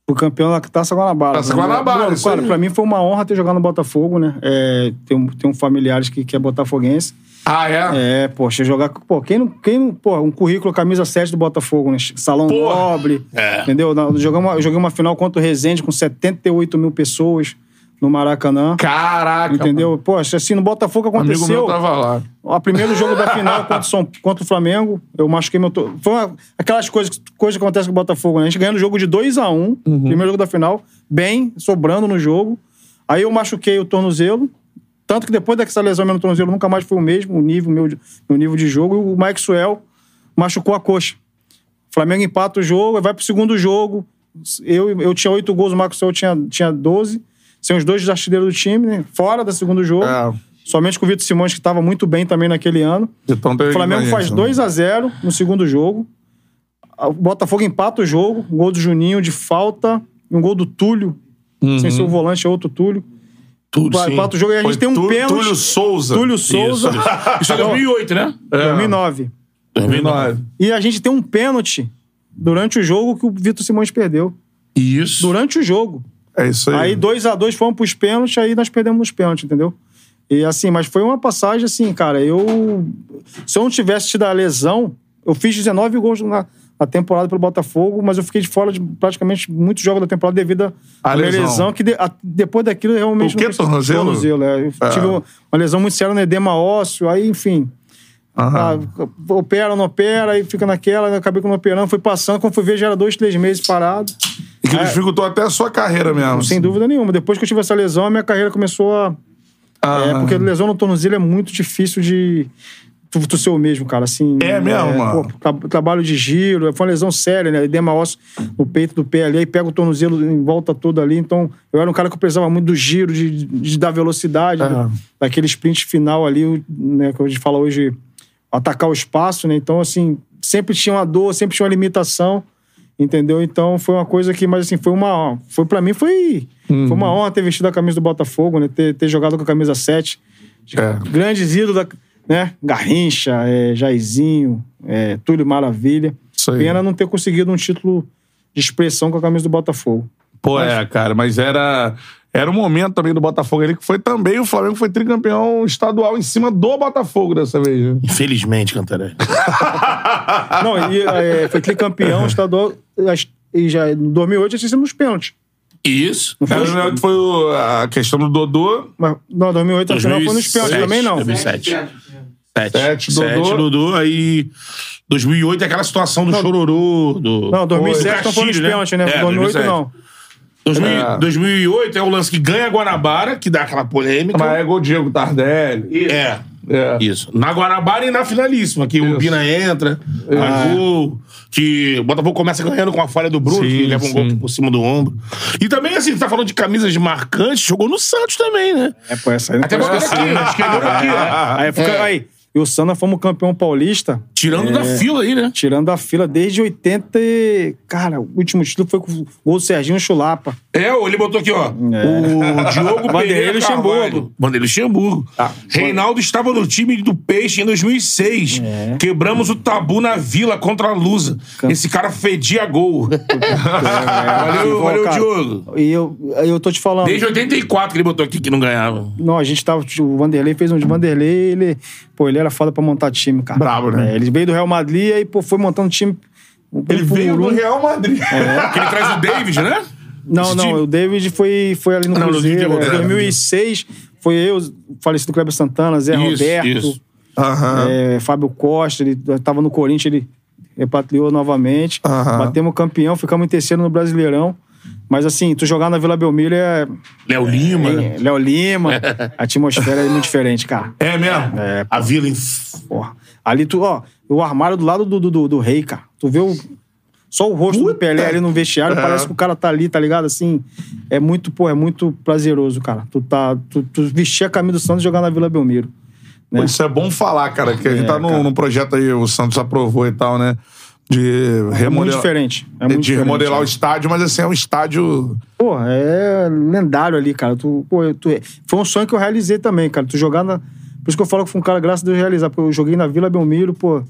[SPEAKER 3] O campeão da Taça Guanabara.
[SPEAKER 1] Taça
[SPEAKER 3] Né?
[SPEAKER 1] Guanabara,
[SPEAKER 3] Bom,
[SPEAKER 1] isso
[SPEAKER 3] Claro,
[SPEAKER 1] aí.
[SPEAKER 3] pra mim foi uma honra ter jogado no Botafogo, né? É, tem, um, tem um familiares que, que é botafoguense.
[SPEAKER 1] Ah, é?
[SPEAKER 3] É, poxa, jogar. Pô, quem não. Quem não pô, um currículo camisa 7 do Botafogo, né? Salão
[SPEAKER 1] Porra.
[SPEAKER 3] nobre.
[SPEAKER 2] É.
[SPEAKER 3] Entendeu? Na- eu joguei uma- eu joguei uma final contra o Resende com 78 mil pessoas no Maracanã.
[SPEAKER 1] Caraca.
[SPEAKER 3] Entendeu? Poxa, assim, no Botafogo
[SPEAKER 1] mano. Um amigo
[SPEAKER 3] aconteceu.
[SPEAKER 1] meu tava lá.
[SPEAKER 3] O primeiro jogo da final contra, o São- contra o Flamengo, eu machuquei meu. To... Foi uma- aquelas coisas, coisas que acontecem com o Botafogo, né? A gente ganhando o jogo de 2x1, primeiro jogo da final, bem, sobrando no jogo. Aí eu machuquei o tornozelo. Tanto que depois dessa lesão meu no tornozelo nunca mais foi o mesmo, o nível, meu, de- meu nível de jogo. E o Mike Suel machucou a coxa. O Flamengo empata o jogo, aí vai pro segundo jogo. Eu, eu tinha oito gols, o Marcos Suel tinha, tinha 12. São os dois artilheiros do time, né? Fora do segundo jogo.
[SPEAKER 1] É.
[SPEAKER 3] Somente com o Vitor Simões, que estava muito bem também naquele ano.
[SPEAKER 1] Então,
[SPEAKER 3] O
[SPEAKER 1] teve
[SPEAKER 3] Flamengo
[SPEAKER 1] mais
[SPEAKER 3] faz
[SPEAKER 1] gente, né?
[SPEAKER 3] 2 a 0 no segundo jogo. O Botafogo empata o jogo. Um gol do Juninho de falta. Um gol do Túlio. Sem ser o volante, é outro Túlio.
[SPEAKER 2] Tudo, sim.
[SPEAKER 3] Empata o jogo e a gente
[SPEAKER 1] Uhum. Foi
[SPEAKER 3] tem um
[SPEAKER 1] Tú-
[SPEAKER 3] pênalti.
[SPEAKER 1] Túlio Souza.
[SPEAKER 3] Túlio Souza.
[SPEAKER 2] Isso
[SPEAKER 3] Tá
[SPEAKER 2] é 2008, né? Tá
[SPEAKER 3] 2009.
[SPEAKER 1] 2009.
[SPEAKER 3] E a gente tem um pênalti durante o jogo que o Vitor Simões perdeu.
[SPEAKER 2] Isso.
[SPEAKER 3] Durante o jogo.
[SPEAKER 1] É isso aí.
[SPEAKER 3] Aí 2 a 2 fomos pros pênaltis, aí nós perdemos nos pênaltis, entendeu? E assim, mas foi uma passagem assim, cara, eu se eu não tivesse tido a lesão, eu fiz 19 gols na, na temporada pelo Botafogo, mas eu fiquei de fora de praticamente muitos jogos da temporada devido a
[SPEAKER 1] A
[SPEAKER 3] uma
[SPEAKER 1] lesão.
[SPEAKER 3] que de- a- depois daquilo eu realmente
[SPEAKER 1] O quê?
[SPEAKER 3] não fiz-
[SPEAKER 1] Tornozelo?
[SPEAKER 3] tornozelo é. Eu
[SPEAKER 1] Ah.
[SPEAKER 3] tive uma uma lesão muito séria no edema ósseo, aí enfim,
[SPEAKER 1] Aham.
[SPEAKER 3] ah, opera, não opera, aí fica naquela, eu acabei com não operando, fui passando, quando fui ver já era dois, três meses parado.
[SPEAKER 1] E que dificultou até a sua carreira mesmo.
[SPEAKER 3] Ah, Sem dúvida É, nenhuma. Depois que eu tive essa lesão, a minha carreira começou a.
[SPEAKER 1] Ah.
[SPEAKER 3] É, porque lesão no tornozelo é muito difícil de. Tu, tu ser o mesmo, cara, assim.
[SPEAKER 1] É mesmo, mano?
[SPEAKER 3] pô, tra- trabalho de giro, é, foi uma lesão séria, né? Edema ósseo no peito do pé ali, aí pega o tornozelo em volta toda ali. Então, eu era um cara que eu precisava muito do giro, de, de dar velocidade,
[SPEAKER 1] É.
[SPEAKER 3] do- daquele sprint final ali, o- né? Que a gente fala hoje, atacar o espaço, né? Então, assim, sempre tinha uma dor, sempre tinha uma limitação. Entendeu? Então foi uma coisa que, mas assim, foi uma. Foi pra mim, foi, foi uma
[SPEAKER 1] Uhum.
[SPEAKER 3] honra ter vestido a camisa do Botafogo, né? Ter, ter jogado com a camisa 7.
[SPEAKER 1] É.
[SPEAKER 3] Grandes ídolos, da- né? Garrincha, é, Jairzinho, é, Túlio Maravilha.
[SPEAKER 1] Isso aí.
[SPEAKER 2] é.
[SPEAKER 3] Pena não ter conseguido um título de expressão com a camisa do Botafogo.
[SPEAKER 1] Pô, é, cara, mas era. Era um momento também do Botafogo ali que foi também. O Flamengo foi tricampeão estadual em cima do Botafogo dessa vez. né?
[SPEAKER 2] Infelizmente, Cantarelli.
[SPEAKER 3] Não, e é, foi tricampeão estadual. as- E já, em 2008 tinha sido nos pênaltis.
[SPEAKER 2] Isso.
[SPEAKER 1] Era, né, que foi o- a questão do Dodô.
[SPEAKER 3] Mas, não, 2008 a final foi nos pênaltis também, não.
[SPEAKER 2] 2007. Sete.
[SPEAKER 1] Sete, Dodô.
[SPEAKER 2] Sete, Dudu. Aí, 2008 é aquela situação do chororô. Do...
[SPEAKER 3] Não, 2007
[SPEAKER 2] do
[SPEAKER 3] não foi nos
[SPEAKER 2] Castilho,
[SPEAKER 3] pênaltis, né?
[SPEAKER 2] É,
[SPEAKER 3] 2008
[SPEAKER 2] 2007.
[SPEAKER 3] não.
[SPEAKER 2] 2000
[SPEAKER 1] É.
[SPEAKER 2] 2008 é o lance que ganha Guanabara, que dá aquela polêmica.
[SPEAKER 1] Mas é gol Diego Tardelli.
[SPEAKER 2] É.
[SPEAKER 1] É.
[SPEAKER 2] Isso. Na Guanabara e na finalíssima, que o Bina entra,
[SPEAKER 1] É.
[SPEAKER 2] faz gol, que o Botafogo começa ganhando com a falha do Bruno,
[SPEAKER 1] Sim,
[SPEAKER 2] que leva um
[SPEAKER 1] sim.
[SPEAKER 2] gol por cima do ombro. E também, assim, tá falando de camisas marcantes, jogou no Santos também, né?
[SPEAKER 3] É, pô, essa aí não
[SPEAKER 2] Até
[SPEAKER 3] foi-
[SPEAKER 2] agora aqui, acho que é aqui.
[SPEAKER 3] Aí, fica- aí, e o Santa fomos campeão paulista,
[SPEAKER 2] Tirando da
[SPEAKER 3] É.
[SPEAKER 2] fila aí, né?
[SPEAKER 3] tirando a fila desde 80. e- Cara, o último título foi com o gol do Serginho Chulapa.
[SPEAKER 2] É, ó, ele botou aqui, ó. O Diogo
[SPEAKER 3] Vanderlei
[SPEAKER 2] Pereira
[SPEAKER 3] Luxemburgo.
[SPEAKER 2] Luxemburgo. Bandeira Luxemburgo.
[SPEAKER 3] Ah,
[SPEAKER 2] Reinaldo estava no time do Peixe em 2006.
[SPEAKER 3] É.
[SPEAKER 2] Quebramos o tabu na Vila contra a Lusa. Esse cara fedia gol. valeu,
[SPEAKER 3] Pô,
[SPEAKER 2] valeu,
[SPEAKER 3] É, cara,
[SPEAKER 2] Diogo.
[SPEAKER 3] E eu, aí eu tô te falando.
[SPEAKER 2] Desde 84 que ele botou aqui que não ganhava.
[SPEAKER 3] Não, a gente tava. O Vanderlei fez um de Vanderlei, ele. Pô, ele era foda pra montar time, cara.
[SPEAKER 1] Brabo, né?
[SPEAKER 3] É, ele veio do Real Madrid e, pô, foi montando time. um
[SPEAKER 1] Ele
[SPEAKER 3] por
[SPEAKER 1] veio do
[SPEAKER 3] um.
[SPEAKER 1] Real Madrid.
[SPEAKER 2] Que ele traz o David, né?
[SPEAKER 3] Não,
[SPEAKER 2] Esse
[SPEAKER 3] não,
[SPEAKER 2] time-
[SPEAKER 3] o David foi, foi ali no
[SPEAKER 2] Não, no
[SPEAKER 3] Cruzeiro.
[SPEAKER 2] Cruzeiro,
[SPEAKER 3] Em
[SPEAKER 2] é.
[SPEAKER 3] 2006, foi eu, o falecido Kleber Santana, Zé
[SPEAKER 2] Isso,
[SPEAKER 3] Roberto,
[SPEAKER 2] isso.
[SPEAKER 1] Aham.
[SPEAKER 3] é, Fábio Costa, ele tava no Corinthians, ele repatriou novamente.
[SPEAKER 1] Aham.
[SPEAKER 3] Batemos campeão, ficamos em terceiro no Brasileirão. Mas assim, tu jogar na Vila Belmiro é.
[SPEAKER 2] Léo Lima.
[SPEAKER 3] é Léo Lima, a atmosfera é muito diferente, cara.
[SPEAKER 1] É mesmo?
[SPEAKER 2] A Vila em...
[SPEAKER 3] Porra. Ali tu, ó, o armário do lado do, do, do, do rei, cara. Tu vê o, só o rosto do Pelé ali no vestiário,
[SPEAKER 1] É.
[SPEAKER 3] parece que o cara tá ali, tá ligado? Assim, é muito, pô, é muito prazeroso, cara. Tu tá, tu, tu vestir a camisa do Santos e jogar na Vila Belmiro. né?
[SPEAKER 1] Pô, Isso é bom falar, cara, que a gente
[SPEAKER 3] É,
[SPEAKER 1] tá num, num projeto aí, o Santos aprovou e tal, né? De
[SPEAKER 3] É muito
[SPEAKER 1] remodelar.
[SPEAKER 3] diferente. É muito
[SPEAKER 1] de remodelar o
[SPEAKER 3] diferente,
[SPEAKER 1] estádio, mas assim, é um estádio.
[SPEAKER 3] o... Pô, é lendário ali, cara. Tu, pô, tu, foi um sonho que eu realizei também, cara. Tu jogar na... Por isso que eu falo que foi um cara, graças a Deus, realizar. Porque eu joguei na Vila Belmiro, pô...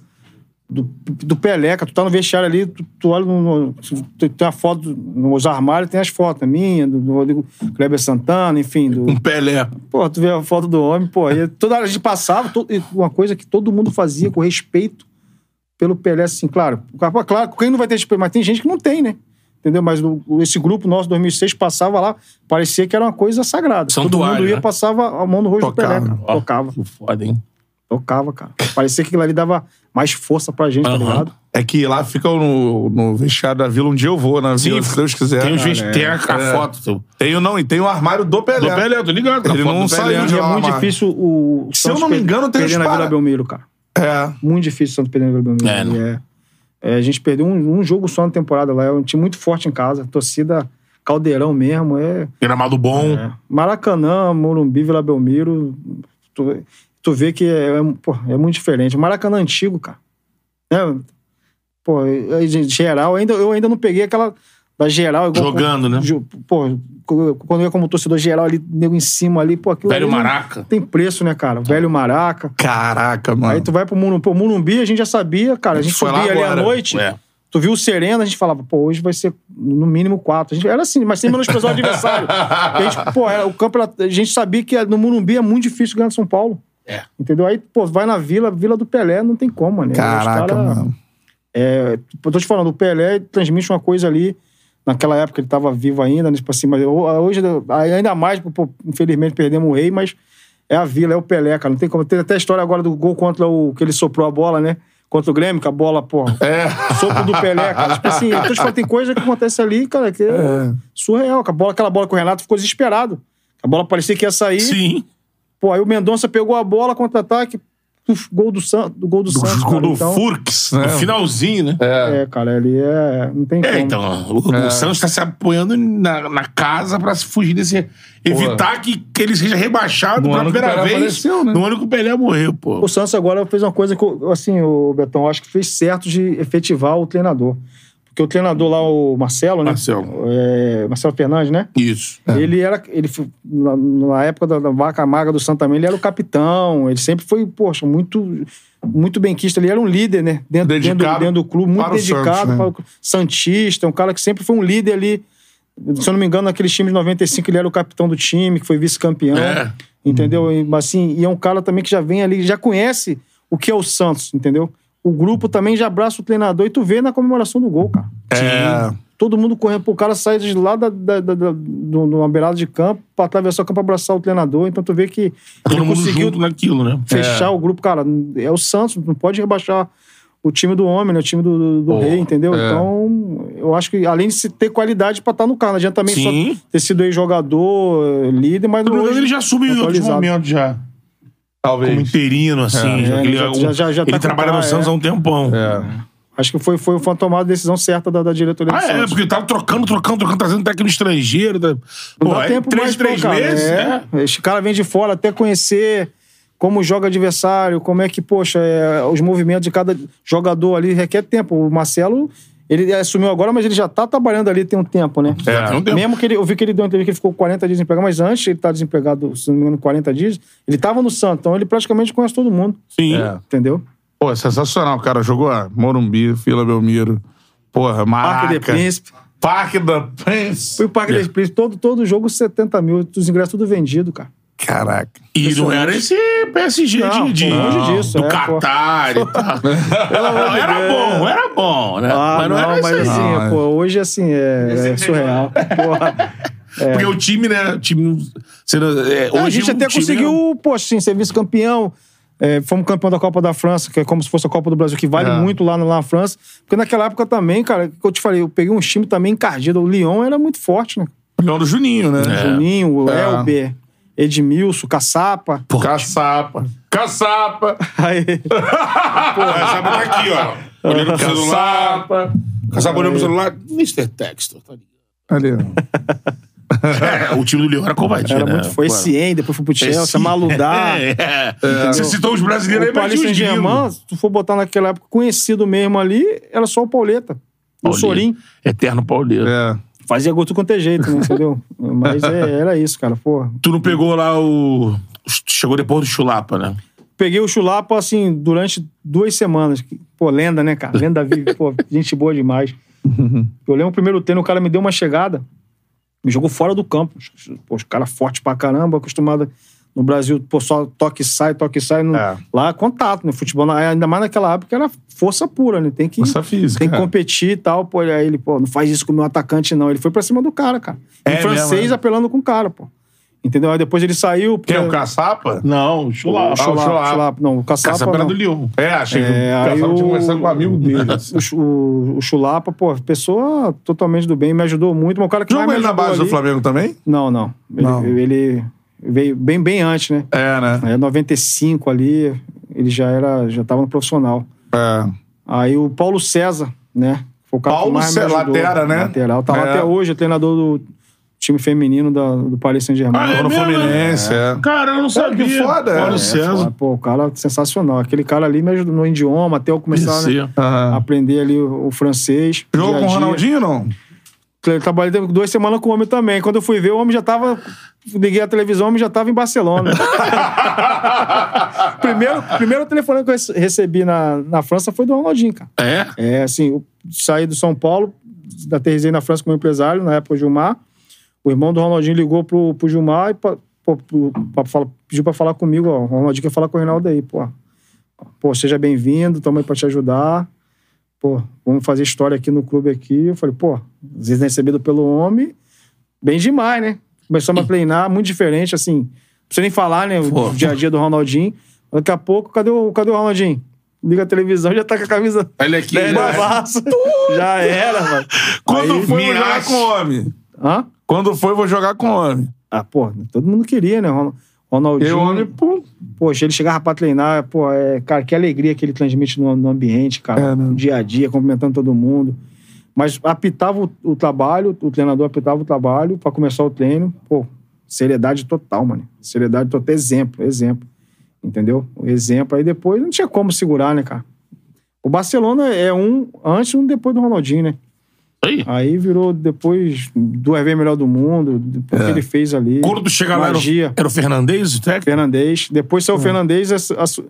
[SPEAKER 3] do, do Pelé, cara. Tu tá no vestiário ali, tu, tu olha no, no- tu- tem a foto nos armários, tem as fotos minha, do, do Rodrigo Kleber Santana, enfim, do,
[SPEAKER 2] Um Pelé.
[SPEAKER 3] Pô, tu vê a foto do homem, pô. E toda hora a gente passava, to- e uma coisa que todo mundo fazia com respeito pelo Pelé, assim, claro. O cara, pô, Claro, quem não vai ter respeito, mas tem gente que não tem, né? Entendeu? Mas o- o- esse grupo nosso, 2006, passava lá, parecia que era uma coisa sagrada. todo
[SPEAKER 2] Santuário,
[SPEAKER 3] mundo ia,
[SPEAKER 2] né?
[SPEAKER 3] passava a mão no rosto
[SPEAKER 1] Tocava.
[SPEAKER 3] do Pelé. Cara.
[SPEAKER 2] Ó,
[SPEAKER 3] Tocava,
[SPEAKER 2] que Foda, hein?
[SPEAKER 3] tocava, cara. Parecia que aquilo ali dava mais força pra gente, tá
[SPEAKER 2] Aham.
[SPEAKER 3] ligado?
[SPEAKER 1] É que lá fica no, no vestiário da vila, um dia eu vou na vila,
[SPEAKER 2] Sim,
[SPEAKER 1] se Deus quiser.
[SPEAKER 2] Tem, um os
[SPEAKER 1] Cara,
[SPEAKER 2] vesti- tem a, a
[SPEAKER 1] É.
[SPEAKER 2] foto. Do
[SPEAKER 1] Tem o não, e tem o armário do Pelé.
[SPEAKER 2] Pelé, tô ligado. tá?
[SPEAKER 1] Ele
[SPEAKER 2] Foto
[SPEAKER 1] não
[SPEAKER 2] do Pelé.
[SPEAKER 1] saiu de
[SPEAKER 3] E é
[SPEAKER 1] lá,
[SPEAKER 3] muito
[SPEAKER 1] um mano.
[SPEAKER 3] difícil o.
[SPEAKER 1] Se eu
[SPEAKER 3] Santos
[SPEAKER 1] não me
[SPEAKER 3] per-
[SPEAKER 1] engano, tem
[SPEAKER 3] perder
[SPEAKER 1] uns
[SPEAKER 3] na Vila
[SPEAKER 1] para-
[SPEAKER 3] Belmiro, cara.
[SPEAKER 1] É.
[SPEAKER 3] Muito difícil o Santos perder no Vila
[SPEAKER 2] É,
[SPEAKER 3] Belmiro.
[SPEAKER 2] né?
[SPEAKER 3] É. É, a gente perdeu um, um jogo só na temporada lá. É um time muito forte em casa. Torcida caldeirão mesmo. É,
[SPEAKER 2] Gramado bom.
[SPEAKER 3] é. Maracanã, Morumbi, Vila Belmiro. Tu, tu vê que é, é, pô, é muito diferente. Maracanã antigo, cara. É, pô, é, em geral, ainda, eu ainda não peguei aquela da geral. Igual
[SPEAKER 2] Jogando, né?
[SPEAKER 3] Ju- Pô, quando eu ia como torcedor geral ali, nego em cima ali, pô, aquilo
[SPEAKER 2] Velho
[SPEAKER 3] ali não-
[SPEAKER 2] Maraca. Tá.
[SPEAKER 3] Tem preço, né, cara? Velho Maraca.
[SPEAKER 1] Caraca,
[SPEAKER 3] Aí
[SPEAKER 1] mano.
[SPEAKER 3] tu vai pro Morumbi. Pô, Morumbi a gente já sabia, cara. A gente
[SPEAKER 1] Foi lá
[SPEAKER 3] subia ali à
[SPEAKER 1] agora.
[SPEAKER 3] noite.
[SPEAKER 2] É.
[SPEAKER 3] Tu viu o Serena, a gente falava, pô, hoje vai ser no mínimo quatro. A gente, era assim, mas sem menosprezar o adversário. A gente, pô, era- o campo era- a gente sabia que no Morumbi é muito difícil ganhar do São Paulo.
[SPEAKER 2] É.
[SPEAKER 3] Entendeu? Aí, pô, vai na Vila, Vila do Pelé, não tem como, né? Os
[SPEAKER 1] Caraca,
[SPEAKER 3] cara-
[SPEAKER 1] mano.
[SPEAKER 3] é, eu tô te falando, o Pelé transmite uma coisa ali. Naquela época ele tava vivo ainda, né, tipo assim, mas ho- hoje, ainda mais, pô, infelizmente perdemos o rei, mas é a vila, é o Pelé, cara. Não tem como. Tem até a história agora do gol contra o que ele soprou a bola, né? Contra o Grêmio, que a bola, pô.
[SPEAKER 1] É.
[SPEAKER 3] Sopro do Pelé, cara. Tipo assim, eu tô te falando, tem coisa que acontece ali, cara, que é, surreal. Que a bola, aquela bola com o Renato ficou desesperado. A bola parecia que ia sair.
[SPEAKER 2] Sim.
[SPEAKER 3] Pô, aí o Mendonça pegou a bola, contra-ataque, uf, gol do Santos. Gol do, Santos,
[SPEAKER 1] O
[SPEAKER 3] cara.
[SPEAKER 1] do
[SPEAKER 3] Então,
[SPEAKER 1] Furks, né?
[SPEAKER 2] No finalzinho, né?
[SPEAKER 3] É, cara, ali é. Não tem
[SPEAKER 2] É,
[SPEAKER 3] como.
[SPEAKER 2] então, o, o Santos tá se apoiando na, na casa pra se fugir desse. Evitar que, que ele seja rebaixado
[SPEAKER 1] No
[SPEAKER 2] pela
[SPEAKER 1] ano que o
[SPEAKER 2] primeira
[SPEAKER 1] Pelé
[SPEAKER 2] vez.
[SPEAKER 1] apareceu, né?
[SPEAKER 2] No ano que o Pelé morreu, pô.
[SPEAKER 3] O Santos agora fez uma coisa que, eu- assim, o Betão, eu acho que fez certo de efetivar o treinador. Porque o treinador lá, o Marcelo, né?
[SPEAKER 2] Marcelo.
[SPEAKER 3] É, Marcelo Fernandes, né?
[SPEAKER 2] Isso.
[SPEAKER 1] É.
[SPEAKER 3] Ele era. Ele, foi- na, na época da, da vaca magra do Santos também, ele era o capitão. Ele sempre foi, poxa, muito, muito benquista. Ele era um líder, né? Dentro, dentro, do-
[SPEAKER 1] Dedicado
[SPEAKER 3] dentro do clube, muito
[SPEAKER 1] para o
[SPEAKER 3] dedicado
[SPEAKER 1] Santos, né?
[SPEAKER 3] para o clu- Santista, um cara que sempre foi um líder ali. Se eu não me engano, naquele time de 95, ele era o capitão do time, que foi vice-campeão.
[SPEAKER 2] É.
[SPEAKER 3] Entendeu? E, mas, assim, e é um cara também que já vem ali, já conhece o que é o Santos, entendeu? O grupo também já abraça o treinador e tu vê na comemoração do gol, cara.
[SPEAKER 1] É.
[SPEAKER 3] Todo mundo correndo pro cara sair de lá da, da, da, da- do- de uma beirada de campo pra atravessar o campo pra abraçar o treinador. Então tu vê que
[SPEAKER 2] Todo
[SPEAKER 3] ele
[SPEAKER 2] mundo
[SPEAKER 3] conseguiu
[SPEAKER 2] junto naquilo, né?
[SPEAKER 3] fechar o grupo. Cara, é o Santos, não pode rebaixar o time do homem, né? O time do, do- do
[SPEAKER 2] Pô,
[SPEAKER 3] rei, entendeu?
[SPEAKER 1] é.
[SPEAKER 3] Então, eu acho que além de se ter qualidade pra estar no carro, não adianta também
[SPEAKER 2] Sim.
[SPEAKER 3] só ter sido ex-jogador, eh, líder,
[SPEAKER 2] Se
[SPEAKER 3] mas
[SPEAKER 2] não me engano,
[SPEAKER 3] hoje-
[SPEAKER 2] ele já assumiu em outros
[SPEAKER 3] atualizado.
[SPEAKER 2] momentos já. Como
[SPEAKER 1] Talvez.
[SPEAKER 2] interino, assim.
[SPEAKER 3] É,
[SPEAKER 2] já que ele
[SPEAKER 3] ele já- já- já- já
[SPEAKER 2] ele
[SPEAKER 3] tá com
[SPEAKER 2] trabalha
[SPEAKER 3] cara,
[SPEAKER 2] no Santos
[SPEAKER 3] é.
[SPEAKER 2] há um tempão.
[SPEAKER 1] É.
[SPEAKER 3] Acho que foi, foi, foi uma tomada de decisão certa da, da diretoria do
[SPEAKER 2] Ah, é,
[SPEAKER 3] Santos.
[SPEAKER 2] porque tava trocando, trocando, trocando, trazendo técnico estrangeiro. Tá... Pô,
[SPEAKER 3] Não dá
[SPEAKER 2] é
[SPEAKER 3] tempo
[SPEAKER 2] três,
[SPEAKER 3] mais,
[SPEAKER 2] três
[SPEAKER 3] pô, cara.
[SPEAKER 2] meses,
[SPEAKER 3] É,
[SPEAKER 2] né?
[SPEAKER 3] Esse cara vem de fora até conhecer como joga adversário, como é que, poxa, é, os movimentos de cada jogador ali requer tempo. O Marcelo, ele assumiu agora, mas ele já tá trabalhando ali tem um tempo, né?
[SPEAKER 2] É, tem um tempo.
[SPEAKER 3] Mesmo que ele, eu vi que ele deu uma entrevista que ele ficou 40 dias desempregado, mas antes ele tá desempregado, se não me engano, 40 dias, ele tava no Santos, então ele praticamente conhece todo mundo,
[SPEAKER 2] Sim.
[SPEAKER 1] É.
[SPEAKER 3] entendeu?
[SPEAKER 1] Pô, sensacional, cara. Jogou ah, Morumbi, Vila Belmiro. Porra,
[SPEAKER 3] Parque
[SPEAKER 1] Maraca.
[SPEAKER 3] de Príncipe.
[SPEAKER 1] Parque da Prince.
[SPEAKER 3] Foi o
[SPEAKER 2] É.
[SPEAKER 3] Parque de Príncipe, todo, todo jogo 70 mil, os ingressos tudo vendido, cara.
[SPEAKER 1] Caraca.
[SPEAKER 2] E não era esse PSG
[SPEAKER 3] Não,
[SPEAKER 2] de, de,
[SPEAKER 3] pô, longe disso,
[SPEAKER 2] do
[SPEAKER 3] é, pô.
[SPEAKER 2] Qatar e tal. era bom, era bom, né?
[SPEAKER 3] Ah,
[SPEAKER 2] mas não, né?
[SPEAKER 3] não,
[SPEAKER 2] era isso
[SPEAKER 3] mas
[SPEAKER 2] aí.
[SPEAKER 3] assim,
[SPEAKER 1] não, é.
[SPEAKER 3] pô, hoje assim é, é surreal. Porra.
[SPEAKER 2] Porque o time, né? O time. Sendo, é,
[SPEAKER 3] Não, a
[SPEAKER 2] hoje né?
[SPEAKER 3] gente
[SPEAKER 2] o
[SPEAKER 3] até
[SPEAKER 2] time
[SPEAKER 3] conseguiu, poxa, assim, ser vice-campeão. É, fomos campeão da Copa da França, que é como se fosse a Copa do Brasil, que vale
[SPEAKER 1] É.
[SPEAKER 3] muito lá, na- lá na França. Porque naquela época também, cara, que eu te falei, eu peguei um time também encardido. O Lyon era muito forte, né?
[SPEAKER 1] Leão do Juninho, né?
[SPEAKER 2] É.
[SPEAKER 3] Juninho, o
[SPEAKER 1] É.
[SPEAKER 3] Elber, Edmilson, Caçapa.
[SPEAKER 1] Pô, Caçapa. Caçapa.
[SPEAKER 3] Aí,
[SPEAKER 2] Caçapa tá aqui, ó. Olhando pro celular.
[SPEAKER 1] Caçapa.
[SPEAKER 2] Caçapa olhando pro celular. Mr. Textor. tá ligado?
[SPEAKER 1] Ali.
[SPEAKER 2] É, o time do Leão era covardia,
[SPEAKER 3] era
[SPEAKER 2] né?
[SPEAKER 3] Tá muito foi
[SPEAKER 2] Pô,
[SPEAKER 3] Essien, depois foi pro Chelsea,
[SPEAKER 2] esse-
[SPEAKER 3] Maludar.
[SPEAKER 2] É, é. Você citou os brasileiros,
[SPEAKER 3] O
[SPEAKER 2] aí, mas
[SPEAKER 3] Paris
[SPEAKER 2] tinha os
[SPEAKER 3] Saint-Germain,
[SPEAKER 2] gringos.
[SPEAKER 3] se tu for botar naquela época conhecido mesmo ali, era só o Pauleta. O
[SPEAKER 2] Paulinho.
[SPEAKER 3] Sorim.
[SPEAKER 2] Eterno Pauleiro.
[SPEAKER 1] É.
[SPEAKER 3] Fazia gol de quanto é jeito, né, entendeu? Mas é, era isso, cara, porra.
[SPEAKER 2] Tu não pegou lá o. Chegou depois do Chulapa, né?
[SPEAKER 3] Peguei o Chulapa, assim, durante duas semanas. Pô, lenda, né, cara? Lenda vive, pô, gente boa demais.
[SPEAKER 1] Uhum.
[SPEAKER 3] Eu lembro o primeiro treino, o cara me deu uma chegada, me jogou fora do campo. Pô, os cara forte pra caramba, acostumado no Brasil, pô, só toque e sai, toque e sai. não-
[SPEAKER 1] É.
[SPEAKER 3] Lá, contato, né? Futebol, na- ainda mais naquela época, era força pura, né? Tem que...
[SPEAKER 1] Força física.
[SPEAKER 3] Tem que
[SPEAKER 1] é.
[SPEAKER 3] competir e tal, pô. Aí ele, pô, não faz isso com o meu atacante, não. Ele foi pra cima do cara, cara. Em
[SPEAKER 1] É
[SPEAKER 3] francês,
[SPEAKER 1] mesmo, é?
[SPEAKER 3] apelando com o cara, pô. Entendeu? Aí depois ele saiu.
[SPEAKER 1] Quem é o
[SPEAKER 3] porque-
[SPEAKER 1] Caçapa?
[SPEAKER 2] Não, o Chulapa.
[SPEAKER 3] O Chulapa,
[SPEAKER 1] Ah, o Chulapa.
[SPEAKER 3] Chulapa. Não, o Caçapa.
[SPEAKER 2] Caçapa era
[SPEAKER 3] não.
[SPEAKER 2] do Leão.
[SPEAKER 1] É, achei que
[SPEAKER 3] É,
[SPEAKER 1] o
[SPEAKER 3] aí
[SPEAKER 1] Caçapa
[SPEAKER 3] eu-
[SPEAKER 1] tinha conversado com um amigo dele.
[SPEAKER 3] O, Chu- o- o Chulapa, pô, pessoa totalmente do bem, me ajudou muito. Mas o cara que mais
[SPEAKER 1] Jogou
[SPEAKER 3] me
[SPEAKER 1] ele na
[SPEAKER 3] ajudou
[SPEAKER 1] base do
[SPEAKER 3] ali-
[SPEAKER 1] Flamengo também?
[SPEAKER 3] Não, não. Ele,
[SPEAKER 1] Não.
[SPEAKER 3] ele veio bem, bem antes, né?
[SPEAKER 1] É, né?
[SPEAKER 3] Aí, 95 ali, ele já era, já tava no profissional.
[SPEAKER 1] É.
[SPEAKER 3] Aí o Paulo César, né? Foi o cara
[SPEAKER 1] Paulo
[SPEAKER 3] que mais me
[SPEAKER 1] César,
[SPEAKER 3] ajudou.
[SPEAKER 1] lateral, né?
[SPEAKER 3] Lateral. Tá lá
[SPEAKER 1] É.
[SPEAKER 3] até hoje, é treinador do time feminino da- do Paris
[SPEAKER 2] Ah,
[SPEAKER 3] Saint-Germain.
[SPEAKER 2] é
[SPEAKER 1] Jogou no
[SPEAKER 2] mesmo,
[SPEAKER 1] Fluminense, é.
[SPEAKER 2] Cara, eu não sabia.
[SPEAKER 1] que foda, é.
[SPEAKER 2] Olha
[SPEAKER 1] É,
[SPEAKER 2] o César.
[SPEAKER 3] Pô, o cara é sensacional. Aquele cara ali me ajudou no idioma, até eu começar né,
[SPEAKER 2] César.
[SPEAKER 1] Aham.
[SPEAKER 3] a aprender ali o, o francês.
[SPEAKER 1] Jogou
[SPEAKER 3] dia a
[SPEAKER 1] com o
[SPEAKER 3] dia.
[SPEAKER 1] Ronaldinho, não?
[SPEAKER 3] Eu Trabalhei duas semanas com o homem também. Quando eu fui ver, o homem já tava. Liguei a televisão, o homem já tava em Barcelona. primeiro, primeiro telefonema que eu rece- recebi na, na França foi do Ronaldinho, cara.
[SPEAKER 2] É?
[SPEAKER 3] É, assim, eu saí do São Paulo, aterrisei na França como empresário, na época o Gilmar. O irmão do Ronaldinho ligou pro, pro Gilmar e pa- pô, pro- pra fala- pediu pra falar comigo, ó. O Ronaldinho quer falar com o Reinaldo aí, pô. Pô, seja bem-vindo, tamo aí pra te ajudar. Pô, vamos fazer história aqui no clube aqui. Eu falei, pô, às vezes é recebido pelo homem, bem demais, né? Começamos a treinar, muito diferente, assim. Não precisa nem falar, né? O
[SPEAKER 2] Pô.
[SPEAKER 3] dia a dia do Ronaldinho. Daqui a pouco, cadê o, cadê o Ronaldinho? Liga a televisão, já tá com a camisa
[SPEAKER 2] Olha aqui.
[SPEAKER 3] Dez lavaços. Já era, mano.
[SPEAKER 1] Quando
[SPEAKER 3] Aí-
[SPEAKER 1] foi, vou jogar
[SPEAKER 2] Minas.
[SPEAKER 1] com homem.
[SPEAKER 3] Hã?
[SPEAKER 1] Quando foi, vou jogar com homem.
[SPEAKER 3] Ah, pô, todo mundo queria, né? Ron- Ronaldinho.
[SPEAKER 1] Eu, homem, pum.
[SPEAKER 3] Poxa, ele chegava pra treinar, pô, é, cara, que alegria que ele transmite no, no ambiente, cara.
[SPEAKER 1] É, né?
[SPEAKER 3] no dia a dia, cumprimentando todo mundo. Mas apitava o, o trabalho, o treinador apitava o trabalho pra começar o treino. Pô, seriedade total, mano. Seriedade total. Exemplo, exemplo. Entendeu? O exemplo. Aí depois não tinha como segurar, né, cara? O Barcelona é um antes e um depois do Ronaldinho, né?
[SPEAKER 2] Aí.
[SPEAKER 3] Aí virou depois duas vezes melhor do mundo, depois
[SPEAKER 1] É.
[SPEAKER 3] que ele fez ali.
[SPEAKER 2] Quando tu chegar lá, era
[SPEAKER 3] Magia.
[SPEAKER 2] o- era o Fernandes, o técnico?
[SPEAKER 3] Fernandes. Depois saiu o Fernandes. a- a-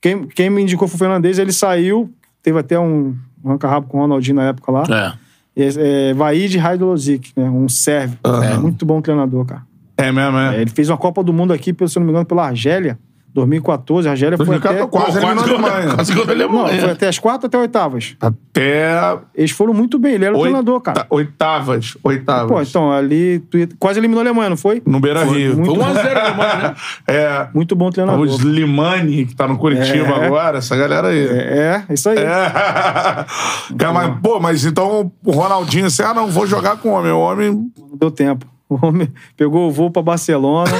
[SPEAKER 3] quem, quem me indicou foi o Fernandes, ele saiu. Teve até um arranca-rabo com o Ronaldinho na época lá.
[SPEAKER 2] É.
[SPEAKER 3] É, é, Vaid Raidolozic, né? Um sérvio.
[SPEAKER 1] Aham.
[SPEAKER 3] Muito bom treinador, cara.
[SPEAKER 1] É mesmo, é.
[SPEAKER 3] É, ele fez uma Copa do Mundo aqui, pelo- se eu não me engano, pela Argélia, 2014. A Argélia É, foi até,
[SPEAKER 1] 2014, Quase
[SPEAKER 2] Pô,
[SPEAKER 1] eliminou
[SPEAKER 2] quase,
[SPEAKER 1] a Alemanha.
[SPEAKER 2] quase, quase que eu
[SPEAKER 3] não, foi
[SPEAKER 2] lembro.
[SPEAKER 3] até as quatro até oitavas.
[SPEAKER 1] Até
[SPEAKER 3] Eles foram muito bem, ele era o
[SPEAKER 1] Oita-
[SPEAKER 3] treinador, cara.
[SPEAKER 1] oitavas. Oitavas.
[SPEAKER 3] Pô, então, ali tu ia- quase eliminou a Alemanha, não foi?
[SPEAKER 1] no Beira
[SPEAKER 3] Foi
[SPEAKER 1] Rio. um
[SPEAKER 3] muito-
[SPEAKER 2] Foi 1x0 a Alemanha, né?
[SPEAKER 1] É.
[SPEAKER 3] Muito bom treinador.
[SPEAKER 1] Os Limani, que tá no Curitiba
[SPEAKER 3] É.
[SPEAKER 1] agora, essa galera aí.
[SPEAKER 3] É, é isso aí.
[SPEAKER 1] É. Cara, mas, pô, mas então o Ronaldinho assim, ah, não, vou jogar com o homem. O homem.
[SPEAKER 3] Não deu tempo. O homem pegou o voo pra Barcelona.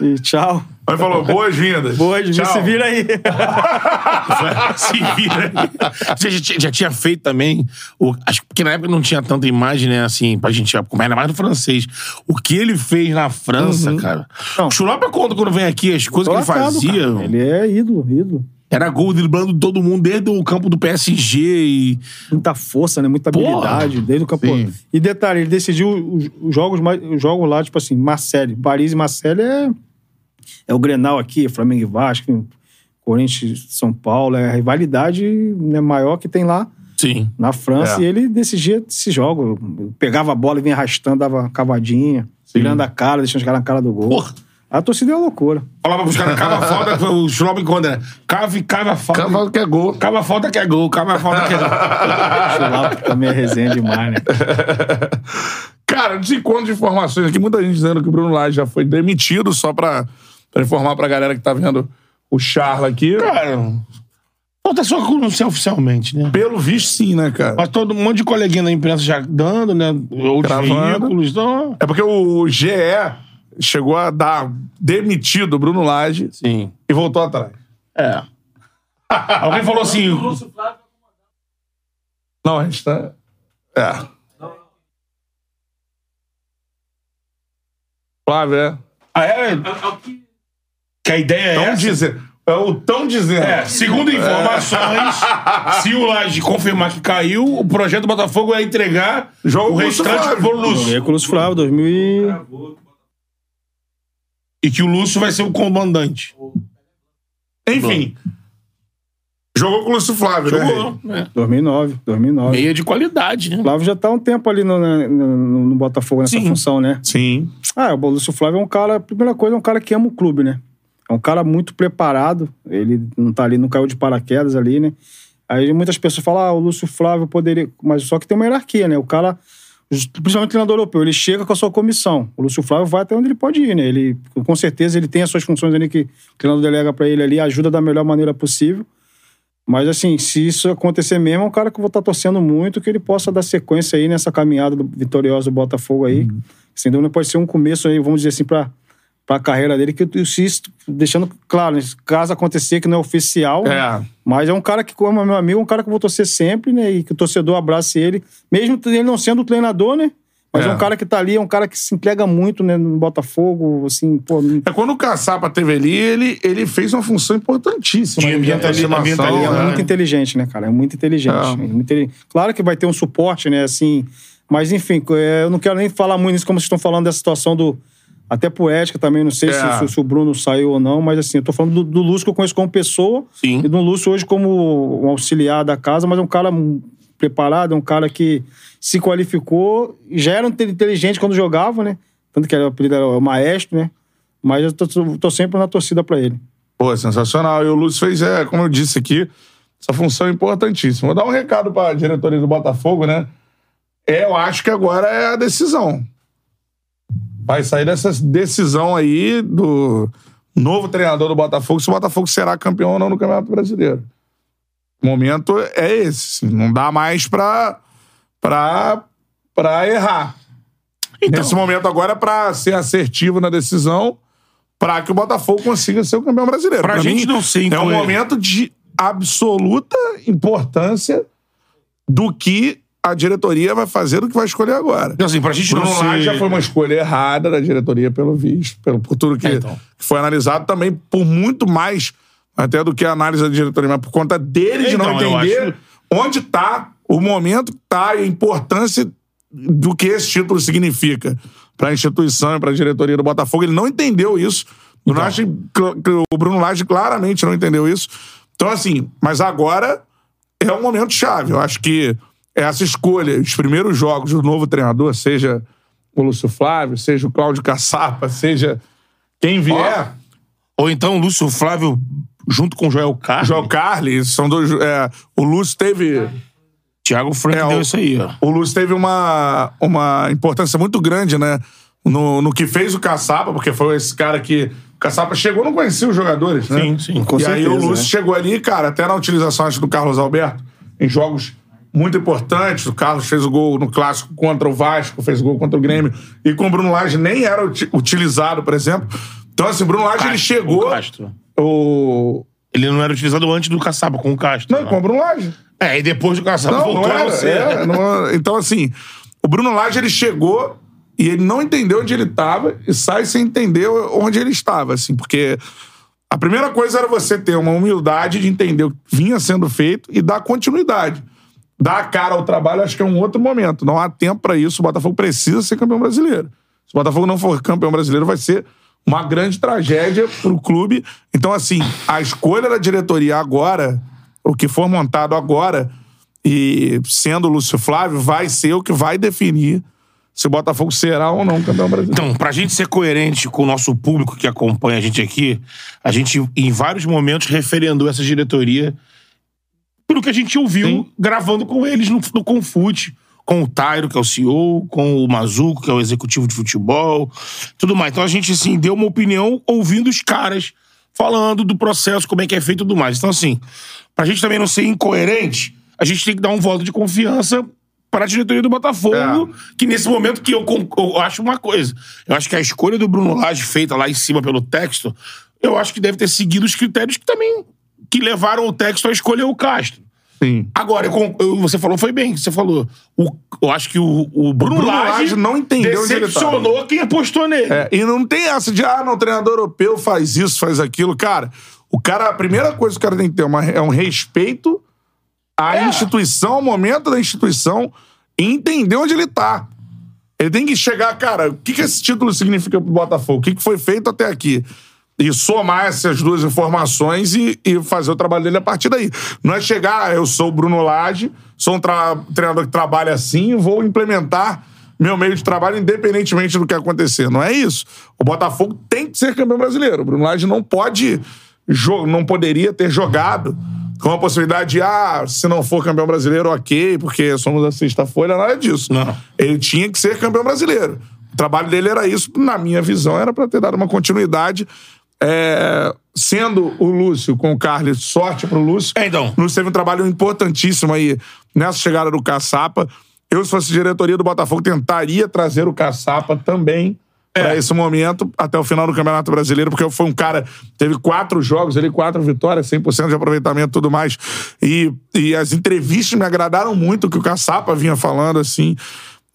[SPEAKER 3] E tchau.
[SPEAKER 1] Aí falou, boas-vindas.
[SPEAKER 3] Boas, me
[SPEAKER 1] Tchau.
[SPEAKER 3] se vira aí.
[SPEAKER 2] Se vira aí. Você já, tinha- já tinha feito também. o- acho que na época não tinha tanta imagem, né? Assim, pra gente comer, ainda mais no francês. O que ele fez na França, cara.
[SPEAKER 3] Não.
[SPEAKER 2] O Chulapa conta quando vem aqui as coisas que ele
[SPEAKER 3] Colocado,
[SPEAKER 2] fazia.
[SPEAKER 3] cara. Ele é ídolo, ídolo.
[SPEAKER 2] Era gol driblando todo mundo desde o campo do PSG e.
[SPEAKER 3] Muita força, né? Muita
[SPEAKER 2] Porra.
[SPEAKER 3] habilidade, desde o campo.
[SPEAKER 5] Sim.
[SPEAKER 3] E detalhe, ele decidiu os, os jogos, mais- os jogos lá, tipo assim, Marseille. Paris e Marseille é, é o Grenal aqui, Flamengo e Vasco, Corinthians e São Paulo, é a rivalidade né, maior que tem lá
[SPEAKER 2] Sim.
[SPEAKER 3] na França.
[SPEAKER 1] É.
[SPEAKER 3] E ele decidia esse jogo. Pegava a bola e vinha arrastando, dava cavadinha, virando a cara, deixando os caras na cara do gol.
[SPEAKER 2] Porra.
[SPEAKER 3] A torcida é uma loucura.
[SPEAKER 2] Falava pros caras, cava a falta, o Chulapa enquanto era. Cava e cava a falta.
[SPEAKER 5] Cavalo que é gol.
[SPEAKER 2] Cava a falta que é gol, cava a falta que é gol.
[SPEAKER 3] Chulapa também é resenha demais, né?
[SPEAKER 1] Cara, desencontro de informações aqui. Muita gente dizendo que o Bruno Lage já foi demitido, só pra, pra informar pra galera que tá vendo o Charla aqui.
[SPEAKER 2] Cara, falta só que não sei oficialmente, né?
[SPEAKER 1] Pelo visto, sim, né, cara?
[SPEAKER 2] Mas todo um monte de coleguinha da imprensa já dando, né? Outros
[SPEAKER 1] Gravando.
[SPEAKER 2] veículos. Então...
[SPEAKER 1] É porque o GE chegou a dar demitido o Bruno Lage
[SPEAKER 2] Sim.
[SPEAKER 1] e voltou atrás.
[SPEAKER 2] É. Alguém falou assim.
[SPEAKER 1] Não, a gente tá. É. Flávio, é.
[SPEAKER 2] Ah, é? Que a ideia é
[SPEAKER 1] Tão
[SPEAKER 2] essa.
[SPEAKER 1] dizendo. É o tão dizendo.
[SPEAKER 2] É, segundo informações, se o Laje confirmar que caiu, o projeto do Botafogo é entregar
[SPEAKER 1] Joga
[SPEAKER 2] o
[SPEAKER 1] com o
[SPEAKER 2] restante
[SPEAKER 1] Flávio.
[SPEAKER 2] pro Lúcio.
[SPEAKER 3] Veículos Flávio, 2000 e...
[SPEAKER 2] E que o Lúcio vai ser o comandante.
[SPEAKER 1] Enfim. Jogou com o Lúcio Flávio, né?
[SPEAKER 2] Jogou. né?
[SPEAKER 3] 2009, 2009.
[SPEAKER 2] Meia de qualidade, né?
[SPEAKER 3] O Flávio já tá há um tempo ali no, no- no- no Botafogo nessa
[SPEAKER 2] Sim.
[SPEAKER 3] função, né?
[SPEAKER 1] Sim.
[SPEAKER 3] Ah, o Lúcio Flávio é um cara, a primeira coisa, é um cara que ama o clube, né? É um cara muito preparado, ele não tá ali, não caiu de paraquedas ali, né? Aí muitas pessoas falam, ah, o Lúcio Flávio poderia. Mas só que tem uma hierarquia, né? O cara, principalmente o treinador europeu, ele chega com a sua comissão. O Lúcio Flávio vai até onde ele pode ir, né? Ele, com certeza, ele tem as suas funções ali que o treinador delega pra ele ali, ajuda da melhor maneira possível. Mas assim, se isso acontecer mesmo, é um cara que eu vou estar torcendo muito que ele possa dar sequência aí nessa caminhada do- vitoriosa do Botafogo aí. Sem dúvida pode ser um começo aí, vamos dizer assim, para a carreira dele, que eu- se isso, deixando claro, né, caso acontecer que não é oficial,
[SPEAKER 1] É.
[SPEAKER 3] mas é um cara que, como é meu amigo, é um cara que eu vou torcer sempre, né? E que o torcedor abrace ele, mesmo ele não sendo o treinador, né? Mas
[SPEAKER 1] É.
[SPEAKER 3] é, um cara que tá ali, é um cara que se entrega muito, né, no Botafogo, assim, pô,
[SPEAKER 1] É quando o Caçapa teve ali, ele, ele fez uma função importantíssima.
[SPEAKER 2] De
[SPEAKER 1] né?
[SPEAKER 2] ambientali-
[SPEAKER 1] aproximação,
[SPEAKER 3] Ele é
[SPEAKER 2] ambientalismo,
[SPEAKER 1] né?
[SPEAKER 3] muito inteligente, né, cara? É muito inteligente.
[SPEAKER 1] É.
[SPEAKER 3] É muito inteli- Claro que vai ter um suporte, né, assim. Mas, enfim, é, eu não quero nem falar muito nisso, como vocês estão falando dessa situação do. Até poética também, não sei
[SPEAKER 1] É.
[SPEAKER 3] se, se o Bruno saiu ou não, mas assim, eu tô falando do, do Lúcio que eu conheço como pessoa
[SPEAKER 2] Sim.
[SPEAKER 3] e do Lúcio hoje como um auxiliar da casa, mas é um cara mu- preparado, é um cara que se qualificou, já era um inte- inteligente quando jogava, né? Tanto que era o apelido era o maestro, né? Mas eu tô, tô sempre na torcida pra ele.
[SPEAKER 1] Pô, sensacional. E o Lúcio fez, é, como eu disse aqui, essa função importantíssima. Vou dar um recado pra diretoria do Botafogo, né? É, eu acho que agora é a decisão. Vai sair dessa decisão aí do novo treinador do Botafogo, se o Botafogo será campeão ou não no Campeonato Brasileiro. O momento é esse. assim, Não dá mais pra, pra, pra errar.
[SPEAKER 2] Então.
[SPEAKER 1] Nesse momento agora é pra ser assertivo na decisão pra que o Botafogo consiga ser o campeão brasileiro.
[SPEAKER 2] Pra,
[SPEAKER 1] Pra
[SPEAKER 2] gente
[SPEAKER 1] mim,
[SPEAKER 2] não ser
[SPEAKER 1] é um
[SPEAKER 2] incoerente.
[SPEAKER 1] momento de absoluta importância do que a diretoria vai fazer, do que vai escolher agora.
[SPEAKER 2] Então, assim, pra gente não
[SPEAKER 1] Bruno
[SPEAKER 2] ser...
[SPEAKER 1] Lage já foi uma escolha errada da diretoria, pelo visto, pelo, por tudo que,
[SPEAKER 2] né? É, então.
[SPEAKER 1] que foi analisado também, por muito mais até do que a análise da diretoria, mas por conta dele de não
[SPEAKER 2] Então, eu
[SPEAKER 1] entender
[SPEAKER 2] acho-
[SPEAKER 1] onde está, o momento que está e a importância do que esse título significa para a instituição e para a diretoria do Botafogo. Ele não entendeu isso. O
[SPEAKER 2] Então.
[SPEAKER 1] Bruno Lage- cl- cl- o Bruno Lage claramente não entendeu isso. Então, assim, mas agora é um momento chave. Eu acho que essa escolha, os primeiros jogos do novo treinador, seja o Lúcio Flávio, seja o Cláudio Caçapa, seja quem vier,
[SPEAKER 2] Ou então o Lúcio Flávio junto com o Joel Carlos.
[SPEAKER 1] João Carli, são dois. é, o Lúcio teve.
[SPEAKER 2] Thiago Frank
[SPEAKER 1] É,
[SPEAKER 2] deu
[SPEAKER 1] o-
[SPEAKER 2] isso aí, ó.
[SPEAKER 1] O Lúcio teve uma, uma importância muito grande, né? No, no que fez o Caçapa, porque foi esse cara que. O Caçapa chegou, não conhecia os jogadores, né?
[SPEAKER 2] Sim, sim.
[SPEAKER 3] Com
[SPEAKER 1] e aí
[SPEAKER 3] certeza,
[SPEAKER 1] o Lúcio
[SPEAKER 3] né?
[SPEAKER 1] chegou ali, cara, até na utilização acho, do Carlos Alberto, em jogos muito importantes. O Carlos fez o gol no clássico contra o Vasco, fez o gol contra o Grêmio. E com o Bruno Lage nem era uti- utilizado, por exemplo. Então Então, assim, Bruno Lage, ele
[SPEAKER 2] Castro,
[SPEAKER 1] chegou.
[SPEAKER 2] "Ah, Castro.
[SPEAKER 1] O...
[SPEAKER 2] Ele não era utilizado antes do Caçapa, com o Castro.
[SPEAKER 1] Não,
[SPEAKER 2] né?
[SPEAKER 1] com o Bruno Lage.
[SPEAKER 2] É, e depois do Caçapa
[SPEAKER 1] Não,
[SPEAKER 2] voltou
[SPEAKER 1] não
[SPEAKER 2] a
[SPEAKER 1] era, é,
[SPEAKER 2] você.
[SPEAKER 1] era, não era. Então, assim, o Bruno Lage ele chegou e ele não entendeu onde ele estava e sai sem entender onde ele estava, assim, porque a primeira coisa era você ter uma humildade de entender o que vinha sendo feito e dar continuidade. Dar a cara ao trabalho, acho que é um outro momento. Não há tempo para isso. O Botafogo precisa ser campeão brasileiro. Se o Botafogo não for campeão brasileiro, vai ser uma grande tragédia pro clube. Então, assim, a escolha da diretoria agora, o que for montado agora, e sendo o Lúcio Flávio, vai ser o que vai definir se o Botafogo será ou não campeão brasileiro.
[SPEAKER 2] Então, pra gente ser coerente com o nosso público que acompanha a gente aqui, a gente, em vários momentos, referendou essa diretoria pelo que a gente ouviu gravando com eles no, no Confute. Com o Tairo, que é o CEO, com o Mazuco, que é o executivo de futebol, tudo mais. Então a gente, assim, deu uma opinião ouvindo os caras falando do processo, como é que é feito e tudo mais. Então, assim, pra gente também não ser incoerente, a gente tem que dar um voto de confiança pra diretoria do Botafogo
[SPEAKER 1] É.
[SPEAKER 2] que nesse momento que eu, con- eu acho uma coisa. Eu acho que a escolha do Bruno Lage feita lá em cima pelo texto, eu acho que deve ter seguido os critérios que também que levaram o texto a escolher o Castro.
[SPEAKER 1] Sim.
[SPEAKER 2] Agora, eu con- eu- você falou, foi bem, você falou. O- eu acho que o, o Bruno,
[SPEAKER 1] Bruno
[SPEAKER 2] Lage
[SPEAKER 1] Lage não entendeu onde ele tá.
[SPEAKER 2] decepcionou quem apostou nele.
[SPEAKER 1] É, e não tem essa de, ah, não, treinador europeu faz isso, faz aquilo. Cara, o cara, a primeira coisa que o cara tem que ter é uma- é um respeito à instituição, ao momento da instituição, e entender onde ele tá. Ele tem que chegar, cara, o que, que esse título significa pro Botafogo? O que, que foi feito até aqui? E somar essas duas informações e, e fazer o trabalho dele a partir daí. Não é chegar, ah, eu sou o Bruno Lage, sou um tra- treinador que trabalha assim e vou implementar meu meio de trabalho independentemente do que acontecer. Não é isso. O Botafogo tem que ser campeão brasileiro. O Bruno Lage não pode, jo- não poderia ter jogado com a possibilidade de, ah, se não for campeão brasileiro, ok, porque somos a sexta folha, nada disso.
[SPEAKER 2] Não.
[SPEAKER 1] Ele tinha que ser campeão brasileiro. O trabalho dele era isso, na minha visão, era para ter dado uma continuidade. É, sendo o Lúcio com o Carlos, sorte pro Lúcio.
[SPEAKER 2] É, então.
[SPEAKER 1] O Lúcio teve um trabalho importantíssimo aí nessa chegada do Caçapa. Eu, se fosse diretoria do Botafogo, tentaria trazer o Caçapa também
[SPEAKER 2] É.
[SPEAKER 1] pra esse momento, até o final do Campeonato Brasileiro, porque foi um cara. Teve quatro jogos, ele quatro vitórias, 100% de aproveitamento e tudo mais. E, e as entrevistas me agradaram muito, o que o Caçapa vinha falando, assim.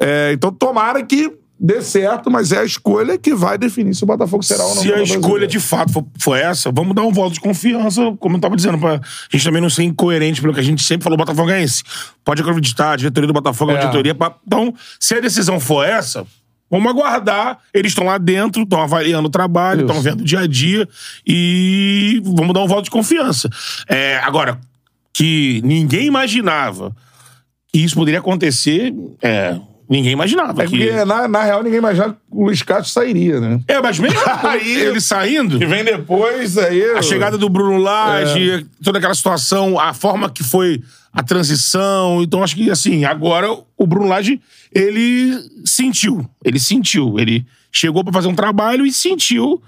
[SPEAKER 1] É, então, tomara que dê certo, mas é a escolha que vai definir se o Botafogo será ou não.
[SPEAKER 2] Se a
[SPEAKER 1] campeão
[SPEAKER 2] escolha
[SPEAKER 1] brasileiro.
[SPEAKER 2] de fato for, for essa, vamos dar um voto de confiança, como eu tava dizendo, pra gente também não ser incoerente pelo que a gente sempre falou, o Botafogo é esse. Pode acreditar, a diretoria do Botafogo é, uma
[SPEAKER 1] É.
[SPEAKER 2] diretoria. pra- Então, se a decisão for essa, vamos aguardar. Eles estão lá dentro, estão avaliando o trabalho, estão vendo o dia a dia e vamos dar um voto de confiança. É, agora, que ninguém imaginava que isso poderia acontecer, é, ninguém imaginava.
[SPEAKER 1] É
[SPEAKER 2] que...
[SPEAKER 1] porque, na, na real, ninguém imaginava que o Luiz Castro sairia, né?
[SPEAKER 2] é mas mesmo
[SPEAKER 1] Aí-
[SPEAKER 2] ele saindo.
[SPEAKER 1] E vem depois aí.
[SPEAKER 2] A chegada do Bruno Lage,
[SPEAKER 1] É.
[SPEAKER 2] toda aquela situação, a forma que foi a transição. Então, acho que, assim, agora o Bruno Lage, ele sentiu. Ele sentiu. Ele chegou pra fazer um trabalho e sentiu.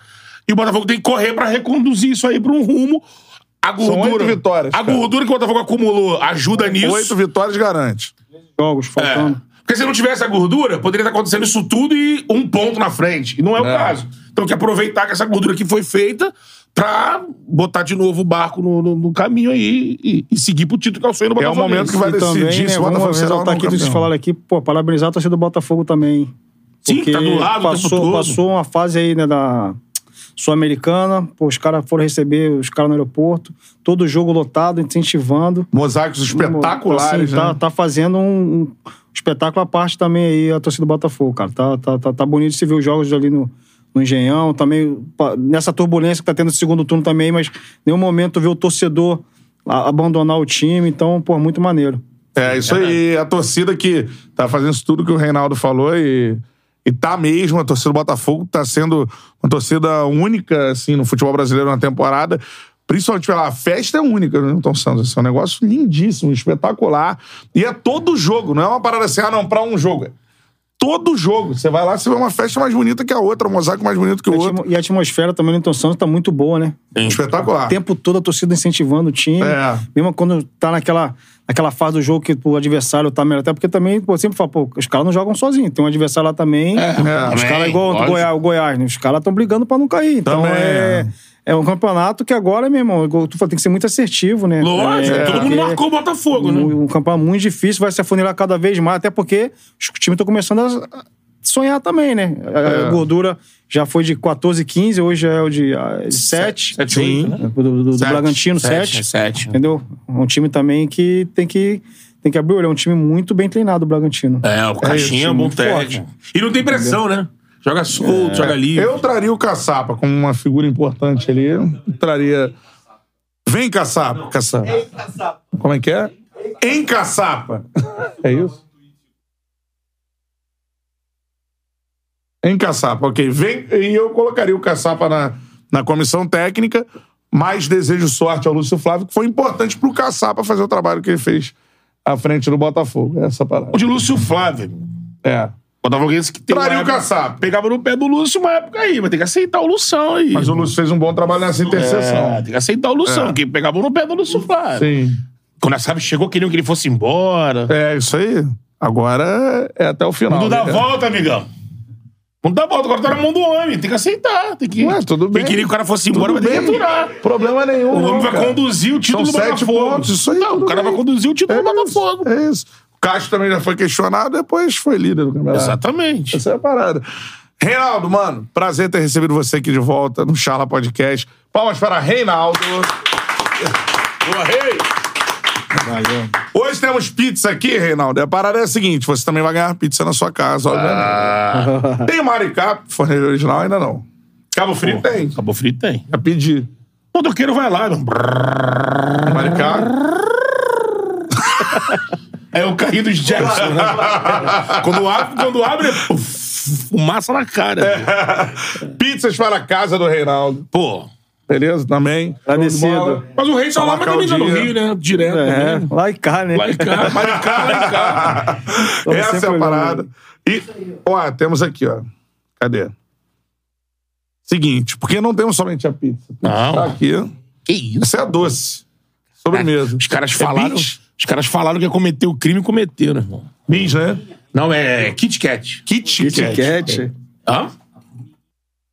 [SPEAKER 2] E o Botafogo tem que correr pra reconduzir isso aí pra um rumo. A gordura,
[SPEAKER 1] oito vitórias,
[SPEAKER 2] A
[SPEAKER 1] cara.
[SPEAKER 2] gordura que o Botafogo acumulou ajuda nisso.
[SPEAKER 1] Oito vitórias garante.
[SPEAKER 3] Jogos
[SPEAKER 2] É.
[SPEAKER 3] faltando.
[SPEAKER 2] Porque se não tivesse a gordura, poderia estar acontecendo isso tudo e um ponto na frente. E não é o
[SPEAKER 1] É.
[SPEAKER 2] caso. Então tem que aproveitar que essa gordura que foi feita pra botar de novo o barco no, no- no caminho aí e, e seguir pro título que é o sonho do
[SPEAKER 1] É o
[SPEAKER 2] Botafogo.
[SPEAKER 1] momento que vai
[SPEAKER 3] E também,
[SPEAKER 1] decidir se
[SPEAKER 3] né,
[SPEAKER 1] o Botafogo
[SPEAKER 3] vamos
[SPEAKER 1] será ou não
[SPEAKER 3] ressaltar aqui, vocês
[SPEAKER 1] campeão.
[SPEAKER 3] falaram aqui, pô, parabenizar a torcida do Botafogo também.
[SPEAKER 2] Sim,
[SPEAKER 3] Porque
[SPEAKER 2] tá do lado o
[SPEAKER 3] passou,
[SPEAKER 2] tempo todo.
[SPEAKER 3] passou uma fase aí, né, da Sul-Americana, pô, os caras foram receber os caras no aeroporto, todo jogo lotado, incentivando.
[SPEAKER 1] Mosaicos espetaculares,
[SPEAKER 3] Assim, tá,
[SPEAKER 1] né?
[SPEAKER 3] tá fazendo um, um espetáculo à parte também aí a torcida do Botafogo, cara. Tá, tá, tá, tá bonito se ver os jogos ali no, no Engenhão, também pa- nessa turbulência que tá tendo no segundo turno também, mas nenhum momento ver o torcedor a- abandonar o time, então, pô, muito maneiro.
[SPEAKER 1] É, isso aí. A torcida que tá fazendo isso tudo que o Reinaldo falou e, e tá mesmo. A torcida do Botafogo tá sendo uma torcida única, assim, no futebol brasileiro na temporada. Principalmente pela festa é única, né, Tom Santos? Assim, é um negócio lindíssimo, espetacular. E é todo jogo, não é uma parada assim, ah, não, pra um jogo. todo jogo. Você vai lá, você vê uma festa mais bonita que a outra, um mosaico mais bonito que o
[SPEAKER 3] A
[SPEAKER 1] outro.
[SPEAKER 3] atmo- E a atmosfera também no Newton Santos tá muito boa, né?
[SPEAKER 1] Espetacular.
[SPEAKER 3] O tempo todo a torcida incentivando o time.
[SPEAKER 1] Ah. É.
[SPEAKER 3] Mesmo quando tá naquela, naquela fase do jogo que pô, o adversário tá melhor. Até porque também, pô, eu sempre falo, pô, os caras não jogam sozinhos. Tem um adversário lá também.
[SPEAKER 1] É.
[SPEAKER 3] Os caras é
[SPEAKER 2] Também,
[SPEAKER 3] igual o
[SPEAKER 2] lógico.
[SPEAKER 3] Goiás, o Goiás, né? Os caras estão brigando pra não cair. Então
[SPEAKER 1] Também,
[SPEAKER 3] é. É um campeonato que agora, meu irmão, igual tu falou, tem que ser muito assertivo, né?
[SPEAKER 2] Lógico,
[SPEAKER 3] É,
[SPEAKER 2] todo
[SPEAKER 3] porque
[SPEAKER 2] mundo marcou o Botafogo, né?
[SPEAKER 3] Um, um campeonato muito difícil, vai se afunilar cada vez mais, até porque os times estão começando a sonhar também, né? A
[SPEAKER 1] É.
[SPEAKER 3] gordura já foi de 14, 15, hoje já é o de 7.
[SPEAKER 2] Sete, oito, né?
[SPEAKER 3] Do, do- do
[SPEAKER 1] Sete.
[SPEAKER 3] Bragantino, 7.
[SPEAKER 2] Sete.
[SPEAKER 3] Entendeu? É um time também que tem que, tem que abrir o olho. É um time muito bem treinado, o Bragantino.
[SPEAKER 2] É, o Caixinha é,
[SPEAKER 3] time
[SPEAKER 2] um bom
[SPEAKER 3] muito
[SPEAKER 2] técnico. E não tem pressão, né? Joga solto, joga livre.
[SPEAKER 1] É. Eu traria o Caçapa como uma figura importante ali. Eu traria. Vem, Caçapa. Caçapa. Como é que é? Em Caçapa. É isso? Em Caçapa, ok. Vem, e eu colocaria o Caçapa na, na comissão técnica, mas desejo sorte ao Lúcio Flávio, que foi importante pro Caçapa fazer o trabalho que ele fez à frente do Botafogo. Essa parada.
[SPEAKER 2] O de Lúcio Flávio.
[SPEAKER 1] É.
[SPEAKER 2] Botafoguense que tem uma
[SPEAKER 1] Traria o
[SPEAKER 2] época-
[SPEAKER 1] Caçapa.
[SPEAKER 2] Pegava no pé do Lúcio uma época aí, mas tem que aceitar o Lução aí.
[SPEAKER 1] Mas o Lúcio fez um bom trabalho nessa interseção.
[SPEAKER 2] É, tem que aceitar o Lução,
[SPEAKER 1] É.
[SPEAKER 2] que pegava no pé do Lúcio Flávio.
[SPEAKER 1] Sim.
[SPEAKER 2] Quando a Sábio chegou, queriam que ele fosse embora.
[SPEAKER 1] É, isso aí. Agora é até o final.
[SPEAKER 2] Mundo da
[SPEAKER 1] né?
[SPEAKER 2] volta, amigão. Mundo da volta, agora tá no mundo homem, tem que aceitar. Tem que,
[SPEAKER 1] Ué, tudo bem.
[SPEAKER 2] Quem queria que o cara fosse
[SPEAKER 1] Tudo
[SPEAKER 2] embora, vai ter que
[SPEAKER 1] bem.
[SPEAKER 2] aturar.
[SPEAKER 1] Problema nenhum.
[SPEAKER 2] O
[SPEAKER 1] não,
[SPEAKER 2] homem vai
[SPEAKER 1] cara.
[SPEAKER 2] conduzir o título
[SPEAKER 1] São
[SPEAKER 2] do
[SPEAKER 1] sete
[SPEAKER 2] Botafogo.
[SPEAKER 1] pontos, isso aí.
[SPEAKER 2] Não,
[SPEAKER 1] tudo
[SPEAKER 2] o cara
[SPEAKER 1] bem.
[SPEAKER 2] vai conduzir o título
[SPEAKER 1] É
[SPEAKER 2] do
[SPEAKER 1] isso,
[SPEAKER 2] Botafogo.
[SPEAKER 1] É isso. O Castro também já foi questionado, depois foi líder do campeonato.
[SPEAKER 2] Exatamente.
[SPEAKER 1] Essa é a parada. Reinaldo, mano, prazer ter recebido você aqui de volta no Charla Podcast. Palmas para Reinaldo.
[SPEAKER 2] Boa, rei.
[SPEAKER 3] Valeu.
[SPEAKER 1] Hoje temos pizza aqui, Reinaldo. A parada é a seguinte: você também vai ganhar pizza na sua casa, obviamente. Tem Maricá, forneiro original, ainda não. é Cabo Frio tem.
[SPEAKER 2] Acabou frito, tem.
[SPEAKER 1] Já pedi.
[SPEAKER 2] O motoqueiro vai lá. meu.
[SPEAKER 1] Maricá.
[SPEAKER 2] É o carrinho dos Jackson, né? quando abre, quando abre é fumaça na cara. né?
[SPEAKER 1] Pizzas para a casa do Reinaldo.
[SPEAKER 2] Pô.
[SPEAKER 1] Beleza? Também.
[SPEAKER 3] Agradecido.
[SPEAKER 1] Show de bola.
[SPEAKER 2] Mas o rei tá lá, mas
[SPEAKER 1] Marcar
[SPEAKER 2] também
[SPEAKER 1] o
[SPEAKER 2] tá no
[SPEAKER 1] dia.
[SPEAKER 2] Rio, né? Direto.
[SPEAKER 3] É,
[SPEAKER 2] né?
[SPEAKER 3] lá e cá, né?
[SPEAKER 2] Lá em cá, lá em cá, lá em cá.
[SPEAKER 3] Tamo
[SPEAKER 1] Essa
[SPEAKER 3] sempre
[SPEAKER 1] é a
[SPEAKER 3] olhando.
[SPEAKER 1] parada. E, ó, temos aqui, ó. Cadê? Seguinte, porque não temos somente a pizza.
[SPEAKER 2] Não.
[SPEAKER 1] Tá aqui.
[SPEAKER 2] Que isso?
[SPEAKER 1] Essa é a doce. Sobremesa.
[SPEAKER 2] Os caras falaram.
[SPEAKER 1] bis?
[SPEAKER 2] os caras falaram que ia cometer o crime e cometeram, irmão.
[SPEAKER 1] Bis, né?
[SPEAKER 2] Não, é Kit Kat.
[SPEAKER 1] Kit
[SPEAKER 3] Kit Kat.
[SPEAKER 2] Hã?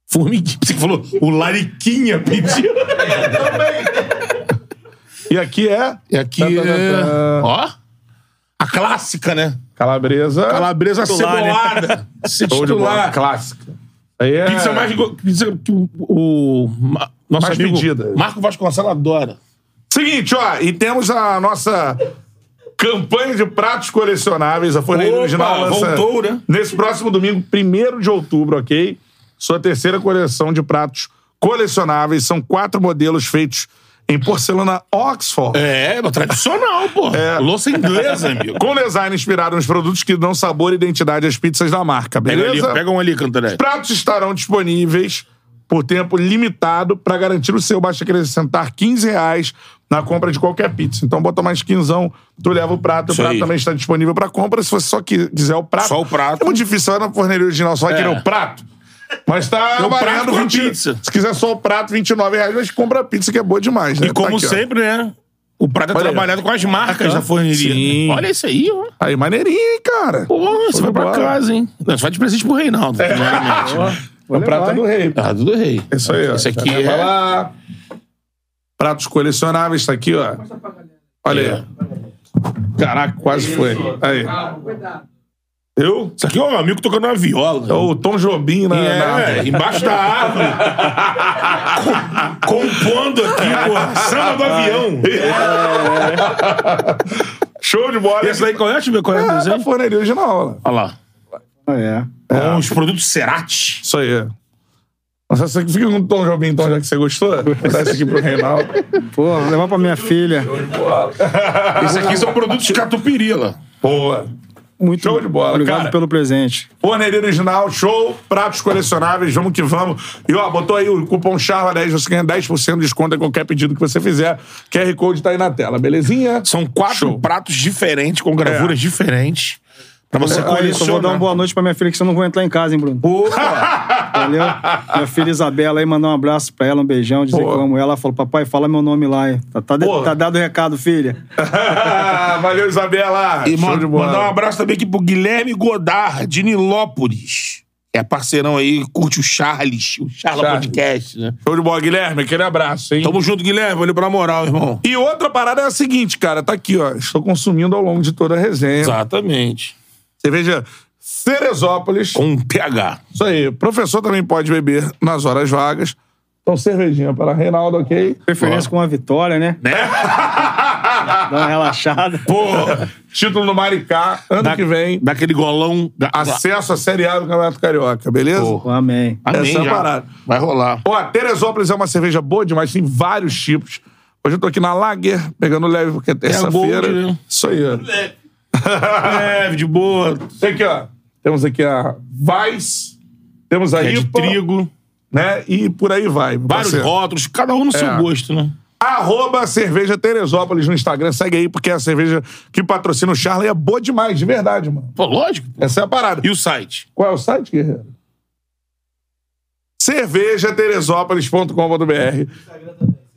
[SPEAKER 2] Formiguinha. Você que falou, o Lariquinha pediu.
[SPEAKER 1] E aqui é
[SPEAKER 2] E aqui
[SPEAKER 1] Tá, tá, tá,
[SPEAKER 2] é.
[SPEAKER 1] tá.
[SPEAKER 2] Ó. A clássica, né?
[SPEAKER 1] calabresa.
[SPEAKER 2] Calabresa
[SPEAKER 3] Titular, né?
[SPEAKER 2] cebolada.
[SPEAKER 1] Show
[SPEAKER 2] Se
[SPEAKER 1] de bola.
[SPEAKER 2] titular.
[SPEAKER 1] Clássica. Aí é...
[SPEAKER 2] Pizza mais go- pizza que o, o ma- nosso
[SPEAKER 1] Mais
[SPEAKER 2] amigo
[SPEAKER 1] pedida.
[SPEAKER 2] Marco Vasconcelos adora.
[SPEAKER 1] Seguinte, ó, e temos a nossa campanha de pratos colecionáveis. A forneira
[SPEAKER 2] Opa,
[SPEAKER 1] original lança
[SPEAKER 2] voltou, né?
[SPEAKER 1] nesse próximo domingo, 1 de outubro, ok? Sua terceira coleção de pratos colecionáveis. São quatro modelos feitos em porcelana Oxford.
[SPEAKER 2] É, mas tradicional, pô.
[SPEAKER 1] É.
[SPEAKER 2] Louça inglesa, amigo.
[SPEAKER 1] Com design inspirado nos produtos que dão sabor e identidade às pizzas da marca,
[SPEAKER 2] Pega, ali,
[SPEAKER 1] beleza?
[SPEAKER 2] pega um ali, Cantaré.
[SPEAKER 1] Pratos estarão disponíveis por tempo limitado para garantir o seu. Basta acrescentar 15 reais na compra de qualquer pizza. Então bota mais quinzão, tu leva o prato.
[SPEAKER 2] Isso
[SPEAKER 1] o prato
[SPEAKER 2] aí.
[SPEAKER 1] também está disponível para compra. Se você só qui- quiser o prato.
[SPEAKER 2] Só o prato.
[SPEAKER 1] É muito difícil, vai na forneria original, só vai
[SPEAKER 2] É.
[SPEAKER 1] querer o prato. Mas tá
[SPEAKER 2] o prato
[SPEAKER 1] variando
[SPEAKER 2] com a
[SPEAKER 1] 20
[SPEAKER 2] pizza.
[SPEAKER 1] Se quiser só o prato, 29 reais, mas compra a pizza que é boa demais, né?
[SPEAKER 2] E como
[SPEAKER 1] Tá aqui, ó.
[SPEAKER 2] sempre, né? O prato é
[SPEAKER 1] Olha aí.
[SPEAKER 2] trabalhado com as marcas da forneria.
[SPEAKER 1] Sim.
[SPEAKER 2] né? Olha isso aí, ó.
[SPEAKER 1] Aí, maneirinho, hein, cara?
[SPEAKER 2] Porra, você
[SPEAKER 1] Show
[SPEAKER 2] vai
[SPEAKER 1] de
[SPEAKER 2] pra
[SPEAKER 1] bola.
[SPEAKER 2] casa, hein? Não, você vai de presente pro Reinaldo, primeiramente. né?
[SPEAKER 1] É o prato do rei.
[SPEAKER 2] Prato do rei.
[SPEAKER 1] É Isso aí, ó.
[SPEAKER 2] Isso aqui
[SPEAKER 1] Vai
[SPEAKER 2] é-
[SPEAKER 1] lá. Pratos colecionáveis, tá aqui, ó. Olha aí. Caraca, quase foi. Aí. Eu?
[SPEAKER 2] Isso aqui é um amigo tocando uma viola.
[SPEAKER 1] É O Tom Jobim né? na.
[SPEAKER 2] É,
[SPEAKER 1] na-
[SPEAKER 2] embaixo da árvore. Com- compondo aqui, pô. Samba do avião.
[SPEAKER 1] É. Show de bola.
[SPEAKER 2] E Esse daí qual é? Deixa eu ver qual é.
[SPEAKER 1] é da
[SPEAKER 2] Olha
[SPEAKER 1] forneria original, ó.
[SPEAKER 2] lá.
[SPEAKER 3] Ah, É.
[SPEAKER 2] Com os produtos Cerati.
[SPEAKER 1] Isso aí. é. Nossa, você fica com o Tom Jobim, então, já que você gostou? Vou dar isso aqui pro Reinaldo.
[SPEAKER 3] Pô, vou levar pra minha filha.
[SPEAKER 2] Esses aqui são produtos catupirila.
[SPEAKER 1] Boa.
[SPEAKER 3] Muito
[SPEAKER 1] Show de bola,
[SPEAKER 3] Obrigado
[SPEAKER 1] cara.
[SPEAKER 3] pelo presente.
[SPEAKER 1] Forneria original, show, pratos colecionáveis, vamos que vamos. E ó, botou aí o cupom CHARLA10, você ganha 10% de desconto em qualquer pedido que você fizer. QR Code tá aí na tela, belezinha?
[SPEAKER 2] São quatro
[SPEAKER 1] Show.
[SPEAKER 2] É. pratos diferentes, com gravuras diferentes. Pra você
[SPEAKER 3] Aí, só vou dar uma
[SPEAKER 2] colecionar.
[SPEAKER 3] boa noite pra minha filha, que senão eu não vou entrar em casa, hein, Bruno? Entendeu? Minha filha Isabela aí, mandar um abraço pra ela, um beijão, dizer
[SPEAKER 1] Pô.
[SPEAKER 3] que eu amo ela. Ela falou, papai, fala meu nome lá. hein? Tá, tá, de-
[SPEAKER 1] Pô.
[SPEAKER 3] tá dado o recado, filha.
[SPEAKER 1] Valeu, Isabela.
[SPEAKER 2] E
[SPEAKER 1] Show
[SPEAKER 2] man-
[SPEAKER 1] de bola.
[SPEAKER 2] mandar um abraço também aqui pro Guilherme Godard, de Nilópolis. É parceirão aí, curte o Charles, o Charla
[SPEAKER 1] Charles.
[SPEAKER 2] Podcast, né?
[SPEAKER 1] Show de bola, Guilherme. Aquele abraço, hein?
[SPEAKER 2] Tamo junto, Guilherme. Valeu pela moral, irmão.
[SPEAKER 1] E outra parada é a seguinte, cara. Tá aqui, ó. Estou consumindo ao longo de toda a resenha.
[SPEAKER 2] Exatamente.
[SPEAKER 1] Cerveja Ceresópolis.
[SPEAKER 2] Com um PH.
[SPEAKER 1] Isso aí. Professor também pode beber nas horas vagas. Então, cervejinha para Reinaldo, ok?
[SPEAKER 3] Preferência com uma vitória, né? Dá uma relaxada.
[SPEAKER 1] Pô, título no Maricá, ano que vem.
[SPEAKER 2] Daquele golão. Da...
[SPEAKER 1] Acesso à Série A do Campeonato Carioca, beleza?
[SPEAKER 2] Pô.
[SPEAKER 3] Pô, amém.
[SPEAKER 2] Amém,
[SPEAKER 1] Essa é a
[SPEAKER 2] já.
[SPEAKER 1] parada.
[SPEAKER 2] Vai rolar.
[SPEAKER 1] Ó, Teresópolis é uma cerveja boa demais, tem vários tipos. Hoje eu tô aqui na Lager, pegando leve, porque é terça-feira.
[SPEAKER 2] Gold, né?
[SPEAKER 1] Isso aí. ó.
[SPEAKER 2] Leve, de boa.
[SPEAKER 1] Tem aqui, ó. Temos aqui a Weiss, temos a
[SPEAKER 2] É de
[SPEAKER 1] IPA,
[SPEAKER 2] trigo.
[SPEAKER 1] né? E por aí vai.
[SPEAKER 2] Vários
[SPEAKER 1] parceiro.
[SPEAKER 2] rótulos. Cada um no
[SPEAKER 1] É.
[SPEAKER 2] seu gosto, né?
[SPEAKER 1] Arroba Cerveja Teresópolis no Instagram. Segue aí, porque é a cerveja que patrocina o Charla e é boa demais, de verdade, mano.
[SPEAKER 2] Pô, lógico. pô.
[SPEAKER 1] Essa é a parada.
[SPEAKER 2] E o site?
[SPEAKER 1] Qual é o site, guerreiro? cervejateresópolis.com.br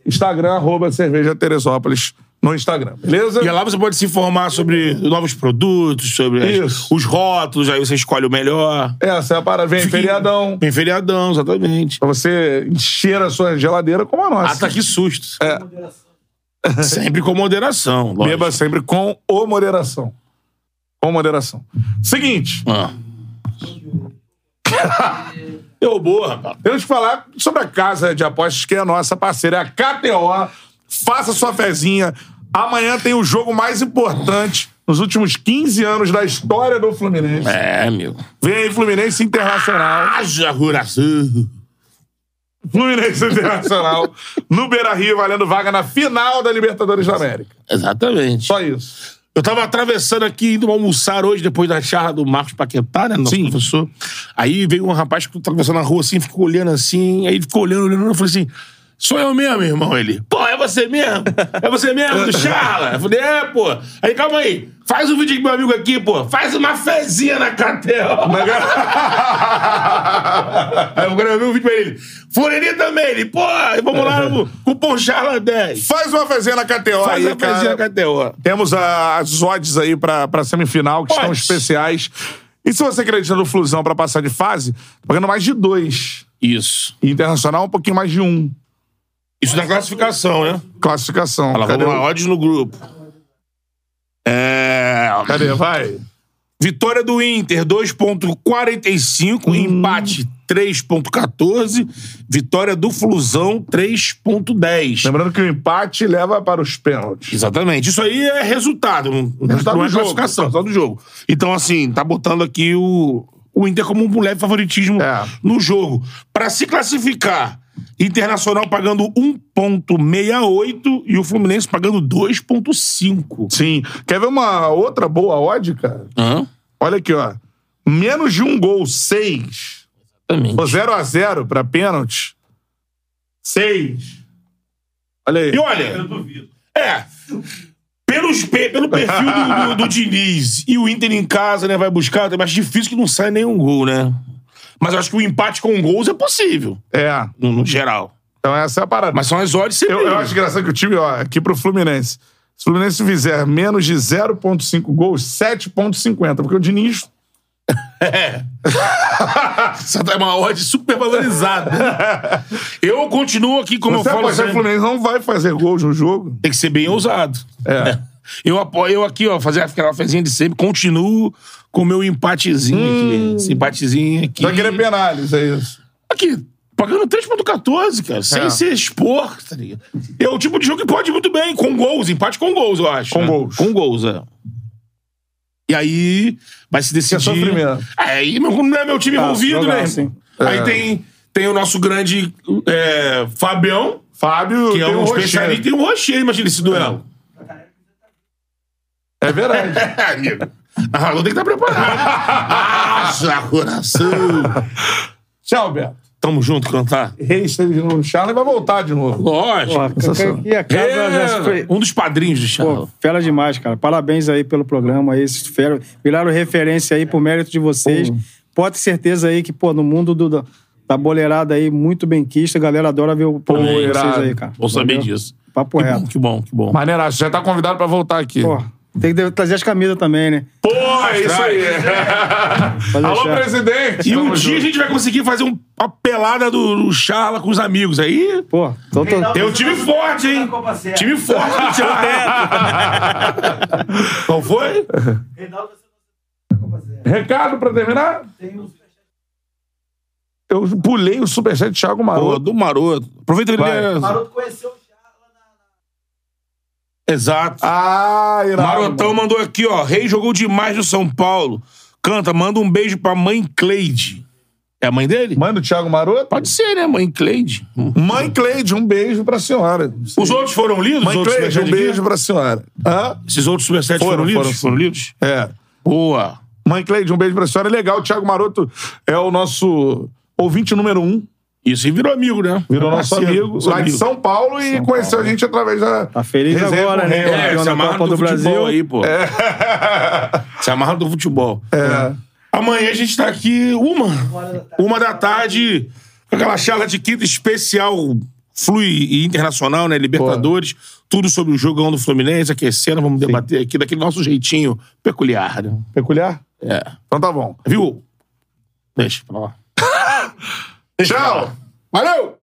[SPEAKER 1] Instagram, arroba Cerveja Teresópolis no Instagram, beleza?
[SPEAKER 2] E lá você pode se informar sobre novos produtos, sobre as-
[SPEAKER 1] Isso.
[SPEAKER 2] os rótulos, aí você escolhe o melhor.
[SPEAKER 1] Essa é a parada. Vem feriadão,
[SPEAKER 2] Tem feriadão, exatamente.
[SPEAKER 1] pra você encher a sua geladeira como a
[SPEAKER 2] Ah,
[SPEAKER 1] nossa.
[SPEAKER 2] tá que susto. Sempre com moderação, lógico.
[SPEAKER 1] Beba sempre com ou moderação. Com moderação. Seguinte,
[SPEAKER 2] Ah. Derrubou, rapaz.
[SPEAKER 1] Temos que falar sobre a casa de apostas que é a nossa parceira, é a KTO. Faça sua fezinha. Amanhã tem o jogo mais importante nos últimos 15 anos da história do Fluminense.
[SPEAKER 2] É, meu.
[SPEAKER 1] Vem aí Fluminense Internacional.
[SPEAKER 2] Haja coração.
[SPEAKER 1] Fluminense Internacional no Beira-Rio valendo vaga na final da Libertadores da América.
[SPEAKER 2] Exatamente.
[SPEAKER 1] Só isso.
[SPEAKER 2] Eu tava atravessando aqui, indo almoçar hoje, depois da charla do Marcos Paquetá, né? Nosso
[SPEAKER 1] Sim.
[SPEAKER 2] professor. Aí veio um rapaz que atravessando na rua assim, ficou olhando assim, aí ele ficou olhando, olhando, eu falei assim. Sou eu mesmo, irmão, ele. Pô, é você mesmo? É você mesmo, do Charla? Eu falei, é, pô. Aí, calma aí. Faz um vídeo com meu amigo aqui, pô. Faz uma fezinha na KTO. Aí eu gravei um vídeo pra ele. Floreni também, ele. Pô, vamos
[SPEAKER 1] É.
[SPEAKER 2] lá, vamos. cupom Charla 10.
[SPEAKER 1] Faz uma fezinha na KTO
[SPEAKER 2] Faz
[SPEAKER 1] aí,
[SPEAKER 2] a fezinha
[SPEAKER 1] cara.
[SPEAKER 2] na KTO.
[SPEAKER 1] Temos a- as odds aí pra, pra semifinal, que estão
[SPEAKER 2] Odds.
[SPEAKER 1] especiais. E se você acredita no Flusão pra passar de fase, tá pagando mais de dois.
[SPEAKER 2] Isso.
[SPEAKER 1] E Internacional, um pouquinho mais de um.
[SPEAKER 2] Isso na classificação, né?
[SPEAKER 1] Classificação.
[SPEAKER 2] Olha lá,
[SPEAKER 1] Cadê?
[SPEAKER 2] vamos lá,
[SPEAKER 1] o-
[SPEAKER 2] odds no grupo. É...
[SPEAKER 1] Cadê? Vai.
[SPEAKER 2] Vitória do Inter, 2.45.
[SPEAKER 1] Hum.
[SPEAKER 2] Empate, 3.14. Vitória do Flusão, 3.10.
[SPEAKER 1] Lembrando que o empate leva para os pênaltis.
[SPEAKER 2] Exatamente. Isso aí é resultado, não,
[SPEAKER 1] Resultado
[SPEAKER 2] não é
[SPEAKER 1] do jogo.
[SPEAKER 2] classificação, resultado do jogo. Então, assim, tá botando aqui o, o Inter como um leve favoritismo
[SPEAKER 1] É.
[SPEAKER 2] no jogo. Pra se classificar, Internacional pagando 1.68 e o Fluminense pagando 2.5.
[SPEAKER 1] Sim. Quer ver uma outra boa odd, cara?
[SPEAKER 2] Hã?
[SPEAKER 1] Olha aqui, ó. Menos de um gol, seis.
[SPEAKER 2] Exatamente.
[SPEAKER 1] Ou 0 a 0 pra pênalti. Seis. Olha aí.
[SPEAKER 2] E olha. É. Pelos, pe- pelo perfil do, do, do Diniz e o Inter em casa, né? Vai buscar, mas difícil que não saia nenhum gol, né? Mas eu acho que o empate com gols é possível,
[SPEAKER 1] É.
[SPEAKER 2] no, no geral.
[SPEAKER 1] Então essa é a parada.
[SPEAKER 2] Mas são as odds sempre.
[SPEAKER 1] Eu, eu acho engraçado que o time, ó, aqui pro Fluminense. Se o Fluminense fizer menos de 0,5 gols, 7,50. Porque o Diniz.
[SPEAKER 2] Essa é uma odd super valorizada. eu continuo aqui, como
[SPEAKER 1] Você
[SPEAKER 2] eu falo.
[SPEAKER 1] apostar que o
[SPEAKER 2] sempre,
[SPEAKER 1] Fluminense não vai fazer gols no jogo.
[SPEAKER 2] Tem que ser bem ousado.
[SPEAKER 1] É.
[SPEAKER 2] Eu apoio eu aqui, ó, fazer aquela fezinha de sempre, continuo com o meu empatezinho
[SPEAKER 1] Hum.
[SPEAKER 2] aqui. Esse empatezinho aqui.
[SPEAKER 1] Só que ele é penales, é isso.
[SPEAKER 2] Aqui, pagando 3.14, cara, sem
[SPEAKER 1] É.
[SPEAKER 2] se expor, tá ligado? É o tipo de jogo que pode ir muito bem, com gols, empate com gols, eu acho.
[SPEAKER 1] Com
[SPEAKER 2] né?
[SPEAKER 1] gols.
[SPEAKER 2] Com gols, é. E aí, vai se decidir...
[SPEAKER 1] sofrimento.
[SPEAKER 2] É, aí meu- não é meu time
[SPEAKER 3] Ah,
[SPEAKER 2] envolvido,
[SPEAKER 3] jogar,
[SPEAKER 2] né?
[SPEAKER 3] sim.
[SPEAKER 2] Aí tem, tem o nosso grande é, Fabião,
[SPEAKER 1] Fábio
[SPEAKER 2] que é
[SPEAKER 1] tem
[SPEAKER 2] um
[SPEAKER 1] um rocheiro.
[SPEAKER 2] especialista, e tem um Rocher, imagina esse duelo.
[SPEAKER 1] É verdade.
[SPEAKER 2] É, amigo. Narrador tem que estar preparado. Nossa, coração.
[SPEAKER 1] Tchau, Beto.
[SPEAKER 2] Tamo junto, cantar.
[SPEAKER 1] Rei esteve de novo no Charla e vai voltar de novo.
[SPEAKER 2] Lógico.
[SPEAKER 3] Porra, e a casa já se foi-
[SPEAKER 2] É, um dos padrinhos do Charla.
[SPEAKER 3] Pô, fera demais, cara. Parabéns aí pelo programa aí, esses fera. Viraram referência aí por mérito de vocês. Pode ter certeza aí que, pô, no mundo do, da, da boleirada aí, muito benquista, a galera adora ver o programa de vocês aí, cara.
[SPEAKER 2] Vou saber
[SPEAKER 3] Valeu?
[SPEAKER 2] disso.
[SPEAKER 3] Papo
[SPEAKER 2] Que
[SPEAKER 3] reto.
[SPEAKER 2] bom, que bom, que bom.
[SPEAKER 1] Maneiraço, já tá convidado pra voltar aqui.
[SPEAKER 3] Pô, tem que trazer as camisas também, né?
[SPEAKER 1] Pô, é isso aí.
[SPEAKER 3] Pode
[SPEAKER 1] Alô,
[SPEAKER 3] deixar.
[SPEAKER 1] presidente.
[SPEAKER 2] E um
[SPEAKER 1] Tamo
[SPEAKER 2] dia a
[SPEAKER 1] junto.
[SPEAKER 2] gente vai conseguir fazer um- uma pelada do, do Charla com os amigos. Aí
[SPEAKER 3] Pô, então tô-
[SPEAKER 2] tem um time forte, hein?
[SPEAKER 5] Copa Serra.
[SPEAKER 2] Time forte do Charla. Qual foi?
[SPEAKER 5] Reinaldo, você
[SPEAKER 1] Recado pra terminar?
[SPEAKER 5] tem um superchat.
[SPEAKER 1] Eu pulei o superchat de Thiago
[SPEAKER 2] Pô,
[SPEAKER 1] Maroto.
[SPEAKER 2] do Maroto. Aproveita ele.
[SPEAKER 1] Vai.
[SPEAKER 2] é-
[SPEAKER 5] Maroto conheceu o Charla na.
[SPEAKER 2] Exato.
[SPEAKER 1] Ah, irado.
[SPEAKER 2] Marotão mandou aqui, ó. Rei jogou demais no São Paulo. Canta, manda um beijo pra mãe Cleide. É a mãe dele?
[SPEAKER 1] Manda o Thiago Maroto?
[SPEAKER 2] Pode ser, né? Mãe Cleide.
[SPEAKER 1] Mãe Cleide, um beijo pra senhora.
[SPEAKER 2] Os outros foram lidos? os
[SPEAKER 1] Mãe
[SPEAKER 2] outros
[SPEAKER 1] Cleide, um
[SPEAKER 2] superchats
[SPEAKER 1] beijo
[SPEAKER 2] aqui?
[SPEAKER 1] pra senhora. Hã?
[SPEAKER 2] Esses outros superchats
[SPEAKER 1] Foram,
[SPEAKER 2] foram, lidos?
[SPEAKER 1] foram,
[SPEAKER 2] foram lidos?
[SPEAKER 1] É.
[SPEAKER 2] Boa.
[SPEAKER 1] Mãe Cleide, um beijo pra senhora. Legal, o Thiago Maroto é o nosso ouvinte número um.
[SPEAKER 2] Isso, e virou amigo, né?
[SPEAKER 4] Ah,
[SPEAKER 1] Virou nosso
[SPEAKER 2] Parceiro,
[SPEAKER 1] amigo
[SPEAKER 2] nosso
[SPEAKER 1] lá
[SPEAKER 2] amigo.
[SPEAKER 1] de São Paulo e conheceu a gente através da.
[SPEAKER 3] Tá feliz
[SPEAKER 1] resenha
[SPEAKER 3] agora,
[SPEAKER 1] com o
[SPEAKER 3] né?
[SPEAKER 1] Rei lá.
[SPEAKER 2] É,
[SPEAKER 3] Campeão
[SPEAKER 2] se
[SPEAKER 3] da
[SPEAKER 2] amarra
[SPEAKER 3] Copa
[SPEAKER 2] do, É,
[SPEAKER 3] do
[SPEAKER 2] futebol
[SPEAKER 3] Brasil.
[SPEAKER 2] aí, pô. Se amarra do futebol.
[SPEAKER 1] É.
[SPEAKER 2] Amanhã a gente tá aqui uma. Uma da tarde, com aquela charla de quinta especial, flui e internacional, né? Libertadores. Tudo sobre o jogão do Fluminense, aquecendo. Vamos debater aqui daquele nosso jeitinho peculiar, né?
[SPEAKER 1] Peculiar?
[SPEAKER 2] É.
[SPEAKER 1] Então tá bom.
[SPEAKER 2] Viu? Deixa pra lá.
[SPEAKER 1] Tchau! Valeu!